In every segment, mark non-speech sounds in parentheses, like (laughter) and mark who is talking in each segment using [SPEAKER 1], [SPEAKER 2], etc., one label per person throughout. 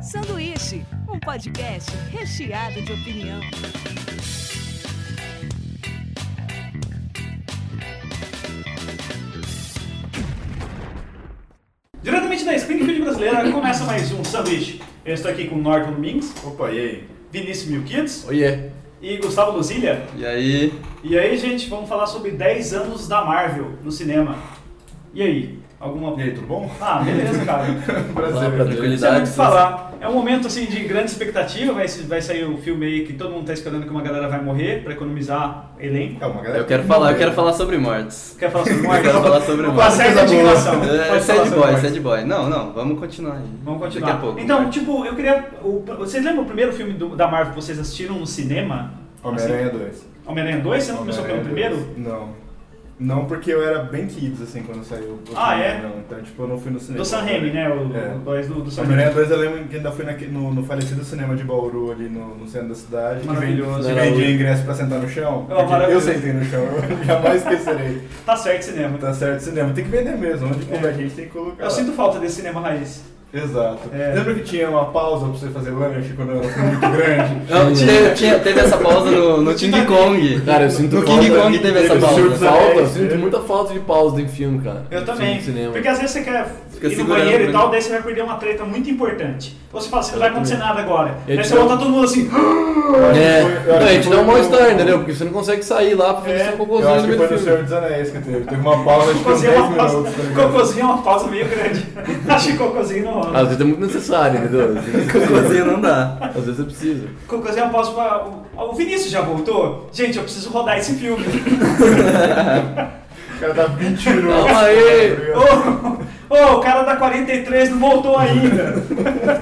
[SPEAKER 1] Sanduíche, um podcast recheado de opinião.
[SPEAKER 2] Diretamente da Springfield brasileira, começa mais um sanduíche. Eu estou aqui com Norton Minks,
[SPEAKER 3] Opa, e aí?
[SPEAKER 2] Vinícius Milkids
[SPEAKER 3] Oiê!
[SPEAKER 2] e Gustavo Luzilha.
[SPEAKER 3] E aí?
[SPEAKER 2] E aí, gente, vamos falar sobre 10 anos da Marvel no cinema. E aí? Alguma.
[SPEAKER 3] E aí, tudo bom?
[SPEAKER 2] Ah, beleza,
[SPEAKER 3] (laughs)
[SPEAKER 2] cara.
[SPEAKER 3] Prazer.
[SPEAKER 4] pra
[SPEAKER 2] Não sei muito o
[SPEAKER 4] tranquilidade.
[SPEAKER 2] que falar. É um momento assim de grande expectativa, vai, vai sair um filme aí que todo mundo tá esperando que uma galera vai morrer pra economizar elenco.
[SPEAKER 3] É uma galera.
[SPEAKER 4] Eu quero falar, eu quero falar sobre mortes.
[SPEAKER 2] Quer
[SPEAKER 4] (laughs)
[SPEAKER 2] falar sobre
[SPEAKER 4] Eu quero
[SPEAKER 2] morte?
[SPEAKER 4] falar sobre
[SPEAKER 2] Com a
[SPEAKER 4] mortes.
[SPEAKER 2] certa indignação.
[SPEAKER 4] É,
[SPEAKER 2] Pode falar
[SPEAKER 4] sad
[SPEAKER 2] sobre
[SPEAKER 4] boy,
[SPEAKER 2] mortes.
[SPEAKER 4] sad boy. Não, não, vamos continuar aí.
[SPEAKER 2] Vamos continuar.
[SPEAKER 4] Daqui a pouco.
[SPEAKER 2] Então, tipo, eu queria. o- vocês lembram o primeiro filme do- da Marvel que vocês assistiram no cinema?
[SPEAKER 3] Homem-Aranha 2.
[SPEAKER 2] Assim, Homem-Aranha 2? Você não começou pelo
[SPEAKER 3] Homem-Aranha
[SPEAKER 2] primeiro?
[SPEAKER 3] 2. Não. Não, porque eu era bem kids, assim, quando saiu. o
[SPEAKER 2] Ah,
[SPEAKER 3] filme,
[SPEAKER 2] é?
[SPEAKER 3] Não. Então, tipo, eu não fui no cinema.
[SPEAKER 2] Do Sam Raimi, né?
[SPEAKER 3] É.
[SPEAKER 2] O 2 do, do Sam
[SPEAKER 3] Homem-Aranha
[SPEAKER 2] Raimi.
[SPEAKER 3] 2 eu lembro que ainda fui naque- no, no falecido cinema de Bauru, ali no, no centro da cidade. que
[SPEAKER 2] Maravilhoso.
[SPEAKER 3] vende- Que vendia ingresso pra sentar no chão.
[SPEAKER 2] É,
[SPEAKER 3] Porque eu
[SPEAKER 2] maravilhoso.
[SPEAKER 3] sentei no chão, eu (laughs) jamais esquecerei.
[SPEAKER 2] Tá certo cinema.
[SPEAKER 3] Tá certo, cinema. Tem que vender mesmo. Onde
[SPEAKER 2] É.
[SPEAKER 3] compra a gente tem que
[SPEAKER 2] Eu
[SPEAKER 3] colocar. lá.
[SPEAKER 2] sinto falta desse cinema raiz.
[SPEAKER 3] Exato.
[SPEAKER 2] É.
[SPEAKER 3] Lembra que tinha uma pausa pra você fazer lanche quando era muito
[SPEAKER 4] (laughs)
[SPEAKER 3] grande?
[SPEAKER 4] Não, tinha- tinha- teve essa pausa no, no King Kong.
[SPEAKER 5] Cara, eu sinto
[SPEAKER 4] No
[SPEAKER 5] falta.
[SPEAKER 4] King Kong teve essa
[SPEAKER 3] Eu
[SPEAKER 5] Sinto
[SPEAKER 3] surto-
[SPEAKER 4] pausa.
[SPEAKER 5] falta, eu sinto muita falta de pausa em filme, cara.
[SPEAKER 2] Eu também.
[SPEAKER 5] No cinema.
[SPEAKER 2] Porque às vezes você quer
[SPEAKER 4] Fica
[SPEAKER 2] ir no
[SPEAKER 4] segurando,
[SPEAKER 2] banheiro e
[SPEAKER 4] né?
[SPEAKER 2] tal, daí você vai perder uma treta muito importante. Ou você fala assim, não vai acontecer nada agora.
[SPEAKER 5] Eu
[SPEAKER 2] Daí você
[SPEAKER 5] te-
[SPEAKER 2] volta todo mundo assim.
[SPEAKER 5] É,
[SPEAKER 3] Eu acho que foi- eu
[SPEAKER 5] não,
[SPEAKER 3] acho
[SPEAKER 5] a
[SPEAKER 3] que
[SPEAKER 5] gente
[SPEAKER 3] foi
[SPEAKER 5] dá um
[SPEAKER 3] no-
[SPEAKER 5] mal-estar, entendeu? Porque você não consegue sair lá pra fazer
[SPEAKER 2] É,
[SPEAKER 5] seu
[SPEAKER 3] Eu
[SPEAKER 5] cocôzinho
[SPEAKER 3] acho
[SPEAKER 5] no
[SPEAKER 3] que
[SPEAKER 5] meio
[SPEAKER 3] foi
[SPEAKER 5] do
[SPEAKER 3] no
[SPEAKER 5] filme.
[SPEAKER 3] Senhor dos Anéis que teve. Teve uma pausa de uns
[SPEAKER 2] Cocôzinho é
[SPEAKER 3] 10
[SPEAKER 2] uma pausa,
[SPEAKER 3] minutos. tá ligado?
[SPEAKER 2] cocôzinho é uma pausa meio grande. (laughs) Acho que cocôzinho não
[SPEAKER 5] Às
[SPEAKER 2] rola.
[SPEAKER 5] vezes é muito necessário, entendeu? Às vezes-
[SPEAKER 4] Cocôzinho não dá.
[SPEAKER 5] Às vezes você precisa.
[SPEAKER 2] Cocôzinho é uma pausa pra. O o Vinícius já voltou? Gente, eu preciso rodar esse filme.
[SPEAKER 3] O cara tá 20 minutos. tá É,
[SPEAKER 5] Calma aí!
[SPEAKER 2] Ô, ô, o cara da 43 não voltou ainda.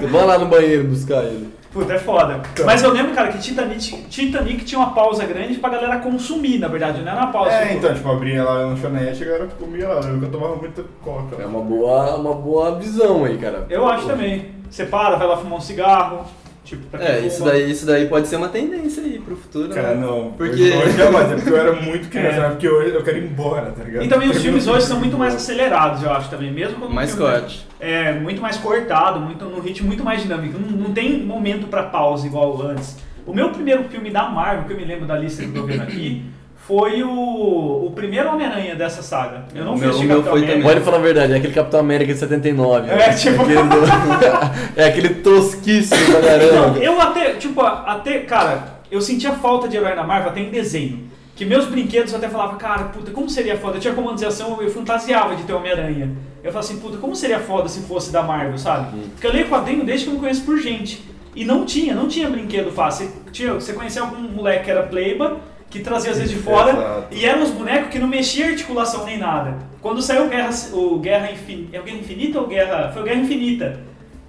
[SPEAKER 5] Vai lá no banheiro buscar ele.
[SPEAKER 2] Puta, é foda.
[SPEAKER 3] Então.
[SPEAKER 2] Mas eu lembro, cara, que Titanic, Titanic tinha uma pausa grande pra galera consumir, na verdade, não era uma pausa.
[SPEAKER 3] É,
[SPEAKER 2] tipo,
[SPEAKER 3] então, tipo, abria lá a lanchonete e a galera comia lá. Eu tomava muita coca.
[SPEAKER 5] É uma boa, uma boa visão aí, cara.
[SPEAKER 2] Eu acho também. Você para, vai lá fumar um cigarro. Tipo, pra quem
[SPEAKER 4] É,
[SPEAKER 2] fuma.
[SPEAKER 4] isso daí, isso daí pode ser uma tendência aí pro futuro. né?
[SPEAKER 3] Cara, não.
[SPEAKER 4] Porque.
[SPEAKER 3] Hoje, hoje é mais, é porque eu era muito criança,
[SPEAKER 2] É. Então,
[SPEAKER 3] né? porque hoje eu quero ir embora, tá ligado?
[SPEAKER 2] E também os
[SPEAKER 3] Eu
[SPEAKER 2] filmes
[SPEAKER 3] não-
[SPEAKER 2] hoje são muito mais acelerados, eu acho também. Mesmo quando.
[SPEAKER 4] Mais
[SPEAKER 2] o filme
[SPEAKER 4] corte.
[SPEAKER 2] É, muito mais cortado, muito, num ritmo muito mais dinâmico. Não, não tem momento pra pausa igual antes. O meu primeiro filme da Marvel, que eu me lembro da lista que eu tô vendo aqui, foi o, o primeiro Homem-Aranha dessa saga. Eu não
[SPEAKER 4] O
[SPEAKER 2] fiz de
[SPEAKER 4] meu- o meu
[SPEAKER 2] Capitão
[SPEAKER 4] foi
[SPEAKER 2] América.
[SPEAKER 5] Pode falar a verdade, é aquele Capitão América de 79.
[SPEAKER 2] É,
[SPEAKER 5] né?
[SPEAKER 2] tipo-
[SPEAKER 5] Aquele do- (laughs) é aquele tosquíssimo pra
[SPEAKER 2] Então,
[SPEAKER 5] caramba.
[SPEAKER 2] eu até, tipo, até, cara, eu sentia falta de herói na Marvel até em desenho. Que meus brinquedos eu até falava, cara, puta, como seria foda? Eu tinha comandização, eu fantasiava de ter Homem-Aranha. Eu falava assim, puta, como seria foda se fosse da Marvel, sabe? Porque eu leio quadrinho desde que eu me conheço por gente. E não tinha, não tinha brinquedo fácil. Você, tinha, você conhecia algum moleque que era pleiba, que trazia às vezes de fora,
[SPEAKER 3] Exato.
[SPEAKER 2] e eram os bonecos que não mexia articulação nem nada. Quando saiu Guerra, o Guerra Infinita, é o Guerra Infinita ou Guerra... Foi o Guerra Infinita.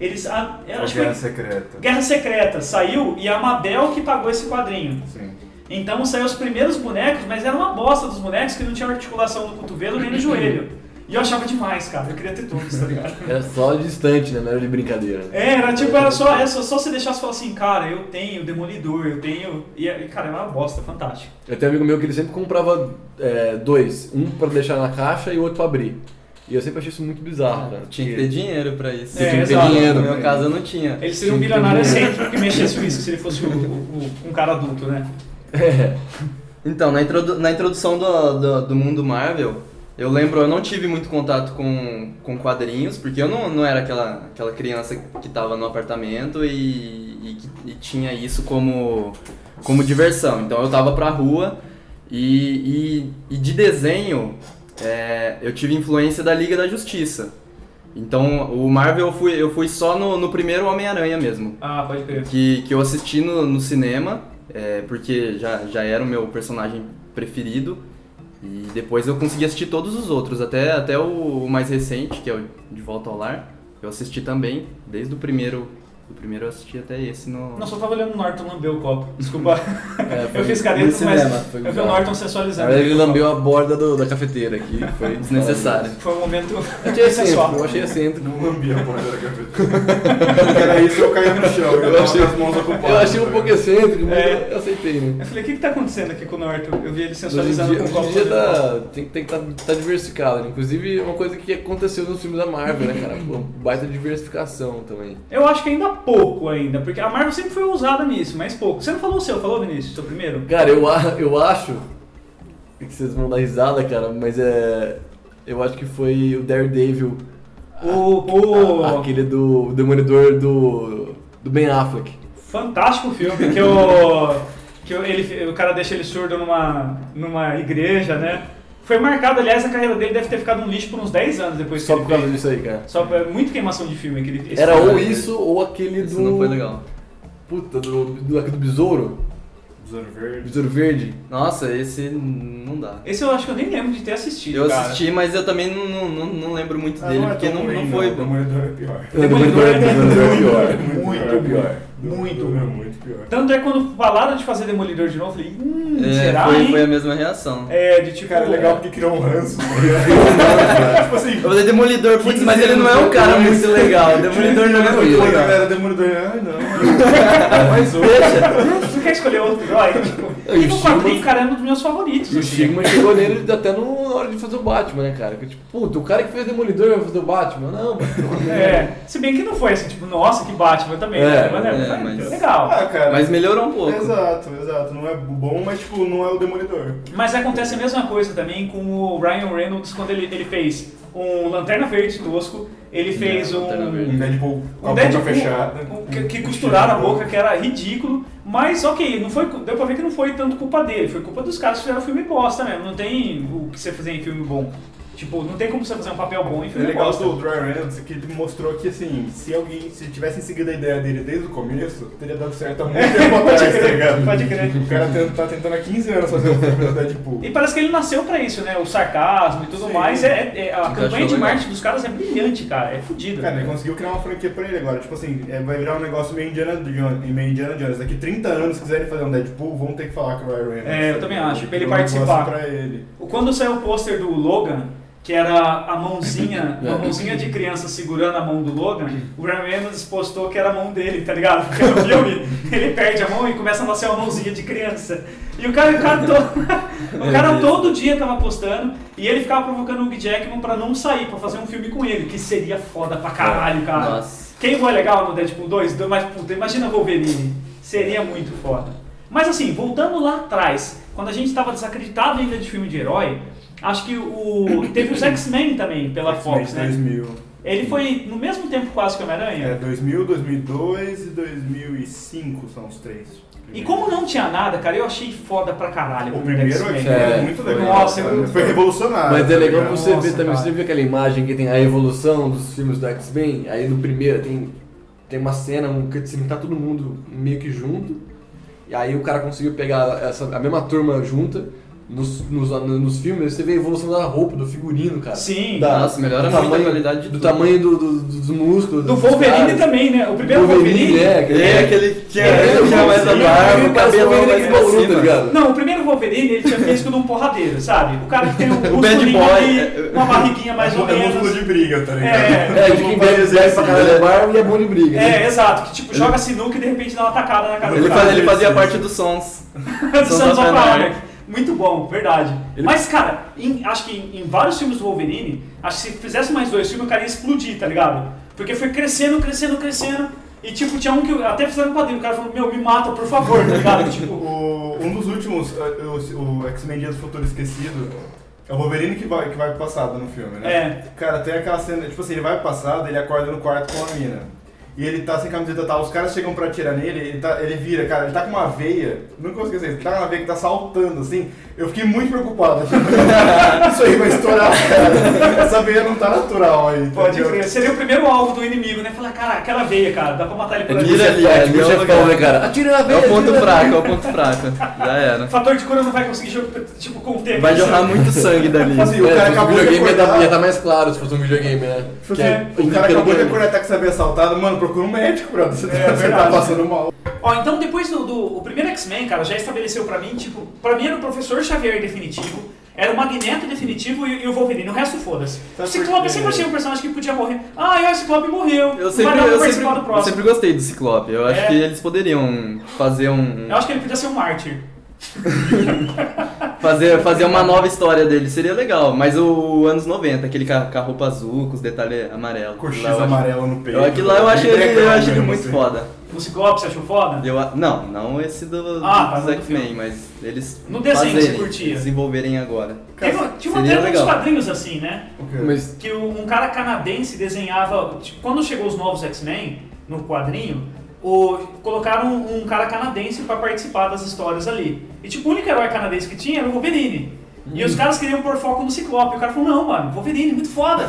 [SPEAKER 2] Eles, a,
[SPEAKER 3] É
[SPEAKER 2] acho que
[SPEAKER 3] Guerra
[SPEAKER 2] foi
[SPEAKER 3] secreta.
[SPEAKER 2] Guerra Secreta saiu e é a Mabel que pagou esse quadrinho.
[SPEAKER 3] Sim.
[SPEAKER 2] Então saiu os primeiros bonecos, mas era uma bosta dos bonecos que não tinha articulação no cotovelo
[SPEAKER 5] (coughs)
[SPEAKER 2] nem no joelho. E eu achava demais, cara. Eu queria ter todos, tá ligado?
[SPEAKER 5] Era só distante, né? Não era de brincadeira. né?
[SPEAKER 2] É, era tipo, era só, era só, só se deixasse falar assim, cara, eu tenho Demolidor, eu tenho. E, e, cara, era uma bosta, fantástico.
[SPEAKER 5] Eu tenho um amigo meu que ele sempre comprava é, dois, um pra deixar na caixa e o outro pra abrir. E eu sempre achei isso muito
[SPEAKER 2] Ah,
[SPEAKER 5] bizarro, cara.
[SPEAKER 4] Tinha que ter dinheiro pra isso.
[SPEAKER 2] É,
[SPEAKER 4] Tinha que ter
[SPEAKER 2] exato.
[SPEAKER 4] dinheiro. No meu caso eu não tinha.
[SPEAKER 2] Ele seria um
[SPEAKER 5] Sim,
[SPEAKER 2] bilionário
[SPEAKER 5] entendi.
[SPEAKER 2] excêntrico que mexesse com isso se ele fosse o- o- o- um cara adulto, né?
[SPEAKER 5] É.
[SPEAKER 4] Então, na, introdu- na introdução do, do, do mundo Marvel, eu lembro, eu não tive muito contato com, com quadrinhos, porque eu não, não era aquela, aquela criança que tava no apartamento e, e, que- e tinha isso como, como diversão. Então eu tava pra rua e, e, e de desenho é, eu tive influência da Liga da Justiça. Então o Marvel eu fui, eu fui só no, no primeiro Homem-Aranha mesmo
[SPEAKER 2] Ah, pode crer.
[SPEAKER 4] que, que eu assisti no, no cinema, é, porque já, já era o meu personagem preferido. E depois eu consegui assistir todos os outros, até, até o, o mais recente, que é o De Volta ao Lar. Eu assisti também, desde o primeiro. Do primeiro eu assisti até esse no.
[SPEAKER 2] Nossa, eu tava olhando o Norton lamber o copo. Desculpa.
[SPEAKER 5] É,
[SPEAKER 2] eu fiz
[SPEAKER 5] no
[SPEAKER 2] careta, mas.
[SPEAKER 5] cinema, foi
[SPEAKER 2] eu vi o
[SPEAKER 5] bizarro.
[SPEAKER 2] Norton
[SPEAKER 5] Na
[SPEAKER 2] sensualizando.
[SPEAKER 5] verdade, ele lambeu a borda do- da cafeteira aqui. Foi
[SPEAKER 4] Desnecessário.
[SPEAKER 2] Foi um momento.
[SPEAKER 5] Eu achei excêntrico,
[SPEAKER 2] sensual.
[SPEAKER 5] É assim, eu achei excêntrico.
[SPEAKER 3] Não lambia a porta da gaveta. Era isso, eu caía no chão. Eu,
[SPEAKER 5] Eu
[SPEAKER 3] tava
[SPEAKER 5] achei-
[SPEAKER 3] com as mãos ocupadas.
[SPEAKER 5] Eu achei
[SPEAKER 3] tá
[SPEAKER 5] um pouco
[SPEAKER 3] ligado?
[SPEAKER 5] excêntrico, mas
[SPEAKER 2] É.
[SPEAKER 5] eu aceitei, né?
[SPEAKER 2] Eu falei, o que que tá acontecendo aqui com o Norton? Eu vi ele
[SPEAKER 5] Hoje em
[SPEAKER 2] sensualizando
[SPEAKER 5] dia,
[SPEAKER 2] com o
[SPEAKER 5] hoje
[SPEAKER 2] copo.
[SPEAKER 5] em dia
[SPEAKER 2] dele.
[SPEAKER 5] tá, tem, tem que estar diversificado, né? Inclusive, uma coisa que aconteceu nos filmes da Marvel, né, cara? Pô, baita diversificação também.
[SPEAKER 2] Eu acho que ainda pouco ainda, porque a Marvel sempre foi ousada nisso, mas pouco. Você não falou o seu, falou, Vinícius, seu primeiro?
[SPEAKER 5] Cara, eu, a- eu acho que vocês vão dar risada, cara, mas é. Eu acho que foi o Daredevil.
[SPEAKER 2] O, o
[SPEAKER 5] a- Ah, Aquele do o Demolidor do. do Ben Affleck.
[SPEAKER 2] fantástico filme que o que o- ele, o cara deixa ele surdo numa numa igreja, né? Foi marcado, aliás, a carreira dele deve ter ficado um lixo por uns 10 anos depois
[SPEAKER 5] Só
[SPEAKER 2] que ele
[SPEAKER 5] por causa
[SPEAKER 2] fez.
[SPEAKER 5] disso aí, cara.
[SPEAKER 2] Só é muito queimação de filme aquele esse
[SPEAKER 5] Era
[SPEAKER 2] filme.
[SPEAKER 5] ou isso ou aquele do.
[SPEAKER 4] Isso não foi legal.
[SPEAKER 5] Puta, do, do, aquele do besouro.
[SPEAKER 3] Besouro verde.
[SPEAKER 5] Besouro verde.
[SPEAKER 4] Nossa, esse não dá.
[SPEAKER 2] Esse eu acho que eu nem lembro de ter assistido,
[SPEAKER 4] Eu
[SPEAKER 2] cara.
[SPEAKER 4] assisti, mas eu também não, não- não, não lembro muito
[SPEAKER 3] Ah,
[SPEAKER 4] dele,
[SPEAKER 3] não é
[SPEAKER 4] porque
[SPEAKER 3] tão
[SPEAKER 4] não,
[SPEAKER 3] ruim,
[SPEAKER 4] não foi
[SPEAKER 3] O
[SPEAKER 4] bom.
[SPEAKER 3] Demolidor é pior.
[SPEAKER 5] (laughs) Não, Demolidor é pior.
[SPEAKER 3] Muito pior. Muito, muito, muito pior.
[SPEAKER 2] Tanto é que quando falaram de fazer Demolidor de novo, eu falei, hum,
[SPEAKER 4] É,
[SPEAKER 2] será,
[SPEAKER 4] foi,
[SPEAKER 2] hein?
[SPEAKER 4] foi a mesma reação.
[SPEAKER 2] É, de tipo...
[SPEAKER 3] Cara, é legal porque criou um ranço. tá ligado?
[SPEAKER 2] (laughs)
[SPEAKER 3] tipo assim. (laughs)
[SPEAKER 4] Eu falei Demolidor, putz, mas ele não é um cara muito legal. Demolidor não é muito
[SPEAKER 3] Quando a
[SPEAKER 4] legal.
[SPEAKER 3] galera né, Demolidor, ai não. Mais um.
[SPEAKER 2] (laughs) Você quer escolher outro herói? Tipo,
[SPEAKER 5] Eu
[SPEAKER 2] Evil
[SPEAKER 5] chego-
[SPEAKER 2] 4, cara, é um dos meus favoritos.
[SPEAKER 5] E o
[SPEAKER 2] assim.
[SPEAKER 5] Stigma chegou nele até no- na hora de fazer o Batman, né, cara? Que, tipo, puta, o cara que fez Demolidor vai fazer o Batman? Não, mano.
[SPEAKER 2] É, se bem que não foi assim, tipo, nossa, que Batman também,
[SPEAKER 5] É,
[SPEAKER 2] né? Mas,
[SPEAKER 4] é,
[SPEAKER 2] foi
[SPEAKER 4] mas-
[SPEAKER 2] legal.
[SPEAKER 3] Ah, cara.
[SPEAKER 4] Mas melhorou um pouco.
[SPEAKER 3] Exato, exato. Não é bom, mas tipo, não é o Demolidor.
[SPEAKER 2] Mas acontece a mesma coisa também com o Ryan Reynolds quando ele, ele fez um Lanterna Verde tosco, ele fez
[SPEAKER 4] Não, É, Lanterna
[SPEAKER 2] um.
[SPEAKER 4] Verde.
[SPEAKER 3] Um Deadpool com a
[SPEAKER 2] Um
[SPEAKER 3] boca
[SPEAKER 2] Deadpool
[SPEAKER 3] fechada.
[SPEAKER 2] um que, que costuraram a boca, que era ridículo, mas ok, não foi, deu pra ver que não foi tanto culpa dele, foi culpa dos caras que fizeram filme bosta mesmo, não tem o que você fazer em filme bom. Tipo, não tem como você fazer um papel bom em
[SPEAKER 3] É
[SPEAKER 2] filme
[SPEAKER 3] legal
[SPEAKER 2] bosta.
[SPEAKER 3] do Dry Reynolds que ele mostrou que assim, se alguém, se tivessem seguido a ideia dele desde o começo, teria dado certo há
[SPEAKER 2] (laughs)
[SPEAKER 3] muito tempo atrás,
[SPEAKER 2] Pode
[SPEAKER 3] tá
[SPEAKER 2] crer,
[SPEAKER 3] ligado?
[SPEAKER 2] pode crer.
[SPEAKER 3] O cara tenta- tá tentando há 15 anos fazer um filme do Deadpool.
[SPEAKER 2] E parece que ele nasceu pra isso, né? O sarcasmo e tudo
[SPEAKER 3] Sim.
[SPEAKER 2] mais. É, é- é- a
[SPEAKER 4] Encaixou
[SPEAKER 2] campanha de
[SPEAKER 4] legal.
[SPEAKER 2] marketing dos caras é brilhante, cara. É fodida.
[SPEAKER 3] Cara, ele conseguiu criar uma franquia pra ele agora. Tipo assim, é, vai virar um negócio meio Indiana Jones. Meio Indiana Jones. Daqui 30 anos, se quiserem fazer um Deadpool, vão ter que falar com o Ryan Reynolds.
[SPEAKER 2] É, eu também acho, pra ele
[SPEAKER 3] Criou um negócio
[SPEAKER 2] participar.
[SPEAKER 3] Pra ele.
[SPEAKER 2] Quando saiu o pôster do Logan, que era a
[SPEAKER 4] (laughs)
[SPEAKER 2] mãozinha, uma
[SPEAKER 5] É.
[SPEAKER 2] mãozinha de criança segurando a mão do Logan, o Ryan Reynolds postou que era a mão dele, tá ligado? Porque no
[SPEAKER 4] (laughs)
[SPEAKER 2] filme ele perde a mão e começa a nascer uma mãozinha de criança. E o cara, o cara,
[SPEAKER 4] (laughs)
[SPEAKER 2] to- o cara todo dia tava postando e ele ficava provocando o Hugh Jackman pra não sair, pra fazer um filme com ele, que seria foda pra caralho, cara.
[SPEAKER 4] Nossa.
[SPEAKER 2] Quem foi legal no Deadpool 2? Do- Mas, puta, imagina Wolverine. Seria muito foda. Mas assim, voltando lá atrás, quando a gente estava desacreditado ainda de filme de herói, acho que o teve os X-Men também pela Fox,
[SPEAKER 3] X-Men de
[SPEAKER 2] né?
[SPEAKER 3] 2000.
[SPEAKER 2] Ele foi no mesmo tempo quase que o
[SPEAKER 3] É,
[SPEAKER 2] Homem-Aranha.
[SPEAKER 3] 2000, 2002 e 2005 são os três.
[SPEAKER 2] E como não tinha nada, cara, eu achei foda pra caralho.
[SPEAKER 3] O
[SPEAKER 2] filme
[SPEAKER 3] primeiro
[SPEAKER 2] do X-Men.
[SPEAKER 3] X-Men é,
[SPEAKER 5] É,
[SPEAKER 3] muito
[SPEAKER 2] foi-
[SPEAKER 3] legal.
[SPEAKER 2] nossa, é
[SPEAKER 3] cara.
[SPEAKER 2] muito
[SPEAKER 3] foi
[SPEAKER 2] bom.
[SPEAKER 3] revolucionário.
[SPEAKER 5] Mas é
[SPEAKER 3] tá
[SPEAKER 5] legal
[SPEAKER 3] ligado?
[SPEAKER 5] você
[SPEAKER 2] Nossa,
[SPEAKER 5] ver também,
[SPEAKER 2] cara.
[SPEAKER 5] você viu aquela imagem que tem a evolução dos filmes do X-Men, aí no primeiro tem, tem uma cena, um cutscene, tá todo mundo meio que junto, e aí o cara conseguiu pegar essa, a mesma turma junta, nos, nos, nos filmes, você vê a evolução da roupa, do figurino, cara.
[SPEAKER 2] Sim.
[SPEAKER 5] Da-
[SPEAKER 4] Nossa, melhora
[SPEAKER 5] do
[SPEAKER 4] muito a qualidade de
[SPEAKER 5] Do
[SPEAKER 4] tudo.
[SPEAKER 5] tamanho do, do- dos músculos.
[SPEAKER 2] Do
[SPEAKER 5] dos
[SPEAKER 2] Wolverine
[SPEAKER 5] caras.
[SPEAKER 2] também, né? O primeiro
[SPEAKER 5] Wolverine,
[SPEAKER 2] Wolverine.
[SPEAKER 5] é, aquele-
[SPEAKER 4] É, aquele que
[SPEAKER 2] É,
[SPEAKER 4] é, tinha mais a
[SPEAKER 2] sim,
[SPEAKER 4] barba, o
[SPEAKER 5] parece
[SPEAKER 4] cabelo
[SPEAKER 5] Wolverine
[SPEAKER 4] mais
[SPEAKER 5] de
[SPEAKER 4] pra
[SPEAKER 5] Bauru,
[SPEAKER 4] cima.
[SPEAKER 5] tá ligado?
[SPEAKER 2] Não, o primeiro Wolverine ele tinha físico de um porradeiro, sabe? O cara que
[SPEAKER 4] (laughs)
[SPEAKER 2] tem um músculo
[SPEAKER 4] bad boy, é-
[SPEAKER 2] uma barriguinha mais
[SPEAKER 3] é,
[SPEAKER 2] ou
[SPEAKER 3] é músculo
[SPEAKER 2] menos.
[SPEAKER 3] de briga, tá ligado?
[SPEAKER 2] É,
[SPEAKER 5] É, de quem bebe exército pra caralho é barba e é bom de briga. né?
[SPEAKER 2] É, exato, que tipo, joga sinuca e de repente dá uma tacada na cara
[SPEAKER 4] Ele,
[SPEAKER 2] do
[SPEAKER 4] faz-
[SPEAKER 2] cara.
[SPEAKER 4] ele fazia parte dos sons.
[SPEAKER 2] (laughs) Do Sons of
[SPEAKER 4] Anarchy.
[SPEAKER 2] Anarchy. Muito bom, verdade. Mas, cara, em- acho que em, em vários filmes do Wolverine, acho que se fizesse mais dois filmes, o cara ia explodir, tá ligado? Porque foi crescendo, crescendo, crescendo. E tipo, tinha um que eu- até fizeram um quadrinho, o cara falou, meu, me mata, por favor, tá ligado? (laughs) tipo,
[SPEAKER 3] O- um dos últimos, eh, o, o X-Men Dia do Futuro Esquecido, é o Wolverine que vai, que vai pro passado no filme, né? É. Cara, tem aquela cena, tipo assim, ele vai pro passado, ele acorda no quarto com a mina. E ele tá sem camiseta e tal, os caras chegam pra atirar nele, ele, tá, ele vira, cara, ele tá com uma veia, nunca vou esquecer, ele tá com uma veia que tá saltando, assim. Eu fiquei
[SPEAKER 2] (laughs)
[SPEAKER 3] muito preocupado. Isso aí vai estourar, cara. Essa veia não tá natural aí.
[SPEAKER 2] pode
[SPEAKER 3] entendeu?
[SPEAKER 2] crer. Seria o primeiro alvo do inimigo, né? Falar, cara, aquela veia, cara, dá pra matar ele por
[SPEAKER 4] Ele vira
[SPEAKER 2] ali.
[SPEAKER 4] ali, é, ali
[SPEAKER 5] Tipo,
[SPEAKER 4] é
[SPEAKER 5] o
[SPEAKER 4] o
[SPEAKER 5] chefão, né,
[SPEAKER 4] lugar.
[SPEAKER 5] cara? Atira a
[SPEAKER 4] É
[SPEAKER 5] veia,
[SPEAKER 4] o ponto
[SPEAKER 5] atira a veia.
[SPEAKER 4] fraco, é o ponto fraco. Já era.
[SPEAKER 2] Fator de cura não vai conseguir jogar, tipo, conter.
[SPEAKER 4] Vai jorrar muito sangue dali.
[SPEAKER 3] Assim, o
[SPEAKER 5] É,
[SPEAKER 3] cara
[SPEAKER 5] se fosse
[SPEAKER 3] acabou de
[SPEAKER 5] videogame ia tá-
[SPEAKER 3] acordar.
[SPEAKER 5] ia tá mais claro se fosse um videogame, né?
[SPEAKER 3] Tipo
[SPEAKER 5] Que
[SPEAKER 3] assim,
[SPEAKER 5] é-
[SPEAKER 3] o cara acabou de
[SPEAKER 5] pelo-
[SPEAKER 3] acordar e tá com essa veia saltada, mano, procura um médico, brother. Você,
[SPEAKER 2] É,
[SPEAKER 3] tá, você tá
[SPEAKER 2] verdade.
[SPEAKER 3] passando mal.
[SPEAKER 2] Ó, então depois do, do- o primeiro X-Men, cara, já estabeleceu pra mim, tipo, pra mim era o Professor Xavier definitivo, era o Magneto definitivo e, e o Wolverine, o resto foda-se. O
[SPEAKER 4] Tá
[SPEAKER 3] Sabe por
[SPEAKER 2] Ciclope
[SPEAKER 3] quê?
[SPEAKER 2] sempre achei um personagem que podia morrer. Ah, e o Ciclope morreu,
[SPEAKER 4] Eu
[SPEAKER 2] vai
[SPEAKER 4] sempre,
[SPEAKER 2] dar pra
[SPEAKER 4] eu,
[SPEAKER 2] participar do
[SPEAKER 4] sempre, eu
[SPEAKER 2] próximo.
[SPEAKER 4] sempre gostei do Ciclope. Eu acho
[SPEAKER 2] É.
[SPEAKER 4] que eles poderiam fazer um.
[SPEAKER 2] Eu acho que ele podia ser um mártir.
[SPEAKER 4] Fazer, fazer uma nova história dele seria legal, mas o anos 90, aquele ca- com a roupa azul, com os detalhes amarelos.
[SPEAKER 3] Coxiz
[SPEAKER 4] Lá eu acho-
[SPEAKER 3] amarelo no peito.
[SPEAKER 4] Eu, aquilo lá eu acho
[SPEAKER 3] Bem
[SPEAKER 4] ele, eu
[SPEAKER 3] legal
[SPEAKER 4] acho ele
[SPEAKER 3] mesmo,
[SPEAKER 4] muito
[SPEAKER 3] assim.
[SPEAKER 4] foda.
[SPEAKER 2] O Ciclope, você achou foda?
[SPEAKER 4] Eu, a- não, não esse do,
[SPEAKER 2] Ah, tá,
[SPEAKER 4] dos
[SPEAKER 2] não do
[SPEAKER 4] X-Men,
[SPEAKER 2] filme.
[SPEAKER 4] mas eles
[SPEAKER 2] No desenho que você
[SPEAKER 4] fazerem,
[SPEAKER 2] curtia.
[SPEAKER 4] desenvolverem agora.
[SPEAKER 2] Teve, uma- tinha uma
[SPEAKER 4] Seria
[SPEAKER 2] treta dos
[SPEAKER 4] legal.
[SPEAKER 2] quadrinhos assim, né?
[SPEAKER 3] O quê?
[SPEAKER 5] Mas
[SPEAKER 2] Que o- um cara canadense desenhava. tipo, quando chegou os novos X-Men no quadrinho, o- colocaram um, um cara canadense pra participar das histórias ali. E tipo, o único herói canadense que tinha era o Wolverine. E os caras queriam pôr foco no Ciclope. O cara falou, não, mano, Wolverine, muito foda.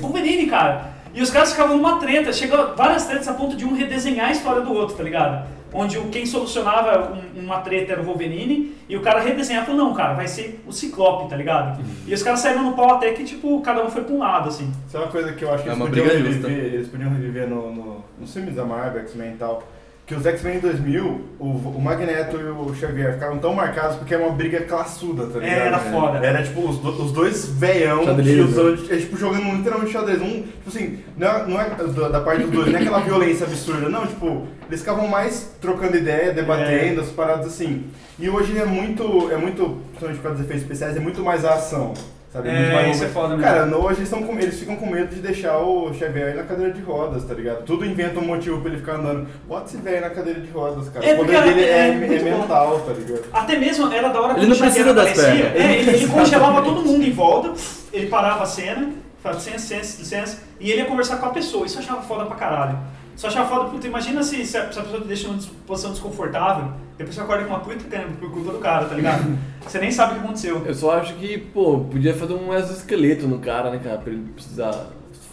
[SPEAKER 2] Wolverine, cara. E os caras ficavam numa treta, chegou várias tretas a ponto de um redesenhar a história do outro, tá ligado? Onde o- quem solucionava um- uma treta era o Wolverine, e o cara redesenhava e falou, não, cara, vai ser o Ciclope, tá
[SPEAKER 4] Uhum.
[SPEAKER 2] ligado? E os caras saíram no pau até que, tipo, cada um foi pra um lado, assim.
[SPEAKER 3] Isso é uma coisa que eu acho que
[SPEAKER 4] É
[SPEAKER 3] eles
[SPEAKER 4] uma
[SPEAKER 3] podiam,
[SPEAKER 4] briga
[SPEAKER 3] reviver,
[SPEAKER 4] justa.
[SPEAKER 3] eles podiam reviver no, no, nos filmes da Marvel, X-Men e tal. Que os X-Men em 2000, o, o Magneto e o Xavier ficaram tão marcados porque era uma briga classuda, tá
[SPEAKER 2] É,
[SPEAKER 3] ligado?
[SPEAKER 2] era
[SPEAKER 3] né?
[SPEAKER 2] foda.
[SPEAKER 3] Era tipo os, do- os dois veião
[SPEAKER 5] Xadrez,
[SPEAKER 3] que usam,
[SPEAKER 5] né?
[SPEAKER 3] é, tipo, jogando literalmente xadrez. Um, tipo assim, não é, não é da, da parte dos dois, não é aquela violência absurda, não. Tipo, eles ficavam mais trocando ideia, debatendo, as paradas assim. E hoje é muito, é muito, principalmente por causa dos efeitos especiais, é muito mais a ação. Sabe?
[SPEAKER 2] É,
[SPEAKER 3] muito mais
[SPEAKER 2] isso é foda mesmo.
[SPEAKER 3] Cara, no- hoje eles, tão com- eles ficam com medo de deixar o Xavier na cadeira de rodas, tá ligado? Tudo inventa um motivo pra ele ficar andando. Bota esse velho na cadeira de rodas, cara.
[SPEAKER 2] É,
[SPEAKER 3] o poder
[SPEAKER 2] porque
[SPEAKER 3] dele
[SPEAKER 2] é-
[SPEAKER 3] é,
[SPEAKER 2] é muito
[SPEAKER 3] é
[SPEAKER 2] bom.
[SPEAKER 3] mental, tá ligado?
[SPEAKER 2] Até mesmo era da hora
[SPEAKER 4] Ele
[SPEAKER 2] quando
[SPEAKER 4] não
[SPEAKER 2] o Xavier
[SPEAKER 4] precisa das
[SPEAKER 2] aparecia.
[SPEAKER 4] pernas.
[SPEAKER 2] É,
[SPEAKER 4] (laughs)
[SPEAKER 2] ele, ele congelava todo mundo em volta, ele parava a cena, falava licença, licença, licença, e ele ia conversar com a pessoa. Isso eu achava foda pra caralho. Isso eu achava foda, puta, imagina se, se, a, se a pessoa te deixa numa posição desconfortável, depois você acorda com uma puta câmera por culpa do cara, tá
[SPEAKER 4] (laughs)
[SPEAKER 2] ligado? Você nem sabe o que aconteceu.
[SPEAKER 5] eu só acho que, pô, podia fazer um exoesqueleto no cara, né, cara? Pra ele precisar.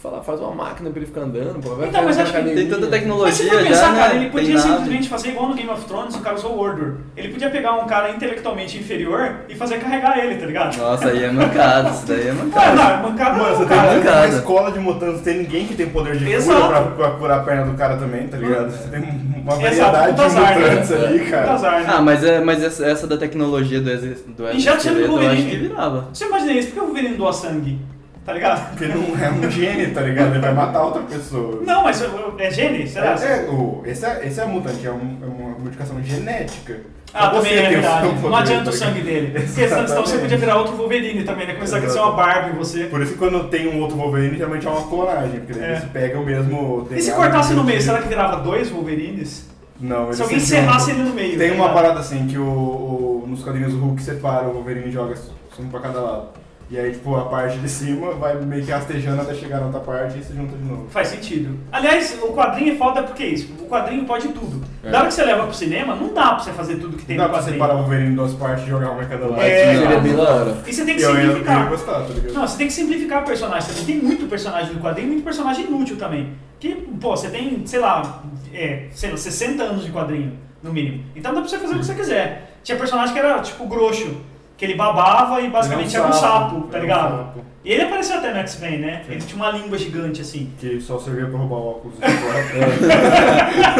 [SPEAKER 5] Fala, faz uma máquina pra ele ficar andando, pô. Vai
[SPEAKER 2] Então, mas
[SPEAKER 5] ficar
[SPEAKER 2] acho que
[SPEAKER 5] na
[SPEAKER 4] Tem tanta
[SPEAKER 5] academia.
[SPEAKER 2] Mas se
[SPEAKER 4] tecnologia
[SPEAKER 2] for
[SPEAKER 4] já,
[SPEAKER 2] pensar,
[SPEAKER 4] né?
[SPEAKER 2] cara, ele podia
[SPEAKER 4] Tem nada.
[SPEAKER 2] simplesmente fazer igual no Game of Thrones, o cara usou o Order. Ele podia pegar um cara intelectualmente inferior e fazer carregar ele, tá ligado?
[SPEAKER 4] Nossa, aí é mancado, isso daí
[SPEAKER 2] (laughs)
[SPEAKER 4] é
[SPEAKER 2] Ah,
[SPEAKER 4] mancado.
[SPEAKER 2] não, é mancada
[SPEAKER 3] Mano,
[SPEAKER 2] não,
[SPEAKER 3] você tem
[SPEAKER 2] cara.
[SPEAKER 3] você tem uma
[SPEAKER 4] cara.
[SPEAKER 3] escola de mutantes, tem ninguém que tem poder de
[SPEAKER 2] Exato.
[SPEAKER 3] cura pra, pra curar a perna do cara também, tá ligado? Você tem uma
[SPEAKER 2] Exato,
[SPEAKER 3] variedade
[SPEAKER 2] puta azar,
[SPEAKER 3] de
[SPEAKER 2] né?
[SPEAKER 3] mutantes ali,
[SPEAKER 2] Puta
[SPEAKER 3] cara.
[SPEAKER 2] azar, né?
[SPEAKER 4] Ah, mas, é, mas essa, essa da tecnologia do, exo- do
[SPEAKER 2] E já tinha
[SPEAKER 4] exoesqueleto, eu acho
[SPEAKER 2] Wolverine.
[SPEAKER 4] que virava.
[SPEAKER 2] Você imagina isso? Por que o Wolverine doa sangue? Tá ligado?
[SPEAKER 3] Porque (laughs) ele não é um gênio, tá ligado? Ele vai matar outra pessoa.
[SPEAKER 2] Não, mas eu- eu- é gene? Será?
[SPEAKER 3] É, é, o, esse, é, esse é mutante, é, um- é uma modificação genética. Então
[SPEAKER 2] Ah,
[SPEAKER 3] Você
[SPEAKER 2] também é
[SPEAKER 3] tem o seu
[SPEAKER 2] verdade. Não
[SPEAKER 3] poder,
[SPEAKER 2] adianta
[SPEAKER 3] tá
[SPEAKER 2] o sangue
[SPEAKER 3] ligado?
[SPEAKER 2] dele. Porque senão você
[SPEAKER 3] Exatamente.
[SPEAKER 2] podia virar outro Wolverine também, né? Começar a crescer uma barba em você.
[SPEAKER 3] Por isso que quando tem um outro Wolverine, geralmente é uma clonagem, porque
[SPEAKER 2] É.
[SPEAKER 3] eles pegam o mesmo.
[SPEAKER 2] E
[SPEAKER 3] DNA
[SPEAKER 2] se cortasse no
[SPEAKER 3] do-
[SPEAKER 2] meio, será que virava dois Wolverines?
[SPEAKER 3] Não, eles
[SPEAKER 2] Se alguém
[SPEAKER 3] se juntam.
[SPEAKER 2] serrasse ele no meio.
[SPEAKER 3] é um Tem
[SPEAKER 2] tá
[SPEAKER 3] uma
[SPEAKER 2] ligado?
[SPEAKER 3] parada assim que o, o- nos quadrinhos o Hulk separa o Wolverine e joga um pra cada lado. E aí, tipo, a parte de cima vai meio que rastejando até chegar na outra parte e se junta de novo.
[SPEAKER 2] Faz sentido. Aliás, o quadrinho é foda porque é isso. O quadrinho pode tudo.
[SPEAKER 5] É.
[SPEAKER 2] Na hora que você leva pro cinema, não dá pra você fazer tudo que tem
[SPEAKER 3] Não dá
[SPEAKER 2] no
[SPEAKER 3] pra
[SPEAKER 2] quadrinho.
[SPEAKER 3] separar o Wolverine em duas partes e jogar uma em cada lado.
[SPEAKER 2] É,
[SPEAKER 5] Seria bem da hora.
[SPEAKER 2] E você tem que
[SPEAKER 3] Eu ainda eu
[SPEAKER 2] simplificar.
[SPEAKER 3] queria gostar, tá ligado?
[SPEAKER 2] Não, você tem que simplificar o personagem também. Tem muito personagem no quadrinho, muito personagem inútil também. Que, pô, você tem, sei lá, é, sei lá, 60 anos de quadrinho, no mínimo. Então dá pra você fazer o que você quiser. Tinha personagem que era, tipo, grosso. Que ele babava e basicamente
[SPEAKER 3] Ele é
[SPEAKER 2] era
[SPEAKER 3] um
[SPEAKER 2] um
[SPEAKER 3] sapo,
[SPEAKER 2] sapo, tá
[SPEAKER 3] ele é um
[SPEAKER 2] ligado?
[SPEAKER 3] sapo.
[SPEAKER 2] E ele apareceu até no X-Men, né? Ele tinha uma língua gigante, assim.
[SPEAKER 3] Que só servia pra roubar o
[SPEAKER 4] (laughs)
[SPEAKER 3] óculos de
[SPEAKER 4] É,
[SPEAKER 3] (laughs)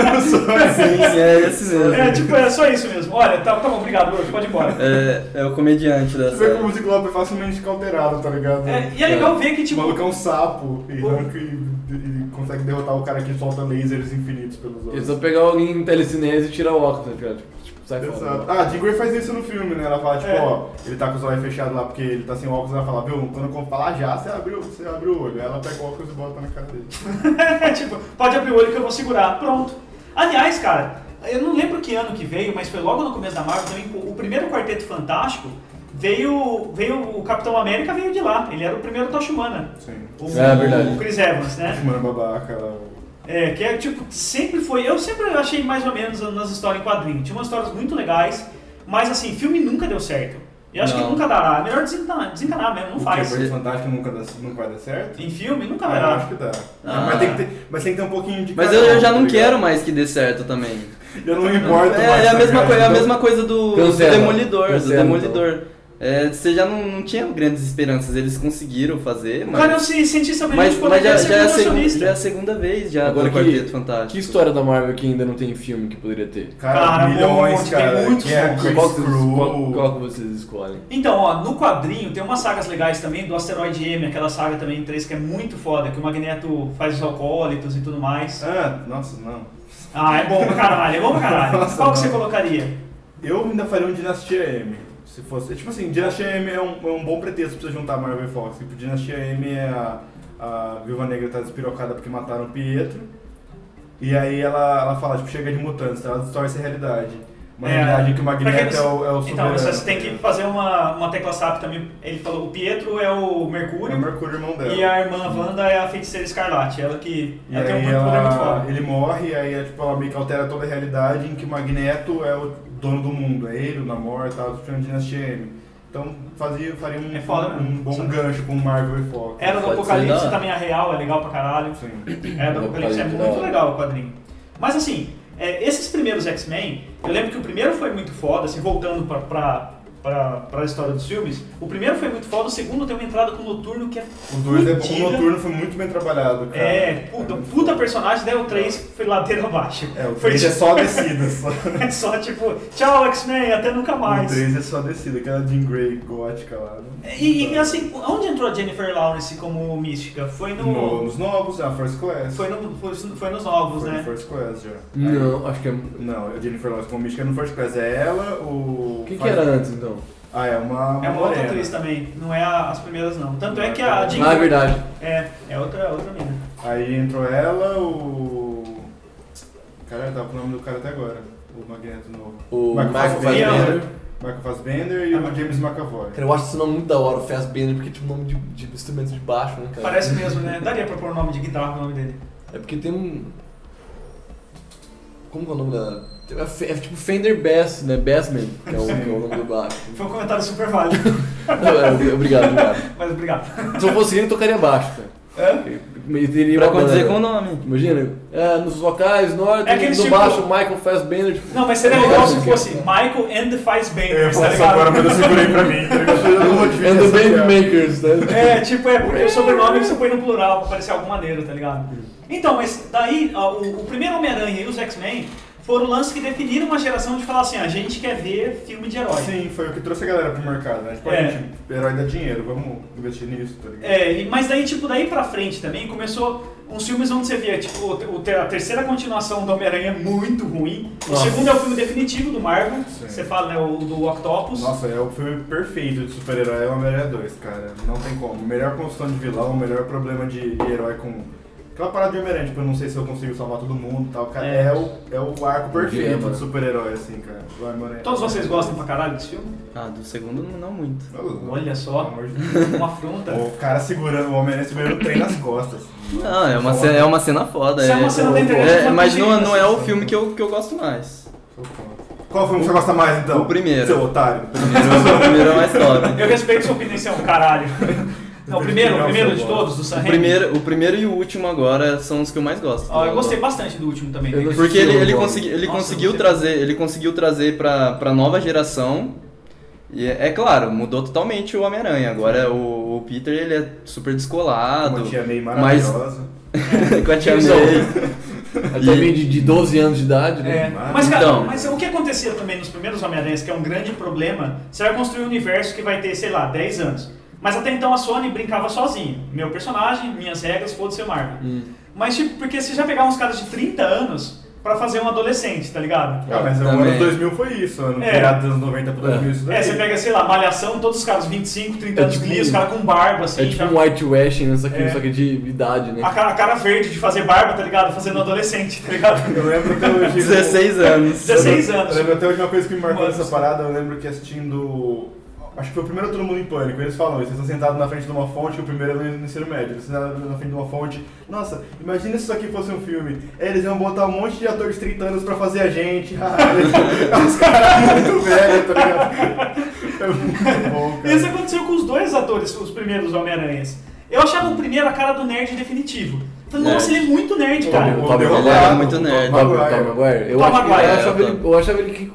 [SPEAKER 3] fora. Só assim.
[SPEAKER 4] Sim, é esse mesmo.
[SPEAKER 2] É, tipo, é só isso mesmo. Olha, tá, tá bom, obrigado, Lorde, pode ir embora.
[SPEAKER 4] É, é o comediante
[SPEAKER 3] Você
[SPEAKER 4] dessa.
[SPEAKER 3] vê como o Ciclope é facilmente cauterado, tá ligado?
[SPEAKER 2] É, e é legal ver que,
[SPEAKER 3] O
[SPEAKER 2] tipo,
[SPEAKER 3] maluco é um sapo e,
[SPEAKER 2] O-
[SPEAKER 3] arranca e- e consegue derrotar o cara que solta lasers infinitos pelos
[SPEAKER 5] Eles
[SPEAKER 3] olhos.
[SPEAKER 5] vão É pegar alguém em telecinese e tirar o óculos, né, cara? Tipo, tipo,
[SPEAKER 4] É
[SPEAKER 5] sai fora.
[SPEAKER 3] Exato. Ah, a Jean Grey faz isso no filme, né? Ela fala, tipo,
[SPEAKER 2] É.
[SPEAKER 3] ó, ele tá com os olhos fechados lá porque ele tá sem óculos, ela fala, viu, quando eu falar já, você abre, o- você abre o olho. Aí ela pega o óculos e bota na cara dele.
[SPEAKER 2] (laughs) É, tipo, pode abrir o olho que eu vou segurar. Pronto. Aliás, cara, eu não lembro que ano que veio, mas foi logo no começo da Marvel também. O o primeiro Quarteto Fantástico veio, veio o Capitão América veio de lá. Ele era o primeiro Tocha Humana.
[SPEAKER 3] Sim.
[SPEAKER 2] O,
[SPEAKER 5] É, verdade.
[SPEAKER 2] o Chris Evans, né?
[SPEAKER 3] Mano, babaca. ela-
[SPEAKER 2] É, que é tipo, sempre foi. Eu sempre achei mais ou menos nas histórias em quadrinho. Tinha umas histórias muito legais, mas assim, filme nunca deu certo. E acho que
[SPEAKER 4] Não.
[SPEAKER 2] nunca dará. É melhor desencanar, desencanar mesmo, não
[SPEAKER 3] O
[SPEAKER 2] faz. é.
[SPEAKER 3] Quarteto Fantástico nunca dá- não vai dar certo?
[SPEAKER 2] Em filme, nunca vai
[SPEAKER 3] Ah, eu
[SPEAKER 2] dar.
[SPEAKER 3] acho que dá.
[SPEAKER 4] Ah.
[SPEAKER 3] Mas, tem que ter, mas tem que ter um pouquinho de
[SPEAKER 4] Mas eu,
[SPEAKER 3] cada um,
[SPEAKER 4] eu já
[SPEAKER 3] tá
[SPEAKER 4] não
[SPEAKER 3] ligado?
[SPEAKER 4] quero mais que dê certo também.
[SPEAKER 3] Eu não me importo
[SPEAKER 4] É,
[SPEAKER 3] mais,
[SPEAKER 4] é a
[SPEAKER 3] tá
[SPEAKER 4] mesma
[SPEAKER 3] ligado?
[SPEAKER 4] coisa, é a mesma coisa do, do
[SPEAKER 5] Cancela.
[SPEAKER 4] Demolidor, do
[SPEAKER 5] Cancela, então.
[SPEAKER 4] Demolidor. É, você já não, não tinha grandes esperanças, eles conseguiram fazer,
[SPEAKER 2] O cara é um
[SPEAKER 4] mas,
[SPEAKER 2] ci- cientista
[SPEAKER 4] mas,
[SPEAKER 2] médico,
[SPEAKER 4] mas
[SPEAKER 2] ele
[SPEAKER 4] já, já é a segunda,
[SPEAKER 2] negacionista.
[SPEAKER 4] já é a segunda vez já
[SPEAKER 5] Agora
[SPEAKER 4] do
[SPEAKER 5] que-
[SPEAKER 4] Quarteto Fantástico.
[SPEAKER 5] Que história da Marvel que ainda não tem filme que poderia ter?
[SPEAKER 3] Cara,
[SPEAKER 2] Cara, um
[SPEAKER 3] milhões,
[SPEAKER 2] monte,
[SPEAKER 3] cara.
[SPEAKER 2] tem muitos
[SPEAKER 3] que é
[SPEAKER 2] bons.
[SPEAKER 3] Chris
[SPEAKER 5] qual, que vocês,
[SPEAKER 3] Crew,
[SPEAKER 5] qual- qual que vocês escolhem?
[SPEAKER 2] Então, ó, no quadrinho tem umas sagas legais também do Asteroide M, aquela saga também em 3 que é muito foda, que o Magneto faz os alcoólitos e tudo mais.
[SPEAKER 3] Ah, nossa, não.
[SPEAKER 2] Ah, é bom pra caralho, é bom pra caralho.
[SPEAKER 3] Nossa,
[SPEAKER 2] Qual que você
[SPEAKER 3] mano.
[SPEAKER 2] colocaria?
[SPEAKER 3] Eu ainda faria um Dinastia M. Se fosse. Tipo assim, Dinastia M é um, é um bom pretexto pra você juntar Marvel e Fox. Tipo, Dinastia M é a, a Viúva Negra tá despirocada porque mataram o Pietro. E aí ela, ela fala, tipo, chega de mutantes, ela distorce a realidade. Uma realidade É, que o
[SPEAKER 2] pra
[SPEAKER 3] Magneto
[SPEAKER 2] quem
[SPEAKER 3] é
[SPEAKER 2] não-
[SPEAKER 3] o, é o
[SPEAKER 2] Então,
[SPEAKER 3] soberano.
[SPEAKER 2] você tem que fazer uma, uma tecla SAP também. Ele falou, o Pietro é o
[SPEAKER 3] É
[SPEAKER 2] Mercúrio
[SPEAKER 3] o Mercúrio, irmão dela.
[SPEAKER 2] e a irmã Wanda é a feiticeira escarlate. Ela que
[SPEAKER 3] E
[SPEAKER 2] ela tem um
[SPEAKER 3] aí
[SPEAKER 2] poder
[SPEAKER 3] ela-
[SPEAKER 2] muito forte.
[SPEAKER 3] ele morre, aí é, tipo, ela meio que altera toda a realidade em que o Magneto é o dono do mundo, é ele, o Namor e tal, tipo, Dinastia M. Então fazia, faria um,
[SPEAKER 2] É foda mesmo.
[SPEAKER 3] um bom gancho com Marvel e Fox. assim.
[SPEAKER 2] Era do
[SPEAKER 4] Pode ser
[SPEAKER 2] Apocalipse
[SPEAKER 4] da-
[SPEAKER 2] também, a real, é legal pra caralho.
[SPEAKER 3] Sim.
[SPEAKER 2] É, do Apocalipse é
[SPEAKER 5] Apocalipse,
[SPEAKER 2] muito
[SPEAKER 5] da-
[SPEAKER 2] legal o quadrinho. Mas assim, é, esses primeiros X-Men, eu lembro que o primeiro foi muito foda, assim, voltando pra, pra, pra, pra história dos filmes, o primeiro foi muito foda, o segundo tem uma entrada com o Noturno que é
[SPEAKER 3] O dois é bom.
[SPEAKER 2] fudida.
[SPEAKER 3] O Noturno foi muito bem trabalhado, cara.
[SPEAKER 2] É, puta, um puta personagem, daí o 3 foi ladeira abaixo.
[SPEAKER 3] É, o
[SPEAKER 2] foi
[SPEAKER 3] 3 é
[SPEAKER 2] (laughs)
[SPEAKER 3] só descida, só.
[SPEAKER 2] é só tipo, tchau X-Men, até nunca
[SPEAKER 3] O
[SPEAKER 2] mais.
[SPEAKER 3] 3 é só descida, aquela Jean Grey gótica lá. né?
[SPEAKER 2] E, e assim, onde entrou a Jennifer Lawrence como mística? Foi no.
[SPEAKER 3] No- nos novos, a First Class.
[SPEAKER 2] Foi, no foi, foi nos novos,
[SPEAKER 3] Foi no
[SPEAKER 2] né?
[SPEAKER 3] First Class já.
[SPEAKER 5] Não, acho que é.
[SPEAKER 3] Não, a Jennifer Lawrence como mística é no First Class. É ela, o...
[SPEAKER 5] O que, que era antes então?
[SPEAKER 3] Ah, é uma,
[SPEAKER 2] É uma outra
[SPEAKER 3] morena.
[SPEAKER 2] atriz também, não é a- as primeiras não. Tanto é que a
[SPEAKER 3] Ah,
[SPEAKER 2] Jean
[SPEAKER 5] Ah, é verdade.
[SPEAKER 2] É, é outra, outra mina.
[SPEAKER 3] Aí entrou ela, o. Cara, eu tava com o nome do cara até agora. O Magneto novo.
[SPEAKER 5] O Michael
[SPEAKER 2] Fassbender.
[SPEAKER 3] Michael Fassbender e
[SPEAKER 2] Ah,
[SPEAKER 3] o
[SPEAKER 2] mas-
[SPEAKER 3] James McAvoy.
[SPEAKER 5] Cara, eu acho esse nome muito da hora, o Fassbender, porque é tipo nome de, de instrumentos de baixo,
[SPEAKER 3] É.
[SPEAKER 5] né, cara?
[SPEAKER 2] Parece mesmo, né? Daria pra pôr o nome de guitarra no nome dele.
[SPEAKER 5] É porque tem um. Como que é o nome da. tem- É, fe- é tipo Fender Bass, né? Bassman, que é o, que é o nome do baixo.
[SPEAKER 2] (laughs) Foi um comentário super
[SPEAKER 3] (laughs)
[SPEAKER 2] válido,
[SPEAKER 5] Não, é, obri- obrigado, obrigado.
[SPEAKER 2] mas obrigado.
[SPEAKER 5] Se eu fosse ele, eu tocaria baixo, cara. É? E teria
[SPEAKER 4] Pra
[SPEAKER 5] uma banda.
[SPEAKER 4] acontecer com o nome.
[SPEAKER 5] Imagina, é, nos vocais, norte,
[SPEAKER 2] É
[SPEAKER 5] no
[SPEAKER 2] aquele tipo-
[SPEAKER 5] baixo, Michael Fassbender, tipo,
[SPEAKER 2] Não, mas seria
[SPEAKER 5] É,
[SPEAKER 2] legal se
[SPEAKER 5] porque-
[SPEAKER 2] fosse Michael and the
[SPEAKER 3] Eu ia
[SPEAKER 2] Fassbender, tá
[SPEAKER 3] falar isso agora, mas eu
[SPEAKER 2] ligado?
[SPEAKER 3] segurei pra mim. tá ligado? Eu não vou assim, dividir
[SPEAKER 5] and the
[SPEAKER 3] essa
[SPEAKER 5] Baby
[SPEAKER 3] piada.
[SPEAKER 5] Makers, né?
[SPEAKER 2] É, tipo, é porque o sobrenome você põe no plural pra parecer algo maneiro, tá ligado?
[SPEAKER 3] Hum.
[SPEAKER 2] Então, mas daí ó, o, o primeiro Homem-Aranha e os X-Men foram lances que definiram uma geração de falar assim, a gente quer ver filme de herói.
[SPEAKER 3] Sim, foi o que trouxe a galera pro mercado, né? Tipo,
[SPEAKER 2] É.
[SPEAKER 3] a gente, herói dá dinheiro, vamos investir nisso, tá ligado?
[SPEAKER 2] É, e- mas daí, tipo, daí pra frente também começou uns filmes onde você via, tipo, o te- o te- a terceira continuação do Homem-Aranha é muito ruim. O
[SPEAKER 5] Nossa.
[SPEAKER 2] segundo é o filme definitivo do Marvel,
[SPEAKER 3] Sim.
[SPEAKER 2] você fala, né, o do Octopus.
[SPEAKER 3] Nossa, é o filme perfeito de super-herói é o Homem-Aranha 2, cara. Não tem como. Melhor construção de vilão, melhor problema de, de herói com. Aquela parada de Homem-Aranha, tipo, eu não sei se eu consigo salvar todo mundo e tal. Cara,
[SPEAKER 2] É.
[SPEAKER 3] é, o, é o arco perfeito
[SPEAKER 5] Dilema.
[SPEAKER 3] de super-herói, assim, cara. O Homem-Aranha.
[SPEAKER 2] Todos vocês gostam pra caralho desse filme?
[SPEAKER 4] Ah, do segundo não não muito.
[SPEAKER 2] Olha só,
[SPEAKER 3] Pelo amor de
[SPEAKER 2] uma afronta.
[SPEAKER 3] Deus. O cara segurando o Homem-Aranha segurando o trem nas costas. assim.
[SPEAKER 4] Não, é uma cena, é uma cena foda.
[SPEAKER 2] Isso é uma assim. cena da internet,
[SPEAKER 4] é,
[SPEAKER 2] eu
[SPEAKER 4] Mas
[SPEAKER 2] não
[SPEAKER 4] não,
[SPEAKER 2] consigo
[SPEAKER 4] não é o
[SPEAKER 3] assistir.
[SPEAKER 4] filme que eu, que eu gosto mais. (laughs)
[SPEAKER 3] Qual filme você gosta mais, então?
[SPEAKER 4] O primeiro.
[SPEAKER 3] Seu otário.
[SPEAKER 4] O primeiro é mais top.
[SPEAKER 2] Eu respeito sua opinião, seu
[SPEAKER 3] (laughs)
[SPEAKER 2] caralho. Não, o primeiro, o primeiro de todos, do Sam
[SPEAKER 4] O
[SPEAKER 2] Raimi.
[SPEAKER 4] primeiro, o primeiro e o último agora são os que eu mais gosto.
[SPEAKER 2] Ó, eu gostei bastante do último também. né?
[SPEAKER 5] Eu não
[SPEAKER 2] Tem-
[SPEAKER 4] Porque ele, ele,
[SPEAKER 5] Nossa,
[SPEAKER 4] consegui- ele
[SPEAKER 2] eu
[SPEAKER 4] conseguiu
[SPEAKER 2] gostei.
[SPEAKER 4] trazer, ele conseguiu trazer pra, pra nova geração. E é, é claro, mudou totalmente o Homem-Aranha. Agora o, o Peter ele é super descolado.
[SPEAKER 3] Uma tia meio
[SPEAKER 4] mas
[SPEAKER 3] maravilhosa.
[SPEAKER 4] com a tia
[SPEAKER 5] Isso.
[SPEAKER 4] (laughs) May.
[SPEAKER 5] Até bem de, de 12 anos de idade,
[SPEAKER 2] É,
[SPEAKER 5] né?
[SPEAKER 2] mas, cara,
[SPEAKER 4] Então.
[SPEAKER 2] mas o que acontecia também nos primeiros Homem-Aranhas, que é um grande problema, você vai construir um universo que vai ter, sei lá, 10 anos. Mas até então a Sony brincava sozinha. Meu personagem, minhas regras, foda-se a Marvel.
[SPEAKER 5] Hum.
[SPEAKER 2] Mas, tipo, porque se já pegar uns caras de 30 anos pra fazer um adolescente, tá ligado?
[SPEAKER 3] Ah, mas o
[SPEAKER 4] Também.
[SPEAKER 3] ano 2000 foi isso, ano
[SPEAKER 2] É.
[SPEAKER 3] virado dos anos 90 pro 2000 isso daí.
[SPEAKER 2] É, você pega, sei lá, Malhação, todos os caras 25, 30
[SPEAKER 5] É
[SPEAKER 2] anos
[SPEAKER 5] tipo
[SPEAKER 2] de os
[SPEAKER 5] um-
[SPEAKER 2] caras com barba, assim,
[SPEAKER 5] É tipo
[SPEAKER 2] já-
[SPEAKER 5] um white washing, só que,
[SPEAKER 2] É.
[SPEAKER 5] só que de idade, né?
[SPEAKER 2] a, cara, a cara verde de fazer barba, tá ligado? Fazendo adolescente, tá ligado?
[SPEAKER 3] Eu lembro até
[SPEAKER 4] (laughs)
[SPEAKER 3] hoje.
[SPEAKER 4] 16 anos.
[SPEAKER 2] 16
[SPEAKER 3] Eu
[SPEAKER 2] anos.
[SPEAKER 3] lembro até hoje uma coisa que me marcou
[SPEAKER 2] Mano.
[SPEAKER 3] nessa parada, eu lembro que assistindo. Acho que foi o primeiro Todo Mundo em Pânico, eles falam, eles estão sentados na frente de uma fonte, o primeiro é no ensino médio, eles sentados na frente de uma fonte. Nossa, imagina se isso aqui fosse um filme. Aí Eles iam botar um monte de atores de 30 anos pra fazer a gente. Ah, (laughs) Os caras muito velhos, tá ligado? É muito bom, cara.
[SPEAKER 2] Isso aconteceu com os dois atores, os primeiros Homem-Aranhas. Eu achava o primeiro a cara do nerd definitivo. Falei, nossa, ele é muito nerd, cara.
[SPEAKER 5] Óbvio.
[SPEAKER 3] O
[SPEAKER 5] Tom
[SPEAKER 3] Derrotado,
[SPEAKER 5] Maguire
[SPEAKER 4] era
[SPEAKER 3] o
[SPEAKER 4] muito
[SPEAKER 3] Tom
[SPEAKER 4] nerd.
[SPEAKER 5] Tom Tom
[SPEAKER 3] Maguire.
[SPEAKER 5] Maguire. Eu
[SPEAKER 2] Tom
[SPEAKER 5] acho que-
[SPEAKER 2] Maguire,
[SPEAKER 5] eu achava
[SPEAKER 4] é,
[SPEAKER 5] ele- Eu achava ele que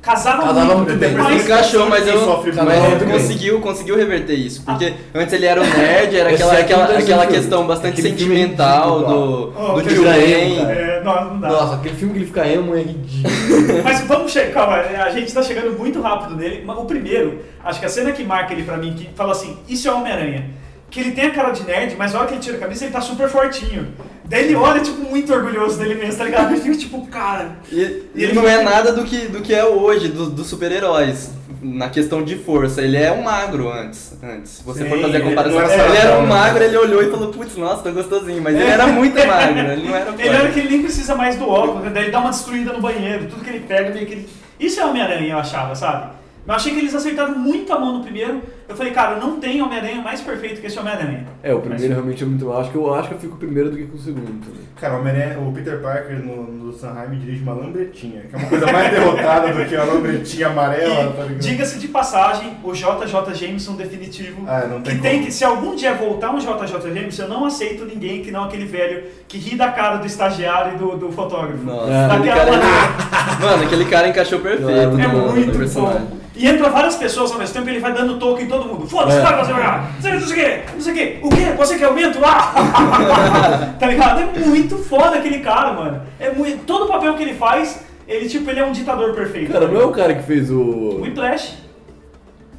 [SPEAKER 2] Casava,
[SPEAKER 5] casava
[SPEAKER 2] muito.
[SPEAKER 5] muito bem.
[SPEAKER 4] Mas
[SPEAKER 2] Mas-
[SPEAKER 4] encaixou, mas eu
[SPEAKER 3] Sofre muito.
[SPEAKER 4] mas ele
[SPEAKER 5] Também.
[SPEAKER 4] conseguiu, conseguiu reverter isso. Porque antes ele era o nerd, era
[SPEAKER 5] Esse é
[SPEAKER 4] aquela,
[SPEAKER 5] aqui
[SPEAKER 4] aquela,
[SPEAKER 5] não tem
[SPEAKER 4] aquela
[SPEAKER 5] sentido.
[SPEAKER 4] questão bastante
[SPEAKER 5] Aquele filme
[SPEAKER 4] sentimental
[SPEAKER 5] ridículo,
[SPEAKER 4] do,
[SPEAKER 2] ó.
[SPEAKER 4] do
[SPEAKER 2] Oh,
[SPEAKER 4] tio
[SPEAKER 5] que
[SPEAKER 4] Ben.
[SPEAKER 5] estranho, cara.
[SPEAKER 2] É, não, não dá.
[SPEAKER 5] Nossa, aquele filme que ele fica emo é ridículo.
[SPEAKER 2] Mas vamos chegar, calma, a gente tá chegando muito rápido nele. Mas O primeiro, acho que a cena que marca ele pra mim, que fala assim, isso é Homem-Aranha. Que ele tem a cara de nerd, mas na hora que ele tira a camisa, ele tá super fortinho. Daí ele olha, tipo, muito orgulhoso dele mesmo, tá ligado? Ele fica tipo, cara.
[SPEAKER 4] E, e ele não é nada do que, do que é hoje, do- dos super-heróis. na questão de força, ele é um magro antes. antes. Se você
[SPEAKER 3] Sim,
[SPEAKER 4] for fazer a
[SPEAKER 3] ele
[SPEAKER 4] comparação,
[SPEAKER 3] não
[SPEAKER 4] ele,
[SPEAKER 3] era sarado,
[SPEAKER 4] era um
[SPEAKER 3] né?
[SPEAKER 4] magro, ele olhou e falou, putz, nossa, tô gostosinho, mas ele era muito magro, ele não era
[SPEAKER 2] Ele olha
[SPEAKER 4] forte.
[SPEAKER 2] que ele nem precisa mais do óculos, né? Daí ele dá uma destruída no banheiro, tudo que ele pega, meio que ele... Isso é Homem-Aranha, eu achava, sabe? Eu achei que eles acertaram muito a mão no primeiro. Eu falei, cara, não tem Homem-Aranha mais perfeito que esse Homem-Aranha.
[SPEAKER 5] É, o primeiro realmente é muito mal. Acho que eu acho que eu fico primeiro do que com o segundo. também.
[SPEAKER 3] Cara, o, Homem-Aranha- o Peter Parker no, no Sanheim dirige uma lambretinha, que é uma coisa mais derrotada do que a lambretinha amarela, tá
[SPEAKER 2] E,
[SPEAKER 3] ligado?
[SPEAKER 2] Diga-se de passagem, o JJ Jameson definitivo.
[SPEAKER 3] Ah, não tem
[SPEAKER 2] que tem
[SPEAKER 3] como.
[SPEAKER 2] que, se algum dia voltar um JJ Jameson, eu não aceito ninguém que não aquele velho que ri da cara do estagiário e do, do fotógrafo.
[SPEAKER 4] Nossa,
[SPEAKER 5] Ah,
[SPEAKER 4] aquele
[SPEAKER 2] Daquela-
[SPEAKER 4] cara, ele- mano, aquele cara encaixou perfeito
[SPEAKER 5] Claro,
[SPEAKER 2] É
[SPEAKER 4] no, no
[SPEAKER 2] muito
[SPEAKER 4] personagem.
[SPEAKER 2] bom. E entra várias pessoas ao mesmo tempo e ele vai dando toco em todo mundo. Foda-se,
[SPEAKER 5] É.
[SPEAKER 2] vai fazer jogar. Não sei o que, não sei o que. O quê? Você quer aumento? Ah! (laughs) tá ligado? É muito foda aquele cara, mano. É muito... Todo papel que ele faz, ele tipo, ele é um ditador perfeito.
[SPEAKER 5] Cara, não é o cara que fez o.
[SPEAKER 2] O Flash.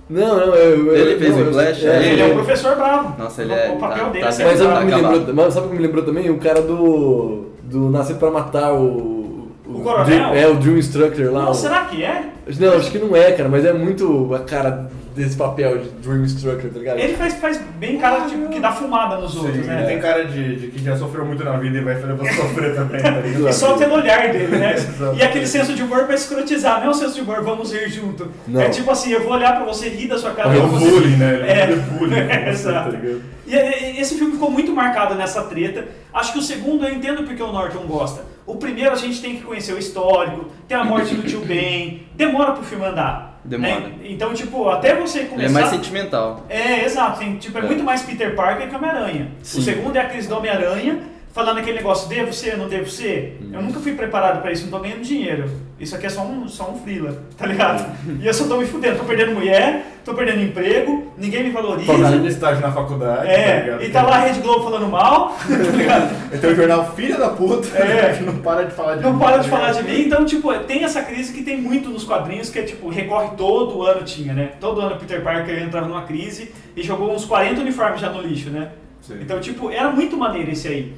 [SPEAKER 5] Não, não, eu. eu-
[SPEAKER 4] Ele fez
[SPEAKER 5] não,
[SPEAKER 4] o
[SPEAKER 5] eu-
[SPEAKER 4] Flash,
[SPEAKER 5] é,
[SPEAKER 4] ele-
[SPEAKER 2] Ele é um professor bravo.
[SPEAKER 4] Nossa, ele
[SPEAKER 2] O-
[SPEAKER 4] é-
[SPEAKER 2] O papel
[SPEAKER 4] tá-
[SPEAKER 2] dele
[SPEAKER 4] tá
[SPEAKER 2] é ser
[SPEAKER 4] certo.
[SPEAKER 5] Mas sabe o
[SPEAKER 2] bravo.
[SPEAKER 5] que me
[SPEAKER 4] Acabar.
[SPEAKER 5] lembrou? mas Sabe o que me lembrou também? O cara do. Do Nascido pra Matar o.
[SPEAKER 2] O coronel?
[SPEAKER 5] Drill- É, o Drill Instructor lá.
[SPEAKER 2] Não,
[SPEAKER 5] o-
[SPEAKER 2] será que é?
[SPEAKER 5] Não, acho que não é, cara, mas é muito a cara desse papel de Dream Instructor, tá ligado?
[SPEAKER 2] Ele faz, faz bem cara tipo, que dá fumada nos
[SPEAKER 3] Sim, é.
[SPEAKER 2] outros,
[SPEAKER 3] ele
[SPEAKER 2] né?
[SPEAKER 3] tem cara de, de que já sofreu muito na vida e vai fazer você sofrer também, tá ligado?
[SPEAKER 2] E só pelo olhar dele, (laughs) né?
[SPEAKER 3] Exato.
[SPEAKER 2] e aquele senso de humor pra escrotizar, não é o senso de humor, vamos rir junto.
[SPEAKER 5] Não.
[SPEAKER 2] É tipo assim, eu vou olhar pra você rir da sua cara.
[SPEAKER 3] É
[SPEAKER 2] Ah, eu
[SPEAKER 3] o
[SPEAKER 2] vou-
[SPEAKER 3] bullying, né? Ele
[SPEAKER 2] É.
[SPEAKER 3] é
[SPEAKER 2] (laughs)
[SPEAKER 3] bullying com você,
[SPEAKER 2] Exato.
[SPEAKER 3] tá ligado?
[SPEAKER 2] E e- e esse filme ficou muito marcado nessa treta. Acho que o segundo eu entendo porque o Norton gosta. O primeiro a gente tem que conhecer o histórico, tem a morte do tio Ben, demora pro filme andar.
[SPEAKER 4] Demora.
[SPEAKER 2] né? Então, tipo, até você
[SPEAKER 4] Ele é
[SPEAKER 2] começar...
[SPEAKER 4] mais sentimental.
[SPEAKER 2] É, exato. Tem, tipo, é, muito mais Peter Parker que Homem-Aranha. O
[SPEAKER 4] Sim.
[SPEAKER 2] segundo é a crise do Homem-Aranha, falando aquele negócio, devo ser, não devo ser. Eu nunca fui preparado pra isso, não tô ganhando dinheiro. Isso aqui é só um, só um freela, tá ligado? e eu só tô me fudendo, tô perdendo mulher, tô perdendo emprego, ninguém me valoriza.
[SPEAKER 3] Fazendo um estágio na faculdade, tá ligado?
[SPEAKER 2] É, e tá lá a Rede Globo falando mal, tá ligado?
[SPEAKER 3] Ele tem um jornal filha da puta,
[SPEAKER 2] É.
[SPEAKER 3] (laughs) que não para de falar de
[SPEAKER 2] Não
[SPEAKER 3] mim,
[SPEAKER 2] para
[SPEAKER 3] tá
[SPEAKER 2] de falar
[SPEAKER 3] ligado?
[SPEAKER 2] de mim, então, tipo, tem essa crise que tem muito nos quadrinhos, que é, tipo, recorre todo ano tinha, né? Todo ano Peter Parker entrava numa crise e jogou uns 40 uniformes já no lixo, né?
[SPEAKER 3] Sim.
[SPEAKER 2] Então, tipo, era muito maneiro esse aí.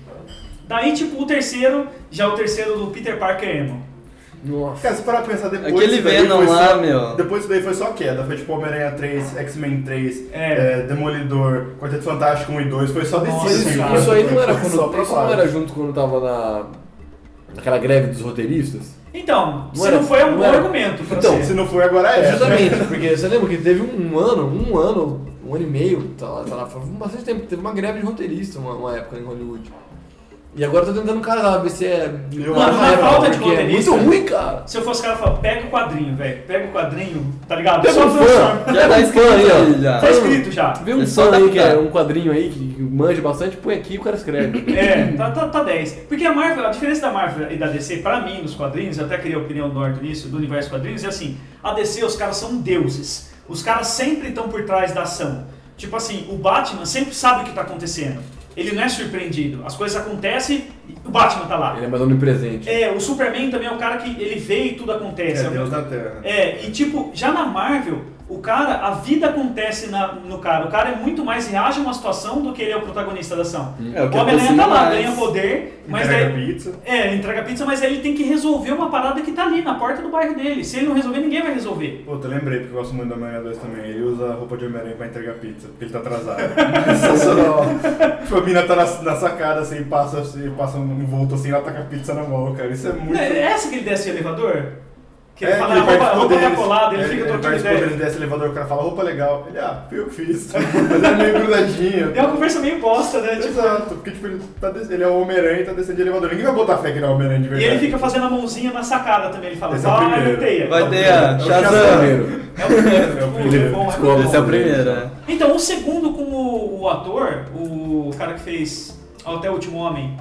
[SPEAKER 2] Daí, tipo, o terceiro, já o terceiro do Peter Parker emo.
[SPEAKER 5] Nossa.
[SPEAKER 3] Cara, se parar pra pensar depois.
[SPEAKER 4] Aquele
[SPEAKER 3] isso daí
[SPEAKER 4] Venom
[SPEAKER 3] foi
[SPEAKER 4] lá,
[SPEAKER 3] só-
[SPEAKER 4] meu.
[SPEAKER 3] Depois isso daí foi só queda. Foi tipo Homem-Aranha 3, X-Men 3,
[SPEAKER 2] É.
[SPEAKER 3] eh, Demolidor, Quarteto Fantástico 1 e 2. Foi só
[SPEAKER 2] Nossa,
[SPEAKER 3] descendo.
[SPEAKER 5] isso,
[SPEAKER 2] cara.
[SPEAKER 5] isso aí não era
[SPEAKER 3] Foi só
[SPEAKER 5] quando.
[SPEAKER 3] pra
[SPEAKER 5] Isso não
[SPEAKER 3] baixo.
[SPEAKER 5] era junto quando tava na. Naquela greve dos roteiristas?
[SPEAKER 2] Então, se
[SPEAKER 5] era-
[SPEAKER 2] não foi um
[SPEAKER 5] não
[SPEAKER 2] bom
[SPEAKER 5] era-
[SPEAKER 2] argumento pra
[SPEAKER 5] Então,
[SPEAKER 2] ser.
[SPEAKER 3] Se não foi, agora é.
[SPEAKER 5] Justamente, porque você lembra que teve um ano, um ano, um ano e meio, tá lá, tá lá, foi bastante tempo, teve uma greve de roteirista uma, uma época em Hollywood. E agora eu tô tentando casar, ver se é.
[SPEAKER 3] Eu
[SPEAKER 5] uma
[SPEAKER 3] acho que
[SPEAKER 2] é
[SPEAKER 5] época,
[SPEAKER 2] falta de
[SPEAKER 5] porque é
[SPEAKER 2] roteirista.
[SPEAKER 5] muito ruim, cara.
[SPEAKER 2] Se eu fosse cara, eu falava, pega o quadrinho, velho. Pega o quadrinho, tá ligado?
[SPEAKER 5] Pega um fã,
[SPEAKER 2] transforma.
[SPEAKER 5] já tá escrito aí, ó.
[SPEAKER 4] já.
[SPEAKER 2] Tá escrito já.
[SPEAKER 5] Vê um
[SPEAKER 4] É só
[SPEAKER 5] fã aí, que
[SPEAKER 4] adaptar.
[SPEAKER 5] é um quadrinho aí, que manja bastante, põe aqui e o cara escreve.
[SPEAKER 2] É, tá, tá, tá 10. Porque a Marvel, a diferença da Marvel e da DC, pra mim, nos quadrinhos, eu até queria a opinião do Norton nisso, do universo quadrinhos, é assim, a DC, os caras são deuses. Os caras sempre estão por trás da ação. Tipo assim, o Batman sempre sabe o que tá acontecendo. Ele não é surpreendido. As coisas acontecem e o Batman tá lá.
[SPEAKER 5] Ele é mais onipresente.
[SPEAKER 2] É, o Superman também é um cara que ele vê e tudo acontece.
[SPEAKER 3] É Deus da Terra.
[SPEAKER 2] É, e tipo, já na Marvel, o cara, a vida acontece na- no cara. O cara é muito mais reage a uma situação do que ele é o protagonista da ação.
[SPEAKER 4] É, o que
[SPEAKER 2] o Homem-Aranha
[SPEAKER 4] aproxima
[SPEAKER 2] tá lá,
[SPEAKER 4] mais.
[SPEAKER 2] ganha poder, mas
[SPEAKER 3] Hum. Entrega
[SPEAKER 2] daí.
[SPEAKER 3] pizza.
[SPEAKER 2] É, entrega pizza, mas aí ele tem que resolver uma parada que tá ali na porta do bairro dele. Se ele não resolver, ninguém vai resolver.
[SPEAKER 3] Puta, lembrei, porque eu gosto muito do Homem-Aranha 2 também. Ele usa a roupa de Homem-Aranha pra entregar pizza, porque ele tá atrasado. (laughs) Sensacional. Tipo, a mina tá na, na sacada, assim, passa, assim, passa um volto, assim, ela tá com a pizza na mão, cara. Isso é muito...
[SPEAKER 2] É essa que ele desce o elevador? Que ele
[SPEAKER 3] É,
[SPEAKER 2] fala, a roupa,
[SPEAKER 3] perde
[SPEAKER 2] a roupa tá
[SPEAKER 3] poderes.
[SPEAKER 2] colada, ele
[SPEAKER 3] É,
[SPEAKER 2] fica
[SPEAKER 3] ele
[SPEAKER 2] trocando
[SPEAKER 3] perde
[SPEAKER 2] ideia.
[SPEAKER 3] poderes desse elevador, o cara fala, roupa legal. Ele, ah, fui eu que fiz. (laughs) Mas ele é meio grudadinho.
[SPEAKER 2] É uma conversa meio bosta, né? Tipo,
[SPEAKER 3] Exato, porque tipo, ele, tá des- ele é o Homem-Aranha e tá descendo de elevador. Ninguém vai botar fé que ele é o Homem-Aranha de
[SPEAKER 2] e
[SPEAKER 3] verdade.
[SPEAKER 2] ele fica fazendo a mãozinha na sacada também. Ele fala,
[SPEAKER 3] Esse é o
[SPEAKER 2] vai,
[SPEAKER 3] primeiro.
[SPEAKER 2] teia.
[SPEAKER 4] Vai ter a Shazam.
[SPEAKER 5] Primeiro.
[SPEAKER 2] É o primeiro.
[SPEAKER 3] É o
[SPEAKER 2] tipo,
[SPEAKER 3] primeiro.
[SPEAKER 2] bom,
[SPEAKER 5] Desculpa,
[SPEAKER 2] bom.
[SPEAKER 4] Esse é o primeiro, né?
[SPEAKER 2] Então, o segundo com o, o ator, o cara que fez Até o Último Homem,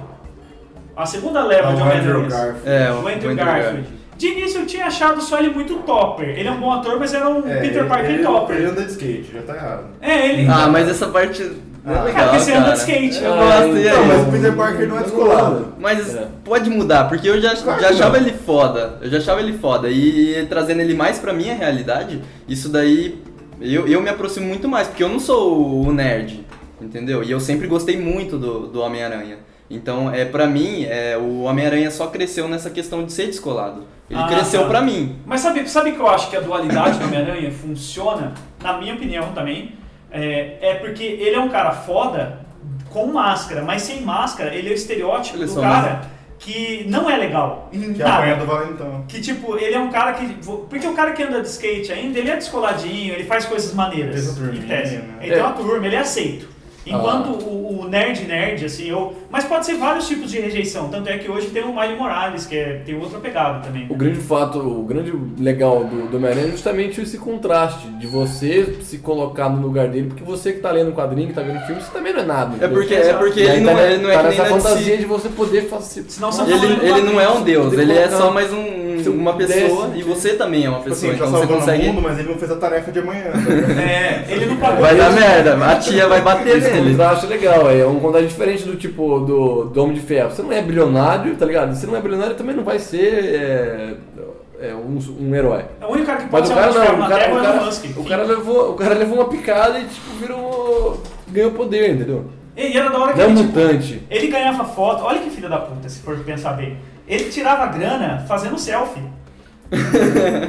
[SPEAKER 2] a segunda leva
[SPEAKER 3] Ah,
[SPEAKER 2] de
[SPEAKER 3] o Andrew
[SPEAKER 2] Homem-Aranha.
[SPEAKER 3] Garfield.
[SPEAKER 4] É,
[SPEAKER 2] O Andrew Garfield. De início eu tinha achado só ele muito topper. Ele é um bom ator, mas era um
[SPEAKER 3] É,
[SPEAKER 2] Peter
[SPEAKER 3] ele-
[SPEAKER 2] Parker
[SPEAKER 3] ele-
[SPEAKER 2] topper.
[SPEAKER 3] Ele anda de skate, já tá errado.
[SPEAKER 2] É, ele.
[SPEAKER 4] Ah, mas essa parte não é
[SPEAKER 3] Ah,
[SPEAKER 4] legal,
[SPEAKER 2] cara, porque um você anda de skate.
[SPEAKER 4] Eu
[SPEAKER 5] Ah,
[SPEAKER 4] gosto, e
[SPEAKER 5] então,
[SPEAKER 4] aí?
[SPEAKER 3] mas o Peter Parker não é descolado.
[SPEAKER 4] Mas
[SPEAKER 5] É.
[SPEAKER 4] pode mudar, porque eu já,
[SPEAKER 3] Claro
[SPEAKER 4] já
[SPEAKER 3] que
[SPEAKER 4] achava
[SPEAKER 3] não.
[SPEAKER 4] ele foda. Eu já achava ele foda. E, e trazendo ele mais pra minha realidade, isso daí eu, eu me aproximo muito mais, porque eu não sou o nerd, entendeu? E eu sempre gostei muito do, do Homem-Aranha. Então, é para mim, é, o Homem-Aranha só cresceu nessa questão de ser descolado. Ele
[SPEAKER 2] Ah,
[SPEAKER 4] cresceu
[SPEAKER 2] tá.
[SPEAKER 4] pra mim.
[SPEAKER 2] Mas sabe, sabe que eu acho que a dualidade do Homem-Aranha funciona, na minha opinião também, é, é porque ele é um cara foda com máscara, mas sem máscara ele é o estereótipo
[SPEAKER 4] Ele
[SPEAKER 2] do
[SPEAKER 4] só
[SPEAKER 2] cara
[SPEAKER 4] máscara.
[SPEAKER 2] que não é legal em
[SPEAKER 3] Que
[SPEAKER 2] nada.
[SPEAKER 3] apanha do Valentão.
[SPEAKER 2] Que tipo, ele é um cara que. Porque o cara que anda de skate ainda, ele é descoladinho, ele faz coisas maneiras.
[SPEAKER 3] Ele tem uma
[SPEAKER 2] em
[SPEAKER 3] turminha,
[SPEAKER 2] tese.
[SPEAKER 3] né?
[SPEAKER 2] Ele tem
[SPEAKER 5] É. Ah.
[SPEAKER 2] uma turma, ele é aceito. Enquanto o, o nerd nerd, assim, eu. Mas pode ser vários tipos de rejeição. Tanto é que hoje tem o Mário Morales, que é, tem outra pegada também.
[SPEAKER 5] O grande fato, o grande legal do, do Homem-Aranha é justamente esse contraste de você se colocar no lugar dele, porque você que tá lendo o quadrinho, que tá vendo o filme, você também não é nada.
[SPEAKER 4] É
[SPEAKER 5] entendeu?
[SPEAKER 4] porque, é porque
[SPEAKER 5] E aí
[SPEAKER 4] ele,
[SPEAKER 5] tá
[SPEAKER 4] não,
[SPEAKER 5] na-
[SPEAKER 4] é- ele não é
[SPEAKER 5] tá
[SPEAKER 4] que nem
[SPEAKER 5] nessa
[SPEAKER 4] na DC.
[SPEAKER 5] fantasia de você poder fazer.
[SPEAKER 2] Senão você
[SPEAKER 4] Ele, ele não é um deus,
[SPEAKER 3] tipo,
[SPEAKER 4] ele é só mais um,
[SPEAKER 5] Você
[SPEAKER 4] uma pessoa
[SPEAKER 5] desce,
[SPEAKER 4] e você também é uma
[SPEAKER 3] Tipo assim,
[SPEAKER 4] pessoa,
[SPEAKER 3] ele tá
[SPEAKER 4] então você
[SPEAKER 3] salvando o
[SPEAKER 4] consegue.
[SPEAKER 3] mundo, mas ele não fez a tarefa de amanhã. tá ligado?
[SPEAKER 2] É, ele
[SPEAKER 5] (laughs)
[SPEAKER 2] não pagou.
[SPEAKER 4] Vai dar
[SPEAKER 2] isso.
[SPEAKER 4] merda, a tia vai bater
[SPEAKER 5] Esse
[SPEAKER 4] nele.
[SPEAKER 3] tá
[SPEAKER 5] contraste é legal, é um contraste diferente do tipo do, do Homem de Ferro. Você não é bilionário, tá ligado? Se não é bilionário, também não vai ser é, é, um, um herói.
[SPEAKER 2] É o único cara que pode
[SPEAKER 5] Mas o
[SPEAKER 2] ser
[SPEAKER 5] cara
[SPEAKER 2] um ferro
[SPEAKER 5] não,
[SPEAKER 2] na
[SPEAKER 5] o cara,
[SPEAKER 2] terra
[SPEAKER 5] o
[SPEAKER 2] é o
[SPEAKER 5] cara,
[SPEAKER 2] Musk.
[SPEAKER 5] o
[SPEAKER 2] enfim.
[SPEAKER 5] cara levou, o cara levou uma picada e tipo virou ganhou poder, entendeu?
[SPEAKER 2] E era da hora que
[SPEAKER 5] Não é um
[SPEAKER 2] ele, tipo,
[SPEAKER 5] mutante.
[SPEAKER 2] Ele ganhava foto, olha que filho da puta, se for pensar bem. Ele tirava grana fazendo
[SPEAKER 4] (laughs)
[SPEAKER 2] selfie.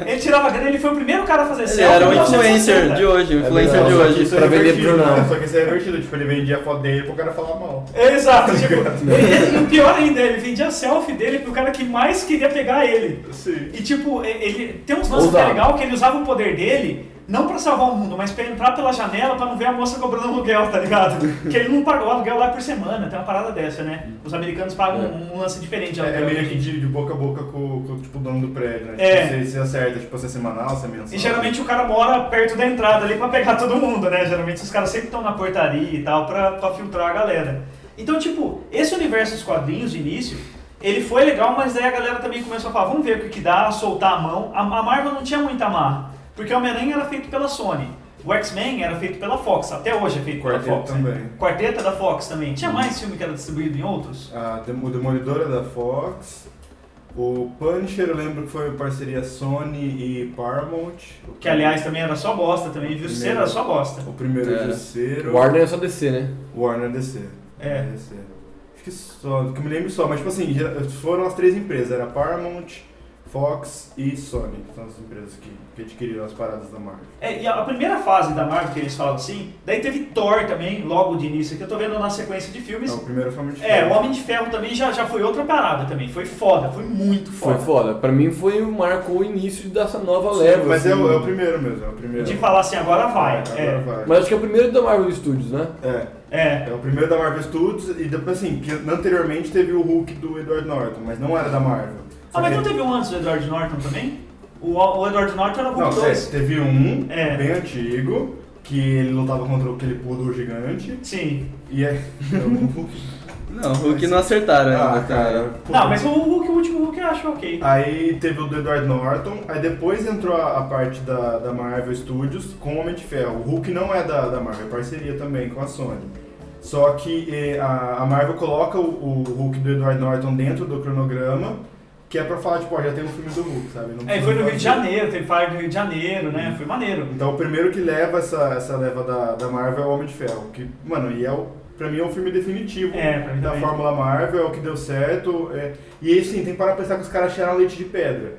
[SPEAKER 2] ele tirava grana, ele foi o primeiro cara a fazer
[SPEAKER 4] Ele
[SPEAKER 2] selfie.
[SPEAKER 4] era
[SPEAKER 2] em
[SPEAKER 4] um
[SPEAKER 2] 1960.
[SPEAKER 4] influencer de hoje, um
[SPEAKER 5] É
[SPEAKER 4] influencer
[SPEAKER 5] verdade.
[SPEAKER 4] de
[SPEAKER 3] Só que
[SPEAKER 4] hoje.
[SPEAKER 3] isso é
[SPEAKER 5] pra vender pro
[SPEAKER 3] revertido, né?
[SPEAKER 5] jornal.
[SPEAKER 3] Só que isso é revertido, tipo, ele vendia a foto dele pro cara falar mal.
[SPEAKER 2] Exato,
[SPEAKER 4] (laughs)
[SPEAKER 2] tipo, ele- ele- e o pior ainda, ele vendia selfie dele pro cara que mais queria pegar ele.
[SPEAKER 3] Sim.
[SPEAKER 2] E tipo, e- ele tem uns lances que é
[SPEAKER 5] Ousado.
[SPEAKER 2] legal que ele usava o poder dele não pra salvar o mundo, mas pra entrar pela janela pra não ver a moça cobrando aluguel, tá ligado? que ele não pagou aluguel lá por semana, tem uma parada dessa, né? Os americanos pagam
[SPEAKER 5] É.
[SPEAKER 2] um, um lance diferente de
[SPEAKER 3] É, é
[SPEAKER 2] aluguel.
[SPEAKER 3] meio que de, de boca a boca com, com tipo, o dono do prédio, né?
[SPEAKER 2] É.
[SPEAKER 3] Tipo, você, você acerta, tipo, você é semanal, você é mensal.
[SPEAKER 2] E geralmente o cara mora perto da entrada ali pra pegar todo mundo, né? Geralmente os caras sempre estão na portaria e tal pra, pra filtrar a galera. Então, tipo, esse universo dos quadrinhos de início, ele foi legal, mas daí a galera também começou a falar, vamos ver o que, que dá, soltar a mão. A, a Marvel não tinha muita amarra, porque o Homem-Aranha era feito pela Sony. O X-Men era feito pela Fox, até hoje é feito
[SPEAKER 3] Quarteto
[SPEAKER 2] pela Fox. Né?
[SPEAKER 3] também. Uhum.
[SPEAKER 2] Quarteto é da Fox também. Tinha mais filme que era distribuído em outros?
[SPEAKER 3] A Dem- o Demolidor é da Fox. O Punisher, eu lembro que foi parceria Sony e Paramount. O
[SPEAKER 2] Que aliás também era só bosta também, viu? Você era só bosta.
[SPEAKER 3] O primeiro
[SPEAKER 4] Era.
[SPEAKER 3] é Jusceiro.
[SPEAKER 5] Warner é só descer, né?
[SPEAKER 3] Warner DC.
[SPEAKER 2] É.
[SPEAKER 3] DC. Acho que só, que eu me lembro só, mas tipo assim, gera- foram as três empresas, era Paramount, Fox e Sony, que são as empresas que, que adquiriram as paradas da Marvel.
[SPEAKER 2] É, e a a primeira fase da Marvel que eles falam assim, daí teve Thor também, logo de início, que eu tô vendo na sequência de
[SPEAKER 3] Não,
[SPEAKER 2] filmes.
[SPEAKER 3] o primeiro foi muito
[SPEAKER 2] É, o Homem de Ferro também já, já foi outra parada também. Foi foda, foi muito
[SPEAKER 5] Foi
[SPEAKER 2] foda.
[SPEAKER 5] foda. Pra mim foi o marco o início dessa nova leva.
[SPEAKER 3] Mas
[SPEAKER 5] assim.
[SPEAKER 3] é, o, é o primeiro mesmo, é o primeiro.
[SPEAKER 2] De falar assim, agora vai.
[SPEAKER 3] Agora
[SPEAKER 2] É,
[SPEAKER 3] vai.
[SPEAKER 5] Mas acho que é o primeiro da Marvel Studios, né?
[SPEAKER 3] É,
[SPEAKER 2] é.
[SPEAKER 3] é o primeiro da Marvel Studios e depois assim, que anteriormente teve o Hulk do Edward Norton, mas não era da Marvel.
[SPEAKER 2] Ah, mas não
[SPEAKER 3] Só que-
[SPEAKER 2] teve um antes do Edward Norton também? O, o Edward Norton era o
[SPEAKER 3] Não,
[SPEAKER 2] Hulk
[SPEAKER 3] sério,
[SPEAKER 2] 2.
[SPEAKER 3] teve um
[SPEAKER 2] É.
[SPEAKER 3] bem antigo, que ele lutava contra aquele poodle gigante,
[SPEAKER 2] Sim.
[SPEAKER 3] e é... (laughs) é o Hulk
[SPEAKER 4] Não, o que não acertaram
[SPEAKER 3] Ah,
[SPEAKER 4] ainda,
[SPEAKER 3] cara.
[SPEAKER 4] cara.
[SPEAKER 3] pô.
[SPEAKER 2] Não, mas o Hulk, o último Hulk eu acho
[SPEAKER 3] Ah,
[SPEAKER 2] ok.
[SPEAKER 3] Aí teve o do Edward Norton, aí depois entrou a, a parte da, da Marvel Studios com o Homem de Ferro. O Hulk não é da, da Marvel, é parceria também com a Sony. Só que eh, a, a Marvel coloca o, o Hulk do Edward Norton dentro do cronograma, que é pra falar, tipo, ó, já tem um filme do Hulk, sabe? Não
[SPEAKER 2] É, e
[SPEAKER 3] precisa
[SPEAKER 2] foi no Rio de
[SPEAKER 3] fazer.
[SPEAKER 2] Janeiro, teve Fire no Rio de Janeiro, né? Foi maneiro.
[SPEAKER 3] Então o primeiro que leva essa, essa leva da, da Marvel é o Homem de Ferro, que, mano, e é o, pra mim é um filme definitivo
[SPEAKER 2] É, pra mim
[SPEAKER 3] da
[SPEAKER 2] também.
[SPEAKER 3] Fórmula Marvel, é o que deu certo. é. E aí sim, tem que parar pra pensar que os caras tiraram leite de pedra.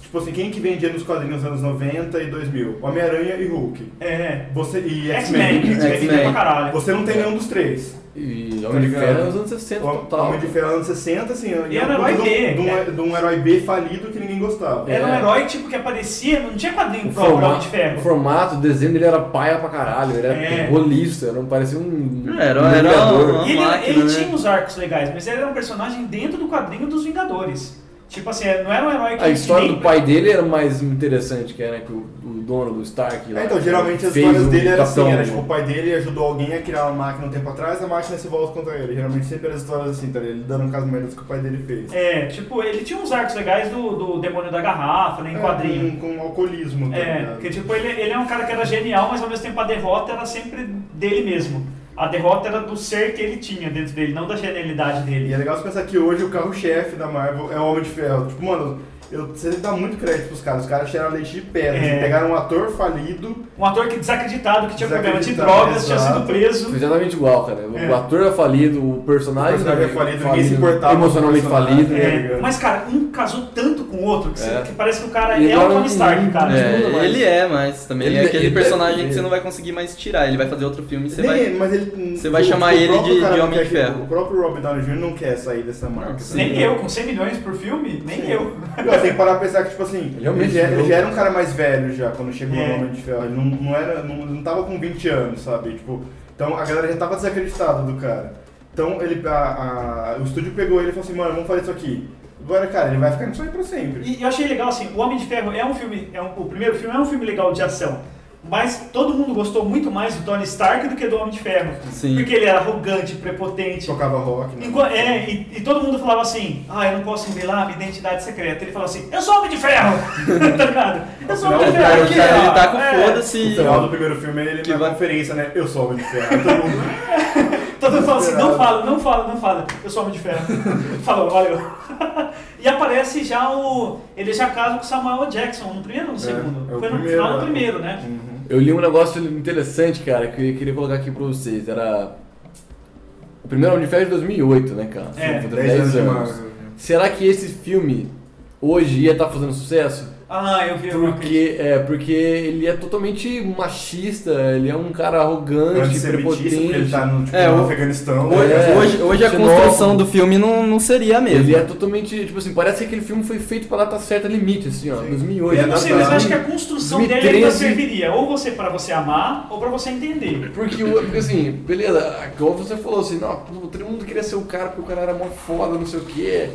[SPEAKER 3] Tipo assim, quem que vendia nos quadrinhos nos anos 90 e 2000? Homem-Aranha e Hulk.
[SPEAKER 2] É.
[SPEAKER 3] Você, e
[SPEAKER 2] X-Men, É.
[SPEAKER 3] X-Men.
[SPEAKER 2] X-Men pra
[SPEAKER 4] X-Men.
[SPEAKER 2] caralho.
[SPEAKER 3] Você não tem nenhum dos três.
[SPEAKER 5] E
[SPEAKER 3] Tá
[SPEAKER 5] Homem de
[SPEAKER 3] ligado?
[SPEAKER 5] Ferro é os anos 60
[SPEAKER 3] O
[SPEAKER 5] total.
[SPEAKER 3] Homem de Ferro anos 60, assim,
[SPEAKER 2] E era
[SPEAKER 3] um
[SPEAKER 2] herói
[SPEAKER 3] puta
[SPEAKER 2] B,
[SPEAKER 3] de um, de um-
[SPEAKER 2] é.
[SPEAKER 3] de um herói B falido que ninguém gostava.
[SPEAKER 5] É.
[SPEAKER 2] Era um herói tipo que aparecia, não tinha quadrinho pro Homem de Ferro.
[SPEAKER 5] o formato, o desenho dele era paia pra caralho, ele
[SPEAKER 2] É.
[SPEAKER 5] era roliço, era um, parecia um.
[SPEAKER 4] É, era-
[SPEAKER 5] um
[SPEAKER 4] era
[SPEAKER 5] vingador.
[SPEAKER 4] uma-
[SPEAKER 2] E ele,
[SPEAKER 4] máquina,
[SPEAKER 2] ele
[SPEAKER 4] né?
[SPEAKER 2] tinha uns arcos legais, mas ele era um personagem dentro do quadrinho dos Vingadores. Tipo assim, não era um herói que
[SPEAKER 5] A história
[SPEAKER 2] que
[SPEAKER 5] do pai dele era mais interessante, que era né, que o, o dono do Stark. lá,
[SPEAKER 3] É, então,
[SPEAKER 5] que
[SPEAKER 3] geralmente as
[SPEAKER 5] fez
[SPEAKER 3] histórias
[SPEAKER 4] um
[SPEAKER 5] o
[SPEAKER 3] dele eram assim,
[SPEAKER 5] Capitão-
[SPEAKER 3] era tipo, o pai dele ajudou alguém a criar uma máquina um tempo atrás, a máquina se volta contra ele. Geralmente sempre eram histórias assim, tá ligado? Ele dando um caso merdas que o pai dele fez.
[SPEAKER 2] É, tipo, ele tinha uns arcos legais do, do Demônio da Garrafa, né, em quadrinho.
[SPEAKER 3] É, Com, com alcoolismo, tá
[SPEAKER 2] É,
[SPEAKER 3] ligado?
[SPEAKER 2] porque tipo, ele, ele é um cara que era genial, mas ao mesmo tempo a derrota era sempre dele mesmo. A derrota era do ser que ele tinha dentro dele, não da genialidade
[SPEAKER 3] E
[SPEAKER 2] dele.
[SPEAKER 3] é legal você pensar que hoje o carro-chefe da Marvel é o Homem de Ferro. Tipo, mano, eu, você dá muito crédito pros caras. Os caras tiraram leite de pedra.
[SPEAKER 2] É.
[SPEAKER 3] Eles Pegaram um ator falido.
[SPEAKER 2] Um ator que desacreditado, que tinha problema de
[SPEAKER 3] Desacreditado,
[SPEAKER 2] drogas, tinha sido
[SPEAKER 3] exato.
[SPEAKER 2] preso.
[SPEAKER 5] Foi exatamente igual, cara. O
[SPEAKER 2] É.
[SPEAKER 5] ator é falido, o personagem,
[SPEAKER 3] O personagem
[SPEAKER 5] também
[SPEAKER 3] é falido, ninguém se importava com o
[SPEAKER 5] Emocionalmente
[SPEAKER 3] personagem.
[SPEAKER 5] falido.
[SPEAKER 3] É.
[SPEAKER 5] né?
[SPEAKER 2] Mas, cara, um casou tanto com o outro que, você-
[SPEAKER 5] É.
[SPEAKER 2] que parece que o cara
[SPEAKER 5] E
[SPEAKER 2] é o
[SPEAKER 5] agora um né?
[SPEAKER 2] Tony Stark,
[SPEAKER 5] ninguém-
[SPEAKER 2] cara.
[SPEAKER 4] É,
[SPEAKER 5] Mas-
[SPEAKER 4] ele é, mas também
[SPEAKER 5] Ele
[SPEAKER 4] é
[SPEAKER 5] de-
[SPEAKER 4] aquele
[SPEAKER 5] ele
[SPEAKER 4] personagem
[SPEAKER 5] deve-
[SPEAKER 4] que você não vai conseguir mais tirar. Ele vai fazer outro filme e você
[SPEAKER 3] Nem-
[SPEAKER 4] vai.
[SPEAKER 3] mas ele,
[SPEAKER 4] você vai chamar ele
[SPEAKER 3] próprio
[SPEAKER 4] de-
[SPEAKER 3] cara
[SPEAKER 4] de
[SPEAKER 3] não
[SPEAKER 4] Homem
[SPEAKER 3] quer
[SPEAKER 4] de
[SPEAKER 3] que-
[SPEAKER 4] Ferro.
[SPEAKER 3] O próprio Robert Downey Jr. não quer sair dessa marca. tá
[SPEAKER 4] sim.
[SPEAKER 3] sabe?
[SPEAKER 2] Nem É, eu, com 100 milhões por filme, nem
[SPEAKER 3] Sim.
[SPEAKER 2] eu.
[SPEAKER 3] Não, tem que parar pra pensar que, tipo assim, ele,
[SPEAKER 5] Realmente,
[SPEAKER 3] já, ele
[SPEAKER 5] eu-
[SPEAKER 3] já era um cara mais velho já, quando chegou
[SPEAKER 2] É.
[SPEAKER 3] no Homem de Ferro. Ele não, não, era, não, não tava com 20 anos, sabe? Tipo, então a galera já tava desacreditada do cara. Então ele, a- a- o estúdio pegou ele e falou assim, mano, vamos fazer isso aqui. Agora, cara, ele vai ficar nisso aí pra sempre.
[SPEAKER 2] E eu achei legal, assim, O Homem de Ferro é um filme, é um- o primeiro filme é um filme legal de ação. Mas todo mundo gostou muito mais do Tony Stark do que do Homem de Ferro.
[SPEAKER 4] Sim.
[SPEAKER 2] Porque ele era arrogante, prepotente.
[SPEAKER 3] Tocava rock, né?
[SPEAKER 2] Enqu- é, e, e todo mundo falava assim, ah, eu não posso revelar a minha identidade secreta. Ele falava assim, eu sou Homem de Ferro! (laughs) tá ligado? Eu sou Homem de
[SPEAKER 3] Não,
[SPEAKER 2] Ferro!
[SPEAKER 4] É, Cara,
[SPEAKER 3] Cara,
[SPEAKER 4] o
[SPEAKER 2] aqui,
[SPEAKER 4] cara
[SPEAKER 2] ó.
[SPEAKER 4] ele tá com
[SPEAKER 2] É,
[SPEAKER 3] No
[SPEAKER 4] foda-se.
[SPEAKER 3] final do primeiro filme, ele
[SPEAKER 4] Que
[SPEAKER 3] na
[SPEAKER 4] vai-
[SPEAKER 3] conferência, né? Eu sou o Homem de Ferro. Todo mundo...
[SPEAKER 2] Todo mundo fala assim, não fala, não fala, não fala. Eu sou Homem de
[SPEAKER 3] (laughs)
[SPEAKER 2] Ferro. Falou, valeu. (laughs) e aparece já o... Ele já casa com o Samuel Jackson, no primeiro ou no
[SPEAKER 3] É,
[SPEAKER 2] segundo?
[SPEAKER 3] é o
[SPEAKER 2] Foi no
[SPEAKER 3] primeiro,
[SPEAKER 2] final do
[SPEAKER 3] né?
[SPEAKER 2] primeiro, né?
[SPEAKER 4] Uhum.
[SPEAKER 5] Eu li um negócio interessante, cara, que eu queria colocar aqui pra vocês. Era. O primeiro Homem de Ferro de 2008, né, cara?
[SPEAKER 2] É,
[SPEAKER 5] Foi
[SPEAKER 3] 10 anos de marca.
[SPEAKER 5] Será que esse filme hoje ia estar fazendo sucesso?
[SPEAKER 2] Ah, eu vi uma crítica.
[SPEAKER 5] Porque, é, porque ele é totalmente machista, ele é um cara arrogante,
[SPEAKER 3] Antissemitista,
[SPEAKER 5] prepotente.
[SPEAKER 3] porque ele tá no, tipo,
[SPEAKER 4] É,
[SPEAKER 3] no
[SPEAKER 4] o-
[SPEAKER 3] Afeganistão.
[SPEAKER 4] Hoje,
[SPEAKER 5] É.
[SPEAKER 4] hoje, hoje a
[SPEAKER 5] Xenófobo.
[SPEAKER 4] construção do filme não, não seria a
[SPEAKER 5] Ele é
[SPEAKER 4] mesma.
[SPEAKER 5] totalmente, tipo assim, parece que aquele filme foi feito pra data certa limite, assim, ó,
[SPEAKER 3] Sim. é
[SPEAKER 5] 2008.
[SPEAKER 2] Eu não sei, mas eu acho que é a construção dele ainda
[SPEAKER 5] 2013.
[SPEAKER 2] serviria. Ou você pra você amar, ou pra você entender.
[SPEAKER 5] Porque, o- porque assim, beleza, igual você falou assim, não, pô, todo mundo queria ser o cara porque o cara era mó foda, não sei o quê.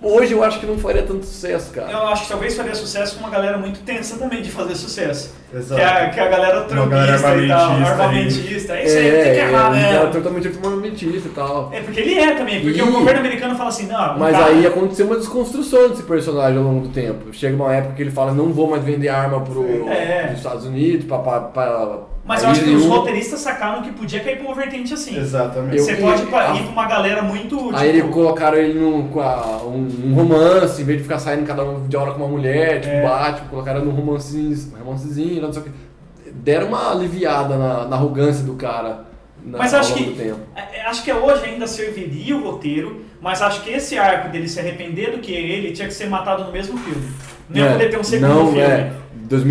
[SPEAKER 5] Hoje eu acho que não faria tanto sucesso, cara.
[SPEAKER 2] Eu acho que talvez faria sucesso com uma galera muito tensa também de fazer sucesso.
[SPEAKER 3] Exato.
[SPEAKER 2] Que é a, que a galera
[SPEAKER 3] galera
[SPEAKER 2] trumpista e tal,
[SPEAKER 3] armamentista
[SPEAKER 2] armamentista. É isso aí, tem que errar,
[SPEAKER 5] ele era
[SPEAKER 2] né?
[SPEAKER 5] é totalmente armamentista e tal.
[SPEAKER 2] É porque ele é também, porque
[SPEAKER 5] E-
[SPEAKER 2] o governo americano fala assim, não,
[SPEAKER 5] Mas
[SPEAKER 2] tá.
[SPEAKER 5] aí aconteceu uma desconstrução desse personagem ao longo do tempo. Chega uma época que ele fala, não vou mais vender arma pro,
[SPEAKER 2] É.
[SPEAKER 5] pros Estados Unidos, pra... pra, pra
[SPEAKER 2] Mas eu
[SPEAKER 5] país
[SPEAKER 2] acho que os
[SPEAKER 5] nenhum.
[SPEAKER 2] roteiristas sacaram que podia cair pra uma vertente assim.
[SPEAKER 3] Exatamente.
[SPEAKER 5] Eu-
[SPEAKER 2] Você pode ir pra
[SPEAKER 5] a-
[SPEAKER 2] ir pra uma galera muito. tipo,
[SPEAKER 5] Aí ele colocaram ele num, com a- um, um romance, em vez de ficar saindo cada um de hora com uma mulher, tipo,
[SPEAKER 2] É.
[SPEAKER 5] Batman, colocaram num romancezinho, um romancezinho, não sei o que. Deram uma aliviada na, na arrogância do cara na,
[SPEAKER 2] Mas
[SPEAKER 5] ao
[SPEAKER 2] acho
[SPEAKER 5] longo
[SPEAKER 2] que-
[SPEAKER 5] do tempo.
[SPEAKER 2] É, Acho que hoje ainda serviria o roteiro, mas acho que esse arco dele se arrepender do que ele tinha que ser matado no mesmo filme. Não ia
[SPEAKER 5] É,
[SPEAKER 2] poder ter um segundo
[SPEAKER 5] não,
[SPEAKER 2] filme.
[SPEAKER 5] É,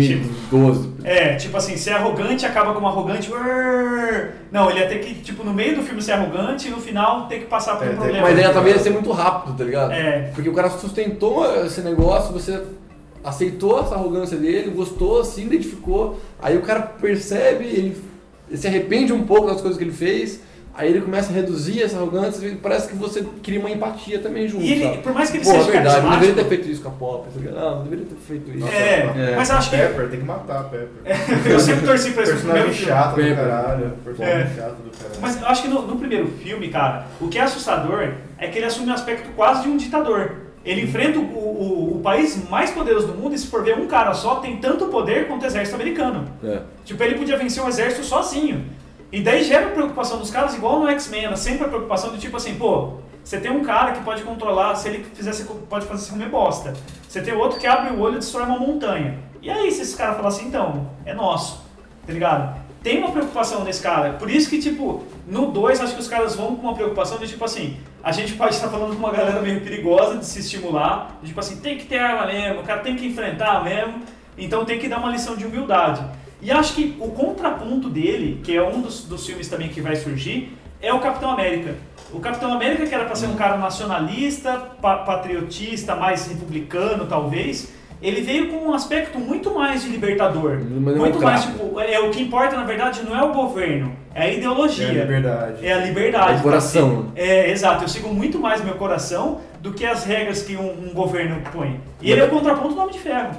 [SPEAKER 5] 2012.
[SPEAKER 2] É, tipo assim, ser arrogante acaba como arrogante. uer. Não, ele ia ter que, tipo, no meio do filme ser arrogante e no final ter que passar por
[SPEAKER 3] É,
[SPEAKER 2] um
[SPEAKER 3] tem-
[SPEAKER 2] problema.
[SPEAKER 5] Mas aí também ia ser muito rápido, tá ligado?
[SPEAKER 2] É.
[SPEAKER 5] Porque o cara sustentou esse negócio, você aceitou essa arrogância dele, gostou, se identificou, aí o cara percebe, ele, ele se arrepende um pouco das coisas que ele fez, aí ele começa a reduzir essa arrogância e parece que você cria uma empatia também junto.
[SPEAKER 2] E ele-
[SPEAKER 5] sabe?
[SPEAKER 2] por mais que ele
[SPEAKER 5] Pô,
[SPEAKER 2] seja
[SPEAKER 5] é verdade, não deveria
[SPEAKER 2] carismático-
[SPEAKER 5] ter feito isso com a pop, tá ligado? Ah, não deveria ter feito isso.
[SPEAKER 2] É,
[SPEAKER 4] É.
[SPEAKER 2] mas eu acho que É.
[SPEAKER 3] Pepper, tem que matar a Pepper.
[SPEAKER 2] eu sempre torci pra esse
[SPEAKER 3] Personagem
[SPEAKER 2] primeiro filme.
[SPEAKER 3] chato do
[SPEAKER 5] Pepper.
[SPEAKER 3] caralho. Personagem
[SPEAKER 2] É.
[SPEAKER 3] chato do caralho.
[SPEAKER 2] Mas eu acho que no, no primeiro filme, cara, o que é assustador é que ele assume um aspecto quase de um ditador. Ele enfrenta o, o- o país mais poderoso do mundo e se for ver um cara só tem tanto poder quanto o exército americano.
[SPEAKER 5] É.
[SPEAKER 2] Tipo, ele podia vencer um exército sozinho. E daí gera preocupação dos caras, igual no X-Men, era sempre a preocupação do tipo assim, pô, você tem um cara que pode controlar, se ele fizer, você co- pode fazer você comer bosta. Você tem outro que abre o olho e destrói uma montanha. E aí, se esse cara falar assim, então, é nosso, tá ligado? Tem uma preocupação nesse cara. Por isso que, tipo, no 2, acho que os caras vão com uma preocupação de tipo assim, a gente pode estar falando com uma galera meio perigosa de se estimular, de, tipo assim, tem que ter arma mesmo, o cara tem que enfrentar mesmo, então tem que dar uma lição de humildade. E acho que o contraponto dele, que é um dos, dos filmes também que vai surgir, é o Capitão América. O Capitão América, que era para ser um cara nacionalista, pa- patriotista, mais republicano talvez, ele veio com um aspecto muito mais de libertador.
[SPEAKER 5] Mas não é
[SPEAKER 2] muito
[SPEAKER 5] um
[SPEAKER 2] mais,
[SPEAKER 5] crapo.
[SPEAKER 2] tipo, é, o que importa na verdade não é o governo, é a ideologia.
[SPEAKER 3] É a liberdade.
[SPEAKER 2] É a liberdade.
[SPEAKER 5] É o coração.
[SPEAKER 2] Então, assim, É, exato. Eu sigo muito mais meu coração do que as regras que um, um governo põe. E ele é o contraponto do Homem de Ferro.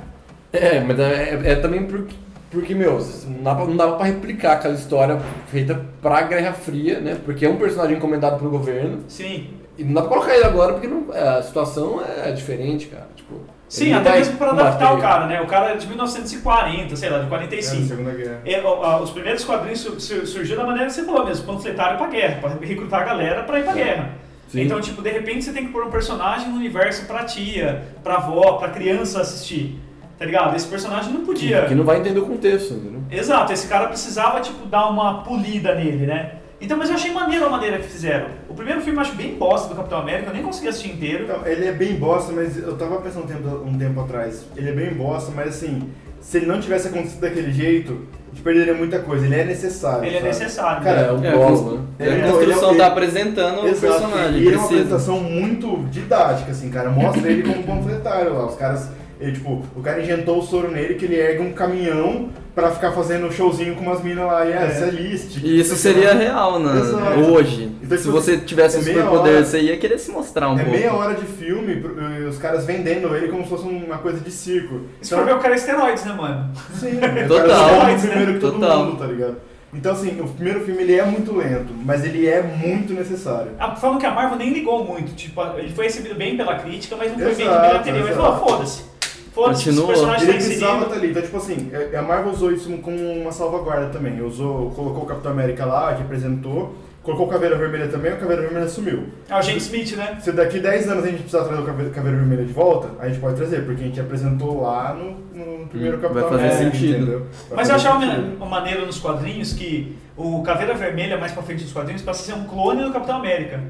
[SPEAKER 5] É, mas é, é- é também porque, porque meu, não dava, não dava pra replicar aquela história feita pra Guerra Fria, né? Porque é um personagem encomendado pelo governo.
[SPEAKER 2] Sim.
[SPEAKER 5] E não dá pra colocar ele agora porque não- é, a situação é diferente, cara. Tipo, ele um
[SPEAKER 2] Sim,
[SPEAKER 5] não
[SPEAKER 2] até
[SPEAKER 5] vai
[SPEAKER 2] mesmo para adaptar o
[SPEAKER 5] combater.
[SPEAKER 2] cara, né? O cara é de 1940, sei lá, de
[SPEAKER 3] É, na
[SPEAKER 2] 45.
[SPEAKER 3] Segunda Guerra.
[SPEAKER 2] É, ó, ó, os primeiros quadrinhos su- su- surgiu da maneira que você falou mesmo, panfletário pra guerra, pra recrutar a galera pra ir pra guerra.
[SPEAKER 5] Sim.
[SPEAKER 2] Então, tipo, de repente você tem que pôr um personagem no universo pra tia, pra avó, pra criança assistir. Tá ligado? Esse personagem não podia.
[SPEAKER 5] Que não vai entender o contexto, entendeu?
[SPEAKER 2] Exato, esse cara precisava, tipo, dar uma polida nele, né? Então, mas eu achei maneiro a maneira que fizeram. O primeiro filme eu acho bem bosta do Capitão América, eu nem consegui assistir inteiro.
[SPEAKER 3] Então, ele é bem bosta, mas eu tava pensando um tempo, um tempo atrás. Ele é bem bosta, mas assim, se ele não tivesse acontecido daquele jeito, a gente perderia muita coisa. Ele é necessário.
[SPEAKER 2] Ele é
[SPEAKER 3] sabe?
[SPEAKER 2] necessário.
[SPEAKER 3] Cara,
[SPEAKER 5] é, o
[SPEAKER 4] É,
[SPEAKER 5] bolo,
[SPEAKER 4] cons-
[SPEAKER 5] né?
[SPEAKER 4] é,
[SPEAKER 3] Ele-
[SPEAKER 4] a construção
[SPEAKER 3] ele-
[SPEAKER 4] tá apresentando o
[SPEAKER 3] Exato.
[SPEAKER 4] personagem.
[SPEAKER 3] E ele é uma
[SPEAKER 4] precisa.
[SPEAKER 3] apresentação muito didática, assim, cara. Mostra ele como panfletário lá. Os caras. Ele, tipo, o cara injetou o soro nele que ele ergue um caminhão pra ficar fazendo showzinho com umas minas lá. E
[SPEAKER 2] É.
[SPEAKER 3] essa é list.
[SPEAKER 4] E isso seria real na,
[SPEAKER 3] Exato.
[SPEAKER 4] hoje.
[SPEAKER 3] Então,
[SPEAKER 4] se
[SPEAKER 3] tipo,
[SPEAKER 4] você tivesse um
[SPEAKER 3] é meia
[SPEAKER 4] superpoder,
[SPEAKER 3] hora.
[SPEAKER 4] você ia querer se mostrar um
[SPEAKER 3] É
[SPEAKER 4] pouco.
[SPEAKER 3] meia hora de filme, pro- e os caras vendendo ele como se fosse uma coisa de circo. Então,
[SPEAKER 2] Se for ver, o cara é esteroides, né, mano?
[SPEAKER 4] (laughs)
[SPEAKER 3] Sim, o cara
[SPEAKER 4] Total.
[SPEAKER 3] é o primeiro que
[SPEAKER 4] Total.
[SPEAKER 3] todo mundo, tá ligado? Então, assim, o primeiro filme ele é muito lento, mas ele é muito necessário.
[SPEAKER 2] Ah, Falam que a Marvel nem ligou muito. Tipo, ele foi recebido bem pela crítica, mas não foi bem
[SPEAKER 3] Exato,
[SPEAKER 2] pela bilheteria. Mas falou,
[SPEAKER 3] exato.
[SPEAKER 2] foda-se. Foda-se, os
[SPEAKER 4] Continua.
[SPEAKER 2] personagens
[SPEAKER 3] Ele
[SPEAKER 2] estão
[SPEAKER 3] precisava
[SPEAKER 2] inseridos.
[SPEAKER 3] estar ali. Então, tipo assim, é- a Marvel usou isso como uma salvaguarda também. Usou, colocou o Capitão América lá, que apresentou, colocou o Caveira Vermelha também, o Caveira Vermelha sumiu.
[SPEAKER 2] É o James Smith, né?
[SPEAKER 3] Se daqui 10 anos a gente precisar trazer o Caveira, Caveira Vermelha de volta, a gente pode trazer, porque a gente apresentou lá no, no primeiro
[SPEAKER 4] Hum,
[SPEAKER 3] Capitão
[SPEAKER 4] vai fazer
[SPEAKER 3] América,
[SPEAKER 4] sentido.
[SPEAKER 3] entendeu? Vai
[SPEAKER 2] Mas eu
[SPEAKER 3] fazer
[SPEAKER 2] achava uma
[SPEAKER 3] sentido.
[SPEAKER 2] uma maneira nos quadrinhos que o Caveira Vermelha, mais pra frente dos quadrinhos, passa a ser um clone do Capitão América.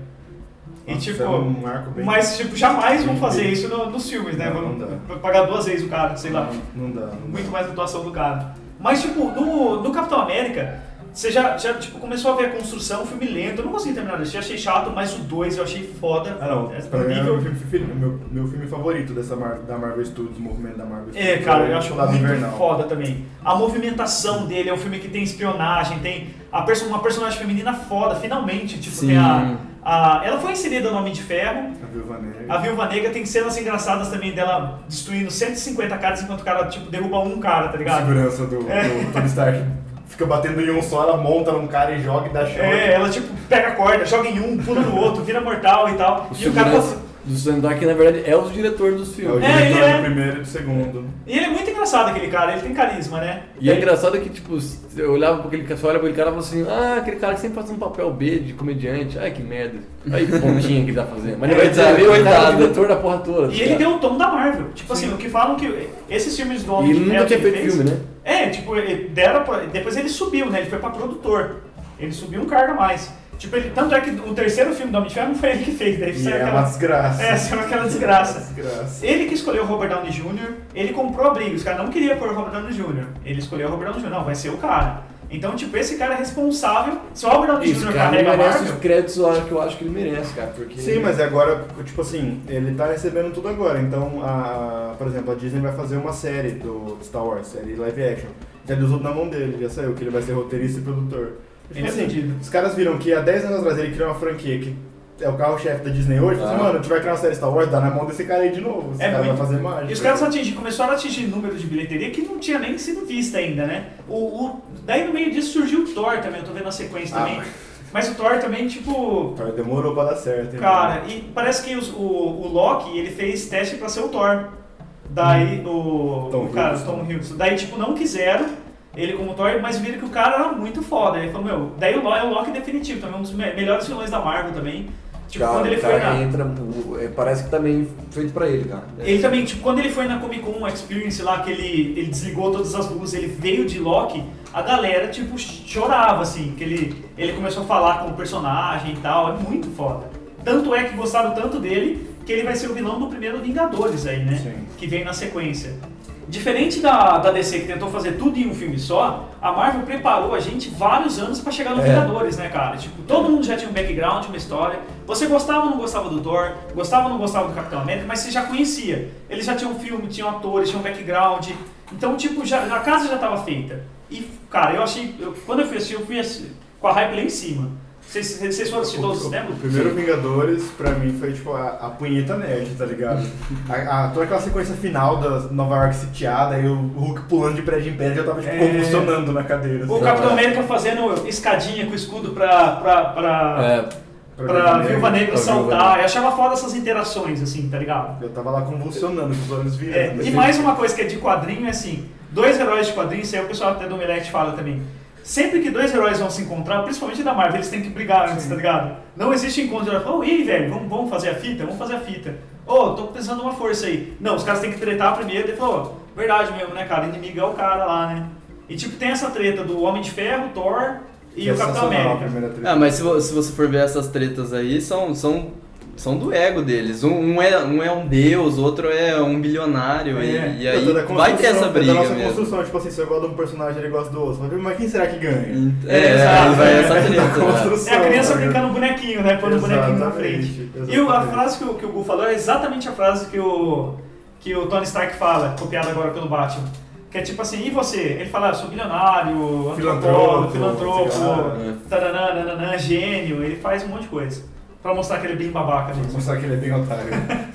[SPEAKER 2] E
[SPEAKER 3] Nossa,
[SPEAKER 2] tipo.
[SPEAKER 3] é um arco bem...
[SPEAKER 2] Mas, tipo, jamais vão
[SPEAKER 3] Bem
[SPEAKER 2] fazer
[SPEAKER 3] feito.
[SPEAKER 2] isso no- nos filmes, né?
[SPEAKER 3] Não,
[SPEAKER 2] Vão
[SPEAKER 3] não dá.
[SPEAKER 2] vão pagar duas vezes o cara, sei lá.
[SPEAKER 3] Não dá, não dá.
[SPEAKER 2] Muito mais atuação do cara. Mas, tipo, no, no Capitão América, você já, já tipo, começou a ver a construção, um filme lento. Eu não consegui terminar de assistir, achei chato, mas o 2 eu achei foda.
[SPEAKER 3] Ah, não.
[SPEAKER 2] é
[SPEAKER 3] Pra mim é o meu
[SPEAKER 2] horrível.
[SPEAKER 3] filme, preferido, meu, meu filme favorito dessa Mar- da Marvel Studios, o movimento da Marvel Studios.
[SPEAKER 2] É, cara, eu acho
[SPEAKER 3] Soldado
[SPEAKER 2] muito
[SPEAKER 3] Invernal.
[SPEAKER 2] foda também. A movimentação dele é um filme que tem espionagem, tem a perso- uma personagem feminina foda, finalmente. Tipo, tem a,
[SPEAKER 4] Sim.
[SPEAKER 2] a. Ela foi inserida no Homem de Ferro.
[SPEAKER 3] A Viúva Negra.
[SPEAKER 2] A Viúva Negra tem cenas engraçadas também dela destruindo 150 caras enquanto o cara, tipo, derruba um cara, tá
[SPEAKER 3] A
[SPEAKER 2] ligado?
[SPEAKER 3] segurança do,
[SPEAKER 2] É.
[SPEAKER 3] do Tony Stark. Fica batendo em um só, ela monta num cara e joga e dá choque.
[SPEAKER 2] É, ela, tipo, pega a corda, joga em um, pula no outro, vira mortal e tal.
[SPEAKER 5] O
[SPEAKER 2] E o cara... assim,
[SPEAKER 5] segurança do Slam Dunk, na verdade, é o diretor dos
[SPEAKER 3] É o
[SPEAKER 5] filmes.
[SPEAKER 2] É, ele
[SPEAKER 3] diretor
[SPEAKER 2] é.
[SPEAKER 3] do primeiro e do segundo.
[SPEAKER 2] E ele é muito engraçado, aquele cara. Ele tem carisma, né?
[SPEAKER 5] E é engraçado que, tipo, eu olhava pra aquele cara, você olha pra aquele cara e fala assim, ah, aquele cara que sempre faz um papel B de comediante, ai que merda. Ai que pontinha que ele tá fazendo. Mas na
[SPEAKER 4] Coitado,
[SPEAKER 5] verdade, ele é o cara
[SPEAKER 4] coitado.
[SPEAKER 5] diretor da porra toda.
[SPEAKER 2] E ele
[SPEAKER 5] cara.
[SPEAKER 2] deu o tom da Marvel. Tipo assim, o que falam que esses filmes do
[SPEAKER 5] E
[SPEAKER 2] Homem
[SPEAKER 5] ele
[SPEAKER 2] de Ferro
[SPEAKER 5] nunca tinha
[SPEAKER 2] que ele
[SPEAKER 5] feito
[SPEAKER 2] fez-
[SPEAKER 5] filme, né?
[SPEAKER 2] É, tipo, ele deram pra- depois ele subiu, né? Ele foi pra produtor. Ele subiu um cargo a mais. Tipo, ele... tanto é que o terceiro filme do Homem de Ferro não foi ele que fez. Daí
[SPEAKER 3] E
[SPEAKER 2] saiu
[SPEAKER 3] é uma
[SPEAKER 2] aquela...
[SPEAKER 3] desgraça.
[SPEAKER 2] É, saiu aquela desgraça.
[SPEAKER 3] Desgraça.
[SPEAKER 2] Ele que escolheu o Robert Downey Jr., ele comprou a briga. Os caras não queriam pôr o Robert Downey Jr. Ele escolheu o Robert Downey Jr. Não, vai ser o cara. Então, tipo, esse cara é responsável. Se o Robert Downey
[SPEAKER 5] Esse
[SPEAKER 2] Jr.
[SPEAKER 5] cara
[SPEAKER 2] carrega
[SPEAKER 5] não
[SPEAKER 2] a
[SPEAKER 5] merece os
[SPEAKER 2] Marvel...
[SPEAKER 5] créditos lá que eu acho que ele merece, cara. Porque
[SPEAKER 3] Sim, mas agora, tipo assim, ele tá recebendo tudo agora. Então, a, por exemplo, a Disney vai fazer uma série do Star Wars, série live action. Já deu tudo na mão dele, já saiu que ele vai ser roteirista e produtor.
[SPEAKER 2] Ele é
[SPEAKER 3] Tipo assim,
[SPEAKER 2] fudido.
[SPEAKER 3] os caras viram que há 10 anos atrás ele criou uma franquia que é o carro-chefe da Disney hoje. Falaram,
[SPEAKER 5] Ah.
[SPEAKER 3] assim, mano, a gente vai criar uma série Star Wars, dá na mão desse cara aí de novo. Esse
[SPEAKER 2] É
[SPEAKER 3] cara
[SPEAKER 2] muito.
[SPEAKER 3] vai fazer mágica.
[SPEAKER 2] E os caras atingir, começaram a atingir números de bilheteria que não tinha nem sido vista ainda, né? O, o- daí no meio disso surgiu o Thor também, eu tô vendo a sequência
[SPEAKER 3] Ah,
[SPEAKER 2] também. Mas o Thor também, tipo.
[SPEAKER 3] Cara, demorou pra dar certo. hein, mano.
[SPEAKER 2] Cara, e parece que os- o, o Loki, ele fez teste pra ser o Thor. Daí
[SPEAKER 5] Hum.
[SPEAKER 2] o,
[SPEAKER 3] Tom
[SPEAKER 2] o cara, o
[SPEAKER 3] Hiddleston.
[SPEAKER 2] Tom Hiddleston. Daí, tipo, não quiseram ele como Thor, mas viram que o cara era muito foda. Ele falou, meu, daí o Loki é o Loki definitivo, também um dos me- melhores vilões da Marvel também. Tipo,
[SPEAKER 5] cara,
[SPEAKER 2] quando ele
[SPEAKER 5] o
[SPEAKER 2] foi
[SPEAKER 5] cara
[SPEAKER 2] na.
[SPEAKER 5] entra, é, parece que também feito pra ele, cara.
[SPEAKER 2] Ele também, tipo, quando ele foi na Comic Con Experience lá, que ele, ele desligou todas as luzes, ele veio de Loki, a galera, tipo, chorava, assim, que ele, ele começou a falar com o personagem e tal, é muito foda. Tanto é que gostaram tanto dele, que ele vai ser o vilão do primeiro Vingadores aí, né?
[SPEAKER 3] Sim.
[SPEAKER 2] Que vem na sequência. Diferente da, da DC, que tentou fazer tudo em um filme só, a Marvel preparou a gente vários anos pra chegar no
[SPEAKER 5] É.
[SPEAKER 2] Vingadores, né, cara? Tipo, todo mundo já tinha um background, uma história. Você gostava ou não gostava do Thor, gostava ou não gostava do Capitão América, mas você já conhecia. Eles já tinham filme, tinham atores, tinham background. Então, tipo, já, a casa já tava feita. E, cara, eu achei. eu- quando eu fui assistir, eu fui assi- com a hype lá em cima. Vocês- Vocês vocês foram assistir todos os
[SPEAKER 3] O,
[SPEAKER 2] tempos?
[SPEAKER 3] o primeiro Vingadores, pra mim, foi tipo a, a punheta nerd, tá ligado? A, a- toda aquela sequência final da Nova York sitiada e o Hulk pulando de prédio em prédio, eu tava tipo,
[SPEAKER 2] É.
[SPEAKER 3] convulsionando na cadeira.
[SPEAKER 2] O
[SPEAKER 3] assim.
[SPEAKER 2] Capitão América fazendo escadinha com o escudo pra. pra, pra...
[SPEAKER 5] É,
[SPEAKER 2] pra Viúva Negra
[SPEAKER 5] Pra Viúva
[SPEAKER 2] saltar. Eu achava foda essas interações, assim, tá ligado?
[SPEAKER 3] Eu tava lá convulsionando, com os olhos
[SPEAKER 2] É,
[SPEAKER 3] virando.
[SPEAKER 2] assim, e mais uma coisa que é de quadrinho é assim: dois heróis de quadrinho, isso aí o pessoal até do Omelete fala também. Sempre que dois heróis vão se encontrar, principalmente da Marvel, eles têm que brigar antes, tá ligado? Não existe encontro de herói. Fala, "Ô, e aí, velho, vamos, vamos fazer a fita? Vamos fazer a fita. Ô, tô precisando de uma força aí. Não, os caras têm que tretar primeiro e falou, "Ô, verdade mesmo, né, cara? Inimigo é o cara lá, né? E tipo, tem essa treta do Homem de Ferro, Thor e
[SPEAKER 3] Que é
[SPEAKER 2] o Capitão
[SPEAKER 3] sensacional a
[SPEAKER 2] América.
[SPEAKER 3] primeira treta.
[SPEAKER 4] Ah, mas se, vo- se você for ver essas tretas aí, são, são, são do ego deles. Um, um é, um é um deus, outro é um bilionário. e-
[SPEAKER 2] É,
[SPEAKER 4] E,
[SPEAKER 3] É
[SPEAKER 4] aí
[SPEAKER 3] toda a
[SPEAKER 4] vai ter
[SPEAKER 3] construção,
[SPEAKER 4] essa
[SPEAKER 3] é
[SPEAKER 4] briga
[SPEAKER 3] Da nossa
[SPEAKER 4] mesmo.
[SPEAKER 3] construção, tipo assim, você gosta de um personagem, ele gosta do outro. Mas, mas quem será que ganha?
[SPEAKER 4] Ent- É,
[SPEAKER 2] É,
[SPEAKER 4] aí
[SPEAKER 2] exato.
[SPEAKER 4] vai essa treta.
[SPEAKER 3] (laughs)
[SPEAKER 4] né?
[SPEAKER 3] construção.
[SPEAKER 2] É a criança
[SPEAKER 3] tá ligado?
[SPEAKER 2] brincando no bonequinho, né? Pondo o bonequinho na
[SPEAKER 3] Exatamente,
[SPEAKER 2] frente. E o- a
[SPEAKER 3] exatamente.
[SPEAKER 2] frase que o, que o Gu falou é exatamente a frase que o, que o Tony Stark fala, copiada agora pelo Batman. Que é tipo assim, e você? Ele fala, ah, sou milionário, antropólogo,
[SPEAKER 3] Filantropo,
[SPEAKER 2] filantropo,
[SPEAKER 3] sei
[SPEAKER 2] taranã, nananã, gênio. Ele faz um monte de coisa. Pra mostrar que ele é bem babaca
[SPEAKER 3] Vou
[SPEAKER 2] mesmo.
[SPEAKER 3] mostrar que ele é bem otário.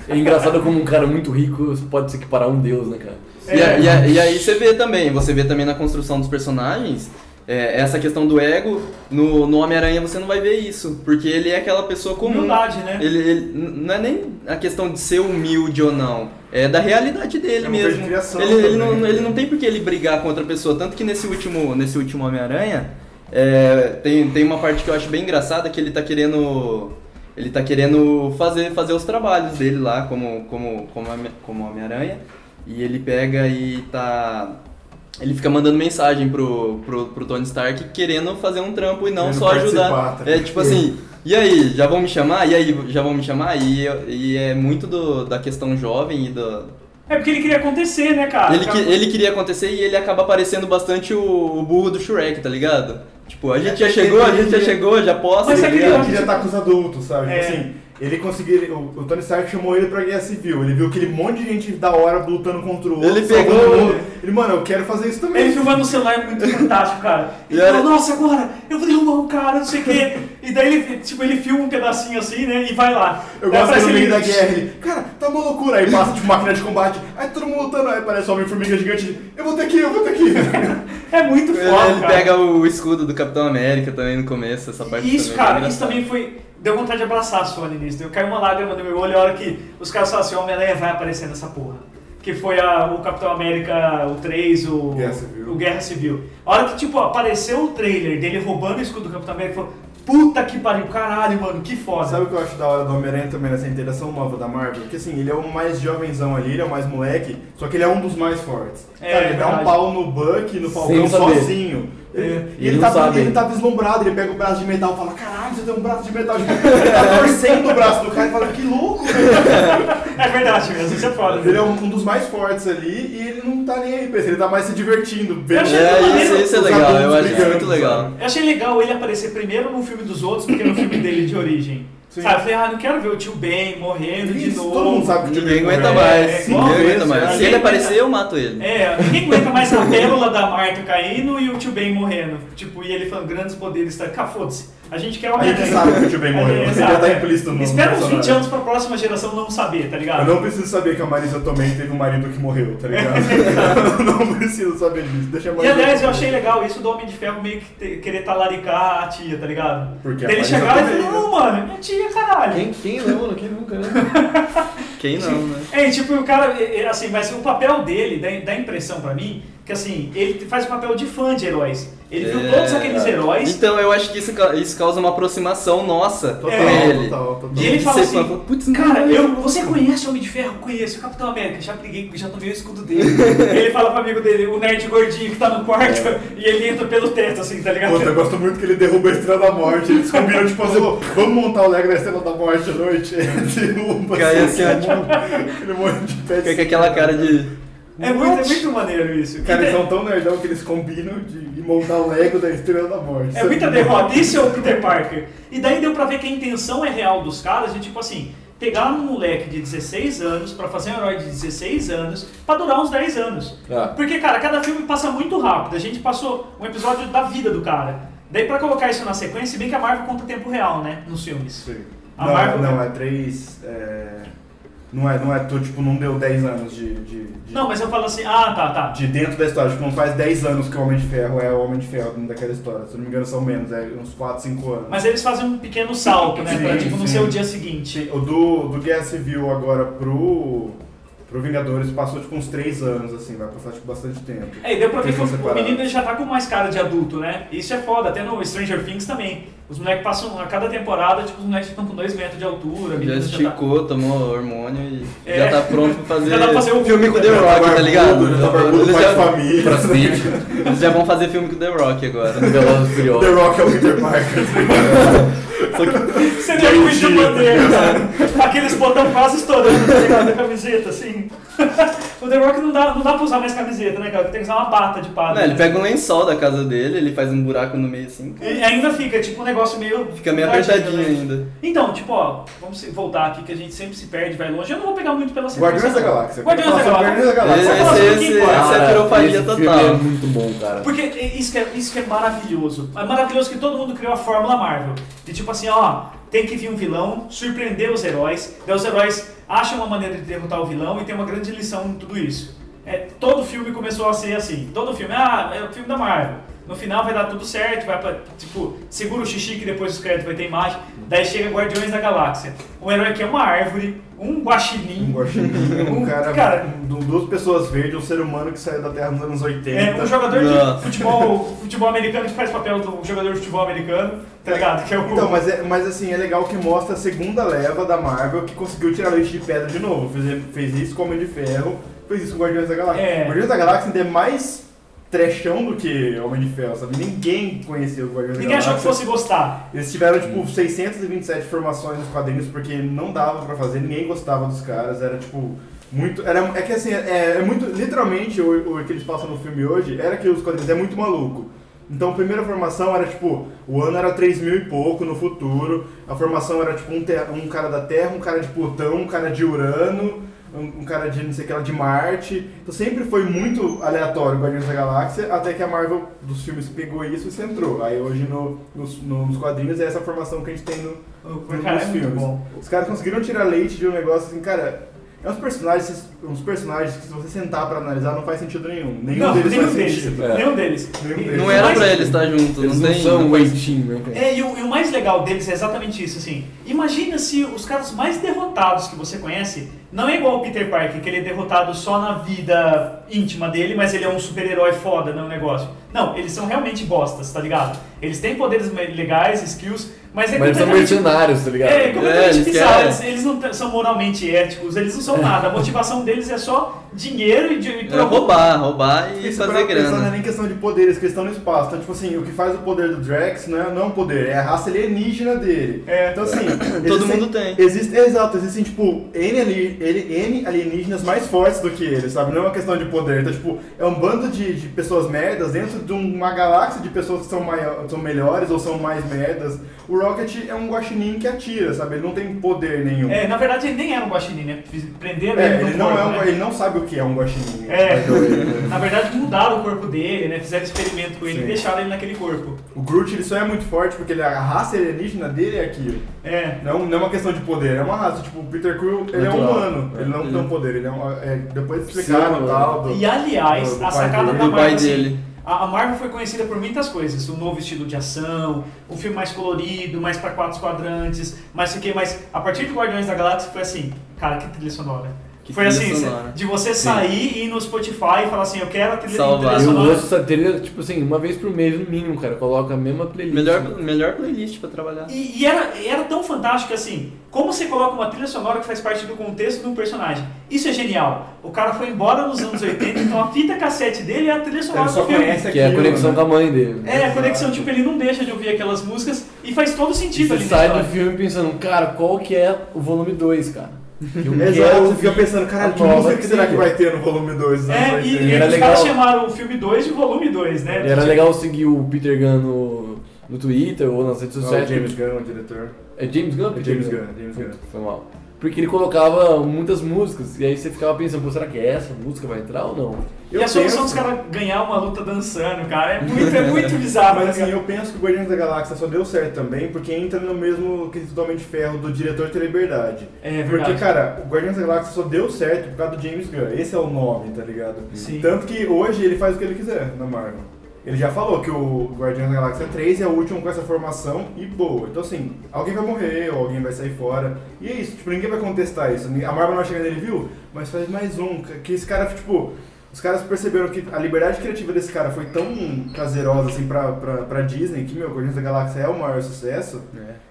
[SPEAKER 5] É engraçado como um cara muito rico pode se equiparar a um deus, né, cara?
[SPEAKER 4] E, a- e a- e aí você vê também, você vê também na construção dos personagens, é, essa questão do ego, no, no Homem-Aranha você não vai ver isso, porque ele é aquela pessoa comum.
[SPEAKER 2] Humildade, né?
[SPEAKER 4] Ele, ele- n- não é nem a questão de ser humilde ou não, é da realidade dele
[SPEAKER 3] É uma coisa
[SPEAKER 4] mesmo.
[SPEAKER 3] de criação
[SPEAKER 4] Ele, ele
[SPEAKER 3] também,
[SPEAKER 4] não,
[SPEAKER 3] né?
[SPEAKER 4] ele não tem por que ele brigar com outra pessoa, tanto que nesse último, nesse último Homem-Aranha, é, tem, tem uma parte que eu acho bem engraçada que ele tá querendo ele tá querendo fazer, fazer os trabalhos dele lá como como como Home- como Homem-Aranha e ele pega e tá ele fica mandando mensagem pro, pro, pro Tony Stark querendo fazer um trampo e não
[SPEAKER 3] Querendo
[SPEAKER 4] só ajudar.
[SPEAKER 3] participar, tá?
[SPEAKER 4] É tipo assim, e aí, já vão me chamar? E aí, já vão me chamar? E, e é muito do, da questão jovem e do.
[SPEAKER 2] É porque ele queria acontecer, né, cara?
[SPEAKER 4] Ele, que- ele queria acontecer e ele acaba parecendo bastante o, o burro do Shrek, tá ligado? Tipo, a gente já chegou, a gente já chegou, já posso.
[SPEAKER 2] Mas
[SPEAKER 4] tá
[SPEAKER 2] é aquele
[SPEAKER 3] Ele
[SPEAKER 4] ligado?
[SPEAKER 2] homem
[SPEAKER 3] queria
[SPEAKER 2] de-
[SPEAKER 3] estar com os adultos, sabe?
[SPEAKER 2] É.
[SPEAKER 3] Tipo assim, ele conseguiu. ele- O, o Tony Stark chamou ele pra guerra civil. Ele viu aquele monte de gente da hora lutando contra o outro.
[SPEAKER 4] Ele
[SPEAKER 3] salvando
[SPEAKER 4] pegou-
[SPEAKER 3] o mundo. Ele, mano, eu quero fazer isso também.
[SPEAKER 2] Ele filmando no celular é muito fantástico, cara. Ele
[SPEAKER 4] E era-
[SPEAKER 2] falou, nossa, agora eu vou derrubar um cara, não sei o
[SPEAKER 3] (laughs)
[SPEAKER 2] quê. E daí ele, tipo, ele filma um pedacinho assim, né? E vai lá.
[SPEAKER 3] Eu
[SPEAKER 2] Daí
[SPEAKER 3] gosto que
[SPEAKER 2] aparece
[SPEAKER 3] no meio da
[SPEAKER 2] ele-
[SPEAKER 3] guerra ele, cara, tá uma loucura. Aí passa tipo máquina de combate, aí todo mundo lutando, aí parece homem formiga gigante. ele, Eu vou ter que ir, eu vou ter que ir. (laughs)
[SPEAKER 2] É muito
[SPEAKER 4] Ele,
[SPEAKER 2] foda,
[SPEAKER 4] ele
[SPEAKER 2] cara.
[SPEAKER 4] pega o escudo do Capitão América também no começo, essa parte
[SPEAKER 2] E isso,
[SPEAKER 3] né?
[SPEAKER 4] também é
[SPEAKER 2] cara,
[SPEAKER 4] engraçada.
[SPEAKER 2] isso também foi. Deu vontade de abraçar a Sony nisso. Deu caiu uma lágrima no meu olho a hora que os caras falaram assim: Homem-Aranha vai aparecer nessa porra. Que foi a- o Capitão América, o 3, o
[SPEAKER 3] Guerra Civil.
[SPEAKER 2] o Guerra Civil. A hora que, tipo, apareceu o trailer dele roubando o escudo do Capitão América, falou: Puta que pariu, caralho, mano, que foda.
[SPEAKER 3] Sabe o que eu acho da hora do Homem-Aranha também nessa interação nova da Marvel? Que assim, ele é o mais jovenzão ali, ele é o mais moleque, só que ele é um dos mais fortes.
[SPEAKER 2] É,
[SPEAKER 3] Cara, ele dá
[SPEAKER 2] verdade. É,
[SPEAKER 3] um pau no Buck, no Falcão,
[SPEAKER 5] Sem saber.
[SPEAKER 3] sozinho. Ele,
[SPEAKER 5] E ele
[SPEAKER 3] tá,
[SPEAKER 5] não sabe.
[SPEAKER 3] ele tá vislumbrado, ele pega o braço de metal e fala: Caralho, você tem um braço de metal. (laughs) Ele tá torcendo o braço do cara e fala: Que louco, velho.
[SPEAKER 2] É verdade mesmo, isso é foda.
[SPEAKER 3] Ele é um, um dos mais fortes ali e ele não tá nem aí pra isso, ele tá mais se divertindo.
[SPEAKER 2] Eu achei
[SPEAKER 4] É,
[SPEAKER 2] muito
[SPEAKER 4] isso,
[SPEAKER 2] maneiro
[SPEAKER 4] isso é
[SPEAKER 3] os
[SPEAKER 4] legal, eu
[SPEAKER 3] adultos
[SPEAKER 4] acho isso
[SPEAKER 3] brigando,
[SPEAKER 4] muito legal.
[SPEAKER 2] Eu achei legal ele aparecer primeiro no filme dos outros do que no filme dele de origem.
[SPEAKER 3] Sim.
[SPEAKER 2] Sabe? Eu falei, ah, não quero ver o tio Ben morrendo de
[SPEAKER 3] Isso,
[SPEAKER 2] novo.
[SPEAKER 3] todo mundo sabe que o um Tio
[SPEAKER 4] Ninguém
[SPEAKER 3] Ben
[SPEAKER 4] aguenta
[SPEAKER 3] morreu.
[SPEAKER 4] mais,
[SPEAKER 2] é, igual
[SPEAKER 4] ninguém
[SPEAKER 3] esse,
[SPEAKER 4] aguenta mais.
[SPEAKER 3] né?
[SPEAKER 4] Se ele aparecer, eu mato ele.
[SPEAKER 2] É, ninguém aguenta mais a pérola da Marta caindo e o tio Ben morrendo. Tipo, e ele falando grandes poderes, tá? Cá, foda-se. A gente quer o
[SPEAKER 3] A gente sabe que o Tio Ben morreu,
[SPEAKER 2] É,
[SPEAKER 3] ele
[SPEAKER 2] exato.
[SPEAKER 3] já tá implícito no
[SPEAKER 2] Espera uns
[SPEAKER 3] personagem.
[SPEAKER 2] 20 anos pra próxima geração não saber, tá ligado?
[SPEAKER 3] Eu não preciso saber que a Marisa Tomei teve um marido que morreu, tá
[SPEAKER 4] (laughs)
[SPEAKER 3] ligado? não preciso saber disso. Deixa a
[SPEAKER 2] E
[SPEAKER 3] Marisa.
[SPEAKER 2] aliás, eu achei legal isso do Homem de Ferro meio que te- querer talaricar a tia, tá ligado?
[SPEAKER 3] Porque a
[SPEAKER 2] Daí ele
[SPEAKER 3] Marisa
[SPEAKER 2] chegava e
[SPEAKER 3] também, né?
[SPEAKER 2] falou, não, mano, é minha tia, caralho.
[SPEAKER 5] Quem, quem lembra, quem nunca, (laughs) né?
[SPEAKER 4] Quem não, né?
[SPEAKER 2] É, e tipo, o cara, é, é, assim, mas o papel dele dá, dá a impressão pra mim que, assim, ele faz o papel de fã de heróis. Ele
[SPEAKER 4] É.
[SPEAKER 2] viu todos aqueles heróis
[SPEAKER 4] Então eu acho que isso, ca- isso causa uma aproximação nossa com
[SPEAKER 3] Total,
[SPEAKER 4] ele.
[SPEAKER 3] total, total.
[SPEAKER 2] e ele
[SPEAKER 4] De
[SPEAKER 2] fala
[SPEAKER 4] ser
[SPEAKER 2] assim,
[SPEAKER 4] fã, fala, putz,
[SPEAKER 2] cara,
[SPEAKER 4] não,
[SPEAKER 2] eu, você conhece o Homem de Ferro? Conheço. O Capitão América, já briguei, já tomei o escudo dele. (laughs) ele fala pro amigo dele, o nerd gordinho que tá no quarto,
[SPEAKER 4] É.
[SPEAKER 2] (laughs) e ele entra pelo teto, assim, tá ligado?
[SPEAKER 3] Puta, eu gosto muito que ele derruba a Estrela da Morte. Eles combinam, tipo, assim, "Ô, vamos montar o Lego da Estrela da Morte à noite. (laughs) Ele derruba,
[SPEAKER 4] Cai assim, ó,
[SPEAKER 3] aquele monte de pé. de
[SPEAKER 4] Fica com aquela cara de.
[SPEAKER 2] É muito, é muito maneiro isso. E
[SPEAKER 3] Cara,
[SPEAKER 4] então,
[SPEAKER 3] eles
[SPEAKER 2] tem-
[SPEAKER 3] são tão nerdão que eles combinam de de montar o Lego da Estrela da Morte.
[SPEAKER 2] É muita derrota, isso é o Peter Parker. E daí deu pra ver que a intenção é real dos caras de tipo assim, pegar um moleque de 16 anos pra fazer um herói de 16 anos pra durar uns 10 anos.
[SPEAKER 5] Ah.
[SPEAKER 2] Porque, cara, cada filme passa muito rápido. A gente passou um episódio da vida do cara. Daí pra colocar isso na sequência, se bem que a Marvel conta tempo real, né? Nos filmes.
[SPEAKER 3] Sim.
[SPEAKER 2] A
[SPEAKER 3] Não,
[SPEAKER 2] Marvel-
[SPEAKER 3] não, é três. é, Não é, não é, tô, tipo, não deu 10 anos de- de- de
[SPEAKER 2] Não, mas eu falo assim, ah, tá, tá.
[SPEAKER 3] de dentro da história. Tipo, não faz 10 anos que o Homem de Ferro é o Homem de Ferro dentro daquela história. Se eu não me engano, são menos, é uns 4, 5 anos.
[SPEAKER 2] Mas eles fazem um pequeno salto, né?
[SPEAKER 3] Sim,
[SPEAKER 2] pra tipo, não
[SPEAKER 3] sim.
[SPEAKER 2] ser o dia seguinte.
[SPEAKER 3] O do, do Guerra Civil agora pro. pro Pro Vingadores passou tipo uns 3 anos, assim, vai passar tipo bastante tempo.
[SPEAKER 2] É, e deu pra ver que
[SPEAKER 3] Tensão
[SPEAKER 2] o- o
[SPEAKER 3] separada.
[SPEAKER 2] menino ele já tá com mais cara de adulto, né? Isso é foda, até no Stranger Things também. Os moleques passam, a cada temporada, tipo, os moleques ficam com 2 metros de altura, a
[SPEAKER 4] Já
[SPEAKER 2] menina já tá...
[SPEAKER 4] esticou, tomou hormônio e
[SPEAKER 2] É.
[SPEAKER 4] já tá pronto pra
[SPEAKER 2] (laughs)
[SPEAKER 4] fazer,
[SPEAKER 2] Já dá pra fazer um o-
[SPEAKER 4] filme com The
[SPEAKER 3] Já tá
[SPEAKER 4] Rock, tá
[SPEAKER 3] barbudo,
[SPEAKER 4] ligado?
[SPEAKER 3] já tá barbudo, pai de família.
[SPEAKER 4] Eles já vão fazer filme com The Rock agora.
[SPEAKER 5] Velozes
[SPEAKER 3] The
[SPEAKER 5] e Furiosos.
[SPEAKER 3] Rock é o
[SPEAKER 2] (laughs)
[SPEAKER 3] Peter Parker.
[SPEAKER 2] Seria o Luiz de
[SPEAKER 3] Entendi.
[SPEAKER 2] um bandeira, né? Aqueles botão quase estourando, tá ligado? Da camiseta, assim. (laughs) o The Rock não dá, não dá pra usar mais camiseta, né, cara? Tem que usar uma bata de né?
[SPEAKER 4] Não,
[SPEAKER 2] palha.
[SPEAKER 4] ele pega um lençol da casa dele, ele faz um buraco no meio assim.
[SPEAKER 2] E ainda fica, tipo, um negócio meio...
[SPEAKER 4] Fica meio
[SPEAKER 2] guardadinho,
[SPEAKER 4] apertadinho
[SPEAKER 2] né?
[SPEAKER 4] ainda.
[SPEAKER 2] Então, tipo, ó, vamos se- voltar aqui que a gente sempre se perde, vai longe. Eu não vou pegar muito pela sequência.
[SPEAKER 3] Guardiões da Galáxia.
[SPEAKER 2] Guardiões da
[SPEAKER 3] Nossa,
[SPEAKER 2] Galáxia.
[SPEAKER 3] Guardiões da Galáxia.
[SPEAKER 2] Vamos falar
[SPEAKER 4] Esse-
[SPEAKER 2] sobre quem
[SPEAKER 4] esse-
[SPEAKER 2] pode.
[SPEAKER 4] esse é pirofagia
[SPEAKER 5] esse filme
[SPEAKER 4] total.
[SPEAKER 5] é muito bom, cara.
[SPEAKER 2] Porque isso que, é, isso que é maravilhoso. É maravilhoso que todo mundo criou a fórmula Marvel. De tipo assim, ó, tem que vir um vilão, surpreender os heróis, daí os heróis acham uma maneira de derrotar o vilão e tem uma grande lição em tudo isso. É, todo filme começou a ser assim. Todo filme, ah, é o filme da Marvel. No final vai dar tudo certo, vai pra, tipo, segura o xixi que depois os créditos vai ter imagem. Daí chega Guardiões da Galáxia. Um herói que é uma árvore, um
[SPEAKER 3] Um
[SPEAKER 2] guaxinim,
[SPEAKER 3] guaxinim, um cara,
[SPEAKER 2] Cara.
[SPEAKER 3] du- duas pessoas verdes, um ser humano que saiu da Terra nos anos 80.
[SPEAKER 2] É, um jogador de
[SPEAKER 4] Nossa.
[SPEAKER 2] futebol, futebol americano que faz papel do jogador de futebol americano, tá ligado? Que é o.
[SPEAKER 3] Então, mas, é, mas assim, é legal que mostra a segunda leva da Marvel que conseguiu tirar leite de pedra de novo. Fez, fez isso com Homem de Ferro, fez isso com Guardiões da Galáxia.
[SPEAKER 2] É.
[SPEAKER 3] Guardiões da Galáxia ainda é mais trechão do que Homem de Ferro, sabe? Ninguém conhecia o Guardiões
[SPEAKER 2] Ninguém
[SPEAKER 3] da Galáxia.
[SPEAKER 2] achou que fosse gostar.
[SPEAKER 3] Eles tiveram, tipo, 627 formações nos quadrinhos porque não dava pra fazer, ninguém gostava dos caras, era, tipo, muito... Era, é que, assim, é, é muito... Literalmente, o, o que eles passam no filme hoje era que os quadrinhos é muito maluco. Então, a primeira formação era, tipo, o ano era 3 mil e pouco no futuro, a formação era, tipo, um, ter- um cara da Terra, um cara de Plutão, um cara de Urano, um, um cara de não sei o que lá, de Marte. Então, sempre foi muito aleatório o Guardiões da Galáxia, até que a Marvel dos filmes pegou isso e centrou. Aí, hoje, no, nos, nos quadrinhos, é essa formação que a gente tem no,
[SPEAKER 2] O cara é muito bom.
[SPEAKER 3] os caras conseguiram tirar leite de um negócio assim, cara. É uns personagens, uns personagens que se você sentar pra analisar não faz sentido nenhum. Nenhum
[SPEAKER 2] Não,
[SPEAKER 3] deles
[SPEAKER 2] nenhum
[SPEAKER 3] faz
[SPEAKER 2] deles.
[SPEAKER 3] sentido.
[SPEAKER 5] É.
[SPEAKER 2] Nenhum deles.
[SPEAKER 3] Nenhum deles.
[SPEAKER 4] Não era
[SPEAKER 2] Mas-
[SPEAKER 4] pra ele estar junto,
[SPEAKER 5] Eles
[SPEAKER 4] não
[SPEAKER 5] não
[SPEAKER 4] tem. assim.
[SPEAKER 5] são
[SPEAKER 4] não
[SPEAKER 5] o
[SPEAKER 3] um
[SPEAKER 4] faz-
[SPEAKER 5] Waiting, né? cara?
[SPEAKER 2] É, e o, e o mais legal deles é exatamente isso, assim. Imagina se os caras mais derrotados que você conhece, não é igual o Peter Parker, que ele é derrotado só na vida íntima dele, mas ele é um super-herói foda no negócio. Não, eles são realmente bostas, tá ligado? Eles têm poderes legais, skills, mas é
[SPEAKER 5] Mas eles são
[SPEAKER 2] completamente
[SPEAKER 5] mercenários, tá ligado?
[SPEAKER 2] É,
[SPEAKER 4] É,
[SPEAKER 2] completamente
[SPEAKER 4] eles
[SPEAKER 2] bizarro.
[SPEAKER 4] querem-
[SPEAKER 2] Eles, eles não t- são moralmente éticos, eles não são nada. A motivação deles é só dinheiro e, de, e
[SPEAKER 4] É roubar, roubar e
[SPEAKER 3] Isso pra
[SPEAKER 4] fazer
[SPEAKER 3] pensar não é
[SPEAKER 4] grana.
[SPEAKER 3] nem questão de poderes, questão no espaço. Então, tipo assim, o que faz o poder do Drax não é, não é um poder, é a raça alienígena dele.
[SPEAKER 2] É.
[SPEAKER 3] Então, assim.
[SPEAKER 4] Todo mundo tem.
[SPEAKER 3] Existe, exato, existem, tipo, N, ali- ele- N alienígenas mais fortes do que ele, sabe? Não é uma questão de poder. Então, tipo, é um bando de, de pessoas merdas dentro de uma galáxia de pessoas que são, maior, são melhores ou são mais merdas. O Rocket é um guaxinim que atira, sabe? Ele não tem poder nenhum.
[SPEAKER 2] É, na verdade, ele nem era um guaxinim, né? Fiz- Prenderam
[SPEAKER 3] É,
[SPEAKER 2] ele, no
[SPEAKER 3] ele, não
[SPEAKER 2] corpo,
[SPEAKER 3] é um-
[SPEAKER 2] né?
[SPEAKER 3] ele não sabe o que é um guaxinim.
[SPEAKER 2] É, (laughs) na verdade mudaram o corpo dele, né? Fizeram experimento com ele e
[SPEAKER 3] um Sim.
[SPEAKER 2] deixaram ele naquele corpo.
[SPEAKER 3] O Groot ele só é muito forte porque ele, a raça alienígena dele é aquilo.
[SPEAKER 2] É.
[SPEAKER 3] Não, não é uma questão de poder, é uma raça. Tipo, o Peter Quill, ele é
[SPEAKER 5] Natural.
[SPEAKER 3] humano. Ele não
[SPEAKER 4] É.
[SPEAKER 3] tem um poder, ele é um... É, depois explicaram o tal do...
[SPEAKER 2] E aliás,
[SPEAKER 3] do
[SPEAKER 2] a
[SPEAKER 3] pai
[SPEAKER 2] sacada
[SPEAKER 3] dele.
[SPEAKER 2] da
[SPEAKER 4] Do pai
[SPEAKER 2] Marvel. assim,
[SPEAKER 4] dele.
[SPEAKER 2] a a Marvel foi conhecida por muitas coisas, o novo estilo de ação, o filme mais colorido, mais para quatro quadrantes, mais o que, mas a partir de Guardiões da Galáxia foi assim, cara, que trilha sonora.
[SPEAKER 4] Que
[SPEAKER 2] foi
[SPEAKER 4] trilha
[SPEAKER 2] assim,
[SPEAKER 4] sonora.
[SPEAKER 2] de você sair e ir no Spotify e falar assim, eu quero a trilha,
[SPEAKER 4] Salvar.
[SPEAKER 2] trilha
[SPEAKER 5] E eu
[SPEAKER 2] sonora.
[SPEAKER 5] ouço essa trilha, tipo assim, uma vez por mês no mínimo, cara. Coloca a mesma playlist.
[SPEAKER 4] Melhor,
[SPEAKER 5] né?
[SPEAKER 4] melhor playlist pra trabalhar.
[SPEAKER 2] E, e era, era tão fantástico assim, como você coloca uma trilha sonora que faz parte do contexto de um personagem. Isso é genial. O cara foi embora nos anos 80, então a fita cassete dele é a trilha
[SPEAKER 3] Ele
[SPEAKER 2] sonora
[SPEAKER 3] só
[SPEAKER 2] do filme.
[SPEAKER 3] conhece
[SPEAKER 5] Que é a
[SPEAKER 3] aquilo,
[SPEAKER 5] conexão
[SPEAKER 3] né?
[SPEAKER 5] com a mãe dele. né?
[SPEAKER 2] É, a conexão, tipo, ele não deixa de ouvir aquelas músicas e faz todo sentido tipo
[SPEAKER 5] Você
[SPEAKER 2] ali na
[SPEAKER 5] sai do
[SPEAKER 2] história.
[SPEAKER 5] filme pensando, cara, qual que é o volume 2, cara? Eu
[SPEAKER 3] Exato, você
[SPEAKER 5] ouvir
[SPEAKER 3] fica pensando, caralho,
[SPEAKER 5] a
[SPEAKER 3] que
[SPEAKER 5] nova
[SPEAKER 3] música que será que
[SPEAKER 5] trilha."
[SPEAKER 3] vai ter no volume né? 2?
[SPEAKER 2] É, e, e
[SPEAKER 5] né? E era
[SPEAKER 2] os caras
[SPEAKER 5] legal.
[SPEAKER 2] chamaram o filme 2 de volume 2, né?
[SPEAKER 5] E era legal seguir o Peter Gunn no, no Twitter ou nas redes sociais.
[SPEAKER 3] James Gunn, o diretor.
[SPEAKER 5] É James Gunn?
[SPEAKER 3] É
[SPEAKER 5] Peter
[SPEAKER 3] James Gunn, James Gunn.
[SPEAKER 5] Foi mal. Porque ele colocava muitas músicas, e aí você ficava pensando, pô, será que é essa música vai entrar ou não?
[SPEAKER 2] E a solução dos caras ganhar uma luta dançando, cara, é muito, é muito bizarro.
[SPEAKER 3] Mas
[SPEAKER 2] né,
[SPEAKER 3] assim,
[SPEAKER 2] cara?
[SPEAKER 3] eu penso que o Guardiões da Galáxia só deu certo também porque entra no mesmo quesito do Homem de Ferro do diretor ter liberdade.
[SPEAKER 2] É
[SPEAKER 3] Porque,
[SPEAKER 2] verdade.
[SPEAKER 3] cara, o Guardiões da Galáxia só deu certo por causa do James Gunn. Esse é o nome, tá ligado?
[SPEAKER 2] Sim.
[SPEAKER 3] Tanto que hoje ele faz o que ele quiser na Marvel. Ele já falou que o Guardiões da Galáxia 3 é o último com essa formação e boa. Então, assim, alguém vai morrer, ou alguém vai sair fora. E é isso, tipo, ninguém vai contestar isso. A Marvel não vai chegar nele, viu? Mas faz mais um. Que esse cara, tipo, os caras perceberam que a liberdade criativa desse cara foi tão prazerosa, assim, pra, pra, pra Disney, que, meu, Guardiões da Galáxia é o maior sucesso.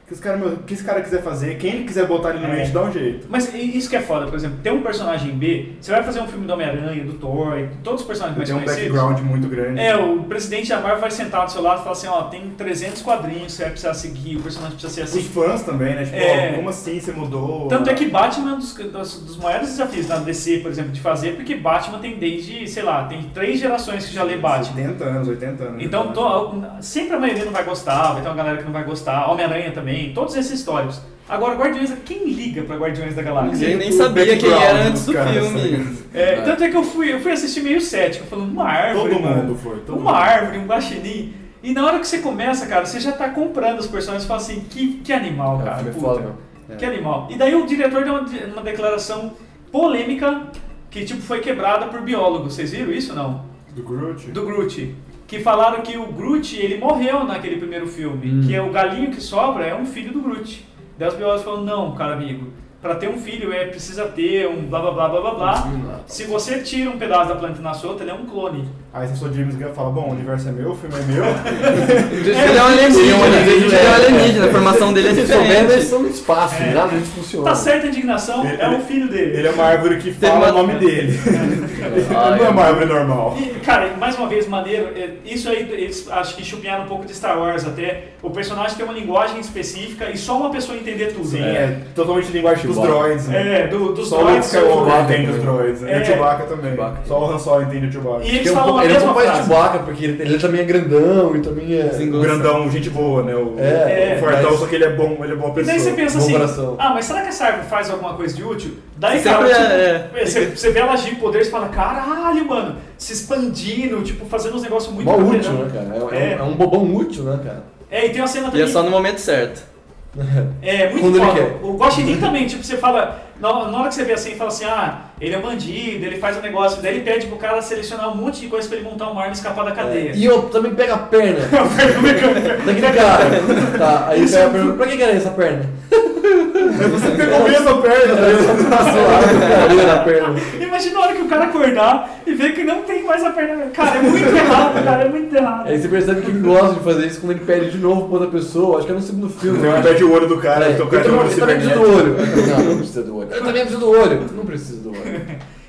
[SPEAKER 3] Que os caras, meu, o que esse cara quiser fazer, quem ele quiser botar ali no
[SPEAKER 2] É.
[SPEAKER 3] meio, dá um jeito.
[SPEAKER 2] Mas i- isso que é foda, por exemplo, tem um personagem B, você vai fazer um filme do Homem-Aranha, do Thor, e todos os personagens mais
[SPEAKER 3] Tem um
[SPEAKER 2] conhecidos.
[SPEAKER 3] background muito grande.
[SPEAKER 2] Ah, É, o presidente da Marvel vai sentar do seu lado e falar assim, ó, tem 300 quadrinhos, você vai precisar seguir, o personagem precisa ser
[SPEAKER 3] Os
[SPEAKER 2] assim.
[SPEAKER 3] fãs também, né? Tipo,
[SPEAKER 2] É.
[SPEAKER 3] ó, como assim você mudou?
[SPEAKER 2] Tanto é que Batman é um dos, dos, dos maiores desafios na DC, por exemplo, de fazer, porque Batman tem desde, sei lá, tem três gerações que já lê Batman.
[SPEAKER 3] 70 anos, 80 anos. né?
[SPEAKER 2] Então, to- sempre a maioria não vai gostar, vai ter uma galera que não vai gostar, Homem-Aranha também, todos esses históricos. Agora, Guardiões, quem liga pra Guardiões da Galáxia?
[SPEAKER 4] Ninguém nem
[SPEAKER 3] o
[SPEAKER 4] sabia quem
[SPEAKER 3] background
[SPEAKER 4] era antes do
[SPEAKER 3] dos caras,
[SPEAKER 4] filme.
[SPEAKER 2] É, tanto é que eu fui, eu fui assistir meio cético, falando, uma árvore,
[SPEAKER 3] Todo
[SPEAKER 2] mano.
[SPEAKER 3] mundo foi. Todo
[SPEAKER 2] uma
[SPEAKER 3] mundo.
[SPEAKER 2] árvore, um guaxinim. E na hora que você começa, cara, você já tá comprando os personagens e fala assim, que, que animal,
[SPEAKER 5] É,
[SPEAKER 2] cara.
[SPEAKER 5] filme é
[SPEAKER 2] Ah, puta.
[SPEAKER 5] foda, mano.
[SPEAKER 2] Que animal. E daí o diretor deu uma, uma declaração polêmica que tipo foi quebrada por biólogos. Vocês viram isso não?
[SPEAKER 3] Do Groot?
[SPEAKER 2] Do Groot. Que falaram que o Groot, ele morreu naquele primeiro filme. Que é o galinho que sobra é um filho do Groot. Daí os biólogos falaram, não, cara amigo, pra ter um filho é precisa ter um blá blá blá blá blá blá.
[SPEAKER 5] "Hum,
[SPEAKER 2] Se você tira um pedaço da planta e nasce outro, ele é um clone.
[SPEAKER 3] Aí você só James Gunn fala, bom, o universo é meu, o filme é meu. (laughs)
[SPEAKER 4] Ele é um alienígena,
[SPEAKER 2] alienígena,
[SPEAKER 4] ele é um alienígena, a formação dele é
[SPEAKER 5] Se souber, eles
[SPEAKER 4] diferente.
[SPEAKER 5] são no espaço, nada disso funciona.
[SPEAKER 2] Tá certa a indignação,
[SPEAKER 3] Ele-
[SPEAKER 2] é o filho dele.
[SPEAKER 3] Ele é uma árvore que
[SPEAKER 4] Tem
[SPEAKER 3] fala
[SPEAKER 4] uma-
[SPEAKER 3] o nome dele.
[SPEAKER 4] Ah,
[SPEAKER 3] não é
[SPEAKER 4] é.
[SPEAKER 3] uma árvore normal.
[SPEAKER 2] E, cara, mais uma vez, maneiro, é, isso aí eles acho que chupinharam um pouco de Star Wars até. O personagem tem uma linguagem específica e só uma pessoa entender tudo.
[SPEAKER 3] Sim,
[SPEAKER 2] é.
[SPEAKER 3] é, totalmente linguagem dos
[SPEAKER 5] Chewbacca.
[SPEAKER 3] droids, né?
[SPEAKER 2] É, do, dos
[SPEAKER 3] Só o Luke
[SPEAKER 2] droids.
[SPEAKER 3] Skywalker
[SPEAKER 5] Chewbacca
[SPEAKER 3] entende os
[SPEAKER 5] também.
[SPEAKER 3] droids, né? E
[SPEAKER 2] É.
[SPEAKER 3] o Chewbacca também.
[SPEAKER 4] Chewbacca.
[SPEAKER 3] Só o Han Solo entende o Chewbacca.
[SPEAKER 2] E eles
[SPEAKER 5] Tem um
[SPEAKER 2] falam
[SPEAKER 5] pouco-
[SPEAKER 2] a
[SPEAKER 5] ele é um
[SPEAKER 2] mesma
[SPEAKER 5] pouco mais
[SPEAKER 2] frase.
[SPEAKER 5] Chewbacca, porque ele, ele também é grandão e também é.
[SPEAKER 4] Sim.
[SPEAKER 3] O grandão, gente boa, né? O,
[SPEAKER 5] É,
[SPEAKER 3] o fortão,
[SPEAKER 5] mas-
[SPEAKER 3] só que ele é bom, ele é boa
[SPEAKER 2] E
[SPEAKER 3] pessoa.
[SPEAKER 2] daí você pensa
[SPEAKER 5] Bom
[SPEAKER 2] assim,
[SPEAKER 5] coração.
[SPEAKER 2] ah, mas será que essa árvore faz alguma coisa de útil? Daí,
[SPEAKER 4] Sempre
[SPEAKER 2] cara,
[SPEAKER 4] é-
[SPEAKER 2] tipo, você, você vê ela agir em poder e fala, caralho, mano, se expandindo, tipo, fazendo uns negócios muito
[SPEAKER 5] Mó
[SPEAKER 2] maneirão."
[SPEAKER 5] útil, né, cara? É,
[SPEAKER 2] É.
[SPEAKER 5] é um, é um bobão útil, né, cara?
[SPEAKER 2] (laughs) É, e tem uma cena
[SPEAKER 4] E
[SPEAKER 2] também
[SPEAKER 4] é só no momento certo.
[SPEAKER 2] É, muito
[SPEAKER 5] Quando ele
[SPEAKER 2] foda.
[SPEAKER 5] quer.
[SPEAKER 2] O Guaxinim também, tipo, você fala... Na, na hora que você vê assim, fala assim, ah, ele é bandido, ele faz um negócio. Daí ele pede pro cara selecionar um monte de coisa pra ele montar uma arma e escapar da cadeia.
[SPEAKER 5] É. E eu também pega
[SPEAKER 3] (laughs)
[SPEAKER 5] a perna. Daquele cara. Tá, aí
[SPEAKER 3] é
[SPEAKER 5] pega a perna. Pra que que era essa perna?
[SPEAKER 3] um
[SPEAKER 5] é
[SPEAKER 3] Você pegou mesmo a perna, né? (laughs)
[SPEAKER 5] Olha na perna.
[SPEAKER 2] Imagina a hora que o cara acordar e ver que não tem mais a perna. Cara, é muito
[SPEAKER 5] (laughs)
[SPEAKER 2] errado, cara, é muito errado.
[SPEAKER 5] Aí você percebe que ele gosta de fazer isso quando ele pede de novo pra outra pessoa. Acho que é no segundo filme.
[SPEAKER 3] Tem um
[SPEAKER 5] né?
[SPEAKER 3] perde o olho do cara,
[SPEAKER 5] É,
[SPEAKER 3] então o cara tem um olho
[SPEAKER 5] eu também preciso
[SPEAKER 3] cibernético.
[SPEAKER 5] do olho. Não, não precisa do olho. Eu também preciso do olho. Não precisa do olho.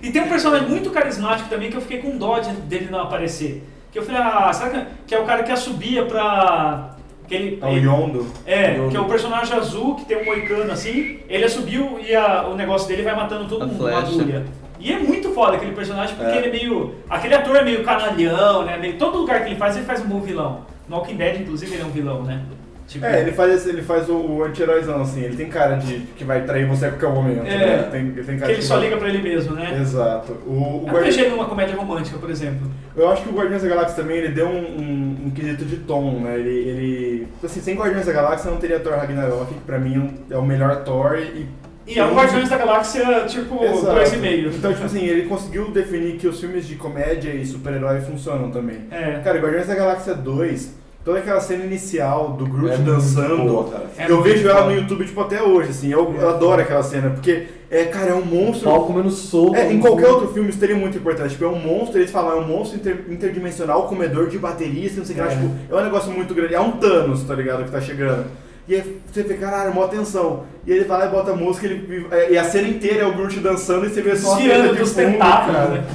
[SPEAKER 2] E tem um personagem muito carismático também que eu fiquei com dó de- dele não aparecer. Que eu falei, ah, será que, que é o cara que assobia pra... Que ele,
[SPEAKER 3] É o Yondo.
[SPEAKER 2] É,
[SPEAKER 5] Eu-
[SPEAKER 2] que é o personagem azul que tem um moicano assim, ele subiu e a- o negócio dele vai matando todo
[SPEAKER 4] A
[SPEAKER 2] mundo com a
[SPEAKER 4] flecha.
[SPEAKER 2] agulha. E é muito foda aquele personagem, porque ele é meio. Aquele ator é meio canalhão, né? Meio- todo lugar que ele faz, ele faz um bom vilão. No Walking Dead, inclusive, ele é um vilão, né? Tipo,
[SPEAKER 3] É, ele faz, esse- ele faz o, o anti-heróizão, assim, ele tem cara de que vai trair você a qualquer momento,
[SPEAKER 2] É.
[SPEAKER 3] né? Tem, ele tem cara
[SPEAKER 2] que ele
[SPEAKER 3] de
[SPEAKER 2] só
[SPEAKER 3] vai-
[SPEAKER 2] liga pra ele mesmo, né? É
[SPEAKER 3] Exato. O, o
[SPEAKER 2] Eu
[SPEAKER 3] Guardi-
[SPEAKER 2] vejo ele numa comédia romântica, por exemplo.
[SPEAKER 3] Eu acho que o Guardiões da Galáxia também, ele deu um, um, um quesito de tom, né? Ele, ele... Assim, sem Guardiões da Galáxia não teria Thor Ragnarok, que pra mim é um- é o melhor Thor e...
[SPEAKER 2] E é um Guardiões da Galáxia, tipo,
[SPEAKER 3] Exato.
[SPEAKER 2] dois e meio.
[SPEAKER 3] Então, tipo assim, ele conseguiu definir que os filmes de comédia e super-herói funcionam também.
[SPEAKER 2] É.
[SPEAKER 3] Cara, Guardiões da Galáxia 2, toda aquela cena inicial do Groot
[SPEAKER 5] É muito
[SPEAKER 3] dançando,
[SPEAKER 5] boa, cara.
[SPEAKER 2] É
[SPEAKER 3] eu
[SPEAKER 2] muito
[SPEAKER 3] vejo ela
[SPEAKER 2] boa.
[SPEAKER 3] no YouTube, tipo, até hoje, assim, eu, eu adoro aquela cena, porque, é, cara, é um monstro...
[SPEAKER 5] Palco menos solto.
[SPEAKER 3] É, em qualquer outro filme isso teria muito importante. Tipo, é um monstro, eles falam, é um monstro inter- interdimensional, comedor de baterias, não sei o que lá.
[SPEAKER 2] É.
[SPEAKER 3] Tipo, é um negócio muito grande. É um Thanos, tá ligado? Que tá chegando. E aí você vê, caralho, mó atenção. E ele vai lá e bota a música, ele, e- e a cena inteira é o Groot dançando e você vê só a
[SPEAKER 2] Desviando
[SPEAKER 3] é cena de
[SPEAKER 2] dos
[SPEAKER 3] fundo,
[SPEAKER 2] tentáculos,
[SPEAKER 3] cara.
[SPEAKER 2] né?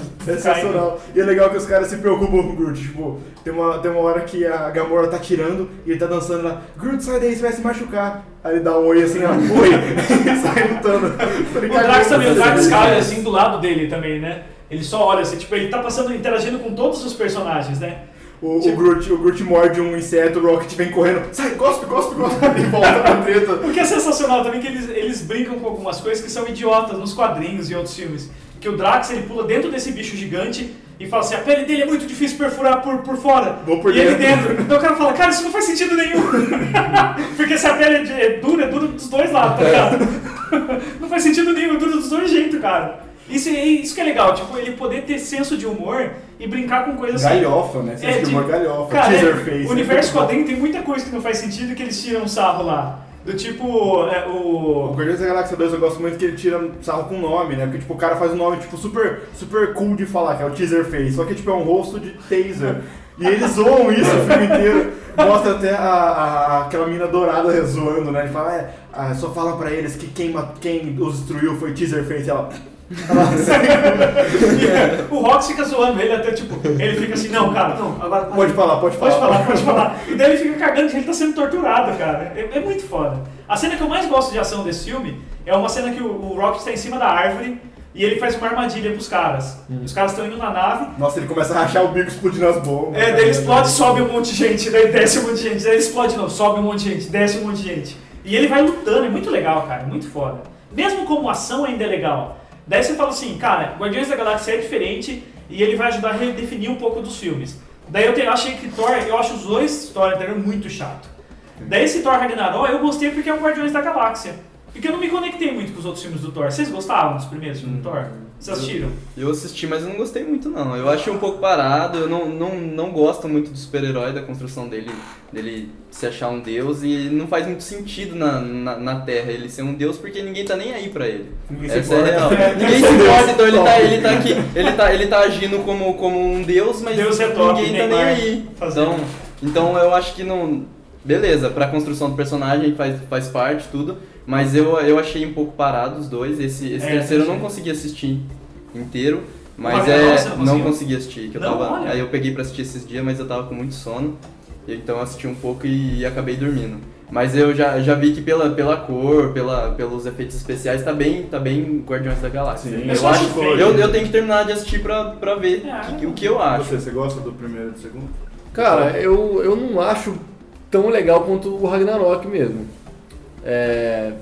[SPEAKER 3] Sensacional. E é legal que os caras se preocupam com o Groot. Tipo, tem uma, tem uma hora que a Gamora tá tirando e ele tá dançando lá. Groot, sai daí, você vai se machucar. Aí ele dá um oi assim, ó, oi. (laughs) e sai lutando.
[SPEAKER 2] O Drax também,
[SPEAKER 3] é
[SPEAKER 2] o Drax
[SPEAKER 3] Tipo,
[SPEAKER 2] cai assim do lado dele também, né? Ele só olha assim, tipo, ele tá passando, interagindo com todos os personagens, né?
[SPEAKER 3] O, o, Groot, o Groot morde um inseto, o Rocket vem correndo, sai, cospe, cospe, cospe, (laughs) e volta pra treta.
[SPEAKER 2] O que é sensacional também é que eles, eles brincam com algumas coisas que são idiotas nos quadrinhos e outros filmes. Que o Drax ele pula dentro desse bicho gigante e fala assim: a pele dele é muito difícil perfurar por, por fora.
[SPEAKER 3] Vou por
[SPEAKER 2] e ele
[SPEAKER 3] dentro.
[SPEAKER 2] dentro. Então o cara fala: cara, isso não faz sentido nenhum. (laughs) Porque se a pele é de- (laughs) é dura, é dura dos dois lados, tá ligado? não faz sentido nenhum, é dura dos dois jeitos, cara. Isso, é- isso que é legal, tipo, ele poder ter senso de humor e brincar com coisas assim.
[SPEAKER 3] Galhofa, né? Você
[SPEAKER 2] É,
[SPEAKER 3] acha que é uma
[SPEAKER 2] de-
[SPEAKER 3] galhofa,
[SPEAKER 2] Cara,
[SPEAKER 3] teaser
[SPEAKER 2] é,
[SPEAKER 3] face.
[SPEAKER 2] o universo
[SPEAKER 3] né?
[SPEAKER 2] quadrinho tem muita coisa que não faz sentido que eles tiram um sarro lá. Do tipo, é,
[SPEAKER 3] O
[SPEAKER 2] o...
[SPEAKER 3] (laughs) Guardiões da Galáxia 2 eu gosto muito que ele tira sarro com nome, né? Porque tipo, o cara faz um nome tipo super, super cool de falar, que é o teaser face, só que tipo é um rosto de taser. E eles zoam isso o filme inteiro. Mostra até a, a- aquela mina dourada zoando, né? Ele fala, é, ah, só falam pra eles que quem, ma- quem os destruiu foi teaser face. Ela.
[SPEAKER 2] o Rock fica zoando ele até, tipo, ele fica assim, não, cara, não, agora...
[SPEAKER 3] Pode falar, pode falar.
[SPEAKER 2] Pode falar, pode falar. E daí ele fica cagando que ele tá sendo torturado, cara. É, é muito foda. A cena que eu mais gosto de ação desse filme é uma cena que o, o Rock está em cima da árvore e ele faz uma armadilha pros caras. Os caras estão indo na nave
[SPEAKER 3] Nossa, ele começa a rachar o bico explodindo as bombas.
[SPEAKER 2] É, daí ele explode, sobe um monte de gente, daí desce um monte de gente, daí ele explode de novo, sobe um monte de gente, desce um monte de gente. E ele vai lutando, é muito legal, cara, é muito foda. Mesmo como ação ainda é legal. Daí você fala assim, cara, Guardiões da Galáxia é diferente e ele vai ajudar a redefinir um pouco dos filmes. Daí eu te- achei que Thor, eu acho os dois Thor anterior muito chato. Daí esse Thor Ragnarok eu gostei porque é o Guardiões da Galáxia. Porque eu não me conectei muito com os outros filmes do Thor. Vocês gostavam dos primeiros filmes do Thor? Vocês assistiram?
[SPEAKER 4] Eu assisti, mas eu não gostei muito não. Eu achei um pouco parado, eu não, não, não gosto muito do super-herói, da construção dele, dele se achar um deus, e não faz muito sentido na, na, na Terra ele ser um deus, porque ninguém tá nem aí pra ele.
[SPEAKER 3] Ninguém se
[SPEAKER 4] Essa é a
[SPEAKER 3] importa.
[SPEAKER 2] (laughs)
[SPEAKER 4] real.
[SPEAKER 3] É,
[SPEAKER 4] Ninguém se
[SPEAKER 3] Deus
[SPEAKER 4] importa, então ele tá,
[SPEAKER 3] top.
[SPEAKER 4] ele tá aqui, ele tá, ele tá agindo como, como um deus, mas
[SPEAKER 2] Deus é
[SPEAKER 4] ninguém
[SPEAKER 2] top,
[SPEAKER 4] tá nem
[SPEAKER 2] Neymar
[SPEAKER 4] aí.
[SPEAKER 2] fazendo.
[SPEAKER 4] Então, então eu acho que não... Beleza, pra construção do personagem faz, faz parte, tudo, mas eu, eu achei um pouco parado os dois, esse, esse
[SPEAKER 2] É,
[SPEAKER 4] terceiro eu não
[SPEAKER 2] entendi.
[SPEAKER 4] consegui assistir inteiro,
[SPEAKER 2] Mas
[SPEAKER 4] mas
[SPEAKER 2] não,
[SPEAKER 4] é,
[SPEAKER 2] você não
[SPEAKER 4] não,
[SPEAKER 2] conseguiu?
[SPEAKER 4] consegui assistir, que eu
[SPEAKER 2] Não,
[SPEAKER 4] tava,
[SPEAKER 2] olha.
[SPEAKER 4] aí eu peguei pra assistir esses dias, mas eu tava com muito sono, então eu assisti um pouco e, acabei dormindo. Mas eu já, já vi que pela, pela cor, pela, pelos efeitos especiais, tá bem, tá bem Guardiões da Galáxia.
[SPEAKER 3] Sim,
[SPEAKER 4] eu,
[SPEAKER 2] eu só
[SPEAKER 4] acho,
[SPEAKER 2] acho feio.
[SPEAKER 4] eu, eu tenho que terminar de assistir pra, pra ver
[SPEAKER 2] É.
[SPEAKER 4] que- que- o que eu acho.
[SPEAKER 3] Você, você gosta do primeiro e do segundo?
[SPEAKER 5] Cara, eu, eu não acho tão legal quanto o Ragnarok mesmo. É.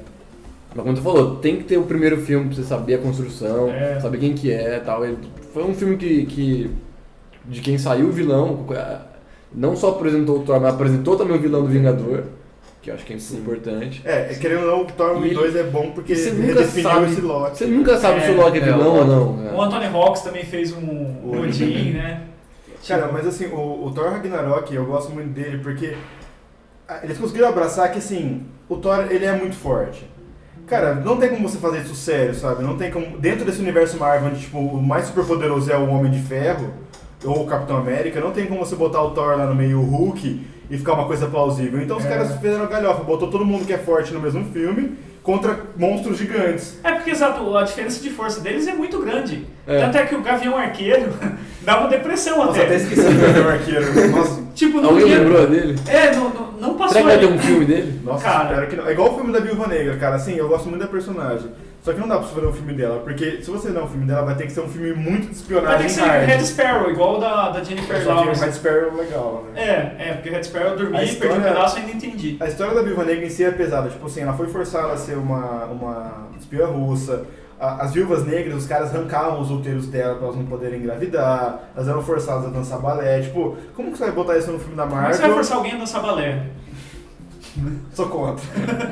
[SPEAKER 5] Mas como tu falou, tem que ter o primeiro filme pra você saber a construção,
[SPEAKER 2] É.
[SPEAKER 5] saber quem que é e tal. Ele- foi um filme que, que. de quem saiu o vilão, eh, não só apresentou o Thor, mas apresentou também o vilão do Vingador, que eu acho que é importante.
[SPEAKER 3] É, querendo ou não, o Thor 1 e
[SPEAKER 5] E-
[SPEAKER 3] 2 é bom porque
[SPEAKER 5] E você nunca
[SPEAKER 3] redefiniu
[SPEAKER 5] sabe.
[SPEAKER 3] esse lote.
[SPEAKER 5] Você nunca sabe se o Loki é
[SPEAKER 4] É,
[SPEAKER 5] vilão
[SPEAKER 4] é,
[SPEAKER 5] ou não.
[SPEAKER 2] O
[SPEAKER 5] né?
[SPEAKER 2] Anthony Hawks também fez um
[SPEAKER 3] O-
[SPEAKER 2] Odin, né?
[SPEAKER 3] Cara, mas assim, o, o Thor Ragnarok, eu gosto muito dele porque ah, eles conseguiram abraçar que assim, o Thor ele é muito forte. Cara, não tem como você fazer isso sério, sabe? Não tem como. Dentro desse universo Marvel, onde tipo, o mais super poderoso é o Homem de Ferro ou o Capitão América, não tem como você botar o Thor lá no meio e o Hulk e ficar uma coisa plausível. Então os
[SPEAKER 2] É.
[SPEAKER 3] caras fizeram galhofa, botou todo mundo que é forte no mesmo filme contra monstros gigantes.
[SPEAKER 2] É porque, exato, a diferença de força deles é muito grande.
[SPEAKER 5] É.
[SPEAKER 2] Tanto é que o Gavião Arqueiro (laughs) dava depressão
[SPEAKER 3] Nossa,
[SPEAKER 2] até.
[SPEAKER 3] até esqueci do Gavião (laughs) Arqueiro. Nossa,
[SPEAKER 2] Tipo, não
[SPEAKER 5] Alguém
[SPEAKER 2] podia-
[SPEAKER 5] lembrou dele?
[SPEAKER 2] É, não, não, não passou
[SPEAKER 5] Será que vai ter
[SPEAKER 2] ali.
[SPEAKER 5] um filme dele?
[SPEAKER 3] Nossa,
[SPEAKER 2] Cara.
[SPEAKER 3] espero que não. É igual o filme da Viúva Negra, cara. Assim, eu gosto muito da personagem. Só que não dá pra você fazer um filme dela, porque se você der um filme dela, vai ter que ser um filme muito de
[SPEAKER 2] Vai ter
[SPEAKER 3] espionagem
[SPEAKER 2] que ser
[SPEAKER 3] hard.
[SPEAKER 2] Red assim. Sparrow, igual o da, da Jennifer
[SPEAKER 3] Só que o
[SPEAKER 2] Lawrence.
[SPEAKER 3] Red Sparrow é legal, né?
[SPEAKER 2] É, é, porque Red Sparrow eu dormi,
[SPEAKER 3] A
[SPEAKER 2] perdi um
[SPEAKER 3] história-
[SPEAKER 2] pedaço e ainda entendi.
[SPEAKER 3] A história da Viúva Negra em si é pesada. Tipo assim, ela foi forçada a ser uma, uma espiã russa. A- As viúvas negras, os caras arrancavam os outeiros dela pra elas não poderem engravidar. Elas eram forçadas a dançar balé. Tipo, como que você vai botar isso no filme da
[SPEAKER 2] Como é que você vai
[SPEAKER 3] Marvel?
[SPEAKER 2] forçar alguém a dançar balé?
[SPEAKER 3] Só contra.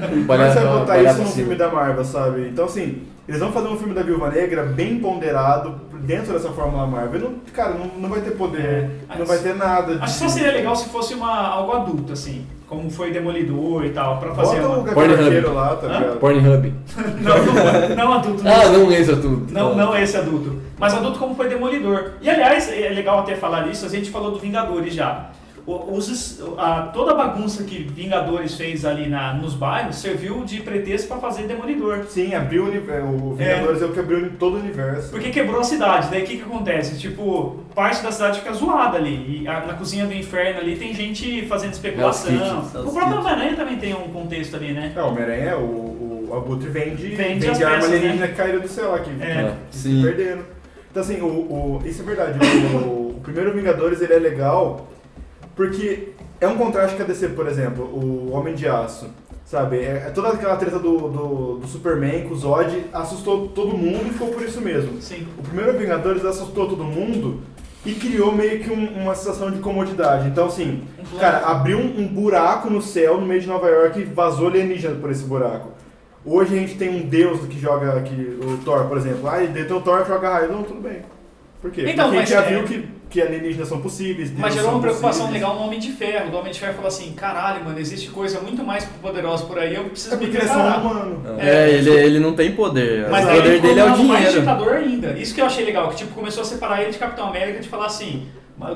[SPEAKER 3] Como é
[SPEAKER 5] Palhaço-
[SPEAKER 3] que você vai botar
[SPEAKER 5] palhaço
[SPEAKER 3] isso num
[SPEAKER 5] assim.
[SPEAKER 3] filme da Marvel, sabe? Então, assim, eles vão fazer um filme da Viúva Negra bem ponderado dentro dessa fórmula Marvel. Não- cara, não, não vai ter poder,
[SPEAKER 2] É.
[SPEAKER 3] não vai ter nada.
[SPEAKER 2] Acho que só
[SPEAKER 3] de-
[SPEAKER 2] seria legal se fosse uma, algo adulto, assim. Como foi Demolidor e tal, pra fazer
[SPEAKER 3] Bota o
[SPEAKER 2] uma...
[SPEAKER 3] Gabriel
[SPEAKER 5] Pornhub.
[SPEAKER 3] Arqueiro lá, tá ligado?
[SPEAKER 5] Pornhub.
[SPEAKER 2] Não,
[SPEAKER 3] (laughs)
[SPEAKER 2] não, não adulto. não.
[SPEAKER 5] Ah, não esse tudo.
[SPEAKER 2] Não, não é esse adulto. Mas adulto como foi Demolidor. E aliás, é legal até falar isso, a gente falou do Vingadores já. O- os es- a- toda a bagunça que Vingadores fez ali na, nos bairros serviu de pretexto para fazer Demolidor.
[SPEAKER 3] Sim, abriu o universo. O
[SPEAKER 2] É.
[SPEAKER 3] Vingadores é. o que abriu todo o universo.
[SPEAKER 2] Porque quebrou a cidade, daí o que, que acontece? Tipo, parte da cidade fica zoada ali. E a- na cozinha do inferno ali tem gente fazendo especulação.
[SPEAKER 5] Hell's Kitchen,
[SPEAKER 4] Hell's
[SPEAKER 2] o próprio
[SPEAKER 4] Kitchen.
[SPEAKER 2] Homem-Aranha também tem um contexto ali, né?
[SPEAKER 3] É, o Homem-Aranha, o, o Abutre vende,
[SPEAKER 2] Vende
[SPEAKER 3] vende,
[SPEAKER 2] as
[SPEAKER 3] a arma
[SPEAKER 2] peças,
[SPEAKER 3] alienígena
[SPEAKER 2] né?
[SPEAKER 3] que caiu do céu aqui.
[SPEAKER 2] É.
[SPEAKER 5] É.
[SPEAKER 3] Se
[SPEAKER 4] Sim.
[SPEAKER 3] perderam. Então assim, o, o- isso é verdade. O, o primeiro Vingadores ele é legal porque é um contraste com a DC, por exemplo, o Homem de Aço. Sabe, é, é toda aquela treta do, do, do Superman com o Zod assustou todo mundo e ficou por isso mesmo.
[SPEAKER 2] Sim.
[SPEAKER 3] O primeiro Vingadores assustou todo mundo e criou meio que um- uma sensação de comodidade. Então, assim, cara, abriu um, um buraco no céu no meio de Nova York e vazou alienígena por esse buraco. Hoje a gente tem um deus que joga aqui, o Thor, por exemplo. Ah, ele tem o Thor que joga raio. Não, tudo bem. Por quê?
[SPEAKER 2] Então,
[SPEAKER 3] Porque a
[SPEAKER 2] mas
[SPEAKER 3] gente já
[SPEAKER 2] é-
[SPEAKER 3] viu que, que alienígenas são possíveis. deuses
[SPEAKER 2] Mas gerou
[SPEAKER 3] são
[SPEAKER 2] uma preocupação
[SPEAKER 3] possíveis.
[SPEAKER 2] legal no Homem de Ferro. O Homem de Ferro falou assim, caralho, mano, existe coisa muito mais poderosa por aí, eu preciso
[SPEAKER 3] É
[SPEAKER 2] me
[SPEAKER 3] porque eles são
[SPEAKER 2] preparar.
[SPEAKER 3] humanos.
[SPEAKER 4] É, ele, ele não tem poder.
[SPEAKER 2] Mas
[SPEAKER 4] o
[SPEAKER 2] daí ele
[SPEAKER 4] poder
[SPEAKER 2] ficou
[SPEAKER 4] dele é o
[SPEAKER 2] ficando mais tá
[SPEAKER 4] dinheiro.
[SPEAKER 2] ditador ainda. Isso que eu achei legal, que tipo, começou a separar ele de Capitão América de falar assim,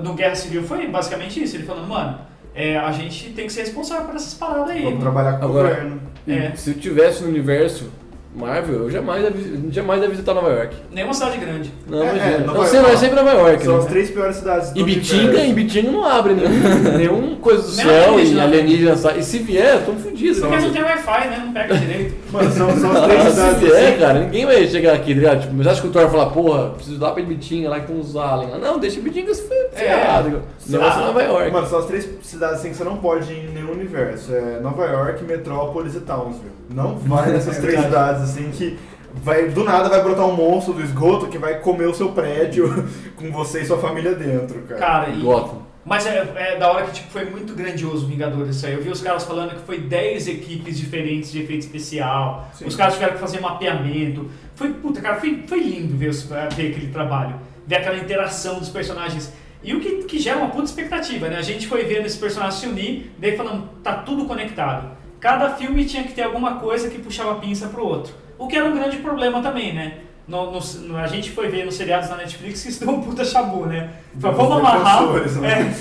[SPEAKER 2] no Guerra Civil foi basicamente isso, ele falando, mano, é, a gente tem que ser responsável por essas paradas aí.
[SPEAKER 3] Vamos
[SPEAKER 2] mano.
[SPEAKER 3] trabalhar com o
[SPEAKER 5] Agora-
[SPEAKER 3] governo.
[SPEAKER 5] E
[SPEAKER 2] É.
[SPEAKER 5] Se eu tivesse no universo Marvel, eu jamais ia, vi- jamais ia visitar Nova York.
[SPEAKER 2] Nenhuma cidade grande.
[SPEAKER 5] Não,
[SPEAKER 3] É,
[SPEAKER 5] imagina.
[SPEAKER 3] é, Nova
[SPEAKER 5] não sei,
[SPEAKER 3] York.
[SPEAKER 5] não é sempre Nova York.
[SPEAKER 3] São as
[SPEAKER 5] Né?
[SPEAKER 3] três piores cidades do
[SPEAKER 5] E Bitinga, e
[SPEAKER 3] universo.
[SPEAKER 5] Bitinga não
[SPEAKER 3] (laughs)
[SPEAKER 5] abre nenhum, nenhum coisa do
[SPEAKER 2] Nem
[SPEAKER 5] céu e
[SPEAKER 2] alienígena.
[SPEAKER 5] alienígena sai. E se vier, tamo fudido.
[SPEAKER 2] Porque
[SPEAKER 5] né?
[SPEAKER 2] não tem Wi-Fi, né? Não pega direito.
[SPEAKER 3] Mano, são, são
[SPEAKER 5] (laughs)
[SPEAKER 3] as três
[SPEAKER 5] Ah, se
[SPEAKER 3] cidades. assim.
[SPEAKER 5] vier, cara, ninguém vai chegar aqui, tá ligado? Tipo, mas acha que o Thor vai falar, porra, preciso dar pra Bitinga lá que tem uns aliens lá. Não, deixa Bitinga se fer-
[SPEAKER 2] É.
[SPEAKER 5] ferrado. O negócio é
[SPEAKER 2] Ah,
[SPEAKER 5] Nova York.
[SPEAKER 3] Mano, são as três cidades assim, que você não pode ir em nenhum universo. É Nova York, Metrópolis e Townsville. Não
[SPEAKER 4] (laughs)
[SPEAKER 3] vai nessas
[SPEAKER 4] É
[SPEAKER 3] três cidades assim que vai, do nada vai brotar um monstro do esgoto que vai comer o seu prédio (laughs) com você e sua família dentro, cara.
[SPEAKER 2] Cara, e-
[SPEAKER 5] Gotham.
[SPEAKER 2] Mas é, é da hora que tipo, foi muito grandioso o Vingadores isso aí. Eu vi os caras falando que foi 10 equipes diferentes de efeito especial.
[SPEAKER 3] Sim.
[SPEAKER 2] Os caras tiveram que fazer mapeamento. Foi, puta, cara, foi, foi lindo ver, os- eh, ver aquele trabalho. Ver aquela interação dos personagens. E o que, que gera uma puta expectativa, né? A gente foi vendo esses personagens se unir, daí falando, tá tudo conectado. Cada filme tinha que ter alguma coisa que puxava a pinça pro outro. O que era um grande problema também, né? No, no- no- a gente foi ver nos seriados da Netflix que isso deu um puta chabu, né? Falou,
[SPEAKER 3] Dos
[SPEAKER 2] vamos amarrar.
[SPEAKER 3] defensores, né?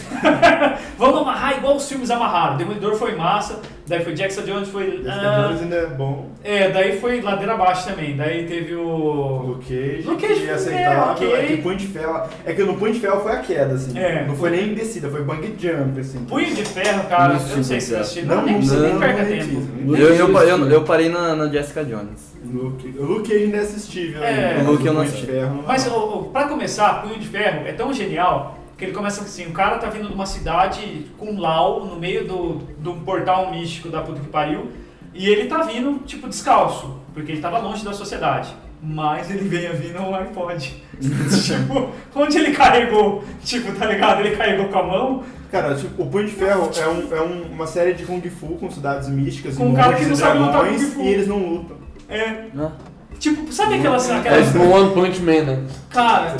[SPEAKER 2] É, (laughs) Vamos amarrar igual os filmes amarraram. Demolidor foi massa, daí foi Jackson Jones, foi.
[SPEAKER 3] Esse
[SPEAKER 2] ah,
[SPEAKER 3] Avengers ainda é bom.
[SPEAKER 2] é, daí foi ladeira abaixo também. Daí teve
[SPEAKER 3] O
[SPEAKER 2] o.
[SPEAKER 3] Luke Cage,
[SPEAKER 2] Luke Cage
[SPEAKER 3] que é
[SPEAKER 2] é,
[SPEAKER 3] aceitável.
[SPEAKER 2] ok.
[SPEAKER 3] É que Punho de Ferro... É que no Punho de Ferro foi a queda, assim.
[SPEAKER 2] É.
[SPEAKER 3] Não foi nem descida, foi bang jump, assim.
[SPEAKER 2] Punho de Ferro, cara.
[SPEAKER 5] Não
[SPEAKER 2] eu não sei se você
[SPEAKER 5] sei
[SPEAKER 2] assistiu.
[SPEAKER 3] Não,
[SPEAKER 2] Não, é, nem,
[SPEAKER 3] não,
[SPEAKER 2] nem
[SPEAKER 3] não
[SPEAKER 2] perca
[SPEAKER 3] monetiza,
[SPEAKER 2] tempo.
[SPEAKER 3] né?
[SPEAKER 4] Eu, eu, pa- eu, eu parei na, na Jessica Jones.
[SPEAKER 3] Luke, o Luke Cage ainda é assistível.
[SPEAKER 2] É.
[SPEAKER 3] ainda, mas
[SPEAKER 4] O Luke eu não
[SPEAKER 3] Punho de
[SPEAKER 4] assisti.
[SPEAKER 3] Ferro-
[SPEAKER 2] Mas o, o- pra começar, Punho de Ferro é tão genial que ele começa assim: o cara tá vindo de uma cidade com Lau no meio do, do portal místico da puta que pariu. E ele tá vindo, tipo, descalço, porque ele tava longe da sociedade. Mas ele veio vindo um iPod. (laughs) tipo, onde ele carregou? Tipo, tá ligado? Ele carregou com a mão
[SPEAKER 3] Cara, tipo, o Punho de Ferro é, um- é um- uma série de Kung Fu com cidades místicas,
[SPEAKER 2] Com um
[SPEAKER 3] monstros
[SPEAKER 2] cara que
[SPEAKER 3] e
[SPEAKER 2] não sabe lutar
[SPEAKER 3] dragões,
[SPEAKER 2] Kung Fu.
[SPEAKER 3] e eles não lutam.
[SPEAKER 2] É.
[SPEAKER 4] Ah.
[SPEAKER 2] Tipo, sabe aquelas.
[SPEAKER 5] É
[SPEAKER 2] aquelas
[SPEAKER 5] tipo um One Punch Man, né?
[SPEAKER 2] cara,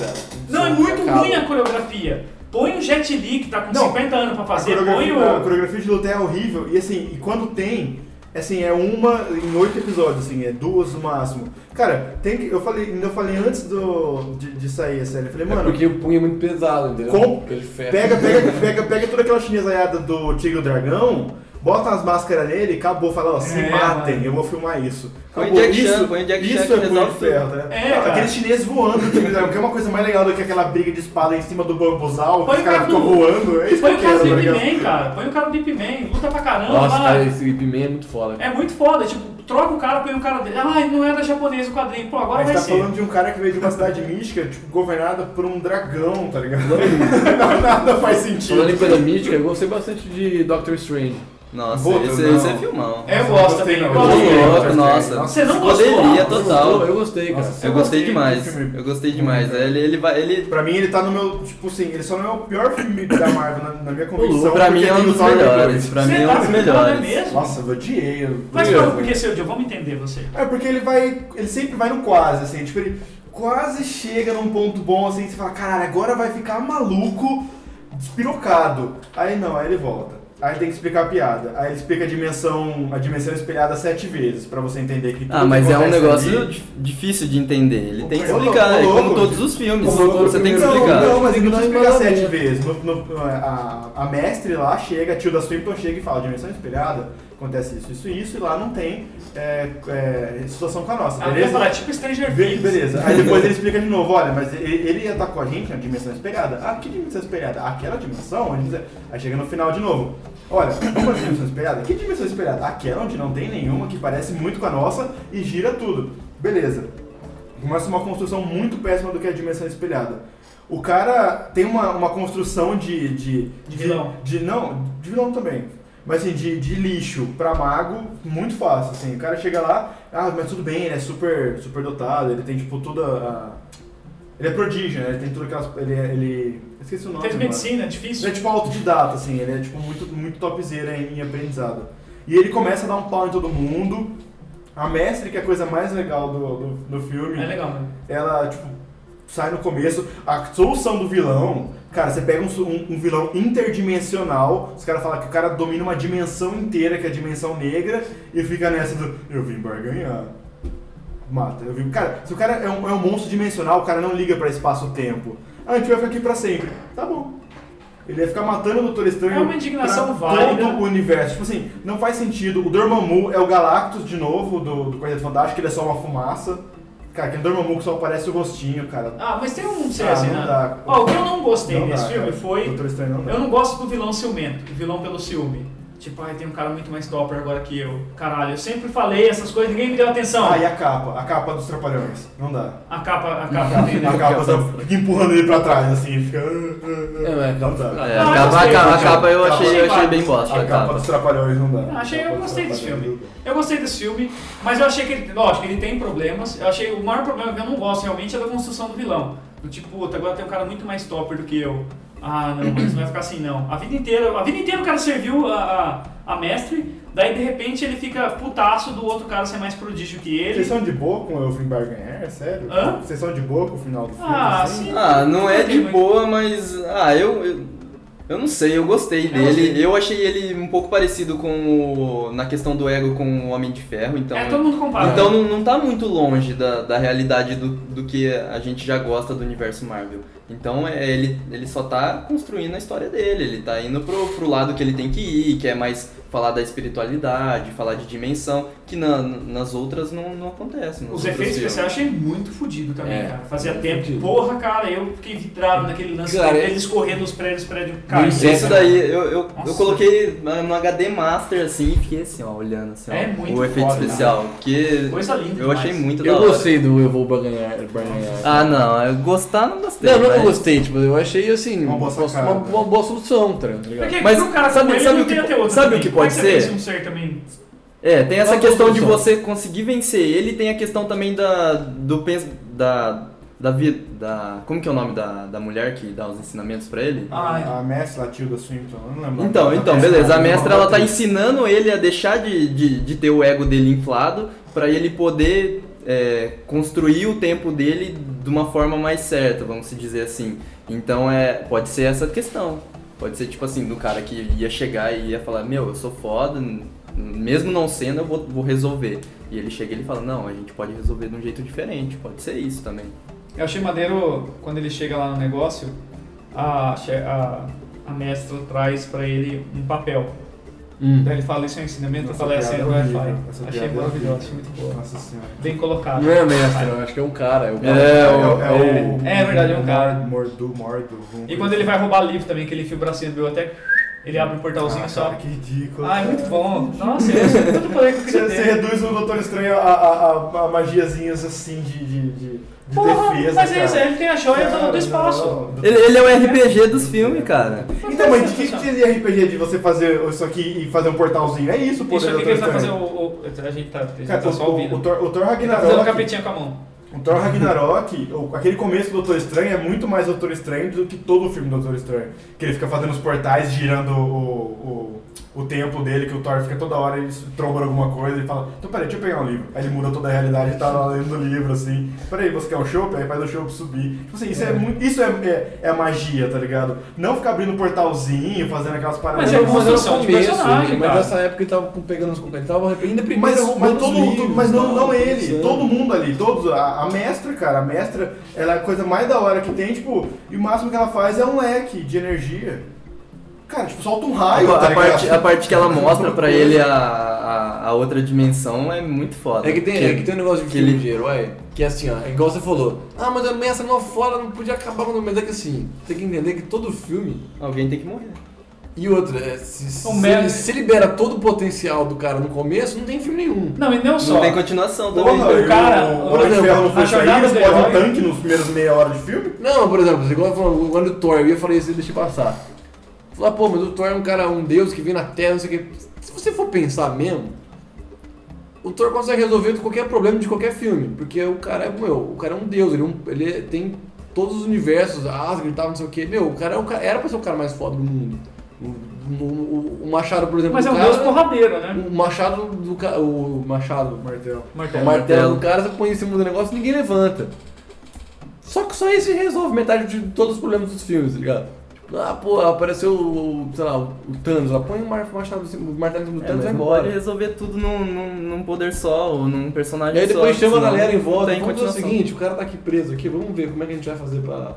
[SPEAKER 2] não, é muito
[SPEAKER 5] Acaba.
[SPEAKER 2] ruim a coreografia. Põe o Jet Li, que tá com
[SPEAKER 3] um Não,
[SPEAKER 2] 50 anos pra
[SPEAKER 3] A
[SPEAKER 2] fazer, põe
[SPEAKER 3] coreografia, a
[SPEAKER 2] o.
[SPEAKER 3] coreografia de luta é horrível, e assim, e quando tem, assim, é uma em oito episódios, assim, é duas no máximo. Cara, tem que. Eu falei, ainda falei antes do, de, de sair a série, eu falei,
[SPEAKER 5] É
[SPEAKER 3] mano,
[SPEAKER 5] porque o punho é muito pesado, entendeu?
[SPEAKER 3] Com-
[SPEAKER 5] Aquele ferro.
[SPEAKER 3] pega, pega, pega, pega toda aquela chinesaiada do Tigre e o Dragão. Bota as máscaras nele e acabou, fala, ó, se
[SPEAKER 2] É,
[SPEAKER 3] matem,
[SPEAKER 2] mano.
[SPEAKER 3] eu vou filmar isso.
[SPEAKER 4] Põe
[SPEAKER 3] Acabou.
[SPEAKER 4] Jack Chan,
[SPEAKER 3] isso,
[SPEAKER 4] põe Jack Chan
[SPEAKER 3] isso
[SPEAKER 4] que
[SPEAKER 3] é punho de
[SPEAKER 4] resolve
[SPEAKER 3] ferro, né?
[SPEAKER 2] É, cara.
[SPEAKER 3] Aqueles chineses voando, do Tigre e o Dragão, que é uma coisa mais legal do que aquela briga de espada em cima do bambuzal, que
[SPEAKER 2] Põe
[SPEAKER 3] os
[SPEAKER 2] o
[SPEAKER 3] caras
[SPEAKER 2] cara
[SPEAKER 3] ficam
[SPEAKER 2] do-
[SPEAKER 3] voando, é isso que
[SPEAKER 2] Põe
[SPEAKER 3] eu
[SPEAKER 2] o cara
[SPEAKER 3] quero,
[SPEAKER 2] do
[SPEAKER 3] tá
[SPEAKER 2] Ip
[SPEAKER 3] ligado?
[SPEAKER 2] Man, cara. Põe o cara do Ip Man, luta pra caramba.
[SPEAKER 5] Nossa,
[SPEAKER 2] vai.
[SPEAKER 4] tá
[SPEAKER 5] cara, esse Ip Man é muito foda.
[SPEAKER 2] É muito foda, tipo, troca o cara, põe o cara dele. Ah, não era japonês o quadrinho. Pô, agora
[SPEAKER 3] A gente
[SPEAKER 2] vai
[SPEAKER 3] tá
[SPEAKER 2] ser.
[SPEAKER 3] falando de um cara que veio de uma cidade mística, tipo, governada por um dragão, tá ligado?
[SPEAKER 4] é
[SPEAKER 3] Não, (laughs) nada faz
[SPEAKER 5] Falando em
[SPEAKER 3] sentido.
[SPEAKER 5] coisa mítica, eu gostei bastante de Doctor Strange.
[SPEAKER 4] Nossa,
[SPEAKER 3] Puta,
[SPEAKER 4] esse,
[SPEAKER 3] não.
[SPEAKER 4] esse é filmão.
[SPEAKER 2] É, eu gosto também. Eu
[SPEAKER 3] Eu
[SPEAKER 2] gosto.
[SPEAKER 3] gostei,
[SPEAKER 4] Ô, louco,
[SPEAKER 3] gostei.
[SPEAKER 4] nossa.
[SPEAKER 2] Você não gostou?
[SPEAKER 5] É
[SPEAKER 4] Poderia
[SPEAKER 2] Você
[SPEAKER 5] Gostou?
[SPEAKER 4] total.
[SPEAKER 5] Eu gostei, cara.
[SPEAKER 3] Nossa,
[SPEAKER 4] Eu
[SPEAKER 3] gostei
[SPEAKER 4] gostei
[SPEAKER 3] do
[SPEAKER 4] demais.
[SPEAKER 3] filme.
[SPEAKER 4] Eu gostei demais. É, Ele, ele vai. Ele...
[SPEAKER 3] Pra mim, ele tá no meu, tipo assim, ele só não é o pior filme da Marvel, na, na minha convicção.
[SPEAKER 4] Pra mim
[SPEAKER 3] porque
[SPEAKER 4] é um
[SPEAKER 3] tem o
[SPEAKER 4] dos
[SPEAKER 3] Thor
[SPEAKER 4] melhores. Pra
[SPEAKER 2] Você
[SPEAKER 4] mim é
[SPEAKER 2] tá
[SPEAKER 4] um dos
[SPEAKER 2] ficando, é
[SPEAKER 4] melhores.
[SPEAKER 2] mesmo?
[SPEAKER 3] 2. Nossa, eu odiei. eu-
[SPEAKER 2] Mas
[SPEAKER 3] eu-
[SPEAKER 2] não, porque seu dia, vamos entender você.
[SPEAKER 3] É porque ele vai, ele sempre vai no quase, assim, tipo, ele quase chega num ponto bom, assim, que você fala, caralho, agora vai ficar maluco, despirocado. Aí não, aí ele volta. Aí tem que explicar a piada. Aí ele explica a dimensão, a dimensão espelhada sete vezes, pra você entender que tudo
[SPEAKER 4] Ah, mas
[SPEAKER 3] que
[SPEAKER 4] é um
[SPEAKER 3] acontece
[SPEAKER 4] negócio
[SPEAKER 3] ali-
[SPEAKER 4] di- difícil de entender. Ele tem que
[SPEAKER 3] Ô, louco,
[SPEAKER 4] explicar, é
[SPEAKER 3] ô,
[SPEAKER 4] como
[SPEAKER 3] louco.
[SPEAKER 4] todos os filmes.
[SPEAKER 5] Ô, louco,
[SPEAKER 4] Você tem que
[SPEAKER 3] não,
[SPEAKER 4] explicar.
[SPEAKER 3] Não, mas ele não
[SPEAKER 5] Nós
[SPEAKER 3] explica
[SPEAKER 5] mandamos.
[SPEAKER 3] sete vezes. No- no- a, a mestre lá chega, a tio da Swinton chega e fala, dimensão espelhada, acontece isso, isso e isso, e lá não tem é, é, situação com a nossa,
[SPEAKER 2] Ah, eu ia
[SPEAKER 3] beleza?
[SPEAKER 2] falar, tipo Stranger
[SPEAKER 3] Be-
[SPEAKER 2] Things.
[SPEAKER 3] Beleza. Aí depois
[SPEAKER 2] (laughs)
[SPEAKER 3] ele explica de novo, olha, mas ele, ele atacou a gente na dimensão espelhada. Ah, que dimensão espelhada? Aquela dimensão? onde você- Aí chega no final de novo. Olha, uma dimensão espelhada? Que dimensão espelhada? Aquela onde não tem nenhuma, que parece muito com a nossa e gira tudo. Beleza. Começa uma construção muito péssima do que é a dimensão espelhada. O cara tem uma, uma construção de. De,
[SPEAKER 2] De vilão.
[SPEAKER 3] de- não, de vilão também. Mas assim, de, de lixo pra mago, muito fácil. Assim, o cara chega lá, ah, mas tudo bem, ele é super, super dotado, ele tem tipo toda a. Ele é prodígio, né? Ele tem tudo aquelas. Ele. é- ele esqueci o nome.
[SPEAKER 2] Fez
[SPEAKER 3] agora.
[SPEAKER 2] medicina,
[SPEAKER 3] Ele
[SPEAKER 2] difícil.
[SPEAKER 3] é tipo autodidata, assim, ele é tipo muito, muito topzera em, em aprendizado. E ele começa a dar um pau em todo mundo. A mestre, que é a coisa mais legal do, do, do filme,
[SPEAKER 2] É legal, né?
[SPEAKER 3] ela, tipo, sai no começo. A solução do vilão, cara, você pega um, su- um- um vilão interdimensional, os caras falam que o cara domina uma dimensão inteira, que é a dimensão negra, e fica nessa do eu vim barganhar. Mata, eu vim. Cara, se o cara é um, é um monstro dimensional, o cara não liga pra espaço-tempo. Ah, a gente vai ficar aqui pra sempre. Tá bom. Ele ia ficar matando o Doutor Estranho.
[SPEAKER 2] É uma indignação
[SPEAKER 3] pra
[SPEAKER 2] válida.
[SPEAKER 3] Todo o universo. Tipo assim, não faz sentido. O Dormammu é o Galactus de novo, do, do Quarteto Fantástico, ele é só uma fumaça. Cara, aquele Dormammu que só aparece o rostinho, cara.
[SPEAKER 2] Ah, mas tem um ser
[SPEAKER 3] Ah,
[SPEAKER 2] assim,
[SPEAKER 3] não
[SPEAKER 2] né?
[SPEAKER 3] dá.
[SPEAKER 2] Ó, o que eu não gostei
[SPEAKER 3] Não dá,
[SPEAKER 2] nesse filme
[SPEAKER 3] cara.
[SPEAKER 2] foi.
[SPEAKER 3] Doutor Estranho não dá.
[SPEAKER 2] Eu não gosto do vilão ciumento, o vilão pelo ciúme. Tipo, ai, tem um cara muito mais topper agora que eu. Caralho, eu sempre falei essas coisas, ninguém me deu atenção.
[SPEAKER 3] Ah, e a capa? A capa dos Trapalhões. Não dá.
[SPEAKER 2] A capa, a capa dele.
[SPEAKER 3] A capa tá fica empurrando ele pra trás, assim, fica. É,
[SPEAKER 5] mas
[SPEAKER 3] não dá.
[SPEAKER 4] É,
[SPEAKER 2] Não,
[SPEAKER 4] a
[SPEAKER 2] eu
[SPEAKER 4] capa,
[SPEAKER 2] gostei,
[SPEAKER 4] a capa- a
[SPEAKER 2] eu
[SPEAKER 4] capa eu
[SPEAKER 3] gostei.
[SPEAKER 4] achei, eu achei bem
[SPEAKER 3] A
[SPEAKER 4] bosta.
[SPEAKER 3] capa,
[SPEAKER 4] A capa.
[SPEAKER 3] dos Trapalhões não dá.
[SPEAKER 2] Eu
[SPEAKER 3] A
[SPEAKER 2] achei,
[SPEAKER 3] capa
[SPEAKER 2] eu
[SPEAKER 3] dos
[SPEAKER 2] gostei desse
[SPEAKER 3] Trapalhões
[SPEAKER 2] filme.
[SPEAKER 3] não dá.
[SPEAKER 2] Eu gostei desse filme, mas eu achei que ele, lógico, ele tem problemas. Eu achei o maior problema que eu não gosto realmente é da construção do vilão. Do tipo, puta, agora tem um cara muito mais topper do que eu. Ah, não, mas não vai ficar assim não. A vida inteira, a vida inteira o cara serviu a, a, a mestre, daí de repente ele fica putaço do outro cara ser mais prodígio que
[SPEAKER 3] Vocês
[SPEAKER 2] ele.
[SPEAKER 3] são de boa com o Fim Bargain É sério?
[SPEAKER 2] Hã?
[SPEAKER 3] Vocês são de boa com o final do filme?
[SPEAKER 2] Ah,
[SPEAKER 3] assim?
[SPEAKER 2] sim.
[SPEAKER 4] Ah, não é de
[SPEAKER 2] Tem muito-
[SPEAKER 4] boa, mas. Ah, eu. eu... eu não sei, eu gostei dele.
[SPEAKER 2] gostei.
[SPEAKER 4] Eu achei ele um pouco parecido com o. na questão do ego com o Homem de Ferro, então.
[SPEAKER 2] é, todo mundo compara.
[SPEAKER 4] Então não, não tá muito longe da, da realidade do, do que a gente já gosta do universo Marvel. Então é, ele, ele só tá construindo a história dele, ele tá indo pro, pro lado que ele tem que ir, que é mais falar da espiritualidade, falar de dimensão, que na- nas outras não, não acontece. nos
[SPEAKER 2] Os
[SPEAKER 4] outros
[SPEAKER 2] efeitos
[SPEAKER 4] filmes.
[SPEAKER 2] especiais eu achei muito fodido também,
[SPEAKER 5] É,
[SPEAKER 2] cara. Fazia
[SPEAKER 5] muito
[SPEAKER 2] tempo.
[SPEAKER 5] fodido.
[SPEAKER 2] Porra, cara, eu fiquei vidrado naquele lance
[SPEAKER 5] Cara,
[SPEAKER 2] dele
[SPEAKER 5] é-
[SPEAKER 2] escorrendo os prédios, prédio caindo.
[SPEAKER 5] inseto,
[SPEAKER 4] Isso daí, eu, eu,
[SPEAKER 2] Nossa.
[SPEAKER 4] eu coloquei na- no HD Master assim e fiquei assim, ó, olhando assim, ó,
[SPEAKER 2] É muito
[SPEAKER 4] o efeito
[SPEAKER 2] foda,
[SPEAKER 4] especial. Porque
[SPEAKER 2] Coisa linda.
[SPEAKER 4] eu achei
[SPEAKER 2] demais.
[SPEAKER 4] muito da
[SPEAKER 5] Eu
[SPEAKER 4] hora.
[SPEAKER 5] gostei do Eu Vou Barganhar. barganhar.
[SPEAKER 4] Ah, não, eu gostar não gostei.
[SPEAKER 5] não, não que eu
[SPEAKER 4] mas-
[SPEAKER 5] gostei, tipo, eu achei assim,
[SPEAKER 3] Uma
[SPEAKER 5] uma,
[SPEAKER 3] boa
[SPEAKER 5] boa,
[SPEAKER 3] sacada.
[SPEAKER 5] uma, uma boa solução, tá ligado?
[SPEAKER 2] Porque
[SPEAKER 4] Mas
[SPEAKER 2] mas um cara
[SPEAKER 4] sabe-
[SPEAKER 2] como ele
[SPEAKER 4] sabe
[SPEAKER 2] não
[SPEAKER 4] o que
[SPEAKER 2] tem
[SPEAKER 4] po-
[SPEAKER 2] até outro
[SPEAKER 4] sabe
[SPEAKER 2] também.
[SPEAKER 4] o que
[SPEAKER 2] Como é
[SPEAKER 4] pode
[SPEAKER 2] Você
[SPEAKER 4] ser?
[SPEAKER 2] pensa em um ser também.
[SPEAKER 4] É, tem
[SPEAKER 5] Uma
[SPEAKER 4] essa
[SPEAKER 5] boa
[SPEAKER 4] questão de
[SPEAKER 5] solução.
[SPEAKER 4] você conseguir vencer ele, tem a questão também da. do pens- da. da vida. da. como que é o nome da, da mulher que dá os ensinamentos pra ele?
[SPEAKER 2] Ah,
[SPEAKER 3] A mestre Latilda Swinton, eu não lembro.
[SPEAKER 4] Então,
[SPEAKER 3] A
[SPEAKER 4] então,
[SPEAKER 3] mestre-
[SPEAKER 4] beleza. A
[SPEAKER 3] uma
[SPEAKER 4] mestra ela tá
[SPEAKER 3] atriz.
[SPEAKER 4] ensinando ele a deixar de, de, de ter o ego dele inflado pra ele poder é, construir o tempo dele de uma forma mais certa, vamos se dizer assim. Então é, pode ser essa questão. Pode ser tipo assim, do cara que ia chegar e ia falar, meu, eu sou foda, n- mesmo não sendo, eu vou, vou resolver. E ele chega e ele fala, não, a gente pode resolver de um jeito diferente, pode ser isso também.
[SPEAKER 2] Eu achei maneiro quando ele chega lá no negócio, a, che- a, a mestra traz pra ele um papel.
[SPEAKER 5] Hum.
[SPEAKER 2] Daí ele fala, isso é um ensinamento, eu
[SPEAKER 3] Nossa,
[SPEAKER 2] falei, assim, é
[SPEAKER 3] piada
[SPEAKER 2] do
[SPEAKER 3] horrível.
[SPEAKER 2] Wi-Fi.
[SPEAKER 3] Essa
[SPEAKER 2] Achei
[SPEAKER 3] piada é
[SPEAKER 2] maravilhoso,
[SPEAKER 3] horrível.
[SPEAKER 2] achei muito boa.
[SPEAKER 3] Nossa senhora.
[SPEAKER 2] Bem colocado.
[SPEAKER 5] Não é mestre, eu acho que é um cara. É, o cara.
[SPEAKER 4] É,
[SPEAKER 3] É, o-
[SPEAKER 2] É, é verdade, é um cara.
[SPEAKER 3] Mordu, mordu. vum.
[SPEAKER 2] E quando ele vai roubar livro também, que ele fio o bracinho do biblioteca, ele abre um portalzinho
[SPEAKER 3] Ah,
[SPEAKER 2] só.
[SPEAKER 3] cara, que ridículo.
[SPEAKER 2] Ah, é muito bom. Nossa, eu sou todo poder que eu
[SPEAKER 3] Você,
[SPEAKER 2] queria
[SPEAKER 3] você
[SPEAKER 2] ter.
[SPEAKER 3] reduz o Doutor Estranho a, a, a, a magiazinhas assim de, de, de, de
[SPEAKER 2] Porra,
[SPEAKER 3] defesa.
[SPEAKER 2] mas é isso,
[SPEAKER 3] cara.
[SPEAKER 2] ele tem a joia do, do
[SPEAKER 3] Cara,
[SPEAKER 2] espaço.
[SPEAKER 3] não.
[SPEAKER 4] Ele, ele é o RPG dos filmes, cara.
[SPEAKER 3] Então, mas o que, que seria RPG de você fazer isso aqui e fazer um portalzinho? É isso, pô.
[SPEAKER 2] Isso aqui que
[SPEAKER 3] Doutor
[SPEAKER 2] ele vai fazer
[SPEAKER 3] Estranho.
[SPEAKER 2] o. o- a gente tá, a gente
[SPEAKER 3] Cara,
[SPEAKER 2] tá
[SPEAKER 3] o,
[SPEAKER 2] só
[SPEAKER 3] o,
[SPEAKER 2] ouvindo.
[SPEAKER 3] o, Thor, o Thor
[SPEAKER 2] Ele tá fazendo
[SPEAKER 3] Ragnarok,
[SPEAKER 2] capetinha com a mão.
[SPEAKER 3] o Um Thor Ragnarok o- aquele começo do Doutor Estranho é muito mais Doutor Estranho do que todo o filme do Doutor Estranho. Que ele fica fazendo os portais, girando o, o, o tempo dele, que o Thor fica toda hora, ele se tromba em alguma coisa e fala, então peraí, deixa eu pegar um livro. Aí ele muda toda a realidade e tá lá lendo o livro, assim. Peraí, você quer um chopp? Aí faz o chopp subir. Tipo assim, isso é, muito, isso é, é, é magia, tá ligado? Não ficar abrindo um portalzinho, fazendo aquelas paradas.
[SPEAKER 2] Mas é uma
[SPEAKER 5] mas era o
[SPEAKER 2] construção de
[SPEAKER 5] começo,
[SPEAKER 2] personagem,
[SPEAKER 5] Mas
[SPEAKER 2] cara.
[SPEAKER 5] nessa época ele tava pegando os ele tava ainda primeiro.
[SPEAKER 3] Mas, mas,
[SPEAKER 5] roubando
[SPEAKER 3] todo,
[SPEAKER 5] os livros, é
[SPEAKER 3] mas não,
[SPEAKER 5] tava
[SPEAKER 3] não é ele,
[SPEAKER 5] pensando.
[SPEAKER 3] todo mundo ali, todos. A, a mestra, cara, a mestra, ela é a coisa mais da hora que tem, tipo, e o máximo que ela faz é um leque de energia. Cara, tipo, solta um
[SPEAKER 5] Ah,
[SPEAKER 4] A,
[SPEAKER 3] raio, tá
[SPEAKER 4] a parte,
[SPEAKER 3] ligado?
[SPEAKER 4] a parte que ela mostra pra ele a, a, a outra dimensão é muito foda.
[SPEAKER 5] É que, tem, é que tem um negócio de
[SPEAKER 4] que
[SPEAKER 5] filme
[SPEAKER 4] ele-
[SPEAKER 5] de herói, que é assim, ó, é igual você falou, ah, mas a ameaça não fora, não podia acabar quando mas é que assim, tem que entender que todo filme
[SPEAKER 4] Alguém tem que morrer.
[SPEAKER 5] e outra, é, se, se,
[SPEAKER 2] O Mel-
[SPEAKER 5] ele- se libera todo o potencial do cara no começo, não tem filme nenhum.
[SPEAKER 2] Não, e não só.
[SPEAKER 4] Não tem continuação também. né?
[SPEAKER 3] Porra,
[SPEAKER 2] o
[SPEAKER 3] e
[SPEAKER 2] cara-
[SPEAKER 3] o Homem de
[SPEAKER 5] a
[SPEAKER 3] Ferro não foi sair,
[SPEAKER 2] jornada do
[SPEAKER 3] explode
[SPEAKER 2] herói-
[SPEAKER 3] um tanque nos primeiros meia hora de filme.
[SPEAKER 5] Não, por exemplo, igual eu falo, quando o Thor, eu ia falar isso e deixei passar. Falar, pô, mas o Thor é um cara, um deus que vem na Terra, não sei o quê. Se você for pensar mesmo, o Thor consegue resolver qualquer problema de qualquer filme. Porque o cara é, meu, o cara é um deus, ele, é um- ele é- tem todos os universos, Asgard e tal, não sei o quê. Meu, o cara é um ca- era pra ser o cara mais foda do mundo. O- no- o, o Machado, por exemplo,
[SPEAKER 2] Mas é
[SPEAKER 5] do
[SPEAKER 2] um
[SPEAKER 5] cara,
[SPEAKER 2] deus porradeiro, né?
[SPEAKER 5] o Machado do ca- o Machado,
[SPEAKER 3] Martelo.
[SPEAKER 5] o
[SPEAKER 2] Martelo.
[SPEAKER 5] martelo do cara, você põe em cima do negócio e ninguém levanta. Só que só isso resolve metade de todos os problemas dos filmes, tá ligado? Tipo, ah, pô, apareceu o, o, sei lá, o o Thanos, lá, põe o mar- machado em cima- o martelo em cima do
[SPEAKER 4] É,
[SPEAKER 5] Thanos e
[SPEAKER 4] mas
[SPEAKER 5] vai
[SPEAKER 4] não
[SPEAKER 5] embora.
[SPEAKER 4] pode resolver tudo num, num, num poder só ou num personagem
[SPEAKER 5] E aí
[SPEAKER 4] só.
[SPEAKER 5] depois chama a
[SPEAKER 4] senão
[SPEAKER 5] galera em volta,
[SPEAKER 4] tem
[SPEAKER 5] vamos fazer o
[SPEAKER 4] continuação.
[SPEAKER 5] seguinte, o cara tá aqui preso aqui, vamos ver como é que a gente vai fazer pra,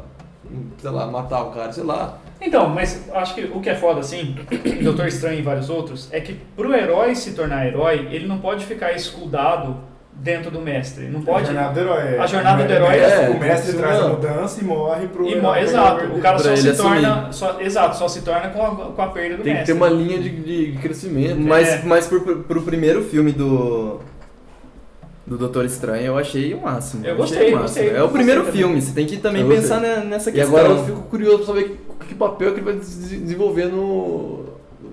[SPEAKER 5] sei lá, matar o cara, sei lá.
[SPEAKER 2] Então, mas acho que o que é foda, assim, (clears throat) em Doutor Estranho e vários outros, é que pro herói se tornar herói, ele não pode ficar escudado dentro do mestre. Não
[SPEAKER 3] A
[SPEAKER 2] pode.
[SPEAKER 3] É jornada do herói.
[SPEAKER 2] A jornada do herói assim,
[SPEAKER 5] é-
[SPEAKER 3] O mestre
[SPEAKER 5] Sim,
[SPEAKER 3] traz a
[SPEAKER 5] mano.
[SPEAKER 3] mudança e morre pro.
[SPEAKER 2] E,
[SPEAKER 3] herói
[SPEAKER 2] mo-
[SPEAKER 3] pegar
[SPEAKER 2] exato,
[SPEAKER 3] poder
[SPEAKER 2] o cara
[SPEAKER 4] Pra
[SPEAKER 2] só
[SPEAKER 4] ele
[SPEAKER 2] se
[SPEAKER 4] assumir.
[SPEAKER 2] torna. Só, exato, só se torna com a, com a perda do
[SPEAKER 5] Tem que
[SPEAKER 2] mestre.
[SPEAKER 5] ter uma linha de, de crescimento.
[SPEAKER 4] Mas,
[SPEAKER 2] É.
[SPEAKER 4] mas pro, pro- pro primeiro filme do. Do Doutor Estranho, eu achei o máximo.
[SPEAKER 2] Eu
[SPEAKER 4] achei
[SPEAKER 2] gostei,
[SPEAKER 4] o máximo.
[SPEAKER 2] gostei,
[SPEAKER 4] É o
[SPEAKER 2] gostei
[SPEAKER 4] primeiro
[SPEAKER 2] também.
[SPEAKER 4] filme, você tem que também
[SPEAKER 5] Eu
[SPEAKER 4] pensar ne- nessa
[SPEAKER 5] E
[SPEAKER 4] questão.
[SPEAKER 5] agora eu fico curioso pra saber que, que papel que ele vai des- desenvolver no,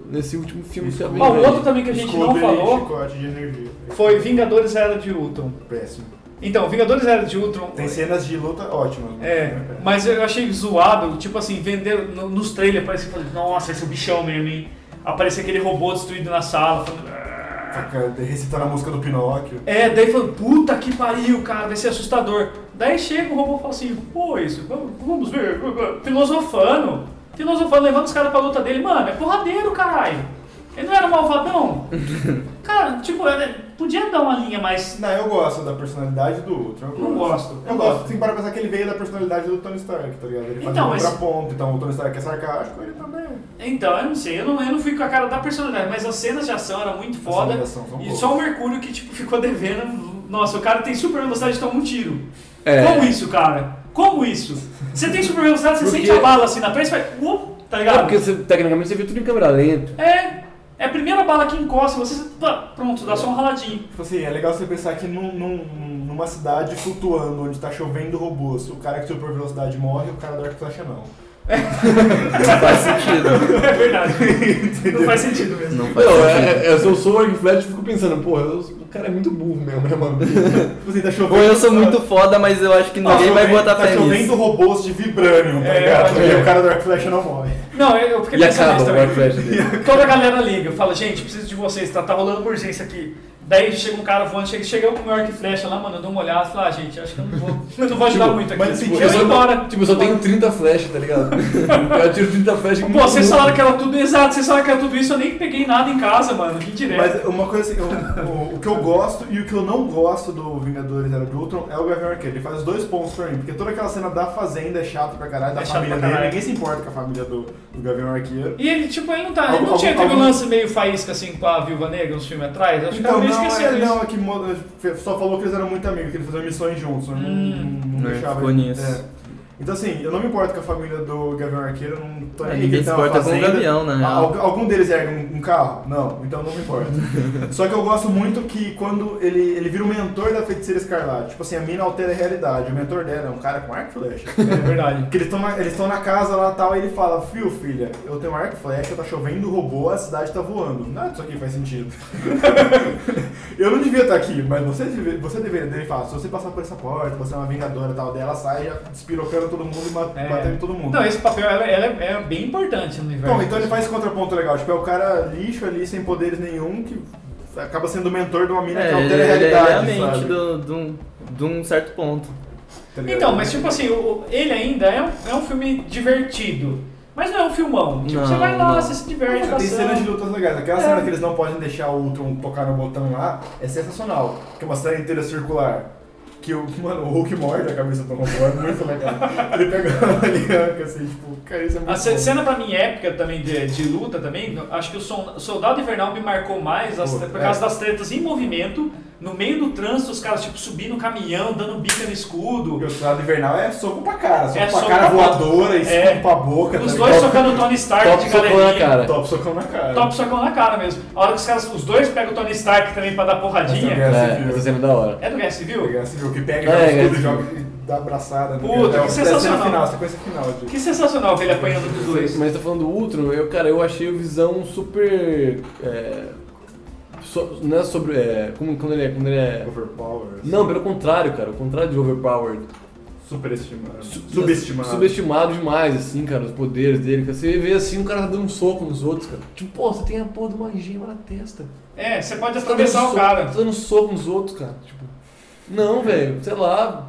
[SPEAKER 5] nesse último filme que tá vindo
[SPEAKER 2] Ó, o
[SPEAKER 5] aí.
[SPEAKER 2] outro também que a gente
[SPEAKER 3] Escudo
[SPEAKER 2] não
[SPEAKER 3] e
[SPEAKER 2] falou
[SPEAKER 3] chicote de energia.
[SPEAKER 2] foi Vingadores Era de Ultron.
[SPEAKER 3] Péssimo.
[SPEAKER 2] Então, Vingadores Era de Ultron.
[SPEAKER 3] Tem cenas de luta ótimas. né?
[SPEAKER 2] É, mas eu achei zoado, tipo assim, vender nos trailers, parece que falei, nossa, esse é o bichão mesmo, hein? Aparecia aquele robô destruído na sala. falando, "Ah".
[SPEAKER 3] Fica Recitando a música do Pinóquio.
[SPEAKER 2] É, daí falando, puta que pariu, cara, vai ser assustador. Daí chega o robô e fala assim, pô, isso, vamos vamos ver, filosofando, filosofando, levando os caras pra luta dele, mano, é porradeiro, caralho. Ele não era um malvadão? cara, tipo, é- podia dar uma linha mais.
[SPEAKER 3] Não, eu gosto da personalidade do Ultron. Eu
[SPEAKER 2] Não gosto.
[SPEAKER 3] Eu gosto. Tem que parar pra pensar que ele veio da personalidade do Tony Stark, tá ligado? Ele faz
[SPEAKER 2] Então,
[SPEAKER 3] um
[SPEAKER 2] mas-
[SPEAKER 3] contraponto, então o Tony Stark é sarcástico, ele também.
[SPEAKER 2] Então, eu não sei, eu não, eu não fui com a cara da personalidade, mas as cenas de ação eram muito foda.
[SPEAKER 3] cenas de ação são
[SPEAKER 2] e
[SPEAKER 3] boas.
[SPEAKER 2] só o Mercúrio que tipo, ficou devendo. Nossa, o cara tem super velocidade e toma um tiro.
[SPEAKER 4] É.
[SPEAKER 2] Como isso, cara? Como isso? Você tem super velocidade, você
[SPEAKER 5] Porque-
[SPEAKER 2] sente a bala assim na frente, vai. uop, tá
[SPEAKER 5] É,
[SPEAKER 2] ligado?
[SPEAKER 5] porque você, tecnicamente você viu tudo em câmera lenta.
[SPEAKER 2] É. É a primeira bala que encosta, você. pá, Pronto, dá só um raladinho. (laughs)
[SPEAKER 3] Tipo assim, é legal você pensar que num, num- numa cidade flutuando, onde tá chovendo robôs, o cara que tem super velocidade morre, o cara do arco e flecha não.
[SPEAKER 4] Faz sentido.
[SPEAKER 2] É verdade. não faz sentido mesmo.
[SPEAKER 4] (laughs) Não faz
[SPEAKER 5] Não,
[SPEAKER 4] sentido.
[SPEAKER 5] é, é, se eu sou o Eric Flash, eu fico pensando, pô, eu- o cara é muito burro mesmo, né, (laughs) mano?
[SPEAKER 3] Tipo assim, tá chovendo.
[SPEAKER 4] Ou eu sou muito foda, mas eu acho que
[SPEAKER 3] Tá
[SPEAKER 4] ninguém vai
[SPEAKER 3] chovendo-
[SPEAKER 4] botar
[SPEAKER 3] Tá
[SPEAKER 4] fé nisso.
[SPEAKER 3] chovendo robôs de vibranium, tá
[SPEAKER 2] É,
[SPEAKER 3] ligado?
[SPEAKER 2] pode
[SPEAKER 3] E
[SPEAKER 2] crer.
[SPEAKER 3] o cara do arco e flecha não morre.
[SPEAKER 2] Não, eu eu fiquei
[SPEAKER 5] E
[SPEAKER 2] pensando
[SPEAKER 5] acaba
[SPEAKER 2] nisso
[SPEAKER 5] o
[SPEAKER 2] é também.
[SPEAKER 5] Eric Flash dele.
[SPEAKER 2] Toda a galera liga, fala, gente, preciso de vocês, tá, tá rolando uma urgência aqui. Daí chega um cara voando, chega, chega eu com o meu arco e flecha lá, mano, eu dou uma olhada e falo, ah, gente, acho que eu não vou, eu não vou ajudar
[SPEAKER 5] Tipo,
[SPEAKER 2] muito aqui.
[SPEAKER 3] mas
[SPEAKER 2] Tipo,
[SPEAKER 3] assim,
[SPEAKER 2] eu
[SPEAKER 5] só-
[SPEAKER 2] vou embora.
[SPEAKER 5] Tipo, eu só tenho 30 flechas, tá (laughs) ligado? Eu tiro 30 flechas
[SPEAKER 2] Pô, vocês falaram que era tudo, exato, vocês falaram que era tudo isso, eu nem peguei nada em casa, mano, que direto.
[SPEAKER 3] Mas uma coisa assim, eu- o, o que eu gosto e o que eu não gosto do Vingadores Era de Ultron é o Gavião Arqueiro. Ele faz os dois pontos pra mim, porque toda aquela cena da fazenda é chato pra caralho, da
[SPEAKER 2] É chato
[SPEAKER 3] família
[SPEAKER 2] pra
[SPEAKER 3] dele,
[SPEAKER 2] caralho.
[SPEAKER 3] ninguém se importa com a família do, do Gavião Arqueiro.
[SPEAKER 2] E ele, tipo, ele não tá, ele
[SPEAKER 3] Algum-
[SPEAKER 2] não tinha
[SPEAKER 3] algum-
[SPEAKER 2] teve um
[SPEAKER 3] algum-
[SPEAKER 2] lance meio faísca, assim, com a Viúva Negra uns filmes atrás? Acho que
[SPEAKER 3] Então,
[SPEAKER 2] eu meio
[SPEAKER 3] não,
[SPEAKER 2] esquecendo
[SPEAKER 3] é,
[SPEAKER 2] isso.
[SPEAKER 3] não, é que mo- só falou que eles eram muito amigos, que eles faziam missões juntos, mas não-
[SPEAKER 2] Hum.
[SPEAKER 3] não, não
[SPEAKER 4] Não,
[SPEAKER 3] deixava.
[SPEAKER 4] ficou nisso.
[SPEAKER 3] é. Então assim, eu não me importo com a família do Gavião Arqueiro, eu não tô
[SPEAKER 4] É,
[SPEAKER 3] nem aí que
[SPEAKER 4] ninguém
[SPEAKER 3] ele
[SPEAKER 4] se
[SPEAKER 3] tá na
[SPEAKER 4] importa com o
[SPEAKER 3] fazenda.
[SPEAKER 4] Gavião, né? na
[SPEAKER 3] Ah,
[SPEAKER 4] real.
[SPEAKER 3] al- algum deles ergue um, um carro? Não, então não me
[SPEAKER 4] (laughs)
[SPEAKER 3] importa. Só que eu gosto muito que quando ele, ele vira o mentor da feiticeira escarlate, tipo assim, a mina altera a realidade, o mentor dela é um cara com arco e flecha.
[SPEAKER 2] É verdade.
[SPEAKER 3] Porque eles estão na, eles tão na casa lá tal, e ele fala, fio, filha, eu tenho arco e flecha, tá chovendo robô, a cidade tá voando. Nada disso aqui faz sentido. (laughs) eu não devia estar aqui, mas você, deve- você deveria. Daí Ele fala, se você passar por essa porta, você é uma vingadora e tal, daí ela sai já despirocando todo mundo e mat-
[SPEAKER 2] É.
[SPEAKER 3] batendo em todo mundo.
[SPEAKER 2] Não, esse papel, ela, ela é, é bem importante no universo.
[SPEAKER 3] Então, então ele faz esse contraponto legal. Tipo, é o cara lixo ali, sem poderes nenhum, que acaba sendo o mentor de uma mina que
[SPEAKER 4] É, ele,
[SPEAKER 3] altera
[SPEAKER 4] ele
[SPEAKER 3] a realidade,
[SPEAKER 4] é a mente
[SPEAKER 3] sabe?
[SPEAKER 4] do, de um- de um certo ponto.
[SPEAKER 3] Tá ligado?
[SPEAKER 2] Então, mas tipo assim, o- o- ele ainda é um, é um filme divertido. Mas não é um filmão. Tipo,
[SPEAKER 4] Não,
[SPEAKER 2] você vai lá,
[SPEAKER 4] não.
[SPEAKER 2] você se diverte,
[SPEAKER 3] Tem cenas de
[SPEAKER 2] passando.
[SPEAKER 3] lutas legais.
[SPEAKER 2] É.
[SPEAKER 3] Aquela cena que eles não podem deixar o Ultron tocar no botão lá é sensacional. Que é uma cena inteira circular. Que o, mano, o Hulk morde a cabeça do robô, é
[SPEAKER 2] (laughs)
[SPEAKER 3] muito legal. Ele pega a alianca, assim, tipo, cara, isso é muito
[SPEAKER 2] A ce-
[SPEAKER 3] bom.
[SPEAKER 2] cena pra mim épica também de, de luta também, acho que o Son- Soldado Invernal me marcou mais as-
[SPEAKER 3] Pô,
[SPEAKER 2] por
[SPEAKER 3] é.
[SPEAKER 2] causa das tretas em movimento, no meio do trânsito, os caras tipo subindo o caminhão, dando bica no escudo.
[SPEAKER 3] Porque o Soldado Invernal é soco pra cara, soco
[SPEAKER 2] É
[SPEAKER 3] pra
[SPEAKER 2] soco pra-
[SPEAKER 3] cara voadora, escudo
[SPEAKER 2] É.
[SPEAKER 3] pra boca.
[SPEAKER 2] Os
[SPEAKER 3] tá
[SPEAKER 2] dois
[SPEAKER 3] ligado?
[SPEAKER 2] socando o Tony Stark
[SPEAKER 5] Top
[SPEAKER 2] de
[SPEAKER 5] socou na
[SPEAKER 2] galerinha.
[SPEAKER 5] cara.
[SPEAKER 3] Top socão na cara.
[SPEAKER 2] Top socão na cara mesmo. A hora que os caras, os dois pegam o Tony Stark também pra dar porradinha.
[SPEAKER 3] Essa é a guerra
[SPEAKER 5] É,
[SPEAKER 3] civil.
[SPEAKER 5] essa cena é da hora.
[SPEAKER 2] É do Guerra Civil?
[SPEAKER 3] Pegar assim, o que pega
[SPEAKER 5] É,
[SPEAKER 3] é, o escudo
[SPEAKER 5] é.
[SPEAKER 3] e joga e dá abraçada. né?
[SPEAKER 2] Puta,
[SPEAKER 3] é,
[SPEAKER 2] que
[SPEAKER 3] é
[SPEAKER 2] sensacional.
[SPEAKER 3] Cena final, sequência final. De...
[SPEAKER 2] Que sensacional ver ele apanhando dos dois.
[SPEAKER 5] Mas tá falando do Ultron, eu, cara, eu achei o Visão super... É, so- não é sobre... É, como, quando ele é... Quando ele é
[SPEAKER 3] Overpower. assim.
[SPEAKER 5] não, pelo contrário, cara. O contrário de Overpowered.
[SPEAKER 3] Superestimado.
[SPEAKER 5] Subestimado. Subestimado demais, assim, cara, os poderes dele. cara. Você vê assim, o cara tá dando um soco nos outros, cara. Tipo, pô, você tem a porra de uma gema na testa.
[SPEAKER 2] É, você pode
[SPEAKER 5] Você tá dando
[SPEAKER 2] atravessar o
[SPEAKER 5] soco-
[SPEAKER 3] é
[SPEAKER 2] cara.
[SPEAKER 5] Tá dando soco nos outros, cara. Tipo, não, velho, sei lá.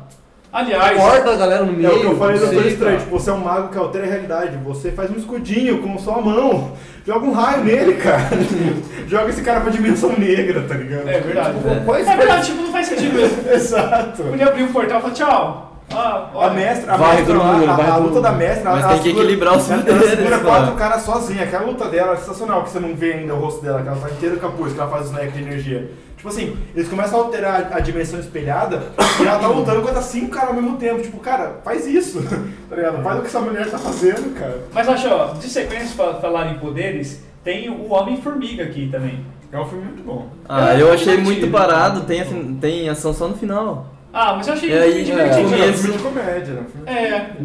[SPEAKER 2] Aliás,
[SPEAKER 5] Corta a galera no meio.
[SPEAKER 3] É o que eu falei
[SPEAKER 5] não
[SPEAKER 3] do
[SPEAKER 5] sei,
[SPEAKER 3] Doutor Estranho,
[SPEAKER 5] cara.
[SPEAKER 3] tipo, você é um mago que altera a realidade, você faz um escudinho com só a mão, joga um raio nele, cara. (laughs) joga esse cara pra dimensão negra, tá ligado?
[SPEAKER 2] é verdade.
[SPEAKER 3] Tipo, quais-
[SPEAKER 2] É verdade, tipo, não faz sentido isso.
[SPEAKER 3] (laughs) Exato.
[SPEAKER 2] Podia abrir um portal e falar tchau. Ah,
[SPEAKER 3] A
[SPEAKER 2] olha.
[SPEAKER 3] mestra, a,
[SPEAKER 5] Vai,
[SPEAKER 3] mestra,
[SPEAKER 5] todo
[SPEAKER 3] lá,
[SPEAKER 5] mundo,
[SPEAKER 3] a-
[SPEAKER 5] vai
[SPEAKER 3] a
[SPEAKER 5] todo
[SPEAKER 3] luta
[SPEAKER 5] mundo.
[SPEAKER 3] da mestra,
[SPEAKER 4] Mas
[SPEAKER 3] ela-
[SPEAKER 4] tem
[SPEAKER 3] ela
[SPEAKER 4] que
[SPEAKER 3] segura-
[SPEAKER 4] equilibrar os
[SPEAKER 3] ela- Ela
[SPEAKER 4] poderes,
[SPEAKER 3] segura
[SPEAKER 4] mano.
[SPEAKER 3] quatro caras sozinha, aquela luta dela é sensacional, que você não vê ainda o rosto dela, que ela tá inteira capuz, que ela faz o snack de energia. Tipo assim, eles começam a alterar a dimensão espelhada e ela tá lutando contra cinco caras ao mesmo tempo. Tipo, cara, faz isso, (laughs) tá ligado? Faz o que essa mulher tá fazendo, cara.
[SPEAKER 2] Mas acho, ó, de sequência, pra falar em poderes, tem o Homem-Formiga aqui também.
[SPEAKER 3] É um filme muito bom.
[SPEAKER 4] Ah, eu achei muito
[SPEAKER 2] divertido.
[SPEAKER 4] parado, tem, afin- tem ação só no final.
[SPEAKER 2] Ah, mas eu achei
[SPEAKER 4] E aí,
[SPEAKER 3] É um
[SPEAKER 2] divertido.
[SPEAKER 4] é,
[SPEAKER 3] filme de comédia, né? Um filme-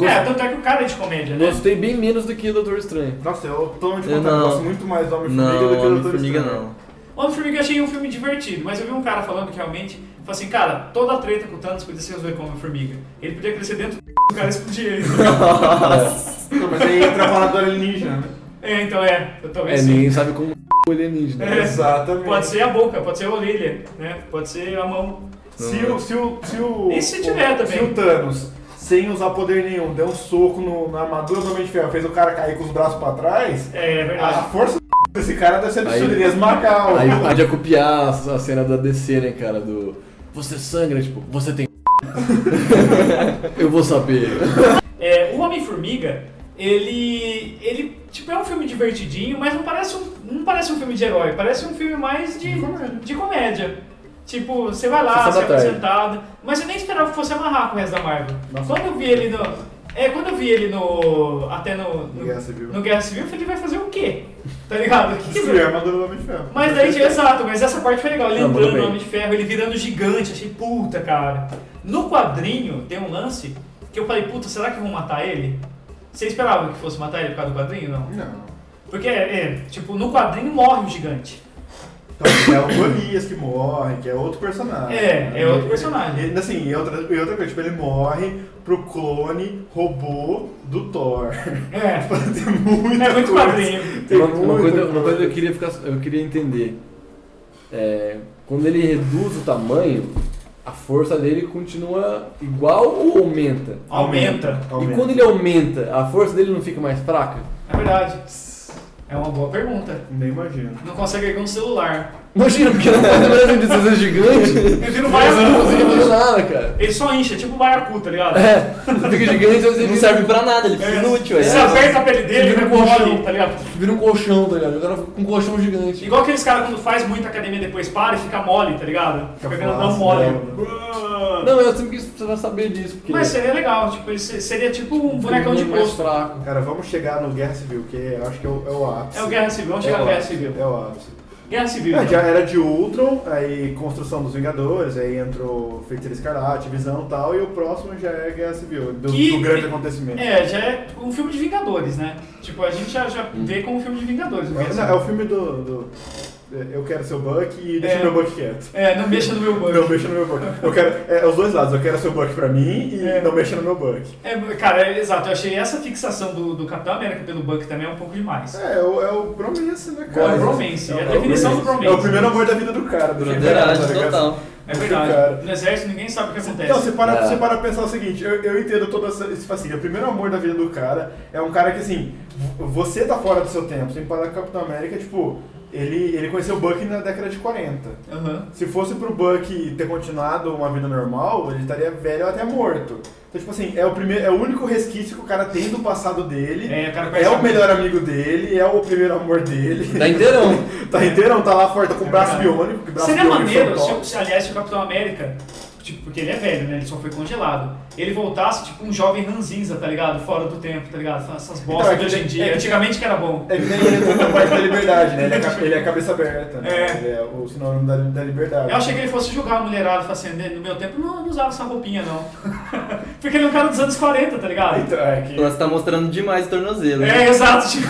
[SPEAKER 2] É, é, tanto é que o cara é de comédia, né?
[SPEAKER 5] Gostei bem menos do que o Doutor Estranho.
[SPEAKER 3] Nossa, eu totalmente
[SPEAKER 4] Eu
[SPEAKER 3] contrário, eu
[SPEAKER 4] não.
[SPEAKER 3] gosto muito mais do Homem-Formiga do que
[SPEAKER 4] Não,
[SPEAKER 3] do Doutor
[SPEAKER 4] Homem-Formiga
[SPEAKER 3] Estranho.
[SPEAKER 4] não.
[SPEAKER 2] Homem-Formiga eu achei um filme divertido, mas eu vi um cara falando que realmente, falou assim, cara, toda a treta com o Thanos podia ser resolvida com o Homem-Formiga. Ele podia crescer dentro do c****, o cara explodir ele.
[SPEAKER 3] Não, Mas aí entra a palavra do alienígena, né?
[SPEAKER 2] é, então é, eu também
[SPEAKER 5] É,
[SPEAKER 2] sim.
[SPEAKER 5] ninguém sabe como (laughs) o alienígena.
[SPEAKER 2] É.
[SPEAKER 3] Exatamente.
[SPEAKER 2] Pode ser a boca, pode ser a orelha, né? Pode ser a mão.
[SPEAKER 3] Se o, se o, se o,
[SPEAKER 2] E se tiver
[SPEAKER 3] o-
[SPEAKER 2] também?
[SPEAKER 3] Se o Thanos, sem usar poder nenhum, deu um soco no- na armadura do Homem de Ferro, fez o cara cair com os braços pra trás,
[SPEAKER 2] É, é
[SPEAKER 3] a
[SPEAKER 2] verdade.
[SPEAKER 3] força desse cara deve ser
[SPEAKER 5] Aí-
[SPEAKER 3] absurda, ele ia esmagar o...
[SPEAKER 5] Aí pode acopiar a cena da DC, né, cara? Do. Você sangra, tipo, você tem. (laughs) Eu vou saber.
[SPEAKER 2] É, o Homem-Formiga, ele. ele tipo, é um filme divertidinho, mas não parece um, não parece um filme de herói, parece um filme mais de, de comédia. Tipo, você vai lá,
[SPEAKER 5] Sessão
[SPEAKER 2] você é
[SPEAKER 5] da tarde.
[SPEAKER 2] apresentado. Mas eu nem esperava que fosse amarrar com o resto da Marvel. Quando eu vi ele no. É, quando eu vi ele no. Até no.
[SPEAKER 3] No Guerra Civil.
[SPEAKER 2] no Guerra Civil, eu falei, vai fazer o quê? Tá ligado? O que que
[SPEAKER 3] (laughs) Destruir a armadura do Homem de Ferro.
[SPEAKER 2] Mas daí, exato, mas essa parte foi legal. Ele
[SPEAKER 5] Não, mandou
[SPEAKER 2] entrando no
[SPEAKER 5] bem.
[SPEAKER 2] Homem de Ferro, ele virando gigante, achei puta, cara. No quadrinho tem um lance que eu falei, puta, será que vão matar ele? Você esperava que fosse matar ele por causa do quadrinho? Não.
[SPEAKER 3] Não.
[SPEAKER 2] Porque, é, tipo, no quadrinho morre o gigante.
[SPEAKER 3] Então, é o Golias que morre, que é outro
[SPEAKER 5] Ah,
[SPEAKER 3] personagem. né?
[SPEAKER 2] É, é outro personagem.
[SPEAKER 3] Ele, assim, e outra, e outra coisa, tipo, ele morre pro clone robô do Thor.
[SPEAKER 5] (laughs)
[SPEAKER 2] É,
[SPEAKER 3] Tem muita
[SPEAKER 2] é muito
[SPEAKER 3] coisa.
[SPEAKER 2] quadrinho.
[SPEAKER 3] Tem
[SPEAKER 5] Uma, uma
[SPEAKER 3] muita
[SPEAKER 5] coisa, uma coisa que eu queria, ficar, eu queria entender. É, quando ele reduz o tamanho, a força dele continua igual ou aumenta?
[SPEAKER 2] Aumenta.
[SPEAKER 5] E quando ele aumenta, a força dele não fica mais fraca?
[SPEAKER 2] É verdade. É uma boa pergunta.
[SPEAKER 3] Nem imagino.
[SPEAKER 2] Não consegue erguer um celular.
[SPEAKER 5] Imagina, porque não faz mais sentido você ser gigante.
[SPEAKER 2] Ele vira um baiacu.
[SPEAKER 5] Você não faz nada, cara.
[SPEAKER 2] Ele só incha, tipo um baiacu, tá ligado?
[SPEAKER 5] É, você fica gigante, você
[SPEAKER 4] Não
[SPEAKER 5] vira,
[SPEAKER 4] serve pra nada, ele fica
[SPEAKER 2] É.
[SPEAKER 4] inútil.
[SPEAKER 2] Você
[SPEAKER 4] É.
[SPEAKER 2] aperta a pele dele, ele
[SPEAKER 5] Vira um
[SPEAKER 2] mole,
[SPEAKER 5] colchão.
[SPEAKER 2] tá ligado?
[SPEAKER 5] vira um colchão, tá ligado? O cara fica com um colchão gigante.
[SPEAKER 2] Igual aqueles caras quando faz muita academia depois para e fica mole, tá ligado? Fica
[SPEAKER 3] Fica né?
[SPEAKER 2] grandão
[SPEAKER 3] flácido,
[SPEAKER 2] mole.
[SPEAKER 5] Não, é assim eu sempre quis precisava saber disso, porque
[SPEAKER 2] Mas seria legal, tipo, ele se- seria tipo um bonecão de
[SPEAKER 5] ele é mais
[SPEAKER 2] posto.
[SPEAKER 5] fraco.
[SPEAKER 3] Cara, vamos chegar no Guerra Civil, que eu acho que é o, é o ápice.
[SPEAKER 2] É o Guerra Civil, vamos chegar no
[SPEAKER 3] o
[SPEAKER 2] Guerra
[SPEAKER 3] ápice,
[SPEAKER 2] Civil.
[SPEAKER 3] É o ápice.
[SPEAKER 2] Guerra Civil.
[SPEAKER 3] É, já
[SPEAKER 2] então.
[SPEAKER 3] era de Ultron, aí construção dos Vingadores, aí entrou Feiticeiro Escarlate, Visão e tal, e o próximo já é Guerra Civil, do,
[SPEAKER 2] Que-
[SPEAKER 3] do grande acontecimento. É,
[SPEAKER 2] É, já é um filme de Vingadores, né? Tipo, a gente já, já vê como um filme de Vingadores. o Guerra
[SPEAKER 3] não, é o
[SPEAKER 2] Civil.
[SPEAKER 3] filme do, do- é, Eu quero seu Buck e deixa
[SPEAKER 2] É.
[SPEAKER 3] meu Buck quieto.
[SPEAKER 2] É, não mexa no meu
[SPEAKER 3] Não
[SPEAKER 2] banco.
[SPEAKER 3] mexa no meu Buck. Eu quero, é, é os dois lados, eu quero seu Buck pra mim e
[SPEAKER 2] É.
[SPEAKER 3] não mexa no meu Buck.
[SPEAKER 2] É, cara, é, exato, eu achei essa fixação do, do Capitão América pelo Buck também é um pouco demais.
[SPEAKER 3] É, é o, é o bromance, né,
[SPEAKER 2] É
[SPEAKER 3] cara?
[SPEAKER 2] o bromance, é a
[SPEAKER 3] É o
[SPEAKER 2] definição do
[SPEAKER 3] É o
[SPEAKER 2] bromance.
[SPEAKER 3] primeiro amor da vida do cara. do
[SPEAKER 4] Broderagem
[SPEAKER 3] tá ligado?
[SPEAKER 4] total.
[SPEAKER 2] É
[SPEAKER 3] Cara.
[SPEAKER 2] verdade. No exército ninguém sabe o que acontece.
[SPEAKER 3] Então, você para,
[SPEAKER 5] É.
[SPEAKER 3] você para pensar o seguinte, eu, eu entendo toda essa. Isso, assim, o primeiro amor da vida do cara é um cara que assim, v- você tá fora do seu tempo, sem parar com o Capitão América, tipo, ele, ele conheceu o Buck na década de 40.
[SPEAKER 2] Aham.
[SPEAKER 3] Se fosse pro Buck ter continuado uma vida normal, ele estaria velho ou até morto. Então, tipo assim, é o, primeiro, é o único resquício que o cara tem do passado dele.
[SPEAKER 2] É, o cara
[SPEAKER 3] É
[SPEAKER 2] conhece
[SPEAKER 3] o melhor amigo dele, é o primeiro amor dele.
[SPEAKER 5] Tá inteirão.
[SPEAKER 3] (laughs) Tá inteirão, tá lá fora, tá com o braço
[SPEAKER 2] É verdade.
[SPEAKER 3] biônico. que braço
[SPEAKER 2] Seria
[SPEAKER 3] biônico
[SPEAKER 2] maneiro, tipo-
[SPEAKER 3] foi
[SPEAKER 2] se,
[SPEAKER 3] top.
[SPEAKER 2] o- se, aliás, se o Capitão América, tipo, porque ele é velho, né? Ele só foi congelado. Ele voltasse, tipo, um jovem ranzinza, tá ligado? Fora do tempo, tá ligado? Essas bostas
[SPEAKER 3] é que
[SPEAKER 2] de hoje em
[SPEAKER 3] tem-
[SPEAKER 2] dia.
[SPEAKER 3] é que tem-
[SPEAKER 2] Antigamente que era bom.
[SPEAKER 3] É que nem ele entra na parte da liberdade, né? Ele é, ca- ele é cabeça aberta. Né?
[SPEAKER 2] É.
[SPEAKER 3] Ele é o sinônimo da, da liberdade.
[SPEAKER 2] Eu achei que ele fosse julgar a mulherada, falando assim, no meu tempo não, não usava essa roupinha, não. (laughs) porque ele é um cara dos anos 40, tá ligado?
[SPEAKER 3] Então, é
[SPEAKER 2] (laughs)
[SPEAKER 3] que...
[SPEAKER 4] Você tá mostrando demais o tornozelo. né?
[SPEAKER 2] É, exato, tipo.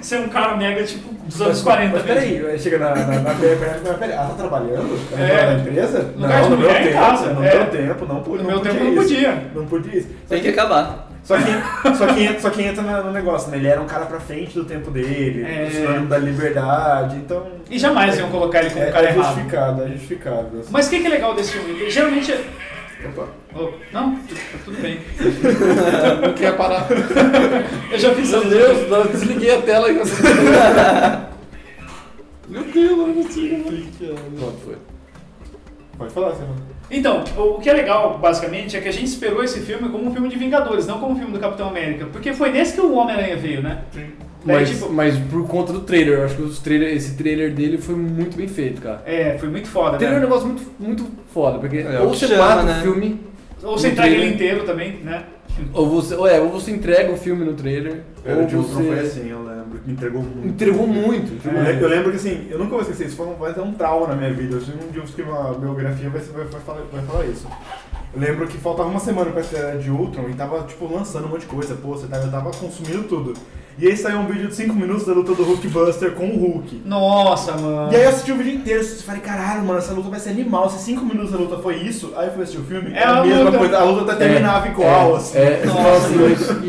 [SPEAKER 2] Você é um cara mega, tipo, dos anos
[SPEAKER 3] Mas-
[SPEAKER 2] 40
[SPEAKER 3] Mas
[SPEAKER 2] mesmo.
[SPEAKER 3] peraí, aí chega na, na, na peraí, peraí, peraí, peraí, ela tá trabalhando? Ela
[SPEAKER 2] É.
[SPEAKER 3] tá na empresa?
[SPEAKER 2] No lugar de mulher, em casa,
[SPEAKER 3] no
[SPEAKER 2] é.
[SPEAKER 3] meu tempo, não é pude.
[SPEAKER 2] No meu tempo não podia.
[SPEAKER 3] Não podia isso. Só
[SPEAKER 4] Tem que
[SPEAKER 3] que,
[SPEAKER 4] acabar.
[SPEAKER 3] só que, só que, entra- só que entra na- no negócio, né? Ele era um cara pra frente do tempo dele,
[SPEAKER 2] É.
[SPEAKER 3] é. da liberdade, então.
[SPEAKER 2] E jamais iam colocar ele como um
[SPEAKER 3] é,
[SPEAKER 2] cara
[SPEAKER 3] é
[SPEAKER 2] errado.
[SPEAKER 3] justificado, é justificado. assim.
[SPEAKER 2] Mas o que, que é legal desse filme? Geralmente. é-
[SPEAKER 5] Opa,
[SPEAKER 2] Oh, não, tu- tudo bem.
[SPEAKER 5] não quer parar.
[SPEAKER 2] Eu já fiz
[SPEAKER 5] Meu
[SPEAKER 2] isso.
[SPEAKER 5] Deus, eu desliguei a tela e você. Meu Deus, eu não consigo. Pronto, foi.
[SPEAKER 3] Pode falar, você fala.
[SPEAKER 2] Então, o o que é legal, basicamente, é que a gente esperou esse filme como um filme de Vingadores, não como um filme do Capitão América. Porque foi nesse que o Homem-Aranha veio, né? Daí,
[SPEAKER 5] (laughs) Mas,
[SPEAKER 2] tipo,
[SPEAKER 5] mas por conta do trailer, eu acho que os trailer, esse trailer dele foi muito bem feito, cara.
[SPEAKER 2] é, foi muito foda,
[SPEAKER 5] O trailer é um
[SPEAKER 2] né?
[SPEAKER 5] negócio muito, muito foda, porque
[SPEAKER 4] É, o
[SPEAKER 5] ou
[SPEAKER 4] que
[SPEAKER 5] você
[SPEAKER 4] chama,
[SPEAKER 5] mata
[SPEAKER 4] né?
[SPEAKER 5] o filme,
[SPEAKER 2] Ou você
[SPEAKER 5] no
[SPEAKER 2] entrega ele
[SPEAKER 5] trailer.
[SPEAKER 2] inteiro também, né?
[SPEAKER 5] ou você, ou, é, ou você entrega o filme no trailer,
[SPEAKER 3] Era
[SPEAKER 5] ou
[SPEAKER 3] de Ultron foi
[SPEAKER 5] você
[SPEAKER 3] assim, eu lembro. que Entregou muito.
[SPEAKER 5] entregou muito. entregou
[SPEAKER 3] Eu
[SPEAKER 5] muito.
[SPEAKER 3] le- Eu lembro que assim, eu nunca vou esquecer, isso foi um, vai ser um trauma na minha vida. Eu sei que um dia eu escrevi uma biografia, vai, ser- vai, vai falar, vai falar isso. Eu lembro que faltava uma semana pra estreia de Ultron e tava, tipo, lançando um monte de coisa, pôster, tá? eu tava consumindo tudo. E aí saiu um vídeo de 5 minutos da luta do Hulk Buster com o Hulk.
[SPEAKER 2] Nossa, mano.
[SPEAKER 3] E aí eu assisti o vídeo inteiro, eu falei, caralho, mano, essa luta vai ser animal. Se 5 minutos da luta foi isso, aí eu fui assistir o filme,
[SPEAKER 2] É
[SPEAKER 3] era
[SPEAKER 2] a
[SPEAKER 3] a mesma
[SPEAKER 2] luta.
[SPEAKER 3] coisa, a luta até terminava igual,
[SPEAKER 5] é,
[SPEAKER 3] assim.
[SPEAKER 5] É, você fala assim,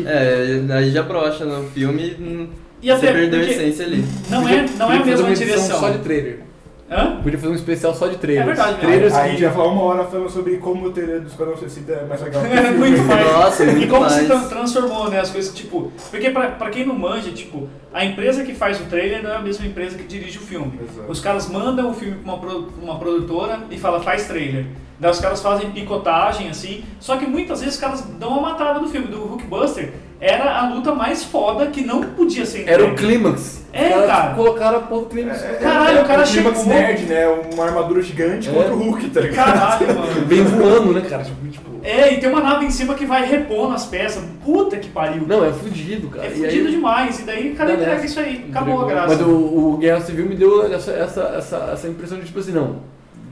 [SPEAKER 3] (laughs)
[SPEAKER 5] mas-
[SPEAKER 4] É, aí já brocha no filme e hum,
[SPEAKER 2] E até
[SPEAKER 4] você perdeu a
[SPEAKER 2] porque
[SPEAKER 4] essência ali.
[SPEAKER 2] Não é, não é a
[SPEAKER 5] podia fazer
[SPEAKER 2] mesma
[SPEAKER 5] uma edição
[SPEAKER 2] direção.
[SPEAKER 5] Só de trailer.
[SPEAKER 2] Hã?
[SPEAKER 5] Podia fazer um especial só de trailers.
[SPEAKER 2] É verdade, né?
[SPEAKER 5] trailers
[SPEAKER 3] Aí a
[SPEAKER 5] que
[SPEAKER 3] gente ia falar uma hora falando sobre como o trailer do Esquadrão Suicida é
[SPEAKER 2] (laughs)
[SPEAKER 3] mais legal. que o
[SPEAKER 2] É
[SPEAKER 3] filme.
[SPEAKER 2] muito mais.
[SPEAKER 4] Nossa,
[SPEAKER 2] e
[SPEAKER 4] muito
[SPEAKER 2] como se
[SPEAKER 4] mais.
[SPEAKER 2] tran- transformou, né? As coisas que, tipo. Porque pra, pra quem não manja, tipo, a empresa que faz o trailer não é a mesma empresa que dirige o filme.
[SPEAKER 3] Exato.
[SPEAKER 2] Os caras mandam o filme pra uma, pro- pra uma produtora e fala, faz trailer. Daí os caras fazem picotagem, assim. Só que muitas vezes os caras dão uma matada do filme, do Hulkbuster. Era a luta mais foda que não podia ser
[SPEAKER 5] era o
[SPEAKER 2] entregue.
[SPEAKER 5] clímax.
[SPEAKER 2] É,
[SPEAKER 5] Os caras
[SPEAKER 2] cara.
[SPEAKER 5] Colocaram a porra do clímax.
[SPEAKER 2] Caralho, o cara
[SPEAKER 3] um clímax
[SPEAKER 2] chegou.
[SPEAKER 3] nerd, né? Uma armadura gigante
[SPEAKER 5] É.
[SPEAKER 3] contra o Hulk, tá ligado?
[SPEAKER 5] (laughs)
[SPEAKER 2] Caralho, mano.
[SPEAKER 5] Vem voando, né, cara? Tipo, tipo,
[SPEAKER 2] É, e tem uma nave em cima que vai repondo as peças. Puta que pariu.
[SPEAKER 5] Não, é fudido, cara.
[SPEAKER 2] É
[SPEAKER 5] E aí-
[SPEAKER 2] fudido demais. E daí o cara
[SPEAKER 5] Não,
[SPEAKER 2] entrega
[SPEAKER 5] né?
[SPEAKER 2] isso aí. Acabou a
[SPEAKER 5] Entregou.
[SPEAKER 2] graça.
[SPEAKER 5] Mas o, o Guerra Civil me deu essa, essa, essa, essa impressão de tipo assim, não.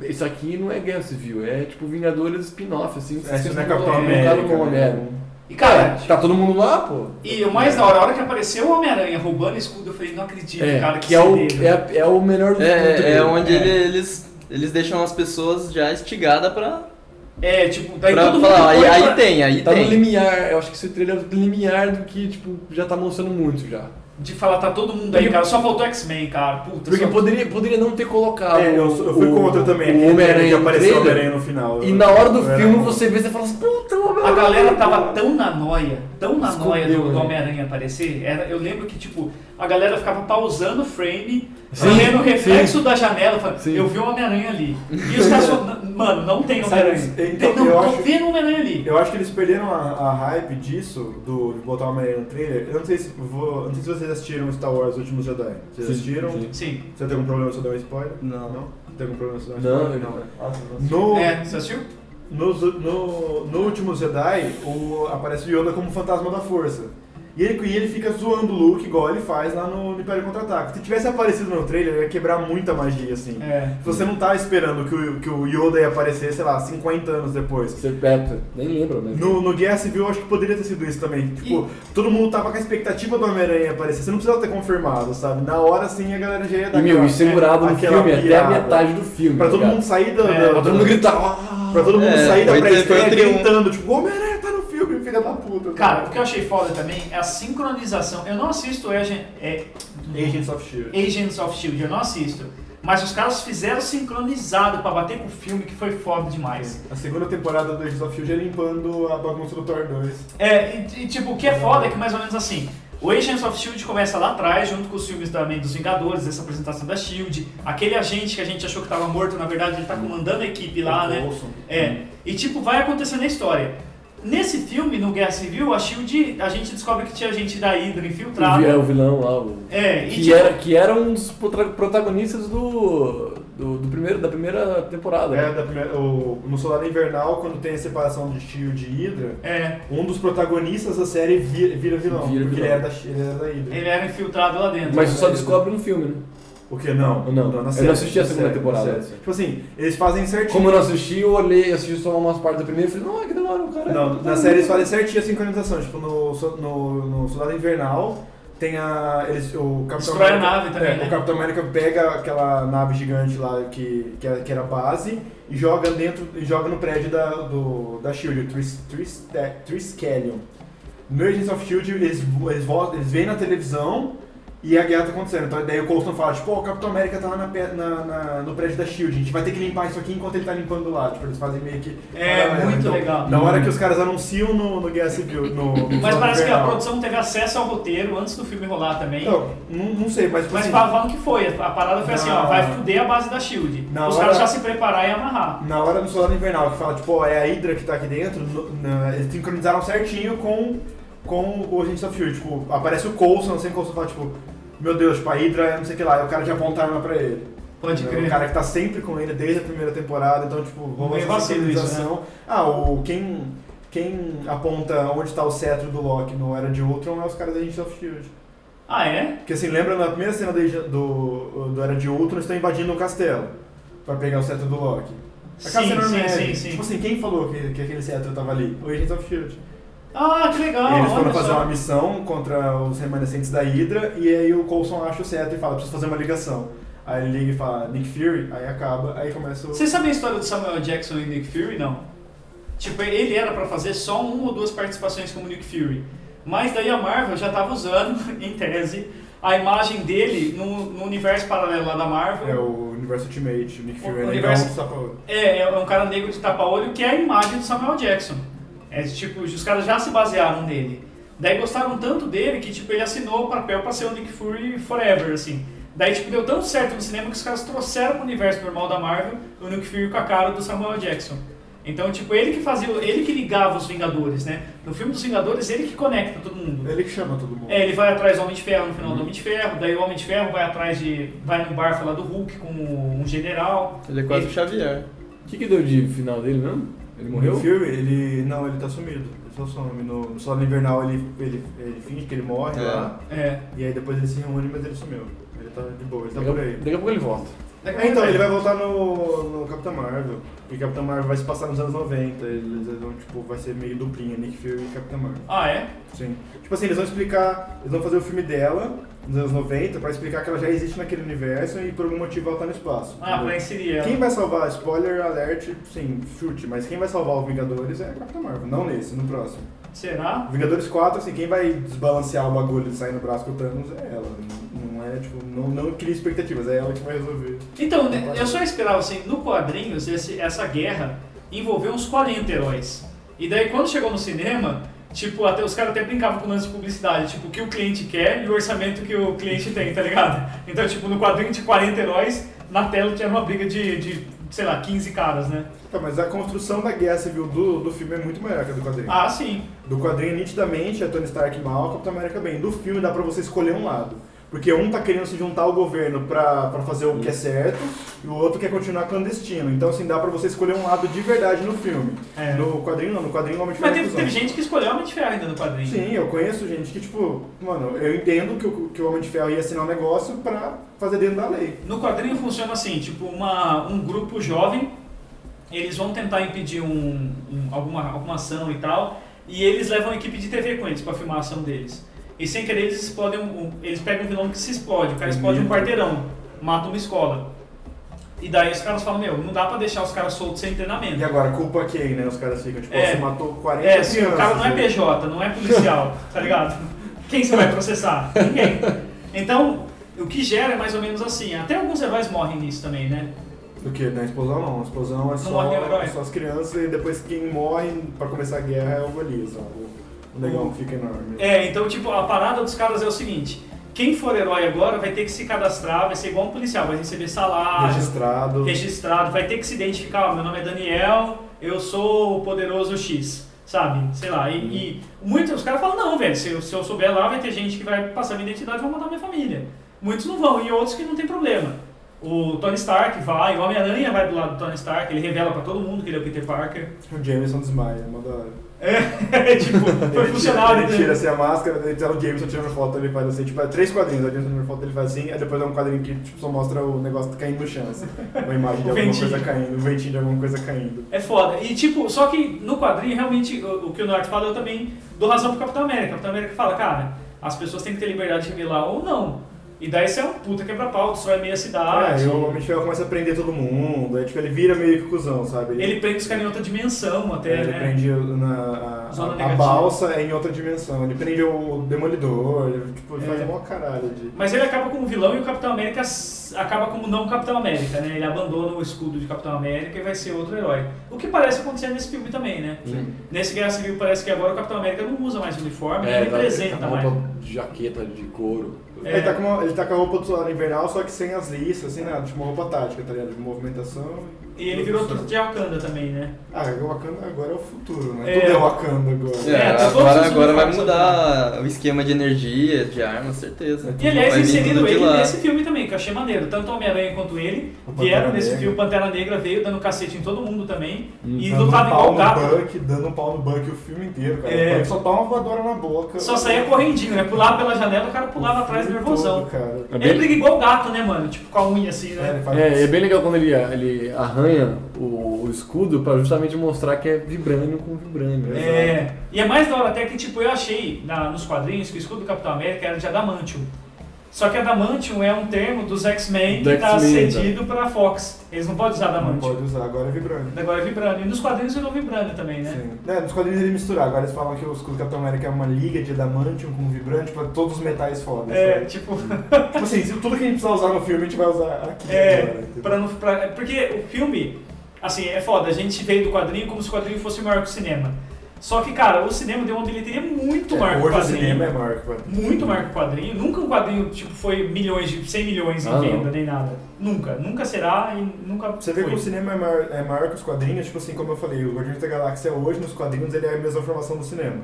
[SPEAKER 5] Isso aqui não é Guerra Civil, é tipo Vingadores spin-off, assim.
[SPEAKER 3] É, isso não é
[SPEAKER 5] vocês
[SPEAKER 3] Capitão
[SPEAKER 5] colocam
[SPEAKER 3] América,
[SPEAKER 5] no nome,
[SPEAKER 3] né?
[SPEAKER 5] é.
[SPEAKER 2] E cara,
[SPEAKER 5] Cara, tá todo mundo lá, pô.
[SPEAKER 2] e o mais da hora, a hora que apareceu o Homem-Aranha roubando escudo, eu falei, não acredito,
[SPEAKER 5] É,
[SPEAKER 2] cara, que,
[SPEAKER 5] que é o,
[SPEAKER 2] cedeiro.
[SPEAKER 5] é, a- é o melhor do do
[SPEAKER 4] É,
[SPEAKER 5] trailer.
[SPEAKER 4] é onde
[SPEAKER 2] É.
[SPEAKER 4] ele- eles, eles deixam as pessoas já estigadas pra,
[SPEAKER 2] É, tipo, daí
[SPEAKER 4] pra
[SPEAKER 2] todo mundo
[SPEAKER 4] falar, ó, aí,
[SPEAKER 2] foi
[SPEAKER 4] aí
[SPEAKER 2] pra-
[SPEAKER 4] tem, aí
[SPEAKER 5] Tá no
[SPEAKER 4] tem.
[SPEAKER 5] limiar, eu acho que esse trailer é o limiar do que, tipo, já tá mostrando muito já.
[SPEAKER 2] de falar, tá todo mundo aí,
[SPEAKER 5] Porque-
[SPEAKER 2] cara, só faltou X-Men, cara, puta.
[SPEAKER 5] Porque
[SPEAKER 2] só-
[SPEAKER 5] poderia, poderia não ter colocado.
[SPEAKER 3] É, eu, eu fui
[SPEAKER 5] o-
[SPEAKER 3] contra também.
[SPEAKER 5] O Homem-Aranha
[SPEAKER 3] que
[SPEAKER 5] no
[SPEAKER 3] apareceu o
[SPEAKER 5] trailer.
[SPEAKER 3] Homem-Aranha no final.
[SPEAKER 5] E na hora do
[SPEAKER 3] Eu era
[SPEAKER 5] filme
[SPEAKER 3] um-
[SPEAKER 5] você vê, você fala assim, puta, o
[SPEAKER 2] A
[SPEAKER 5] Homem-Aranha.
[SPEAKER 2] galera tá tava tão na noia, tão na noia do,
[SPEAKER 5] Escondeu,
[SPEAKER 2] do
[SPEAKER 5] né?
[SPEAKER 2] Homem-Aranha aparecer, era, eu lembro que, tipo, a galera ficava pausando o frame,
[SPEAKER 5] Sim,
[SPEAKER 2] vendo o reflexo
[SPEAKER 5] sim.
[SPEAKER 2] da janela, falando,
[SPEAKER 5] Sim.
[SPEAKER 2] eu vi o Homem-Aranha ali. E os caras falando, mano, não tem
[SPEAKER 3] Sabe,
[SPEAKER 2] Homem-Aranha.
[SPEAKER 3] então,
[SPEAKER 2] Tem- não,
[SPEAKER 3] eu
[SPEAKER 2] tô
[SPEAKER 3] acho-
[SPEAKER 2] vendo o Homem-Aranha ali.
[SPEAKER 3] Eu acho que eles perderam a, a hype disso, do, de botar o Homem-Aranha no trailer. Eu não sei, se vou, não sei se vocês assistiram Star Wars Últimos Jedi. Vocês
[SPEAKER 5] Sim,
[SPEAKER 3] assistiram?
[SPEAKER 5] sim.
[SPEAKER 2] Sim.
[SPEAKER 3] Você tem algum problema se eu der um spoiler?
[SPEAKER 4] Não.
[SPEAKER 3] Não? Tem algum problema se eu der um
[SPEAKER 5] Não,
[SPEAKER 3] spoiler?
[SPEAKER 5] eu não.
[SPEAKER 3] No,
[SPEAKER 2] É, você assistiu?
[SPEAKER 3] Nos- no, no último Jedi, o, aparece o Yoda como fantasma da força. E ele, e ele fica zoando o Luke, igual ele faz lá no Império Contra-Ataque. Se tivesse aparecido no trailer, ia quebrar muita magia, assim.
[SPEAKER 2] É.
[SPEAKER 3] Se Você não tá esperando que o, que o Yoda ia aparecer, sei lá, 50 anos depois.
[SPEAKER 5] Você peta, nem lembra, mas.
[SPEAKER 3] No, no Guerra Civil, eu acho que poderia ter sido isso também. Tipo, todo mundo tava com a expectativa do Homem-Aranha aparecer. Você não precisava ter confirmado, sabe? Na hora, sim, a galera já ia dar
[SPEAKER 5] E meu,
[SPEAKER 3] aquela-
[SPEAKER 5] e segurado no
[SPEAKER 3] aquela
[SPEAKER 5] filme até a
[SPEAKER 3] piada.
[SPEAKER 5] metade do filme.
[SPEAKER 3] Pra
[SPEAKER 5] tá
[SPEAKER 3] todo
[SPEAKER 5] ligado?
[SPEAKER 3] mundo sair da...
[SPEAKER 2] É,
[SPEAKER 3] da-
[SPEAKER 5] Pra todo mundo gritar. "Ah!"
[SPEAKER 3] Pra todo mundo
[SPEAKER 4] É,
[SPEAKER 3] sair da
[SPEAKER 4] foi-
[SPEAKER 3] pré-estreia
[SPEAKER 4] foi um triunfo.
[SPEAKER 3] gritando, tipo, o Homem-Aranha tá no filme, filha da puta.
[SPEAKER 2] Cara, o que eu achei foda também é a sincronização. Eu não assisto Agent, é,
[SPEAKER 3] Agents of S.H.I.E.L.D.
[SPEAKER 2] Agents of Shield, eu não assisto. Mas os caras fizeram sincronizado pra bater com o filme, que foi foda demais.
[SPEAKER 3] A segunda temporada do Agents of S.H.I.E.L.D. é limpando a bagunça do Thor 2.
[SPEAKER 2] É, e, e, tipo, o que é foda é que mais ou menos assim. O Agents of Shield começa lá atrás, junto com os filmes também dos Vingadores, essa apresentação da Shield. Aquele agente que a gente achou que tava morto, na verdade, ele tá comandando a equipe lá, né?
[SPEAKER 3] Olson.
[SPEAKER 2] É, e tipo, vai acontecendo a história. Nesse filme, no Guerra Civil, a Shield, a gente descobre que tinha gente da Hydra
[SPEAKER 5] O vi- É
[SPEAKER 2] infiltrada.
[SPEAKER 5] o vilão lá, o.
[SPEAKER 2] É, e
[SPEAKER 5] Que
[SPEAKER 2] tipo,
[SPEAKER 5] era, que era um dos protra- protagonistas do. do, do primeiro, da primeira temporada.
[SPEAKER 3] É,
[SPEAKER 5] né?
[SPEAKER 3] da primeira, o, no Soldado Invernal, quando tem a separação de S.H.I.E.L.D. e Hydra,
[SPEAKER 2] é,
[SPEAKER 3] um dos protagonistas da série vira, vira vilão,
[SPEAKER 5] Vira
[SPEAKER 3] porque
[SPEAKER 5] vilão.
[SPEAKER 3] ele
[SPEAKER 5] é-
[SPEAKER 3] era da, S.H.I.E.L.D., ele era da Hydra.
[SPEAKER 2] ele era infiltrado lá dentro.
[SPEAKER 5] Mas você só descobre no filme, né?
[SPEAKER 3] O que? Não.
[SPEAKER 5] Não, eu não assisti a
[SPEAKER 3] na
[SPEAKER 5] segunda
[SPEAKER 3] série,
[SPEAKER 5] temporada.
[SPEAKER 3] na série. Tipo assim, eles fazem certinho.
[SPEAKER 5] Como eu não assisti, eu olhei, assisti só umas partes da primeira e falei, não, que da hora o cara. é
[SPEAKER 3] Não, na série eles fazem certinho a sincronização. Tipo, no, so- no, no Soldado Invernal Tem a. Eles, o Capitão
[SPEAKER 2] Destrói a nave também,
[SPEAKER 3] é,
[SPEAKER 2] né?
[SPEAKER 3] O Capitão América pega aquela nave gigante lá que, que, era, que era a base e joga dentro. e joga no prédio da, do, da Shield, o Tris, Tris, é, Triskelion. No Agents of Shield, eles, vo- eles, voltam, eles veem na televisão e a guerra tá acontecendo. Então daí o Colson fala, tipo, "Ó, o Capitão América tá lá na, pe- na- na- no prédio da Shield, a gente vai ter que limpar isso aqui enquanto ele tá limpando lá. Tipo, eles fazem meio que.
[SPEAKER 2] É,
[SPEAKER 3] paralelo.
[SPEAKER 2] muito
[SPEAKER 3] Então,
[SPEAKER 2] legal.
[SPEAKER 3] Na hora que os caras anunciam no, no Guerra Civil. No, no
[SPEAKER 2] Mas
[SPEAKER 3] Soldado
[SPEAKER 2] parece que a
[SPEAKER 3] Invernal.
[SPEAKER 2] produção teve acesso ao roteiro antes do filme rolar também.
[SPEAKER 3] Então, não, não sei, mas. tipo
[SPEAKER 2] Mas
[SPEAKER 3] assim,
[SPEAKER 2] falam que foi. A parada foi assim, ó,
[SPEAKER 3] Na-
[SPEAKER 2] vai fuder a base da Shield.
[SPEAKER 3] Na
[SPEAKER 2] Os
[SPEAKER 3] hora-
[SPEAKER 2] caras já se prepararam e amarrar.
[SPEAKER 3] Na hora do Soldado Invernal, que fala, tipo, ó, é a Hydra que tá aqui dentro, no- na- eles sincronizaram certinho com, com o Agents of Shield. Tipo, aparece o Coulson, assim, o Coulson fala, tipo, meu Deus, tipo, a Hydra é não sei o que lá, e o cara já aponta a arma pra ele.
[SPEAKER 2] Pode
[SPEAKER 3] É
[SPEAKER 2] crer.
[SPEAKER 3] Um cara que tá sempre com ele desde a primeira temporada, então, tipo, rolou
[SPEAKER 2] Meio
[SPEAKER 3] essa
[SPEAKER 2] vacilo isso, né?
[SPEAKER 3] sincronização. Ah, o, quem, quem aponta onde tá o cetro do Loki no Era de Ultron é os caras da Agents of Shield.
[SPEAKER 2] Ah, é?
[SPEAKER 3] Porque assim, lembra na primeira cena do, do, do Era de Ultron, eles estão invadindo o castelo pra pegar o cetro do Loki. Aquela
[SPEAKER 2] Sim,
[SPEAKER 3] cena
[SPEAKER 2] sim,
[SPEAKER 3] não é-
[SPEAKER 2] sim, sim.
[SPEAKER 3] Tipo assim, quem falou que, que aquele cetro tava ali? O Agents of S.H.I.E.L.D.
[SPEAKER 2] Ah, que legal.
[SPEAKER 3] eles foram
[SPEAKER 2] olha
[SPEAKER 3] fazer
[SPEAKER 2] só.
[SPEAKER 3] uma missão contra os remanescentes da Hydra e aí o Coulson acha o cetro e fala, preciso fazer uma ligação. Aí ele liga e fala, Nick Fury, aí acaba, aí começa o...
[SPEAKER 2] Vocês sabem a história do Samuel Jackson e Nick Fury? Não. Tipo, ele era pra fazer só uma ou duas participações como Nick Fury. Mas daí a Marvel já tava usando, (laughs) em tese, a imagem dele no, no universo paralelo lá da Marvel.
[SPEAKER 3] É o Universo Ultimate, o Nick
[SPEAKER 2] O
[SPEAKER 3] Fury é
[SPEAKER 2] universo-
[SPEAKER 3] negão, só pra...
[SPEAKER 2] É, é um cara negro de tapa-olho que é a imagem do Samuel Jackson. É tipo, os caras já se basearam nele. Daí gostaram tanto dele que tipo, ele assinou o papel pra ser o Nick Fury Forever, assim. Daí tipo, deu tão certo no cinema que os caras trouxeram pro universo normal da Marvel o Nick Fury com a cara do Samuel Jackson. Então, tipo, ele que fazia, ele que ligava os Vingadores, né? No filme dos Vingadores, ele que conecta todo mundo.
[SPEAKER 3] Ele que chama todo mundo.
[SPEAKER 2] É, ele vai atrás do Homem de Ferro no final do Homem de Ferro, daí o Homem de Ferro vai atrás de. vai no bar falar do Hulk com um general.
[SPEAKER 4] Ele é quase o Xavier.
[SPEAKER 5] O que, que deu de final dele mesmo? Ele morreu?
[SPEAKER 3] O Fury, ele... Não, ele tá sumido. Ele só some. No, no Soldado Invernal ele, ele, ele finge que ele morre
[SPEAKER 4] É.
[SPEAKER 3] lá.
[SPEAKER 2] É.
[SPEAKER 3] E aí depois ele se reúne, mas ele sumiu. Ele tá de boa, ele tá
[SPEAKER 5] Daqui
[SPEAKER 3] por
[SPEAKER 5] a,
[SPEAKER 3] aí.
[SPEAKER 5] daqui a pouco ele volta.
[SPEAKER 3] É, então, ele vai voltar no, no Capitão Marvel. E Capitão Marvel vai se passar nos anos 90. Eles vão, tipo, vai ser meio duplinha, Nick Fury e Capitão Marvel.
[SPEAKER 2] Ah, é?
[SPEAKER 3] Sim. Tipo assim, eles vão explicar. Eles vão fazer o filme dela nos anos 90 pra explicar que ela já existe naquele universo e por algum motivo ela tá no espaço.
[SPEAKER 2] Ah,
[SPEAKER 3] entendeu?
[SPEAKER 2] pra inserir ela.
[SPEAKER 3] Quem vai salvar, spoiler alert, sim, chute, mas quem vai salvar o Vingadores é a Capitão Marvel, não nesse, no próximo.
[SPEAKER 2] Será?
[SPEAKER 3] Vingadores 4, assim, quem vai desbalancear o bagulho de sair no braço com o Thanos é ela. Não não é, tipo, não, não cria expectativas, é ela que vai resolver.
[SPEAKER 2] Então, né, eu só esperava assim, no quadrinhos, esse- essa guerra envolveu uns 40 heróis. E daí quando chegou no cinema, tipo, até os caras até brincavam com o lance de publicidade, tipo, o que o cliente quer e o orçamento que o cliente tem, tá ligado? (laughs) Então, tipo, no quadrinho de 40 heróis, na tela tinha uma briga de, de sei lá, 15 caras, né?
[SPEAKER 3] Tá, mas a construção da guerra civil do, do filme é muito melhor que a do quadrinho.
[SPEAKER 2] Ah, sim.
[SPEAKER 3] Do quadrinho, nitidamente, é Tony Stark mal, Capitão América bem. Do filme dá pra você escolher um lado. Porque um tá querendo se juntar ao governo pra, pra fazer o que é certo, e o outro quer continuar clandestino. Então, assim, dá pra você escolher um lado de verdade no filme.
[SPEAKER 2] É.
[SPEAKER 3] No quadrinho não, no quadrinho o Homem de
[SPEAKER 2] Mas
[SPEAKER 3] Ferro é
[SPEAKER 2] teve, teve
[SPEAKER 3] cuzão.
[SPEAKER 2] gente que escolheu a Homem de Ferro ainda no quadrinho.
[SPEAKER 3] Sim, eu conheço gente que, tipo, mano, eu entendo que o, que o Homem de Ferro ia assinar um negócio pra fazer dentro da lei.
[SPEAKER 2] No quadrinho funciona assim, tipo, uma, um grupo jovem, eles vão tentar impedir um, um- alguma, alguma ação e tal, e eles levam a equipe de TV com eles pra filmar a ação deles. E sem querer eles explodem, um- um- eles pegam um vilão que se explode, o cara explode um quarteirão, mata uma escola. E daí os caras falam, meu, não dá pra deixar os caras soltos sem treinamento.
[SPEAKER 3] E agora, culpa quem, né? Os caras ficam, tipo,
[SPEAKER 2] É.
[SPEAKER 3] você matou 40
[SPEAKER 2] É,
[SPEAKER 3] crianças.
[SPEAKER 2] se o cara não é
[SPEAKER 3] né?
[SPEAKER 2] PJ, não é policial, tá
[SPEAKER 3] (laughs)
[SPEAKER 2] ligado? Quem você vai processar? Ninguém. Então, o que gera é mais ou menos assim. Até alguns heróis morrem nisso também, né?
[SPEAKER 3] Do que? Na explosão não. A explosão é só,
[SPEAKER 2] morre o herói.
[SPEAKER 3] é só as crianças e depois quem morre pra começar a guerra é o Golias, ó. O, o negão que fica enorme.
[SPEAKER 2] É, então, tipo, a parada dos caras é o seguinte: quem for herói agora vai ter que se cadastrar, vai ser igual um policial, vai receber salário,
[SPEAKER 3] Registrado.
[SPEAKER 2] registrado, vai ter que se identificar: ó, meu nome é Daniel, eu sou o poderoso X, sabe? Sei lá. E, e muitos os caras falam: não, velho, se, eu- se eu souber lá, vai ter gente que vai passar minha identidade e vai matar minha família. Muitos não vão, e outros que não tem problema. O Tony Stark vai, o Homem-Aranha vai do lado do Tony Stark, ele revela pra todo mundo que ele é o Peter Parker. (laughs)
[SPEAKER 3] O Jameson desmaia, manda.
[SPEAKER 2] É, tipo, foi né?
[SPEAKER 3] ele
[SPEAKER 2] funcionário
[SPEAKER 3] tira, ele
[SPEAKER 2] dele.
[SPEAKER 3] tira assim a máscara, daí tá o Jameson tirando foto, ele faz assim, tipo, é três quadrinhos, o Jameson tirando foto, ele faz assim, aí depois é um quadrinho que tipo, só mostra o negócio caindo no chão, assim. Uma imagem
[SPEAKER 2] (laughs)
[SPEAKER 3] de
[SPEAKER 2] O
[SPEAKER 3] alguma
[SPEAKER 2] ventinho.
[SPEAKER 3] coisa caindo, o ventinho de alguma coisa caindo.
[SPEAKER 2] É foda. E tipo, só que no quadrinho, realmente, o, o que o Norte fala, eu também dou razão pro Capitão América. O Capitão América fala, cara, As pessoas têm que ter liberdade de revelar ou não. E daí você é um puta quebra-pau, só é meia cidade.
[SPEAKER 3] É, eu, o Michel começa a prender todo mundo, aí tipo, ele vira meio que cuzão, sabe?
[SPEAKER 2] Ele prende os caras em outra dimensão até,
[SPEAKER 3] É, ele
[SPEAKER 2] né?
[SPEAKER 3] prende na,
[SPEAKER 2] Zona
[SPEAKER 3] a- a,
[SPEAKER 2] negativa.
[SPEAKER 3] balsa é em outra dimensão, ele prende o demolidor, ele tipo, faz
[SPEAKER 2] É.
[SPEAKER 3] uma caralho de.
[SPEAKER 2] Mas ele acaba como vilão e o Capitão América s- acaba como não Capitão América, né? Ele abandona o escudo de Capitão América e vai ser outro herói. O que parece acontecer nesse filme também, né?
[SPEAKER 5] Sim.
[SPEAKER 2] Nesse Guerra Civil parece que agora o Capitão América não usa mais uniforme,
[SPEAKER 5] É,
[SPEAKER 2] ele
[SPEAKER 5] tá-
[SPEAKER 2] representa né?
[SPEAKER 5] tá com
[SPEAKER 2] mais.
[SPEAKER 5] roupa de jaqueta de couro.
[SPEAKER 2] É.
[SPEAKER 3] Ele, tá com uma- ele tá com a roupa do soldado invernal, só que sem as listas, sem nada, tipo uma roupa tática, tá ligado? De movimentação.
[SPEAKER 2] E ele virou truta de Wakanda também, né?
[SPEAKER 3] Ah, o Wakanda agora é o futuro, né?
[SPEAKER 2] É.
[SPEAKER 3] Tudo é Wakanda agora.
[SPEAKER 4] É,
[SPEAKER 2] É, tá todos
[SPEAKER 4] agora,
[SPEAKER 2] os
[SPEAKER 4] agora vai
[SPEAKER 2] uniformes
[SPEAKER 4] mudar o esquema de energia, de arma, certeza.
[SPEAKER 2] E aliás,
[SPEAKER 4] Vai vir
[SPEAKER 2] inserido
[SPEAKER 4] tudo de
[SPEAKER 2] ele
[SPEAKER 4] lá.
[SPEAKER 2] nesse filme também, que eu achei maneiro. Tanto o Homem-Aranha quanto ele
[SPEAKER 3] O Pantera
[SPEAKER 2] vieram nesse
[SPEAKER 3] Negra.
[SPEAKER 2] filme. Pantera Negra veio dando cacete em todo mundo também. E
[SPEAKER 3] Dando um
[SPEAKER 2] lutava igual
[SPEAKER 3] pau no
[SPEAKER 2] gato.
[SPEAKER 3] Buck, dando um pau no Buck o filme inteiro, cara.
[SPEAKER 2] É.
[SPEAKER 3] O Buck só toma uma voadora na boca.
[SPEAKER 2] Só saía correndinho, né? Pulava pela janela, o cara pulava atrás,
[SPEAKER 3] Filme
[SPEAKER 2] nervosão.
[SPEAKER 3] todo, cara.
[SPEAKER 5] É
[SPEAKER 2] Ele
[SPEAKER 5] bem-
[SPEAKER 2] briga igual gato, né, mano? Tipo, com a unha assim,
[SPEAKER 3] É, ele
[SPEAKER 2] né?
[SPEAKER 3] faz-
[SPEAKER 5] É, e é bem legal quando ele, ele arranha o, o escudo pra justamente mostrar que é vibrânio com vibrânio. né?
[SPEAKER 2] É. E é mais da hora até que, tipo, eu achei na- nos quadrinhos que o escudo do Capitão América era de Adamantium. Só que Adamantium é um termo dos X-Men que
[SPEAKER 5] Do
[SPEAKER 2] tá
[SPEAKER 5] X-Men, tá.
[SPEAKER 2] cedido pra Fox. Eles não podem usar
[SPEAKER 3] Não
[SPEAKER 2] Adamantium.
[SPEAKER 3] pode usar, agora é vibrante.
[SPEAKER 2] Agora é Vibranium. E nos quadrinhos virou Vibranium também, né?
[SPEAKER 3] Sim. É, nos quadrinhos ele mistura. Agora eles falam que o escudo do Capitão América é uma liga de adamantium com vibrante pra todos os metais fodas.
[SPEAKER 2] É,
[SPEAKER 3] sabe?
[SPEAKER 2] tipo.
[SPEAKER 3] (laughs) Tipo assim, se tudo que a gente precisar usar no filme, a gente vai usar aqui agora.
[SPEAKER 2] É,
[SPEAKER 3] entendeu?
[SPEAKER 2] pra não, pra- porque o filme, assim, é foda. A gente veio do quadrinho como se o quadrinho fosse maior que o cinema. Só que, cara, o cinema deu uma bilheteria muito maior que o
[SPEAKER 3] Hoje o
[SPEAKER 2] quadrinho.
[SPEAKER 3] cinema é maior que o quadrinho.
[SPEAKER 2] Muito maior que o quadrinho. Nunca um quadrinho, tipo, foi milhões, de 100 milhões em
[SPEAKER 5] Ah, não.
[SPEAKER 2] venda, nem nada. Nunca. Nunca será e nunca
[SPEAKER 3] Você vê
[SPEAKER 2] foi.
[SPEAKER 3] que o cinema é maior, é maior que os quadrinhos, tipo assim, como eu falei, o Guardiões da Galáxia hoje, nos quadrinhos, ele é a mesma formação do cinema.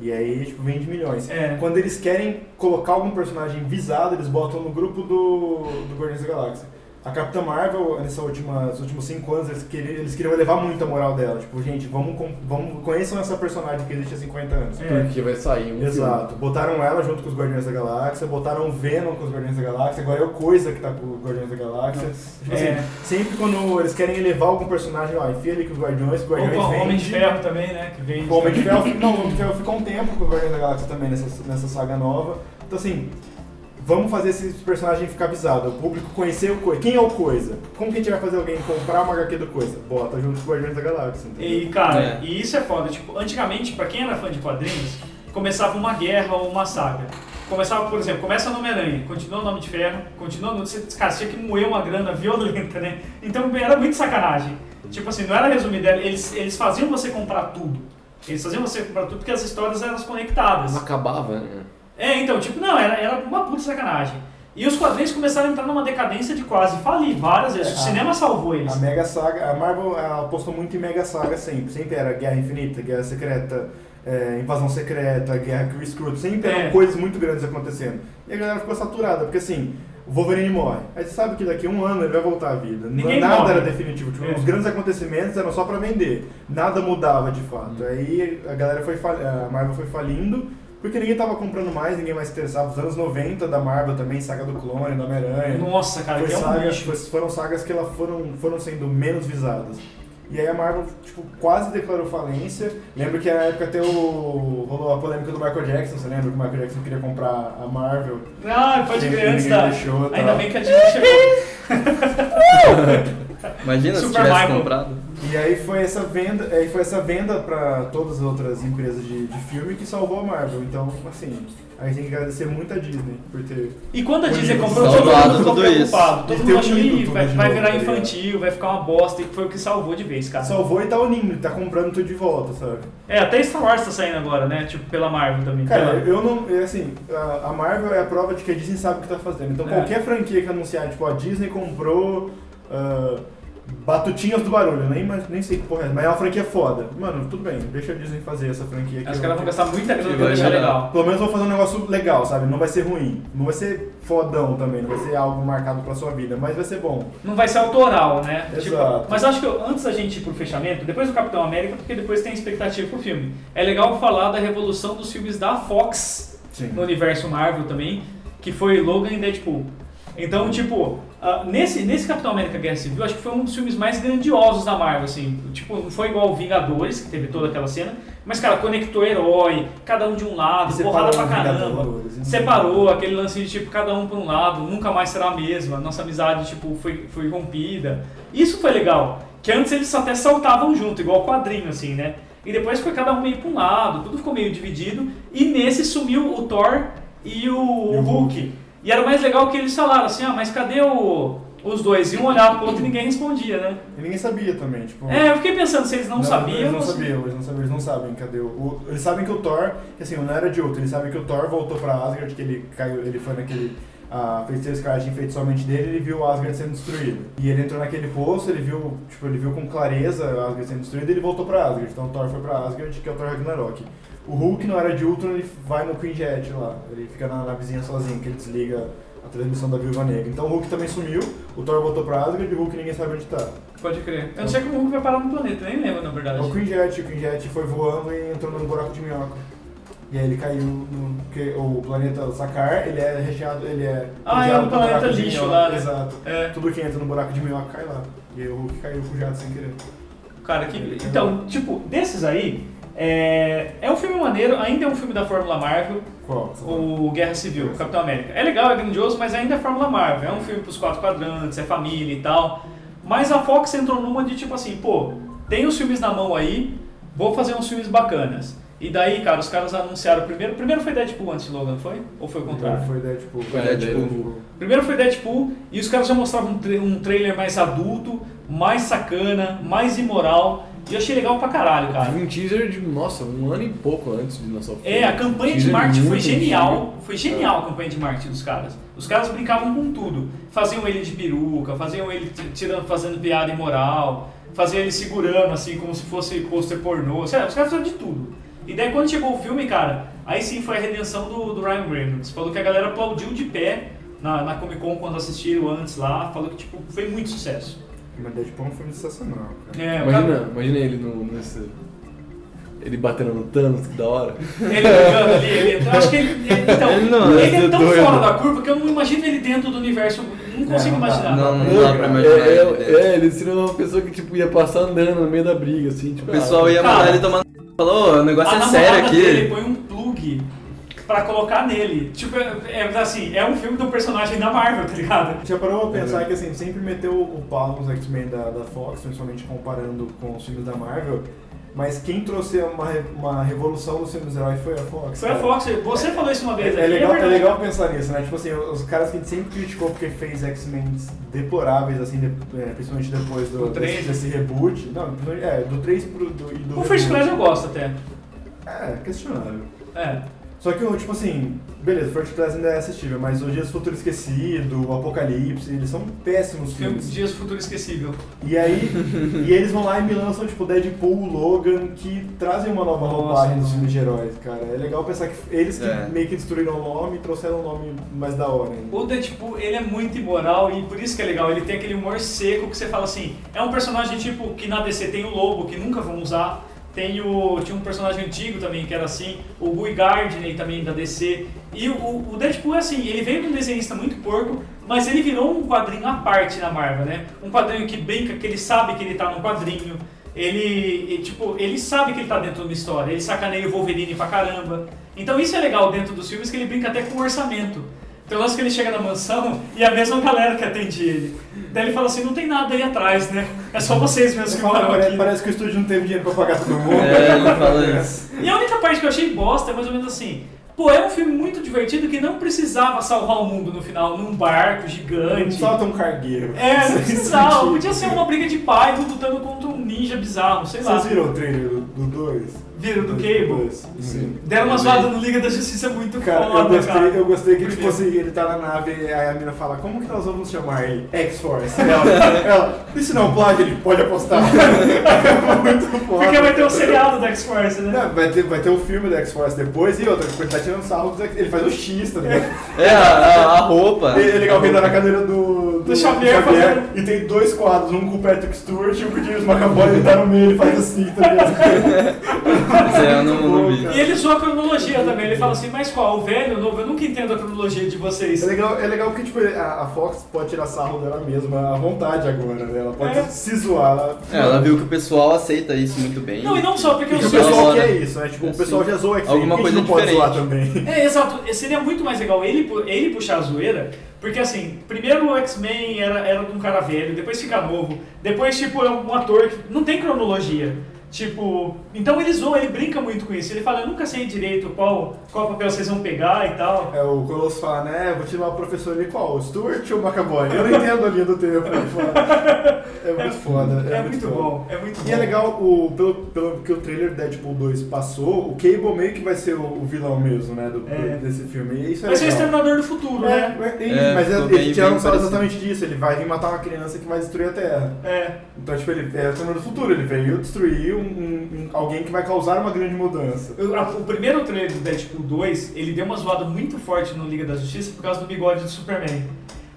[SPEAKER 3] E aí, tipo, vende milhões.
[SPEAKER 2] É.
[SPEAKER 3] Quando eles querem colocar algum personagem visado, eles botam no grupo do, do Guardiões da Galáxia. A Capitã Marvel, nessa última- nos últimos cinco anos, eles queriam, eles queriam elevar muito a moral dela. Tipo, gente, vamos, com- vamos conheçam essa personagem que existe há 50 anos.
[SPEAKER 2] É.
[SPEAKER 5] Porque vai sair um
[SPEAKER 3] Exato. Botaram ela junto com os Guardiões da Galáxia, botaram o Venom com os Guardiões da Galáxia, agora é o Coisa que tá com os Guardiões da Galáxia. Tipo assim,
[SPEAKER 2] É.
[SPEAKER 3] sempre quando eles querem elevar algum personagem, ó, enfia ele com os Guardiões, os
[SPEAKER 2] Ou
[SPEAKER 3] Guardiões
[SPEAKER 2] com o Homem de
[SPEAKER 3] vende.
[SPEAKER 2] Ferro também, né? Que vem
[SPEAKER 3] O Homem de Ferro, não, o Homem de Ferro ficou um tempo com os Guardiões da Galáxia também nessa, nessa saga nova. Então assim, vamos fazer esse personagem ficar avisado, o público conhecer o Coisa. Quem é o Coisa? Como que a gente vai fazer alguém comprar uma HQ do Coisa? Bota junto com os Guardiões da Galáxia, entendeu?
[SPEAKER 2] E, cara,
[SPEAKER 4] É.
[SPEAKER 2] e isso é foda. Tipo, antigamente, pra quem era fã de quadrinhos, começava uma guerra ou uma saga. Começava, por exemplo, começa no Homem-Aranha, continua no Nome de Ferro, continua no... Você, cara, tinha que moer uma grana violenta, né? Então era muito sacanagem. Tipo assim, não era resumir dela, eles, eles faziam você comprar tudo. Eles faziam você comprar tudo porque as histórias eram conectadas.
[SPEAKER 5] Não acabava, né?
[SPEAKER 2] É, então, tipo, não, era, era uma puta sacanagem. E os quadrinhos começaram a entrar numa decadência de quase falir várias vezes.
[SPEAKER 3] É,
[SPEAKER 2] o
[SPEAKER 3] a-
[SPEAKER 2] cinema salvou eles.
[SPEAKER 3] A Mega Saga, a Marvel ela apostou muito em Mega Saga sempre. Sempre era Guerra Infinita, Guerra Secreta, é, Invasão Secreta, Guerra Chris Cruz. Sempre
[SPEAKER 2] É.
[SPEAKER 3] eram coisas muito grandes acontecendo. E a galera ficou saturada, porque assim, o Wolverine morre. Aí você sabe que daqui a um ano ele vai voltar à vida. N-
[SPEAKER 2] Ninguém
[SPEAKER 3] Nada
[SPEAKER 2] morre.
[SPEAKER 3] era definitivo. Tipo,
[SPEAKER 2] É.
[SPEAKER 3] Os grandes acontecimentos eram só pra vender. Nada mudava de fato.
[SPEAKER 2] Hum.
[SPEAKER 3] Aí a galera foi fal- a Marvel foi falindo. Porque ninguém tava comprando mais, ninguém mais se interessava. Os anos 90 da Marvel também, Saga do Clone, do Homem-Aranha.
[SPEAKER 2] Nossa, cara,
[SPEAKER 3] Foi
[SPEAKER 2] que é um
[SPEAKER 3] sagas,
[SPEAKER 2] lixo.
[SPEAKER 3] foi- foram sagas que elas foram, foram sendo menos visadas. E aí a Marvel tipo, quase declarou falência. Lembro que na época até o, rolou a polêmica do Michael Jackson, você lembra que o Michael Jackson queria comprar a Marvel?
[SPEAKER 2] Ah, pode
[SPEAKER 3] Ninguém-
[SPEAKER 2] crer, antes
[SPEAKER 3] ninguém
[SPEAKER 2] da...
[SPEAKER 3] deixou, tá?
[SPEAKER 2] Ainda bem que a gente chegou.
[SPEAKER 4] Imagina se
[SPEAKER 2] Super
[SPEAKER 4] tivesse
[SPEAKER 2] Michael.
[SPEAKER 4] comprado.
[SPEAKER 3] E aí foi essa venda, aí foi essa venda para todas as outras empresas de, de filme que salvou a Marvel. Então, assim, a gente tem que agradecer muito a Disney por ter.
[SPEAKER 2] E quando a Disney
[SPEAKER 3] Unido.
[SPEAKER 2] comprou, todo
[SPEAKER 4] Salvado
[SPEAKER 2] mundo ficou
[SPEAKER 4] tudo isso.
[SPEAKER 2] preocupado. Todo
[SPEAKER 3] Eles
[SPEAKER 2] mundo
[SPEAKER 3] têm
[SPEAKER 2] achou,
[SPEAKER 3] unido
[SPEAKER 2] "Ih,
[SPEAKER 3] tudo
[SPEAKER 2] vai,
[SPEAKER 3] um de
[SPEAKER 2] vai
[SPEAKER 3] novo,
[SPEAKER 2] virar
[SPEAKER 3] tá ligado?"
[SPEAKER 2] infantil, vai ficar uma bosta. E foi o que salvou de vez, cara.
[SPEAKER 3] Salvou e tá unindo, tá comprando tudo de volta, sabe?
[SPEAKER 2] É, até Star Wars tá saindo agora, né? Tipo, pela Marvel também. Pela-
[SPEAKER 3] Cara, eu não. é Assim, a a Marvel é a prova de que a Disney sabe o que tá fazendo. Então,
[SPEAKER 2] É.
[SPEAKER 3] qualquer franquia que anunciar, tipo, a Disney comprou. ah, Batutinhas do Barulho, nem, mais- nem sei que porra é, mas é uma franquia foda. Mano, tudo bem, deixa a Disney fazer essa franquia aqui.
[SPEAKER 2] Acho que ela vai
[SPEAKER 3] Eu-
[SPEAKER 2] gastar muita grana
[SPEAKER 4] Que
[SPEAKER 2] pra
[SPEAKER 4] vai
[SPEAKER 2] deixar
[SPEAKER 4] gerar.
[SPEAKER 2] legal.
[SPEAKER 3] Pelo menos vão fazer um negócio legal, sabe? Não vai ser ruim. Não vai ser fodão também, não vai ser algo marcado pra sua vida, mas vai ser bom.
[SPEAKER 2] Não vai ser autoral, né? Tipo,
[SPEAKER 3] Exato.
[SPEAKER 2] mas acho que eu- antes da gente ir pro fechamento, depois do Capitão América, porque depois tem expectativa pro filme. É legal falar da revolução dos filmes da Fox
[SPEAKER 3] Sim.
[SPEAKER 2] no universo Marvel também, que foi Logan e Deadpool. Então, tipo, Ah, nesse, nesse Capitão América Guerra Civil, acho que foi um dos filmes mais grandiosos da Marvel, assim. Tipo, não foi igual ao Vingadores, que teve toda aquela cena, mas, cara, conectou herói, cada um de um lado,
[SPEAKER 3] E
[SPEAKER 2] porrada pra
[SPEAKER 3] separou os
[SPEAKER 2] caramba.
[SPEAKER 3] Vingadores, né?
[SPEAKER 2] Separou aquele lance de, tipo, cada um pra um lado, nunca mais será a mesma, nossa amizade, tipo, foi, foi rompida. Isso foi legal, que antes eles até saltavam junto, igual quadrinho, assim, né? E depois foi cada um meio pra um lado, tudo ficou meio dividido, e nesse sumiu o Thor e o, o Hulk. E era o mais legal que eles falaram assim, ah, mas cadê o, os dois? E um olhava pro outro e ninguém respondia, né?
[SPEAKER 3] E ninguém sabia também, tipo.
[SPEAKER 2] É, eu fiquei pensando se eles não, sabiam.
[SPEAKER 3] Eles não
[SPEAKER 2] ou se-
[SPEAKER 3] sabiam, eles não sabiam, eles não sabem cadê o, o- Eles sabem que o Thor, que assim, não era de outro, eles sabem que o Thor voltou pra Asgard, que ele caiu, ele foi naquele. A feiticeira Scarlet enfeitiçou a mente dele ele viu Asgard sendo destruída. E ele entrou naquele poço, ele viu, tipo, ele viu com clareza Asgard sendo destruída e ele voltou pra Asgard. Então o Thor foi pra Asgard, que é o Thor Ragnarok. O Hulk não era de Ultron, ele vai no Queen Jet lá. Ele fica na navezinha sozinho, que ele desliga a transmissão da Viúva Negra. Então o Hulk também sumiu, o Thor voltou pra Asgard e o Hulk ninguém sabe onde tá.
[SPEAKER 2] Pode crer. Eu não sei como o Hulk vai parar no planeta, nem lembro, na verdade.
[SPEAKER 3] O Quinjet, o Quinjet foi voando e entrou num buraco de minhoca. E aí ele caiu no. Porque o planeta Sakar, ele é recheado, ele é.
[SPEAKER 2] Ah,
[SPEAKER 3] rodeado
[SPEAKER 2] é um
[SPEAKER 3] por
[SPEAKER 2] planeta
[SPEAKER 3] buracos de
[SPEAKER 2] lixo
[SPEAKER 3] minhoca,
[SPEAKER 2] lá, né?
[SPEAKER 3] Exato.
[SPEAKER 2] É,
[SPEAKER 3] Tudo que entra no buraco de minhoca cai lá. E aí o Hulk caiu fujado sem querer.
[SPEAKER 2] cara, que. Então, tipo, desses aí, é, é um filme maneiro, ainda é um filme da Fórmula Marvel,
[SPEAKER 3] Qual?
[SPEAKER 2] o Guerra Civil, Capitão América. É legal, é grandioso, mas ainda é Fórmula Marvel. É um filme pros quatro quadrantes, é família e tal. Mas a Fox entrou numa de tipo assim, pô, tem os filmes na mão aí, vou fazer uns filmes bacanas. E daí, cara, os caras anunciaram primeiro. Primeiro foi Deadpool antes de Logan, foi? Ou foi o contrário?
[SPEAKER 3] Foi Deadpool.
[SPEAKER 4] Foi Deadpool.
[SPEAKER 3] tipo,
[SPEAKER 2] Primeiro foi Deadpool e os caras já mostravam um, tra- um trailer mais adulto, mais sacana, mais imoral. E eu achei legal pra caralho, cara.
[SPEAKER 5] Teve um teaser de, nossa, um ano e pouco antes de lançar o filme.
[SPEAKER 2] Tá. É, a campanha de
[SPEAKER 5] Teaser
[SPEAKER 2] marketing foi
[SPEAKER 5] muito
[SPEAKER 2] genial.
[SPEAKER 5] antigo.
[SPEAKER 2] Foi genial a campanha de marketing dos caras. Os caras brincavam com tudo. Faziam ele de peruca, faziam ele t- tirando, fazendo piada imoral, faziam ele segurando, assim, como se fosse pôster pornô. Sério, os caras fizeram de tudo. E daí quando chegou o filme, cara, aí sim foi a redenção do, do Ryan Reynolds. Falou que a galera aplaudiu de pé na, na Comic Con quando assistiram antes lá. Falou que, tipo, foi muito sucesso.
[SPEAKER 3] Mas Deadpool é um filme sensacional, cara.
[SPEAKER 2] É, o
[SPEAKER 5] Imagina, imagina ele no, nesse. Ele batendo no Thanos, que da hora.
[SPEAKER 2] Ele brigando ali, ele, eu acho que ele, ele- então,
[SPEAKER 4] Ele não,
[SPEAKER 2] ele é
[SPEAKER 4] é
[SPEAKER 2] tão
[SPEAKER 4] doido. É,
[SPEAKER 2] fora da curva que eu não imagino ele dentro do universo, não consigo
[SPEAKER 3] não dá,
[SPEAKER 2] imaginar.
[SPEAKER 4] Não, não dá pra imaginar.
[SPEAKER 5] É,
[SPEAKER 4] ele né?
[SPEAKER 5] é,
[SPEAKER 4] dentro.
[SPEAKER 5] é, ele seria uma pessoa que tipo, ia passar andando no meio da briga, assim. Tipo,
[SPEAKER 4] O pessoal é
[SPEAKER 5] ah,
[SPEAKER 4] ia
[SPEAKER 2] Cara.
[SPEAKER 4] mandar ele tomar no falou, "Ô, o negócio
[SPEAKER 2] a
[SPEAKER 4] é
[SPEAKER 2] namorada
[SPEAKER 4] sério aqui.
[SPEAKER 2] dele põe um plug pra colocar nele. Tipo, é, é assim, é um filme do personagem da Marvel, tá ligado?
[SPEAKER 3] Já parou pra pensar que assim, sempre meteu o pau nos X-Men da, da Fox, principalmente comparando com os filmes da Marvel. Mas quem trouxe uma, re- uma revolução nos filmes heróis foi a Fox.
[SPEAKER 4] É.
[SPEAKER 2] Foi a
[SPEAKER 3] cara.
[SPEAKER 2] é Fox, você falou isso uma
[SPEAKER 3] É,
[SPEAKER 2] vez
[SPEAKER 3] é
[SPEAKER 2] aqui,
[SPEAKER 3] legal, é
[SPEAKER 2] verdade.
[SPEAKER 3] legal pensar nisso, né? Tipo assim, os caras que a gente sempre criticou porque fez X-Men deploráveis, assim, de- é, principalmente depois do,
[SPEAKER 2] Do três.
[SPEAKER 3] desse, desse reboot. Não, principalmente- é, do 3 pro, do, e do
[SPEAKER 2] O First Class eu
[SPEAKER 3] reboot.
[SPEAKER 2] gosto até.
[SPEAKER 3] É, questionável.
[SPEAKER 2] É.
[SPEAKER 3] Só que, tipo assim, beleza, First Class ainda é assistível, mas o Dias do Futuro Esquecido, o Apocalipse, eles são péssimos
[SPEAKER 2] Filme
[SPEAKER 3] filmes.
[SPEAKER 2] Dias do Futuro Esquecível.
[SPEAKER 3] E aí, e eles vão lá e me lançam, tipo, Deadpool, Logan, que trazem uma nova
[SPEAKER 2] Nossa,
[SPEAKER 3] roupagem nos
[SPEAKER 2] mano.
[SPEAKER 3] filmes de heróis, cara. É legal pensar que eles que
[SPEAKER 4] É.
[SPEAKER 3] meio que destruíram o nome e trouxeram um nome mais da hora ainda.
[SPEAKER 2] O Deadpool, ele é muito imoral e por isso que é legal. Ele tem aquele humor seco que você fala assim. É um personagem tipo que na DC tem o Lobo, que nunca vão usar. Tem o, tinha um personagem antigo também que era assim. O Guy Gardner também da DC. E o, o Deadpool é assim. Ele veio de um desenhista muito porco, mas ele virou um quadrinho à parte na Marvel, né? Um quadrinho que brinca, que ele sabe que ele tá no quadrinho. Ele, e, tipo, ele sabe que ele tá dentro de uma história. Ele sacaneia o Wolverine pra caramba. Então isso é legal dentro dos filmes que ele brinca até com o orçamento. Pelo menos Então, que ele chega na mansão e é a mesma galera que atende ele. Daí ele fala assim, não tem nada aí atrás, né? É só vocês mesmos
[SPEAKER 3] Você
[SPEAKER 2] que
[SPEAKER 3] fala,
[SPEAKER 2] moram
[SPEAKER 3] parece,
[SPEAKER 2] aqui.
[SPEAKER 3] parece que o estúdio não teve dinheiro pra pagar todo mundo.
[SPEAKER 4] É, ele fala isso.
[SPEAKER 2] E a única parte que eu achei bosta é mais ou menos assim. Pô, é um filme muito divertido que não precisava salvar o mundo no final, num barco
[SPEAKER 3] Não
[SPEAKER 2] gigante.
[SPEAKER 3] precisava ter um cargueiro.
[SPEAKER 2] É,
[SPEAKER 3] (laughs)
[SPEAKER 2] não
[SPEAKER 3] Sem
[SPEAKER 2] precisava.
[SPEAKER 3] sentido.
[SPEAKER 2] Podia ser uma briga de pai lutando contra um ninja bizarro, sei lá.
[SPEAKER 3] Vocês viram o trailer do 2?
[SPEAKER 2] Viram do Cable?
[SPEAKER 3] Sim.
[SPEAKER 2] Deram uma zoada no Liga da Justiça muito
[SPEAKER 3] Cara, eu
[SPEAKER 2] foda, cara.
[SPEAKER 3] gostei, eu gostei que,
[SPEAKER 2] Por
[SPEAKER 3] tipo
[SPEAKER 2] quê?
[SPEAKER 3] assim, ele tá na nave, aí a mina fala, como que nós vamos chamar ele?
[SPEAKER 2] (laughs)
[SPEAKER 3] X-Force. Ela, ela, e se não pode, ele pode apostar. (laughs) É Muito foda.
[SPEAKER 2] Porque vai ter um seriado da X-Force, né?
[SPEAKER 3] Não, vai, ter, vai ter o filme da X-Force depois e outra, porque ele tá tirando sarro dos X- Ele faz o X, tá ligado?
[SPEAKER 4] É, a, a- a roupa.
[SPEAKER 3] Ele é legal que ele tá na cadeira do, do
[SPEAKER 2] Do Xavier fazendo-
[SPEAKER 3] E tem dois quadros, um com o Patrick Stewart e um com o James McAvoy, ele tá no meio, ele faz assim, tá ligado?
[SPEAKER 4] Isso aí eu não, não vi.
[SPEAKER 2] E ele zoa a cronologia também, ele fala assim, mas qual? O velho, o novo? Eu nunca entendo a cronologia de vocês.
[SPEAKER 3] É legal, é legal porque tipo, a, a Fox pode tirar sarro dela mesma à vontade agora, né? Ela pode
[SPEAKER 2] É.
[SPEAKER 3] se zoar. Ela...
[SPEAKER 4] É, ela viu que o pessoal aceita isso muito bem.
[SPEAKER 2] Não, e não só, porque
[SPEAKER 3] Porque
[SPEAKER 2] eu
[SPEAKER 3] o
[SPEAKER 4] Ela
[SPEAKER 2] sou...
[SPEAKER 3] pessoal
[SPEAKER 4] zoa,
[SPEAKER 3] quer
[SPEAKER 4] né?
[SPEAKER 3] isso, né? Tipo,
[SPEAKER 4] É,
[SPEAKER 3] o pessoal
[SPEAKER 4] sim.
[SPEAKER 3] já zoa X-Men,
[SPEAKER 4] Alguma
[SPEAKER 3] a gente
[SPEAKER 4] coisa
[SPEAKER 3] não pode zoar
[SPEAKER 4] diferente.
[SPEAKER 3] também.
[SPEAKER 2] É, exato. Seria muito mais legal ele, pu- ele puxar a zoeira, porque assim, primeiro o X-Men era, era de um cara velho, depois fica novo, depois, tipo, é um ator que não tem cronologia. Tipo, então ele zoa, ele brinca muito com isso. Ele fala, eu nunca sei direito qual, qual papel vocês vão pegar e tal.
[SPEAKER 3] É, o Colosso fala, né? Vou tirar o professor ali qual? O Stewart ou o McAvoy? Eu não entendo a linha do tempo. ele fala. É muito foda.
[SPEAKER 2] É, muito
[SPEAKER 3] foda.
[SPEAKER 2] bom, é muito bom.
[SPEAKER 3] E é legal, o, pelo, pelo que o trailer do Deadpool 2 passou, o Cable meio que vai ser o, o vilão mesmo, né? Do,
[SPEAKER 2] É.
[SPEAKER 3] Desse filme. E isso é
[SPEAKER 2] Vai ser o
[SPEAKER 3] legal.
[SPEAKER 2] Exterminador do Futuro, né?
[SPEAKER 3] É, tem-
[SPEAKER 4] É,
[SPEAKER 3] mas
[SPEAKER 4] ficou
[SPEAKER 3] ele-
[SPEAKER 4] bem-
[SPEAKER 3] ele já não
[SPEAKER 4] bem
[SPEAKER 3] fala
[SPEAKER 4] parecido.
[SPEAKER 3] exatamente disso. Ele vai vir matar uma criança que vai destruir a Terra.
[SPEAKER 2] É.
[SPEAKER 3] Então, tipo, ele é o Senhor do Futuro. Ele veio destruir um, um- um- alguém que vai causar uma grande mudança.
[SPEAKER 2] Eu- a- O primeiro trailer do Deadpool 2, ele deu uma zoada muito forte no Liga da Justiça por causa do bigode do Superman.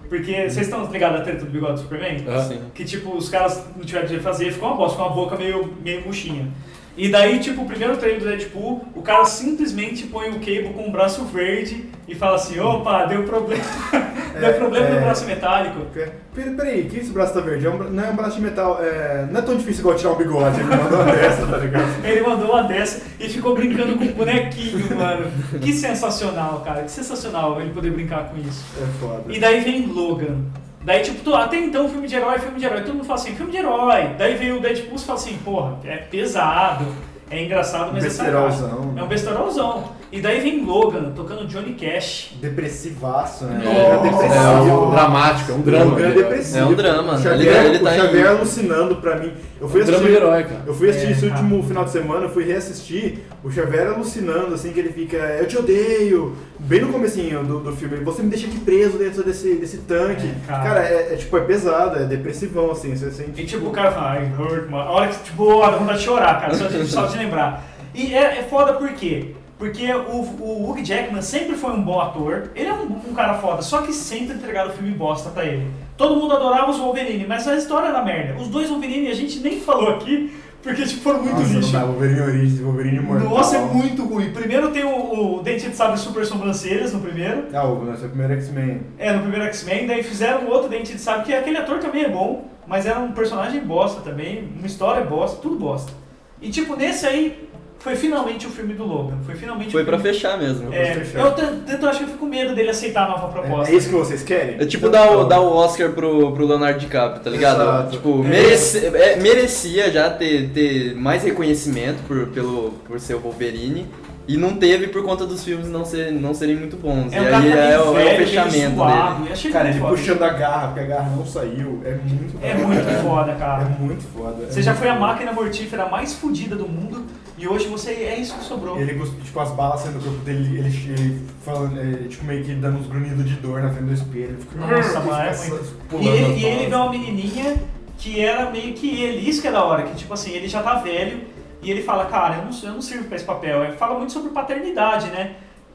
[SPEAKER 2] Porque, vocês estão ligados à treta do bigode do Superman?
[SPEAKER 5] Ah,
[SPEAKER 4] sim.
[SPEAKER 2] Que, tipo, os caras não tiveram dinheiro de fazer, ficou uma bosta, com uma boca meio, meio murchinha. E daí, tipo, o primeiro trailer do Deadpool, o cara simplesmente põe o Cable com o braço verde e fala assim, opa, deu problema, (laughs) deu
[SPEAKER 3] É,
[SPEAKER 2] problema no
[SPEAKER 3] é.
[SPEAKER 2] braço metálico.
[SPEAKER 3] Porque- Pera, peraí, que esse braço tá verde? É um bra- não é um braço de metal. é, não é tão difícil igual tirar um bigode. Ele mandou uma dessa, tá ligado?
[SPEAKER 2] Ele mandou uma dessa e ficou brincando com o bonequinho, mano. Que sensacional, cara. Que sensacional ele poder brincar com isso.
[SPEAKER 3] É foda.
[SPEAKER 2] E daí vem Logan. Daí, tipo, tu- até então, filme de herói, filme de herói. Todo mundo fala assim, filme de herói. Daí veio o Deadpool e fala assim, porra, é pesado, é engraçado, mas é
[SPEAKER 3] Um Besterolzão,
[SPEAKER 2] sacanagem.
[SPEAKER 3] né?
[SPEAKER 2] É um besterolzão. E daí vem Logan, tocando Johnny Cash.
[SPEAKER 3] Depressivaço, né?
[SPEAKER 2] Nossa.
[SPEAKER 5] É um
[SPEAKER 3] depressivo.
[SPEAKER 5] dramático, é um drama.
[SPEAKER 3] O Logan é
[SPEAKER 5] de herói.
[SPEAKER 3] depressivo.
[SPEAKER 4] É um drama,
[SPEAKER 3] O
[SPEAKER 4] né?
[SPEAKER 3] Xavier,
[SPEAKER 4] Ele- ele tá
[SPEAKER 3] o
[SPEAKER 4] em-
[SPEAKER 3] Xavier alucinando pra mim. Eu fui
[SPEAKER 5] Um drama
[SPEAKER 3] assistir,
[SPEAKER 5] de herói, cara.
[SPEAKER 3] Eu fui assistir
[SPEAKER 2] É,
[SPEAKER 3] esse
[SPEAKER 2] cara.
[SPEAKER 3] último final de semana, eu fui reassistir o Xavier alucinando, assim, que ele fica, eu te odeio, bem no comecinho do, do filme, você me deixa aqui preso dentro desse, desse tanque.
[SPEAKER 2] É, cara.
[SPEAKER 3] cara, é, é, tipo, é pesado, é depressivão, assim, você sente.
[SPEAKER 2] E tipo, o cara fala, I hurt my... A hora que, tipo, a vontade de chorar, cara, só
[SPEAKER 3] (laughs)
[SPEAKER 2] de, só de lembrar. E é, é foda por quê? Porque o, o Hugh Jackman sempre foi um bom ator, ele é um, um cara foda, só que sempre entregaram o filme bosta pra ele. Todo mundo adorava os Wolverine, mas a história era merda. Os dois Wolverine a gente nem falou aqui, porque tipo, foram muito
[SPEAKER 3] Nossa,
[SPEAKER 2] lixo.
[SPEAKER 3] Não então. dá, Wolverine Origins, Wolverine Mortal.
[SPEAKER 2] Nossa, é muito ruim. Primeiro tem o, o Dente de Sabre Super Sobrancelhas, no primeiro.
[SPEAKER 3] Ah, o nosso primeiro X-Men.
[SPEAKER 2] É, no primeiro X-Men, daí fizeram um outro Dente de Sabre, que aquele ator também é bom, mas era um personagem bosta também, uma história bosta, tudo bosta. E tipo, nesse aí, foi finalmente o filme do Logan, foi finalmente
[SPEAKER 4] Foi
[SPEAKER 2] o
[SPEAKER 4] pra
[SPEAKER 2] filme...
[SPEAKER 4] fechar mesmo.
[SPEAKER 2] É,
[SPEAKER 3] pra fechar.
[SPEAKER 2] eu tan- tanto acho que eu fico com medo dele aceitar a nova
[SPEAKER 3] É,
[SPEAKER 2] proposta.
[SPEAKER 3] é isso que vocês querem? Então,
[SPEAKER 4] É tipo dar o, dar o Oscar pro, pro Leonardo DiCaprio, tá ligado?
[SPEAKER 3] Exato.
[SPEAKER 4] Tipo,
[SPEAKER 2] É.
[SPEAKER 4] merece- é, merecia já ter, ter mais reconhecimento por, pelo, por ser o Wolverine. E não teve por conta dos filmes não, ser, não serem muito bons.
[SPEAKER 2] É um
[SPEAKER 4] e
[SPEAKER 2] cara
[SPEAKER 4] aí
[SPEAKER 2] meio
[SPEAKER 4] é, o- é o
[SPEAKER 2] velho, meio
[SPEAKER 4] fechamento
[SPEAKER 2] zoado,
[SPEAKER 4] dele.
[SPEAKER 2] eu achei
[SPEAKER 3] Cara,
[SPEAKER 2] muito
[SPEAKER 3] ele
[SPEAKER 2] foda.
[SPEAKER 3] puxando a garra, porque a garra não saiu, é muito
[SPEAKER 2] É muito foda,
[SPEAKER 3] É
[SPEAKER 2] cara.
[SPEAKER 3] muito foda.
[SPEAKER 2] Você já foi a máquina mortífera mais fodida do mundo, e hoje você é isso que sobrou.
[SPEAKER 3] Ele, cus- tipo, as balas saindo do corpo dele, ele, ele falando, é, tipo, meio que dando uns grunhidos de dor na frente do espelho. Ele fica,
[SPEAKER 2] Nossa,
[SPEAKER 3] "Ugh",
[SPEAKER 2] mas é
[SPEAKER 3] passa-
[SPEAKER 2] muito- E
[SPEAKER 3] tá pulando
[SPEAKER 2] ele,
[SPEAKER 3] as
[SPEAKER 2] e ele
[SPEAKER 3] balas.
[SPEAKER 2] vê uma menininha que era meio que ele. Isso que é da hora, que tipo assim, ele já tá velho e ele fala, cara, eu não, eu não sirvo pra esse papel. É, fala muito sobre paternidade, né?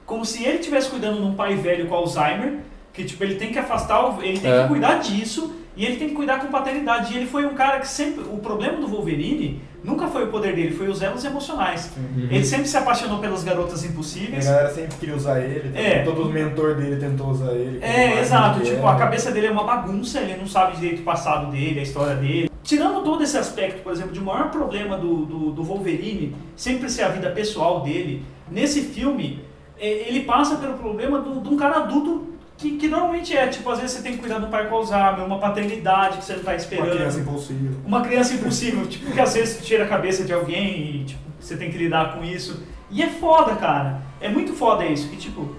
[SPEAKER 2] Como se ele estivesse cuidando de um pai velho com Alzheimer, que tipo, ele tem que afastar, o- ele tem
[SPEAKER 5] É.
[SPEAKER 2] que cuidar disso e ele tem que cuidar com paternidade. E ele foi um cara que sempre. O problema do Wolverine nunca foi o poder dele, foi os elos emocionais. Ele sempre se apaixonou pelas garotas
[SPEAKER 3] E
[SPEAKER 2] impossíveis.
[SPEAKER 3] a galera sempre queria usar ele, tá
[SPEAKER 2] É.
[SPEAKER 3] todo o mentor dele tentou usar ele. como
[SPEAKER 2] É,
[SPEAKER 3] mais
[SPEAKER 2] exato.
[SPEAKER 3] um
[SPEAKER 2] Tipo,
[SPEAKER 3] guerra.
[SPEAKER 2] a cabeça dele é uma bagunça, ele não sabe direito o passado dele, a história dele. Tirando todo esse aspecto, por exemplo, de o maior problema do, do, do Wolverine sempre ser a vida pessoal dele, nesse filme, é, ele passa pelo problema do- de um cara adulto que, que normalmente é, tipo, às vezes você tem que cuidar do pai com Alzheimer, uma paternidade que você não tá
[SPEAKER 3] Uma
[SPEAKER 2] esperando.
[SPEAKER 3] criança impulsiva.
[SPEAKER 2] Uma criança impossível, tipo, que às vezes tira a cabeça de alguém e tipo, você tem que lidar com isso. E é foda, cara. É muito foda isso, que tipo.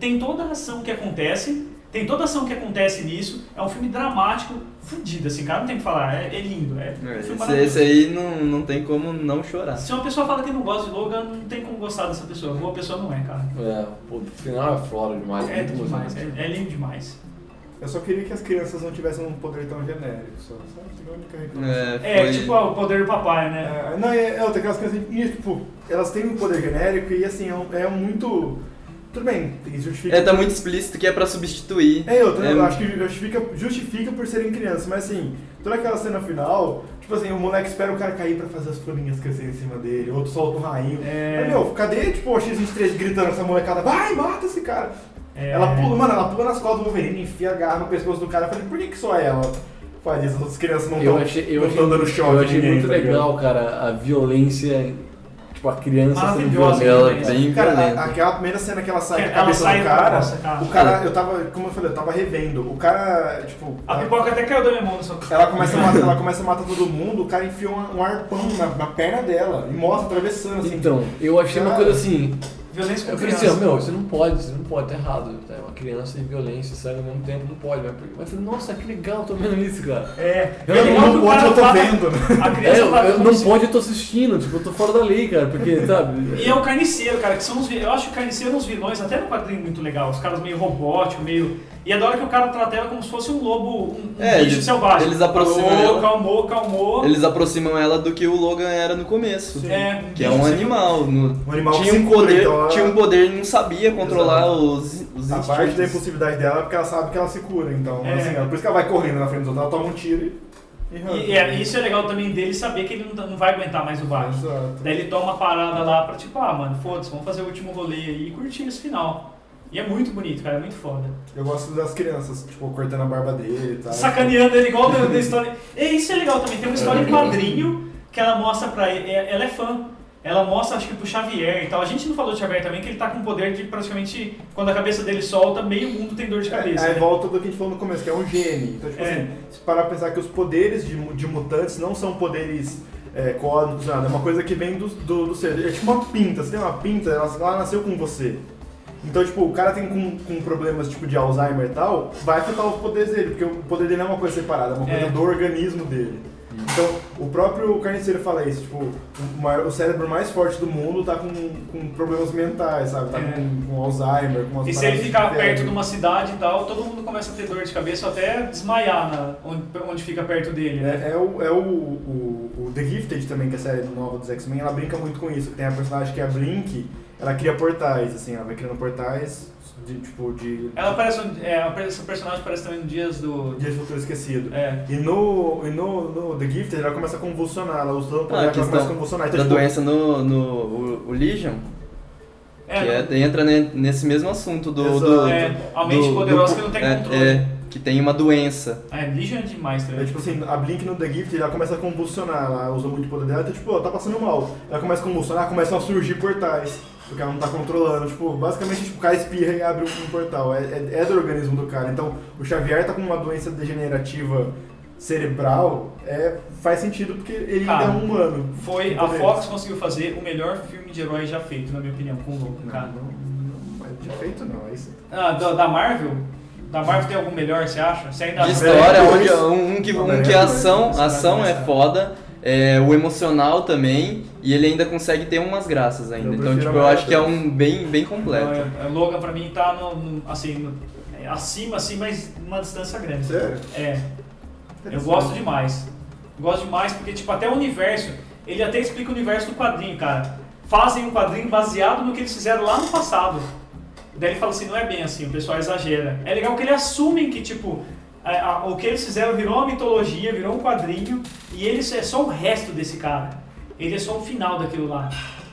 [SPEAKER 2] Tem toda a ação que acontece, tem toda a ação que acontece nisso. É um filme dramático, fudido, assim, cara, não tem o que falar. É, é lindo, é. um
[SPEAKER 4] É,
[SPEAKER 2] filme
[SPEAKER 4] Esse,
[SPEAKER 2] maravilhoso.
[SPEAKER 4] esse aí não, não tem como não chorar.
[SPEAKER 2] Se uma pessoa fala que não gosta de Logan, não tem como gostar dessa pessoa. Boa pessoa não é, cara.
[SPEAKER 5] É, pô, o final é foda demais.
[SPEAKER 2] É
[SPEAKER 5] muito
[SPEAKER 2] demais,
[SPEAKER 5] bonito.
[SPEAKER 2] é, é lindo demais.
[SPEAKER 3] Eu só queria que as crianças não tivessem um poder tão genérico. Só, sabe? Essa é a única reclamação.
[SPEAKER 4] É, foi...
[SPEAKER 2] É, tipo, ó, o poder do papai, né?
[SPEAKER 3] É, não, é, é, tem aquelas crianças, e, tipo, elas têm um poder genérico e assim, é, um- é um muito. Tudo bem, tem que justificar.
[SPEAKER 4] É, tá muito explícito que é pra substituir.
[SPEAKER 3] É, eu, tô-
[SPEAKER 4] É.
[SPEAKER 3] eu acho que justifica, justifica por serem crianças, mas assim, toda aquela cena final, tipo assim, o moleque espera o cara cair pra fazer as folhinhas crescerem em cima dele, outro solta um rainho.
[SPEAKER 2] É.
[SPEAKER 3] Mas, meu, cadê, tipo, o X23 gritando essa molecada, vai, mata esse cara.
[SPEAKER 2] É.
[SPEAKER 3] Ela pula, mano, ela pula nas costas do Wolverine, enfia a garra no pescoço do cara. Eu falei, por que, que só ela faz isso? As outras crianças não
[SPEAKER 5] Eu
[SPEAKER 3] estão
[SPEAKER 5] achei, eu achei,
[SPEAKER 3] dando choque.
[SPEAKER 5] eu achei
[SPEAKER 3] em ninguém,
[SPEAKER 5] muito
[SPEAKER 3] tá ligado?
[SPEAKER 5] legal, cara, a violência, tipo, a criança sendo
[SPEAKER 2] Maravilhosa,
[SPEAKER 5] violenta.
[SPEAKER 4] Ela é bem
[SPEAKER 3] Cara,
[SPEAKER 4] violenta.
[SPEAKER 3] a- aquela primeira cena que ela sai
[SPEAKER 2] É,
[SPEAKER 3] com a
[SPEAKER 2] ela
[SPEAKER 3] cabeça
[SPEAKER 2] sai
[SPEAKER 3] do
[SPEAKER 2] com a
[SPEAKER 3] cara,
[SPEAKER 2] cabeça, cara.
[SPEAKER 3] o cara, eu tava, como eu falei, eu tava revendo. O cara, tipo.
[SPEAKER 2] A
[SPEAKER 3] ela-
[SPEAKER 2] pipoca até caiu da minha mão nessa
[SPEAKER 3] Ela começa, a matar, ela começa a matar todo mundo, o cara enfia um, um arpão na, na perna dela e mostra atravessando assim.
[SPEAKER 5] Então, eu achei uma
[SPEAKER 3] Cara.
[SPEAKER 5] coisa assim.
[SPEAKER 2] Violência com
[SPEAKER 5] Eu falei
[SPEAKER 2] criança.
[SPEAKER 5] assim, ó, meu, você não pode, você não pode, tá errado. Tá? Uma criança e violência, sabe, ao mesmo tempo, não pode. Mas, mas eu falei, nossa, que legal, tô vendo isso, cara.
[SPEAKER 2] É.
[SPEAKER 5] Eu
[SPEAKER 2] Ele
[SPEAKER 5] não
[SPEAKER 2] manda o
[SPEAKER 3] pode,
[SPEAKER 2] cara
[SPEAKER 3] eu tô
[SPEAKER 2] lá-
[SPEAKER 3] vendo, né?
[SPEAKER 2] A
[SPEAKER 5] É,
[SPEAKER 2] criança
[SPEAKER 5] eu,
[SPEAKER 2] lá-
[SPEAKER 5] eu não pode, eu tô assistindo, tipo, eu tô fora da lei, cara, porque, sabe?
[SPEAKER 2] E é o Carniceiro, cara, que são os vi- Eu acho que o Carniceiro é uns vilões, até no quadrinho muito legal. Os caras meio robóticos, meio. E é da hora que o cara trata ela como se fosse um lobo, um, um
[SPEAKER 4] É,
[SPEAKER 2] bicho
[SPEAKER 4] eles-
[SPEAKER 2] selvagem.
[SPEAKER 4] eles aproximam
[SPEAKER 2] Calmou,
[SPEAKER 4] ela.
[SPEAKER 2] calmou, calmou.
[SPEAKER 4] Eles aproximam ela do que o Logan era no começo.
[SPEAKER 2] É.
[SPEAKER 4] Que é um animal. no-
[SPEAKER 3] Um animal
[SPEAKER 4] tinha,
[SPEAKER 3] que
[SPEAKER 4] um
[SPEAKER 3] se
[SPEAKER 4] poder,
[SPEAKER 3] cuidou.
[SPEAKER 4] tinha um poder e não sabia controlar os, os
[SPEAKER 3] A parte da
[SPEAKER 4] instintos.
[SPEAKER 3] impulsividade dela é porque ela sabe que ela se cura, então,
[SPEAKER 2] É.
[SPEAKER 3] assim, ela- por isso que ela vai correndo na frente dos outros, ela toma um tiro e.
[SPEAKER 2] E, e é- isso é legal também dele saber que ele não, tá- não vai aguentar mais o baixo.
[SPEAKER 3] Exato.
[SPEAKER 2] Daí ele toma uma parada lá pra tipo, ah, mano, foda-se, vamos fazer o último rolê aí e curtir esse final. E é muito bonito, cara, é muito foda.
[SPEAKER 3] Eu gosto das crianças, tipo, cortando a barba dele e tal.
[SPEAKER 2] Sacaneando ele igual da, da história. E isso é legal também, tem uma história em quadrinho que ela mostra pra ele. é- Ela é fã. Ela mostra, acho que pro Xavier e tal. A gente não falou do Xavier também, que ele tá com o poder de praticamente, quando a cabeça dele solta, meio mundo tem dor de cabeça.
[SPEAKER 3] É, Aí
[SPEAKER 2] né?
[SPEAKER 3] volta do que a gente falou no começo, que é um gene. Então, tipo
[SPEAKER 2] É.
[SPEAKER 3] assim, se parar pra pensar que os poderes de, mu- de mutantes não são poderes é, cósmicos, nada, é uma coisa que vem do, do, do ser. É tipo uma pinta, você tem uma pinta, ela, ela nasceu com você. Então, tipo, o cara tem com, com problemas tipo de Alzheimer e tal, vai afetar os poderes dele, porque o poder dele não é uma coisa separada, é uma coisa
[SPEAKER 2] É.
[SPEAKER 3] do organismo dele. Então, o próprio carniceiro fala isso, tipo, o, maior- o cérebro mais forte do mundo tá com, com problemas mentais, sabe? Tá
[SPEAKER 2] É.
[SPEAKER 3] com, com Alzheimer, com umas
[SPEAKER 2] E se
[SPEAKER 3] paradas
[SPEAKER 2] ele ficar
[SPEAKER 3] de
[SPEAKER 2] perto
[SPEAKER 3] cérebro.
[SPEAKER 2] de uma cidade e tal, todo mundo começa a ter dor de cabeça ou até desmaiar na, onde, onde fica perto dele, né?
[SPEAKER 3] É, é o, é o, o, o The Gifted também, que é a série nova dos X-Men, ela brinca muito com isso. Tem a personagem que é a Blink, ela cria portais, assim, ela vai criando portais de, tipo, de...
[SPEAKER 2] Ela aparece, um- é, essa personagem aparece também no Dias do...
[SPEAKER 3] Dia de Futuro Esquecido.
[SPEAKER 2] É.
[SPEAKER 3] E, no, e no, no The Gifted ela começa a convulsionar, ela usa todo o poder,
[SPEAKER 4] Ah, a
[SPEAKER 3] ela começa a
[SPEAKER 4] questão
[SPEAKER 3] convulsionar. Então,
[SPEAKER 4] Da
[SPEAKER 3] tipo,
[SPEAKER 4] doença no, no o, o Legion, que
[SPEAKER 2] É,
[SPEAKER 4] é- entra ne- nesse mesmo assunto do. do
[SPEAKER 3] Exato.
[SPEAKER 2] é, a mente
[SPEAKER 4] do-
[SPEAKER 2] poderosa
[SPEAKER 4] do-
[SPEAKER 2] que não tem
[SPEAKER 4] é,
[SPEAKER 2] controle. É,
[SPEAKER 4] é, que tem uma doença.
[SPEAKER 2] Legion é demais, tá
[SPEAKER 3] É tipo assim, a Blink no The Gift, ela começa a convulsionar, ela usa muito o poder dela, então tipo, ela tá passando mal. Ela começa a convulsionar, começam a surgir portais, porque ela não tá controlando. Tipo, basicamente, tipo, o cara espirra e abre um portal. É, é- é do organismo do cara. Então, o Xavier tá com uma doença degenerativa cerebral, é, faz sentido porque ele
[SPEAKER 2] Cara,
[SPEAKER 3] ainda é um humano. né?
[SPEAKER 2] Foi, a Fox conseguiu fazer o melhor filme de herói já feito, na minha opinião, com o Logan,
[SPEAKER 3] Não,
[SPEAKER 2] cara.
[SPEAKER 3] não, não, é de feito não, é isso.
[SPEAKER 2] Ah, da, da Marvel? Da Marvel tem algum melhor, você acha? Você ainda é,
[SPEAKER 4] De
[SPEAKER 3] Velho,
[SPEAKER 4] história,
[SPEAKER 3] dois.
[SPEAKER 4] onde, um, um que,
[SPEAKER 3] Não,
[SPEAKER 4] um
[SPEAKER 3] velho,
[SPEAKER 4] que é
[SPEAKER 3] dois.
[SPEAKER 4] ação,
[SPEAKER 2] Esse
[SPEAKER 4] ação
[SPEAKER 2] cara
[SPEAKER 4] é
[SPEAKER 2] é
[SPEAKER 4] foda, é, o emocional também, e ele ainda consegue ter umas graças
[SPEAKER 3] Eu
[SPEAKER 4] ainda. Então,
[SPEAKER 3] prefiro
[SPEAKER 4] tipo,
[SPEAKER 3] a
[SPEAKER 4] eu acho que é
[SPEAKER 3] Marvel.
[SPEAKER 4] um bem, bem
[SPEAKER 2] Não,
[SPEAKER 4] completo.
[SPEAKER 2] é- é, Logan pra mim tá no, no- assim, no- é, acima, assim, mas numa distância grande.
[SPEAKER 3] Sério?
[SPEAKER 2] É, eu gosto demais. Gosto demais porque, tipo, até o universo, ele até explica o universo do quadrinho, cara. Fazem um quadrinho baseado no que eles fizeram lá no passado. Daí ele fala assim, não é bem assim, o pessoal exagera. É legal que ele assume que, tipo, a- a- o que eles fizeram virou uma mitologia, virou um quadrinho, e ele é só o resto desse cara. Ele é só o final daquilo lá.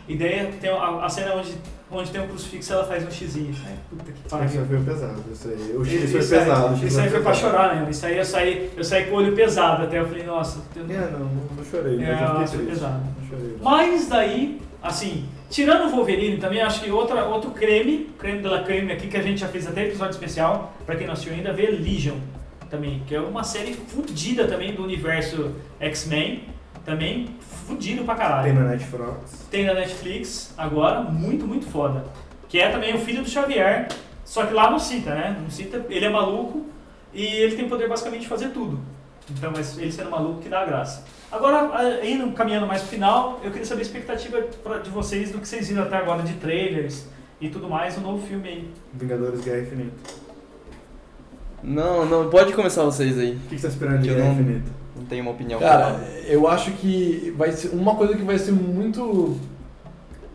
[SPEAKER 2] E daí tem a, a cena onde, onde tem um crucifixo ela faz um xizinho. Ai, puta que
[SPEAKER 3] Isso
[SPEAKER 2] pariu.
[SPEAKER 3] aí foi pesado, isso aí. O X
[SPEAKER 2] Isso,
[SPEAKER 3] foi
[SPEAKER 2] isso aí-
[SPEAKER 3] pesado. o X
[SPEAKER 2] Isso aí foi pra
[SPEAKER 3] pesado.
[SPEAKER 2] chorar mesmo. Isso aí eu saí, eu saí com o olho pesado até. Eu falei, nossa. eu não-
[SPEAKER 3] É, não, não chorei,
[SPEAKER 2] É,
[SPEAKER 3] mas eu
[SPEAKER 2] nossa,
[SPEAKER 3] fiquei triste.
[SPEAKER 2] pesado.
[SPEAKER 3] Não chorei.
[SPEAKER 2] Mas daí, assim, tirando o Wolverine também, acho que outra, outro creme, creme da creme aqui, que a gente já fez até episódio especial, pra quem não assistiu ainda, vê Legion também, que é uma série fudida também do universo X-Men, também fudido pra
[SPEAKER 3] Tem
[SPEAKER 2] caralho.
[SPEAKER 3] na Netflix.
[SPEAKER 2] Tem na Netflix agora, muito, muito foda. Que é também o filho do Xavier, só que lá não cita, né? Não cita, ele é maluco e ele tem poder basicamente de fazer tudo. Então, mas ele sendo maluco que dá a graça. Agora, a- indo caminhando mais pro final, eu queria saber a expectativa pra- de vocês do que vocês viram até agora de trailers e tudo mais, o novo filme aí.
[SPEAKER 3] Vingadores Guerra Infinita.
[SPEAKER 4] Não, não, pode começar vocês aí.
[SPEAKER 3] O que que você tá esperando de
[SPEAKER 4] Que eu
[SPEAKER 3] Guerra
[SPEAKER 4] não-
[SPEAKER 3] Infinita?
[SPEAKER 4] Não tem uma opinião.
[SPEAKER 5] Cara, eu acho que vai ser uma coisa que vai ser muito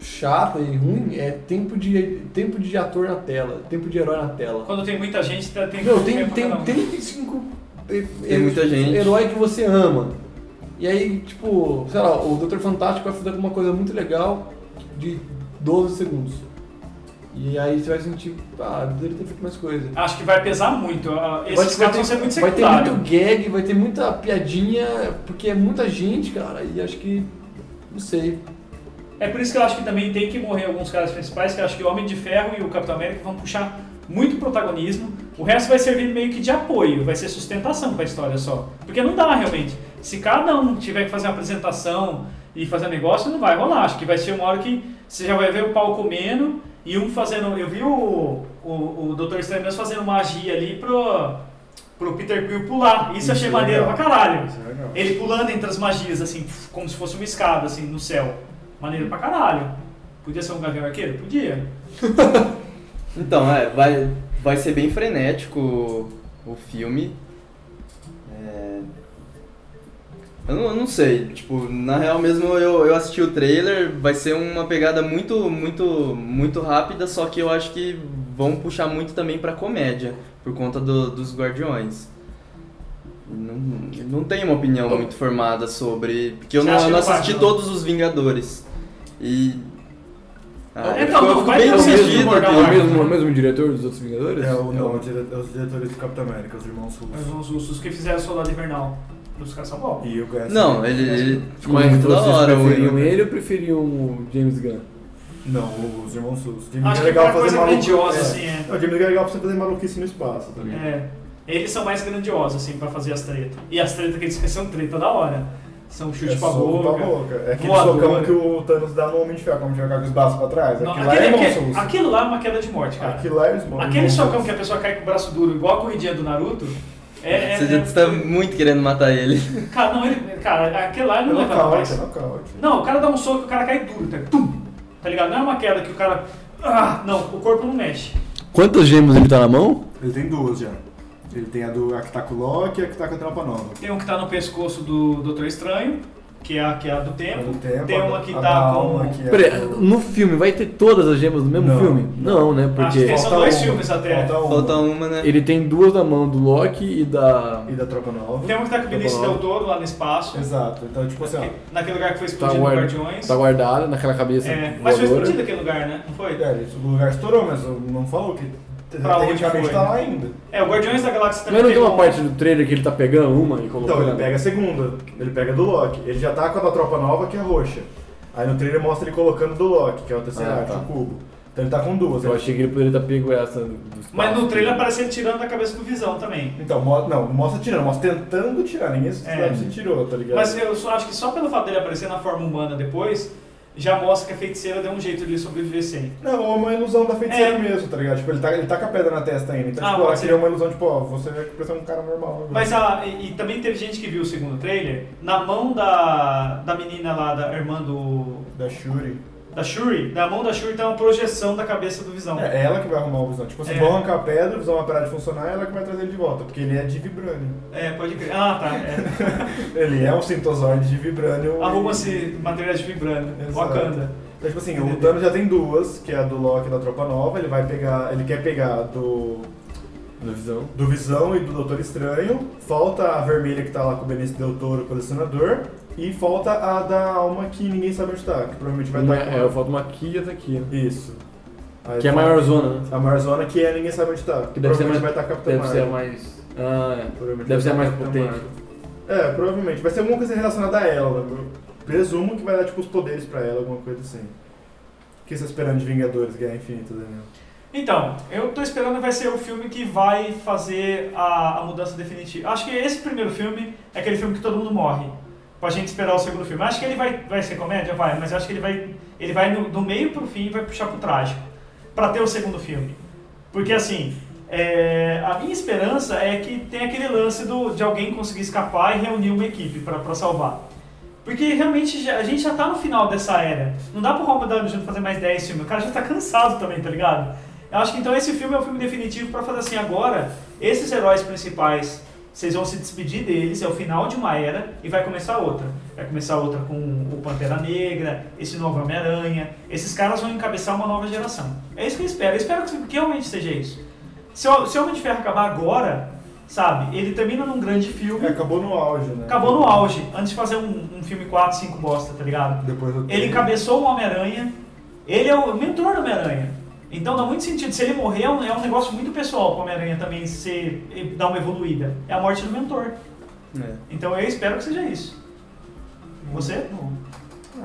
[SPEAKER 5] chata e ruim é tempo de, tempo de ator na tela, tempo de herói na tela.
[SPEAKER 2] Quando tem muita gente, tá- tem
[SPEAKER 5] Meu, tem,
[SPEAKER 2] tempo pra cada
[SPEAKER 5] tem
[SPEAKER 2] um.
[SPEAKER 5] 35
[SPEAKER 4] Tem muita gente.
[SPEAKER 5] herói que você ama. E aí, tipo, sei lá, o Dr. Fantástico vai fazer alguma coisa muito legal de 12 segundos. E aí você vai sentir, ah, deveria ter feito mais coisa.
[SPEAKER 2] Acho que vai pesar muito. ah,
[SPEAKER 5] Vai-
[SPEAKER 2] Esses
[SPEAKER 5] vai
[SPEAKER 2] caras vão
[SPEAKER 5] ter-
[SPEAKER 2] ser muito
[SPEAKER 5] Vai ter muito
[SPEAKER 2] secundários.
[SPEAKER 5] gag, vai ter muita piadinha, porque é muita gente, cara, e acho que. Não sei.
[SPEAKER 2] É por isso que eu acho que também tem que morrer alguns caras principais, que eu acho que o Homem de Ferro e o Capitão América vão puxar muito protagonismo. O resto vai servir meio que de apoio, vai ser sustentação pra história só. Porque não dá realmente. Se cada um tiver que fazer uma apresentação e fazer negócio, não vai rolar. Acho que vai ser uma hora que você já vai ver o pau comendo e um fazendo. Eu vi o, o, o Dr. Estranho mesmo fazendo magia ali pro, pro Peter Quill pular. Isso,
[SPEAKER 3] Isso
[SPEAKER 2] eu achei
[SPEAKER 3] é
[SPEAKER 2] maneiro pra
[SPEAKER 3] legal.
[SPEAKER 2] caralho.
[SPEAKER 3] Isso é legal.
[SPEAKER 2] Ele pulando entre as magias, assim, como se fosse uma escada, assim, no céu. Maneiro pra caralho. Podia ser um Gavião Arqueiro? Podia.
[SPEAKER 4] Então, é, vai, vai ser bem frenético o, o filme. É, eu, não, eu não sei, tipo, na real mesmo eu, eu assisti o trailer, vai ser uma pegada muito, muito, muito rápida, só que eu acho que vão puxar muito também pra comédia, por conta do- dos Guardiões. Não, não tenho uma opinião
[SPEAKER 5] Oh.
[SPEAKER 4] muito formada sobre. Porque eu
[SPEAKER 2] Você
[SPEAKER 4] não,
[SPEAKER 2] acha
[SPEAKER 4] eu não
[SPEAKER 2] que não
[SPEAKER 4] assisti
[SPEAKER 2] vai, não?
[SPEAKER 4] todos os Vingadores. E. Ah,
[SPEAKER 2] Então,
[SPEAKER 4] eu
[SPEAKER 2] não
[SPEAKER 4] fico
[SPEAKER 2] vai
[SPEAKER 4] bem
[SPEAKER 2] ter o mesmo
[SPEAKER 4] decidido,
[SPEAKER 2] Morgan
[SPEAKER 4] porque-
[SPEAKER 5] É o mesmo, é o mesmo diretor dos outros Vingadores?
[SPEAKER 3] É o, não,
[SPEAKER 5] É
[SPEAKER 3] os dire- os diretores do Capitão América, os irmãos
[SPEAKER 2] Mas
[SPEAKER 3] russos.
[SPEAKER 2] os russos que fizeram o Soldado Invernal dos Caçabol.
[SPEAKER 3] E o Gass.
[SPEAKER 5] Assim, né?
[SPEAKER 4] Não, ele, ele ficou
[SPEAKER 5] Mas
[SPEAKER 4] muito da
[SPEAKER 5] vocês
[SPEAKER 4] hora. assim, né? o-
[SPEAKER 5] preferiam ele ou preferiam o um James Gunn?
[SPEAKER 3] Não, os irmãos russos. Jimmy
[SPEAKER 2] Acho
[SPEAKER 3] é
[SPEAKER 2] que
[SPEAKER 3] legal
[SPEAKER 2] é uma
[SPEAKER 3] fazer
[SPEAKER 2] coisa
[SPEAKER 3] maluco-
[SPEAKER 2] grandiosa,
[SPEAKER 3] é.
[SPEAKER 2] assim, é.
[SPEAKER 3] Não, o James Gunn é legal pra você fazer maluquice no espaço, tá ligado?
[SPEAKER 2] É. Eles são mais grandiosos, assim, pra fazer as tretas. E as tretas que eles fazem são treta da hora. São chute
[SPEAKER 3] é
[SPEAKER 2] pra
[SPEAKER 3] soco
[SPEAKER 2] boca.
[SPEAKER 3] pra boca. É aquele
[SPEAKER 2] voadora.
[SPEAKER 3] socão que o Thanos dá no Homem de Ferro, como jogar com os braços pra trás.
[SPEAKER 2] Não,
[SPEAKER 3] aquilo lá é
[SPEAKER 2] aquele-
[SPEAKER 3] irmãos
[SPEAKER 2] aquele-
[SPEAKER 3] russos.
[SPEAKER 2] aquilo lá é uma queda de morte, cara.
[SPEAKER 3] Aquilo lá é irmãos
[SPEAKER 2] Aquele
[SPEAKER 3] irmãos
[SPEAKER 2] socão
[SPEAKER 3] russos.
[SPEAKER 2] que a pessoa cai com o braço duro, igual a corridinha do Naruto, é. é-
[SPEAKER 4] Você já tá- está muito querendo matar ele.
[SPEAKER 2] Cara, não, ele. Cara, aquele lá ele não
[SPEAKER 3] É
[SPEAKER 2] levanta
[SPEAKER 3] nocaute, é
[SPEAKER 2] mais.
[SPEAKER 3] nocaute.
[SPEAKER 2] Não, o cara dá um soco e o cara cai duro, tá? Tum! Tá ligado? Não é uma queda que o cara. Ah, não, o corpo não mexe.
[SPEAKER 5] Quantas gemas ele tá na mão?
[SPEAKER 3] Ele tem duas já. Ele tem a do a que tá com o Loki e a que tá com a Tropa Nova.
[SPEAKER 2] Tem um que tá no pescoço do Doutor Estranho, que é a, que é a do tempo.
[SPEAKER 3] A do tempo,
[SPEAKER 2] Tem
[SPEAKER 3] a
[SPEAKER 2] uma
[SPEAKER 3] da-
[SPEAKER 2] que
[SPEAKER 3] a
[SPEAKER 2] tá
[SPEAKER 3] da
[SPEAKER 2] com.
[SPEAKER 3] alma, que é
[SPEAKER 5] Peraí,
[SPEAKER 3] do-
[SPEAKER 5] no filme vai ter todas as gemas do mesmo
[SPEAKER 3] Não.
[SPEAKER 5] filme? Não, né?
[SPEAKER 2] Acho que
[SPEAKER 5] Porque
[SPEAKER 2] Ah, tem só
[SPEAKER 3] Falta
[SPEAKER 2] dois
[SPEAKER 3] uma.
[SPEAKER 2] filmes até.
[SPEAKER 3] Falta um. uma.
[SPEAKER 5] um.
[SPEAKER 4] Falta uma, né?
[SPEAKER 5] ele tem duas na mão do Loki e da.
[SPEAKER 3] E da Tropa Nova.
[SPEAKER 2] Tem uma que tá com o Vinícius
[SPEAKER 5] Tá bom.
[SPEAKER 2] Del Toro lá no espaço.
[SPEAKER 3] Exato. Então, tipo assim, ó.
[SPEAKER 2] que- Naquele lugar que foi
[SPEAKER 5] Tá,
[SPEAKER 2] explodido no
[SPEAKER 5] guarda,
[SPEAKER 2] Guardiões.
[SPEAKER 5] tá guardada naquela cabeça.
[SPEAKER 2] É, mas foi
[SPEAKER 5] voadora.
[SPEAKER 2] explodido aquele lugar, né? Não foi?
[SPEAKER 3] É, ele- o lugar estourou, mas não falou que te-
[SPEAKER 2] Pra onde
[SPEAKER 3] tecnicamente
[SPEAKER 2] foi,
[SPEAKER 3] tá
[SPEAKER 2] né?
[SPEAKER 3] lá ainda.
[SPEAKER 2] É, o Guardiões da Galáxia
[SPEAKER 5] Mas
[SPEAKER 2] também. um-
[SPEAKER 5] não tem
[SPEAKER 2] pegou
[SPEAKER 5] uma parte do trailer que ele tá pegando uma e colocando?
[SPEAKER 3] Então, ele pega a segunda, ele pega a do Loki. Ele já tá com a da Tropa Nova, que é roxa. Aí no trailer mostra ele colocando do Loki, que é o Tesseract,
[SPEAKER 5] Ah, tá.
[SPEAKER 3] o cubo. Então ele tá com duas.
[SPEAKER 5] Eu
[SPEAKER 3] Ele-
[SPEAKER 5] achei que ele poderia ter pego essa. do espaço.
[SPEAKER 2] Mas no trailer aparece ele tirando da cabeça do Visão também.
[SPEAKER 3] Então, mo- não, mostra tirando, mostra tentando tirar. Ninguém
[SPEAKER 2] É.
[SPEAKER 3] sabe se tirou, tá ligado?
[SPEAKER 2] Mas eu só acho que só pelo fato dele aparecer na forma humana depois, já mostra que a feiticeira deu um jeito de sobreviver sem.
[SPEAKER 3] Não, é uma ilusão da feiticeira
[SPEAKER 2] É.
[SPEAKER 3] mesmo, tá ligado? Tipo, ele tá, ele tá com a pedra na testa ainda. Então,
[SPEAKER 2] Ah,
[SPEAKER 3] tipo,
[SPEAKER 2] pode
[SPEAKER 3] aqui
[SPEAKER 2] ser.
[SPEAKER 3] é uma ilusão, tipo, ó, você vai parecer um cara normal. agora.
[SPEAKER 2] Mas a, e, e também teve gente que viu o segundo trailer, na mão da, da menina lá, da irmã do.
[SPEAKER 3] Da Shuri.
[SPEAKER 2] da Shuri, na mão da Shuri tá uma projeção da cabeça do Visão.
[SPEAKER 3] É ela que vai arrumar o Visão. Tipo, assim,
[SPEAKER 2] É.
[SPEAKER 3] vão arrancar a pedra, o Visão vai parar de funcionar, é ela que vai trazer ele de volta. Porque ele é de Vibranium.
[SPEAKER 2] É, pode crer. Ah, tá.
[SPEAKER 3] (laughs)
[SPEAKER 2] É.
[SPEAKER 3] Ele é um sintozoide de Vibranium.
[SPEAKER 2] Arruma-se materiais de vibrando.
[SPEAKER 3] Exato.
[SPEAKER 2] Wakanda.
[SPEAKER 3] Então, tipo assim, o Thanos já tem duas, que é a do Loki e da Tropa Nova. Ele vai pegar... Ele quer pegar a do...
[SPEAKER 5] Na visão.
[SPEAKER 3] Do Visão e do Doutor Estranho. Falta a vermelha que tá lá com o Benício Del Toro, colecionador. E falta a da alma que ninguém sabe onde tá. Que provavelmente vai
[SPEAKER 5] Uma-
[SPEAKER 3] estar
[SPEAKER 5] é, eu falto uma aqui e outra aqui.
[SPEAKER 3] Isso. Aí
[SPEAKER 5] Que é a
[SPEAKER 3] tá-
[SPEAKER 5] maior zona, né?
[SPEAKER 3] A maior zona que é ninguém sabe onde tá.
[SPEAKER 5] Que deve ser mais.
[SPEAKER 3] Provavelmente vai estar Capitão
[SPEAKER 5] deve
[SPEAKER 3] Marvel.
[SPEAKER 5] ser a mais. Ah, é.
[SPEAKER 3] Provavelmente
[SPEAKER 5] Deve ser a
[SPEAKER 3] vai
[SPEAKER 5] mais
[SPEAKER 3] estar Capitão
[SPEAKER 5] potente.
[SPEAKER 3] Marvel. É, provavelmente. Vai ser alguma coisa relacionada a ela. né? Eu Presumo que vai dar, tipo, os poderes pra ela, alguma coisa assim. O que você tá esperando de Vingadores Guerra Infinita, Daniel?
[SPEAKER 2] Então, eu tô esperando vai ser o filme que vai fazer a, a mudança definitiva. Acho que esse primeiro filme é aquele filme que todo mundo morre. Pra gente esperar o segundo filme. Acho que ele vai, vai ser comédia? Vai, mas acho que ele vai, ele vai no, do meio pro fim e vai puxar pro trágico. Pra ter o segundo filme. Porque assim, é, a minha esperança é que tem aquele lance do, de alguém conseguir escapar e reunir uma equipe pra pra salvar. Porque realmente já- a gente já tá no final dessa era. Não dá pro Robert Downey Jr. fazer mais 10 filmes. O cara já tá cansado também, tá ligado? Eu acho que então esse filme é o filme definitivo pra fazer assim agora. Esses heróis principais Vocês vão se despedir deles, é o final de uma era e vai começar outra. Vai começar outra com o Pantera Negra, esse novo Homem-Aranha. Esses caras vão encabeçar uma nova geração. É isso que eu espero. Eu espero que realmente seja isso. Se o se o Homem de Ferro acabar agora, sabe, ele termina num grande filme.
[SPEAKER 3] É, acabou no auge, né?
[SPEAKER 2] Acabou no auge, antes de fazer um, um filme 4, 5 bosta, tá ligado?
[SPEAKER 3] Depois eu...
[SPEAKER 2] Ele encabeçou o Homem-Aranha, ele é o mentor do Homem-Aranha. Então dá muito sentido, se ele morrer é um, é um negócio muito pessoal pro Homem-Aranha também ser, e dar uma evoluída. É a morte do mentor.
[SPEAKER 4] É.
[SPEAKER 2] Então eu espero que seja isso. Você? Não.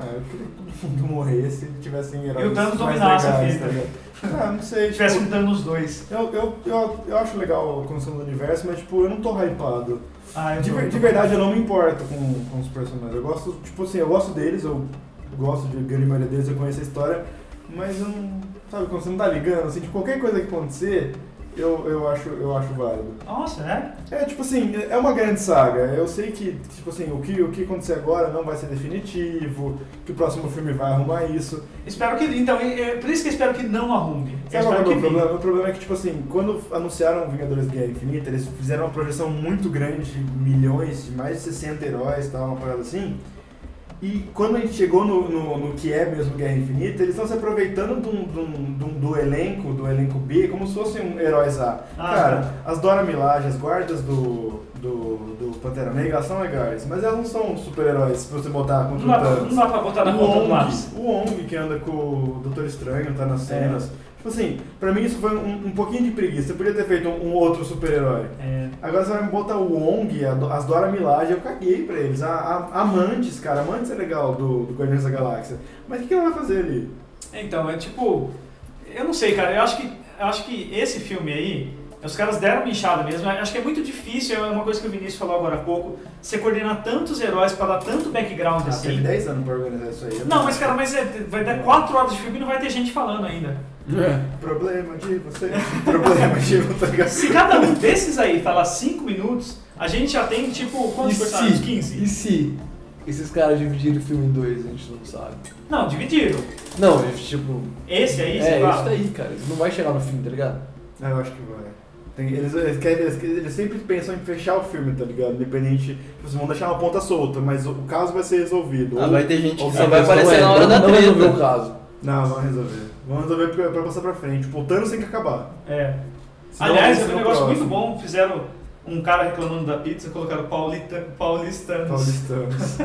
[SPEAKER 3] Ah, eu queria que todo mundo (laughs) morresse e tivesse em heróis
[SPEAKER 2] E o Thanos
[SPEAKER 3] mais
[SPEAKER 2] dominasse a
[SPEAKER 3] legais,
[SPEAKER 2] vida.
[SPEAKER 3] tá ligado? Ah, não sei,
[SPEAKER 2] Se tivesse
[SPEAKER 3] tipo,
[SPEAKER 2] um Thanos 2.
[SPEAKER 3] eu, eu, eu, eu acho legal a construção do universo, mas tipo, eu não tô hypado.
[SPEAKER 2] Ah, eu
[SPEAKER 3] De, ver- de verdade, eu não me importo com, com os personagens. Eu gosto, tipo assim, eu gosto deles, eu gosto de grande maioria deles, eu conheço a história, mas eu não. Sabe, quando você não tá ligando, assim, de qualquer coisa que acontecer, eu, eu, acho, eu acho válido.
[SPEAKER 2] Nossa, né?
[SPEAKER 3] É, tipo assim, é uma grande saga. Eu sei que, tipo assim, o que, o que acontecer agora não vai ser definitivo, que o próximo filme vai arrumar isso.
[SPEAKER 2] Espero que. Então, é é por isso que eu espero que não arrume. Eu espero
[SPEAKER 3] Sabe qual é o
[SPEAKER 2] que
[SPEAKER 3] meu
[SPEAKER 2] vingue.
[SPEAKER 3] problema? O problema é que, tipo assim, quando anunciaram Vingadores Guerra Infinita, eles fizeram uma projeção muito grande, de milhões, de mais de 60 heróis e tal, uma parada assim. E quando a gente chegou no, no, no que é mesmo Guerra Infinita, eles estão se aproveitando de um- de um- de um- do elenco, do elenco B, como se fossem um heróis A.
[SPEAKER 2] Ah,
[SPEAKER 3] Cara, as Dora Milaje, as guardas do, do, do Pantera Negra, elas são legais, mas elas não são super-heróis pra você botar
[SPEAKER 2] Não
[SPEAKER 3] contra o
[SPEAKER 2] dá, pra-
[SPEAKER 3] Thanos.
[SPEAKER 2] não dá pra botar na
[SPEAKER 3] O
[SPEAKER 2] ponta do
[SPEAKER 3] Ong,
[SPEAKER 2] Tá lápis.
[SPEAKER 3] o Ong que anda com o Doutor Estranho, tá nas cenas. Tipo assim, pra mim isso foi um, um pouquinho de preguiça. Você podia ter feito um, um outro super-herói.
[SPEAKER 2] É,
[SPEAKER 3] Agora você vai me botar o Ong, a Do- as Dora Milaje, eu caguei pra eles. A, a, a Mantis, cara, a Mantis é legal do, do Guardiões da Galáxia. Mas o que, que ela vai fazer ali?
[SPEAKER 2] Então, é tipo. Eu não sei, cara. Eu acho que, eu acho que esse filme aí. Os caras deram uma inchada mesmo. Eu Acho que é muito difícil, é uma coisa que o Vinícius falou agora há pouco, você coordenar tantos heróis pra dar tanto background
[SPEAKER 3] Ah, teve
[SPEAKER 2] assim.
[SPEAKER 3] 10 anos pra organizar isso aí.
[SPEAKER 2] Não, mas cara, mas é- vai dar 4 horas de filme e não vai ter gente falando ainda.
[SPEAKER 3] Problema de você. (laughs) Problema de você. tá
[SPEAKER 2] Se cada um desses aí falar 5 minutos, a gente já tem tipo
[SPEAKER 5] E
[SPEAKER 2] quantos personagens?
[SPEAKER 5] se,
[SPEAKER 2] 15?
[SPEAKER 5] e se esses caras dividirem o filme em dois, a gente não sabe.
[SPEAKER 2] Não, dividiram.
[SPEAKER 5] Não, gente, tipo.
[SPEAKER 2] Esse aí, sei
[SPEAKER 5] é,
[SPEAKER 2] lá.
[SPEAKER 5] isso daí, cara. Isso não vai chegar no fim, tá ligado?
[SPEAKER 3] Ah, eu acho que vai. Tem- eles, eles, querem- eles- eles sempre pensam em fechar o filme, tá ligado? Independente. tipo, Vocês vão deixar uma ponta solta, mas o, o caso vai ser resolvido.
[SPEAKER 4] Ah,
[SPEAKER 3] Ou-
[SPEAKER 4] vai ter gente
[SPEAKER 3] ou-
[SPEAKER 4] que
[SPEAKER 3] a
[SPEAKER 4] só vai
[SPEAKER 3] questão
[SPEAKER 4] aparecer
[SPEAKER 3] é-
[SPEAKER 4] na hora
[SPEAKER 5] não,
[SPEAKER 4] da
[SPEAKER 5] não resolveu o
[SPEAKER 4] treta.
[SPEAKER 5] caso.
[SPEAKER 3] Não, vão resolver. Vão resolver pra, pra passar pra frente. Tipo, o Thanos tem que acabar.
[SPEAKER 2] É.
[SPEAKER 3] Senão
[SPEAKER 2] Aliás,
[SPEAKER 3] vai
[SPEAKER 2] é
[SPEAKER 3] ser
[SPEAKER 2] um
[SPEAKER 3] o
[SPEAKER 2] negócio muito
[SPEAKER 3] próximo.
[SPEAKER 2] bom. Fizeram um cara reclamando da pizza, colocaram paulita, paulistanos.
[SPEAKER 3] Paulistanos.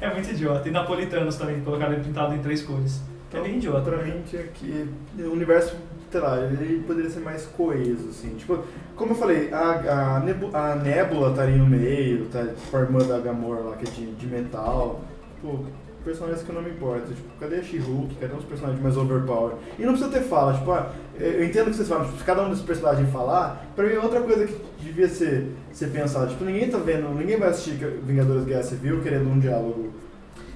[SPEAKER 2] É muito idiota. E napolitanos também, colocaram ele pintado em três cores. é bem idiota.
[SPEAKER 3] Pra mim tinha Então, que. O universo, sei lá, ele poderia ser mais coeso, assim. Tipo, como eu falei, a, a, nebu, a nébula tá ali no meio, tá formando a Gamora lá, que é de, de metal. Tipo, personagens que eu não me importo. Tipo, cadê a She-Hulk? Cadê os personagens mais overpower? E não precisa ter fala, tipo, ah, eu entendo o que vocês falam, tipo, se cada um desses personagens falar, pra mim é outra coisa que devia ser, ser pensada. Tipo, ninguém tá vendo, ninguém vai assistir Vingadores Guerra Civil querendo um diálogo.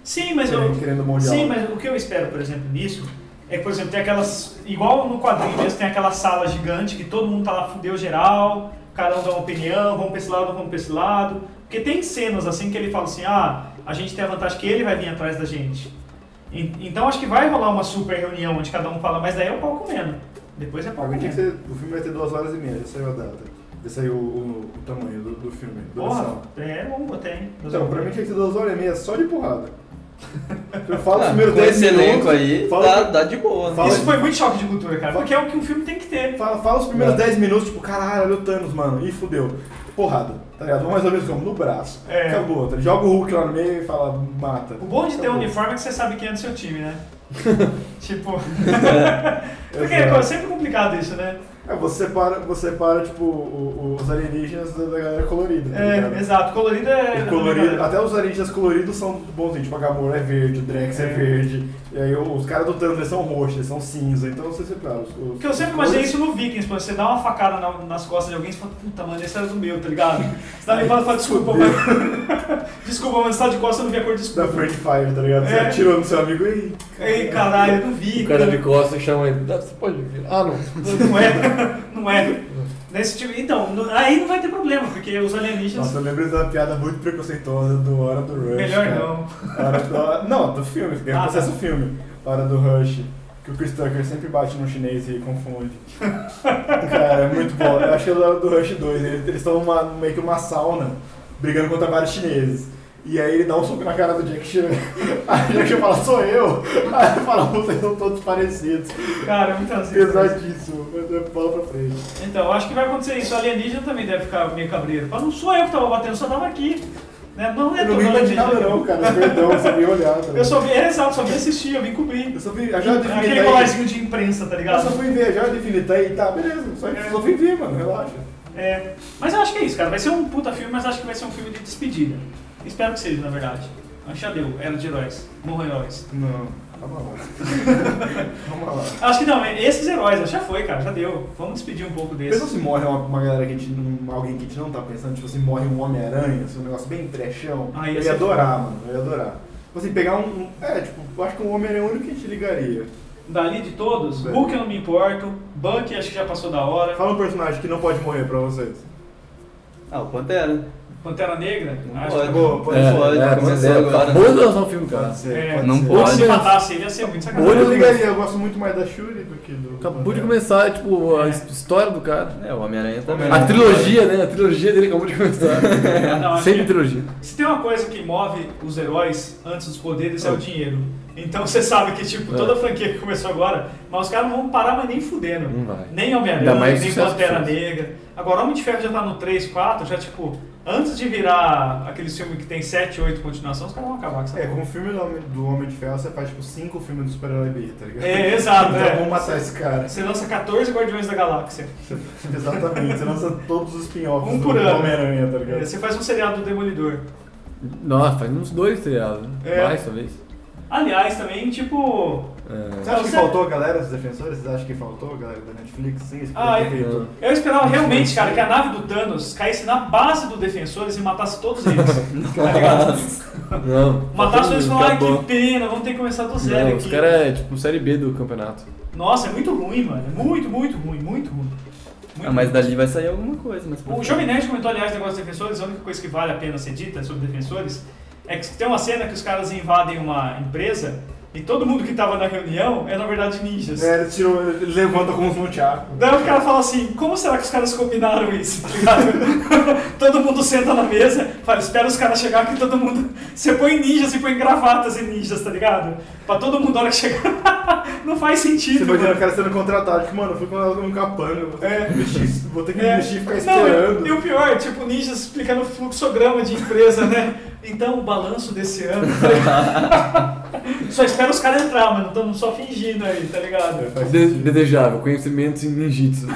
[SPEAKER 2] Sim, mas
[SPEAKER 3] querendo,
[SPEAKER 2] eu.
[SPEAKER 3] querendo um bom diálogo.
[SPEAKER 2] Sim, mas o que eu espero, por exemplo, nisso, é que, por exemplo, tem aquelas. Igual no quadrinho mesmo, tem aquela sala gigante que todo mundo tá lá, fudeu geral, cada um dá uma opinião, vamos pra esse lado, vamos pra esse lado. Porque tem cenas assim que ele fala assim, ah, a gente tem a vantagem que ele vai vir atrás da gente. En- Então acho que vai rolar uma super reunião onde cada um fala, mas daí é o pau comendo. Depois é pau
[SPEAKER 3] Alguém tinha que
[SPEAKER 2] comendo.
[SPEAKER 3] ser, o filme vai ter duas horas e meia, já saiu a data. Já saiu o, o tamanho do, do filme, a
[SPEAKER 2] Porra,
[SPEAKER 3] duração.
[SPEAKER 2] é bom até, hein?
[SPEAKER 3] Então, pra mim tinha que ser duas horas e meia só de porrada. (laughs) Eu falo os
[SPEAKER 4] Ah,
[SPEAKER 3] primeiros
[SPEAKER 4] com
[SPEAKER 3] 10
[SPEAKER 4] esse elenco
[SPEAKER 3] minutos.
[SPEAKER 4] aí, tá.
[SPEAKER 3] fala-
[SPEAKER 4] dá, dá de boa.
[SPEAKER 3] fala-
[SPEAKER 4] Né?
[SPEAKER 2] Isso foi muito choque de cultura, cara,
[SPEAKER 3] Fala-
[SPEAKER 2] porque é o que um filme tem que ter.
[SPEAKER 3] Fala, fala os primeiros 10 minutos, tipo, caralho, olha o Thanos, mano. Ih, fudeu. Porrada, tá ligado? Vamos mais ou menos como? No braço.
[SPEAKER 2] É.
[SPEAKER 3] Acabou. tá ligado? Joga o Hulk lá no meio e fala, mata.
[SPEAKER 2] O bom de ter um
[SPEAKER 3] Acabou.
[SPEAKER 2] uniforme é que você sabe quem é do seu time,
[SPEAKER 3] (laughs)
[SPEAKER 2] né? tipo. Porque
[SPEAKER 3] Exato.
[SPEAKER 2] é sempre complicado isso, né?
[SPEAKER 3] É, você separa, você separa tipo, o- o- os alienígenas da da galera colorida. tá
[SPEAKER 2] É,
[SPEAKER 3] ligado?
[SPEAKER 2] exato. Colorido é.
[SPEAKER 3] O colorido- até os alienígenas coloridos são bons, tipo, a Gamora é verde, o Drex é,
[SPEAKER 2] É.
[SPEAKER 3] verde, e aí os caras do Thanos eles são roxos, eles são cinza, então você separa os, os
[SPEAKER 2] Porque eu sempre imaginei isso no Vikings, pô. Você dá uma facada na- nas costas de alguém e você fala, puta, mano, esse era do meu, tá ligado? Você dá levado e fala, desculpa,
[SPEAKER 3] Fudeu.
[SPEAKER 2] mas. (laughs) desculpa, mas você tá de costas, eu não vi a cor de
[SPEAKER 3] da
[SPEAKER 2] desculpa.
[SPEAKER 3] Friend Fire, tá ligado? Você
[SPEAKER 2] É.
[SPEAKER 3] atirou no seu amigo e...
[SPEAKER 2] Ei, caralho, eu não vi.
[SPEAKER 5] O cara de
[SPEAKER 2] cara.
[SPEAKER 5] costas chama ele. "Ah, Você pode vir. Ah, não.
[SPEAKER 2] Não é, não é. Nesse tipo. Então, não- aí não vai ter problema, porque os alienígenas.
[SPEAKER 3] Nossa, eu lembro da piada muito preconceituosa do Hora do Rush.
[SPEAKER 2] melhor
[SPEAKER 3] cara.
[SPEAKER 2] não.
[SPEAKER 3] Hora do... Não, do filme, porque
[SPEAKER 2] Ah,
[SPEAKER 3] é
[SPEAKER 2] tá.
[SPEAKER 3] processo filme. Hora do Rush. que o Chris Tucker sempre bate no chinês e confunde. Cara, é muito bom. Eu acho que é do do Rush 2. Ele- Eles estão numa- meio que uma sauna, brigando contra vários chineses. E aí ele dá um soco na cara do Jack Chan. (laughs) Aí o Jack Chan fala, sou eu. Aí ele fala, vocês são todos parecidos.
[SPEAKER 2] Cara, muito assim.
[SPEAKER 3] Pesadíssimo. Bola pra frente.
[SPEAKER 2] Então, eu acho que vai acontecer isso. O alienígena também deve ficar meio cabreiro. Fala, não sou eu que tava batendo, eu só tava aqui. Né? Não é
[SPEAKER 3] Eu não
[SPEAKER 2] todo
[SPEAKER 3] vi
[SPEAKER 2] alienígena.
[SPEAKER 3] imaginava não, cara. Perdão, eu sabia olhar. Tá?
[SPEAKER 2] Eu só vi, é exato, só vi assistir, eu vim cobrir.
[SPEAKER 3] Eu só vi... Eu já devia
[SPEAKER 2] Aquele
[SPEAKER 3] tá aí.
[SPEAKER 2] colarzinho de imprensa, tá
[SPEAKER 3] Eu só
[SPEAKER 2] ligado?
[SPEAKER 3] fui ver, já defini, tá aí, tá, beleza. Só, só fui ver, mano, relaxa.
[SPEAKER 2] É, mas eu acho que é isso, cara. Vai ser um puta filme, mas acho que vai ser um filme de despedida. Espero que seja, na verdade. Mas Já deu, era de heróis. Morram heróis.
[SPEAKER 3] Não, calma (laughs) lá. calma Tá lá.
[SPEAKER 2] Acho que não, é esses heróis, acho que já foi, cara, já deu. Vamos despedir um pouco desses.
[SPEAKER 3] Pensa se morre uma, uma galera que a gente, não- alguém que a gente não tá pensando, tipo assim, morre um Homem-Aranha, assim, um negócio bem trechão.
[SPEAKER 2] Ah, ia
[SPEAKER 3] eu
[SPEAKER 2] ser
[SPEAKER 3] ia adorar, mano, eu ia adorar. Tipo assim, pegar um. um- É, tipo, eu acho que um Homem-Aranha é o único que a gente ligaria.
[SPEAKER 2] Dali de todos,
[SPEAKER 3] Velho.
[SPEAKER 2] Hulk eu não me importo, Bucky acho que já passou da hora,
[SPEAKER 3] Fala um personagem que não pode morrer pra vocês.
[SPEAKER 4] Ah, o Pantera.
[SPEAKER 2] Pantera Negra,
[SPEAKER 4] Não
[SPEAKER 2] acho
[SPEAKER 4] pode.
[SPEAKER 2] que
[SPEAKER 3] Pô, pode
[SPEAKER 4] É,
[SPEAKER 3] ser.
[SPEAKER 4] pode,
[SPEAKER 5] é,
[SPEAKER 4] começou
[SPEAKER 5] é,
[SPEAKER 4] agora. né?
[SPEAKER 2] né?
[SPEAKER 5] Acabou de lançar um filme, cara.
[SPEAKER 3] Pode ser,
[SPEAKER 2] É,
[SPEAKER 3] pode
[SPEAKER 4] não
[SPEAKER 3] ser.
[SPEAKER 2] Ou se
[SPEAKER 4] pode.
[SPEAKER 2] matasse, ele ia ser muito
[SPEAKER 3] Eu
[SPEAKER 2] sacanagem.
[SPEAKER 5] Olho-
[SPEAKER 3] ligaria, eu gosto muito mais da Shuri do que do.
[SPEAKER 5] Acabou de começar, tipo, a
[SPEAKER 2] É.
[SPEAKER 5] história do cara.
[SPEAKER 4] É, o Homem-Aranha também.
[SPEAKER 5] A trilogia, né? A trilogia dele acabou de começar.
[SPEAKER 2] Ah,
[SPEAKER 5] (laughs)
[SPEAKER 2] não, acho
[SPEAKER 5] Sempre
[SPEAKER 2] que-
[SPEAKER 5] trilogia.
[SPEAKER 2] Se tem uma coisa que move os heróis antes dos poderes é o dinheiro. Então você sabe que, tipo,
[SPEAKER 5] É.
[SPEAKER 2] toda a franquia que começou agora, mas os caras não vão parar, mas nem fudendo.
[SPEAKER 5] Não vai.
[SPEAKER 2] Nem
[SPEAKER 5] Ainda
[SPEAKER 2] Homem-Aranha,
[SPEAKER 5] mais
[SPEAKER 2] nem
[SPEAKER 5] sucesso
[SPEAKER 2] Pantera
[SPEAKER 5] que fez.
[SPEAKER 2] Negra. Agora, Homem de Ferro já tá no 3, 4, já, tipo, antes de virar aquele filme que tem 7, 8 continuação, os caras vão acabar com essa
[SPEAKER 3] É,
[SPEAKER 2] porra.
[SPEAKER 3] como filme do Homem, do Homem de Ferro, você faz tipo cinco filmes do super-herói B, tá ligado?
[SPEAKER 2] É, exato,
[SPEAKER 3] Então
[SPEAKER 2] é.
[SPEAKER 3] vamos matar esse cara. (laughs)
[SPEAKER 2] Você lança 14 Guardiões da Galáxia.
[SPEAKER 3] Exatamente, você lança todos os spin-offs
[SPEAKER 2] Um
[SPEAKER 3] do
[SPEAKER 2] por ano.
[SPEAKER 3] Homem-Aranha, tá
[SPEAKER 2] É,
[SPEAKER 3] ligado?
[SPEAKER 2] Você faz um seriado do Demolidor.
[SPEAKER 5] Nossa, faz uns dois seriados. né?
[SPEAKER 2] É.
[SPEAKER 5] Mais, talvez.
[SPEAKER 2] Aliás, também, tipo,
[SPEAKER 5] É.
[SPEAKER 3] Você acha que
[SPEAKER 2] Você-
[SPEAKER 3] faltou a galera dos defensores? Vocês acham que faltou a galera da Netflix? Sim, isso
[SPEAKER 2] Ah,
[SPEAKER 3] podia ter
[SPEAKER 5] é.
[SPEAKER 3] feito.
[SPEAKER 2] Eu esperava realmente, cara, que a nave do Thanos caísse na base do Defensores e matasse todos
[SPEAKER 5] (laughs)
[SPEAKER 2] eles. tá ligado?
[SPEAKER 5] Não.
[SPEAKER 2] Matasse todos eles e falaram, ai
[SPEAKER 5] Acabou.
[SPEAKER 2] que pena, vamos ter que começar do zero
[SPEAKER 5] Não,
[SPEAKER 2] aqui.
[SPEAKER 5] os caras é tipo série B do campeonato.
[SPEAKER 2] Nossa, é muito ruim, mano. Muito, muito ruim, muito ruim. Muito
[SPEAKER 4] Ah, mas
[SPEAKER 2] ruim.
[SPEAKER 4] dali vai sair alguma coisa. Mas
[SPEAKER 2] O Jovem Nerd comentou, aliás, o negócio dos defensores, a única coisa que vale a pena ser dita sobre defensores é que tem uma cena que os caras invadem uma empresa e todo mundo que tava na reunião é, na verdade, ninjas.
[SPEAKER 3] É, ele, tirou, ele levanta com os Montiaco.
[SPEAKER 2] Daí o cara fala assim, como será que os caras combinaram isso, (laughs) tá ligado? todo mundo senta na mesa, fala, espera os caras chegar que todo mundo... (laughs) Você põe ninjas e põe gravatas e ninjas, tá ligado? Pra todo mundo, na hora que chegar, (laughs) não faz
[SPEAKER 3] Você
[SPEAKER 2] sentido,
[SPEAKER 3] Tipo, imagina o
[SPEAKER 2] mano.
[SPEAKER 3] cara sendo contratado, tipo, mano, eu fui contratado como um capanga, eu vou ter que mexer, vou ter que
[SPEAKER 2] É.
[SPEAKER 3] mexer e ficar
[SPEAKER 2] Não,
[SPEAKER 3] esperando.
[SPEAKER 2] e o pior, tipo, ninjas explicando o fluxograma de empresa, né? Então, o balanço desse ano... tá ligado? (laughs) só espera os caras entrar, mano, estamos só fingindo aí, tá ligado?
[SPEAKER 3] É, Faz
[SPEAKER 5] De-
[SPEAKER 3] sentido.
[SPEAKER 5] desejável, conhecimentos em ninjitsu.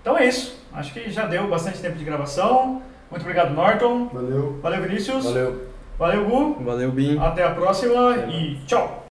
[SPEAKER 2] Então é isso, acho que já deu bastante tempo de gravação. Muito obrigado, Norton.
[SPEAKER 3] Valeu.
[SPEAKER 2] Valeu, Vinícius.
[SPEAKER 5] Valeu.
[SPEAKER 2] Valeu, Gu.
[SPEAKER 4] Valeu, Bim.
[SPEAKER 2] Até a próxima e tchau!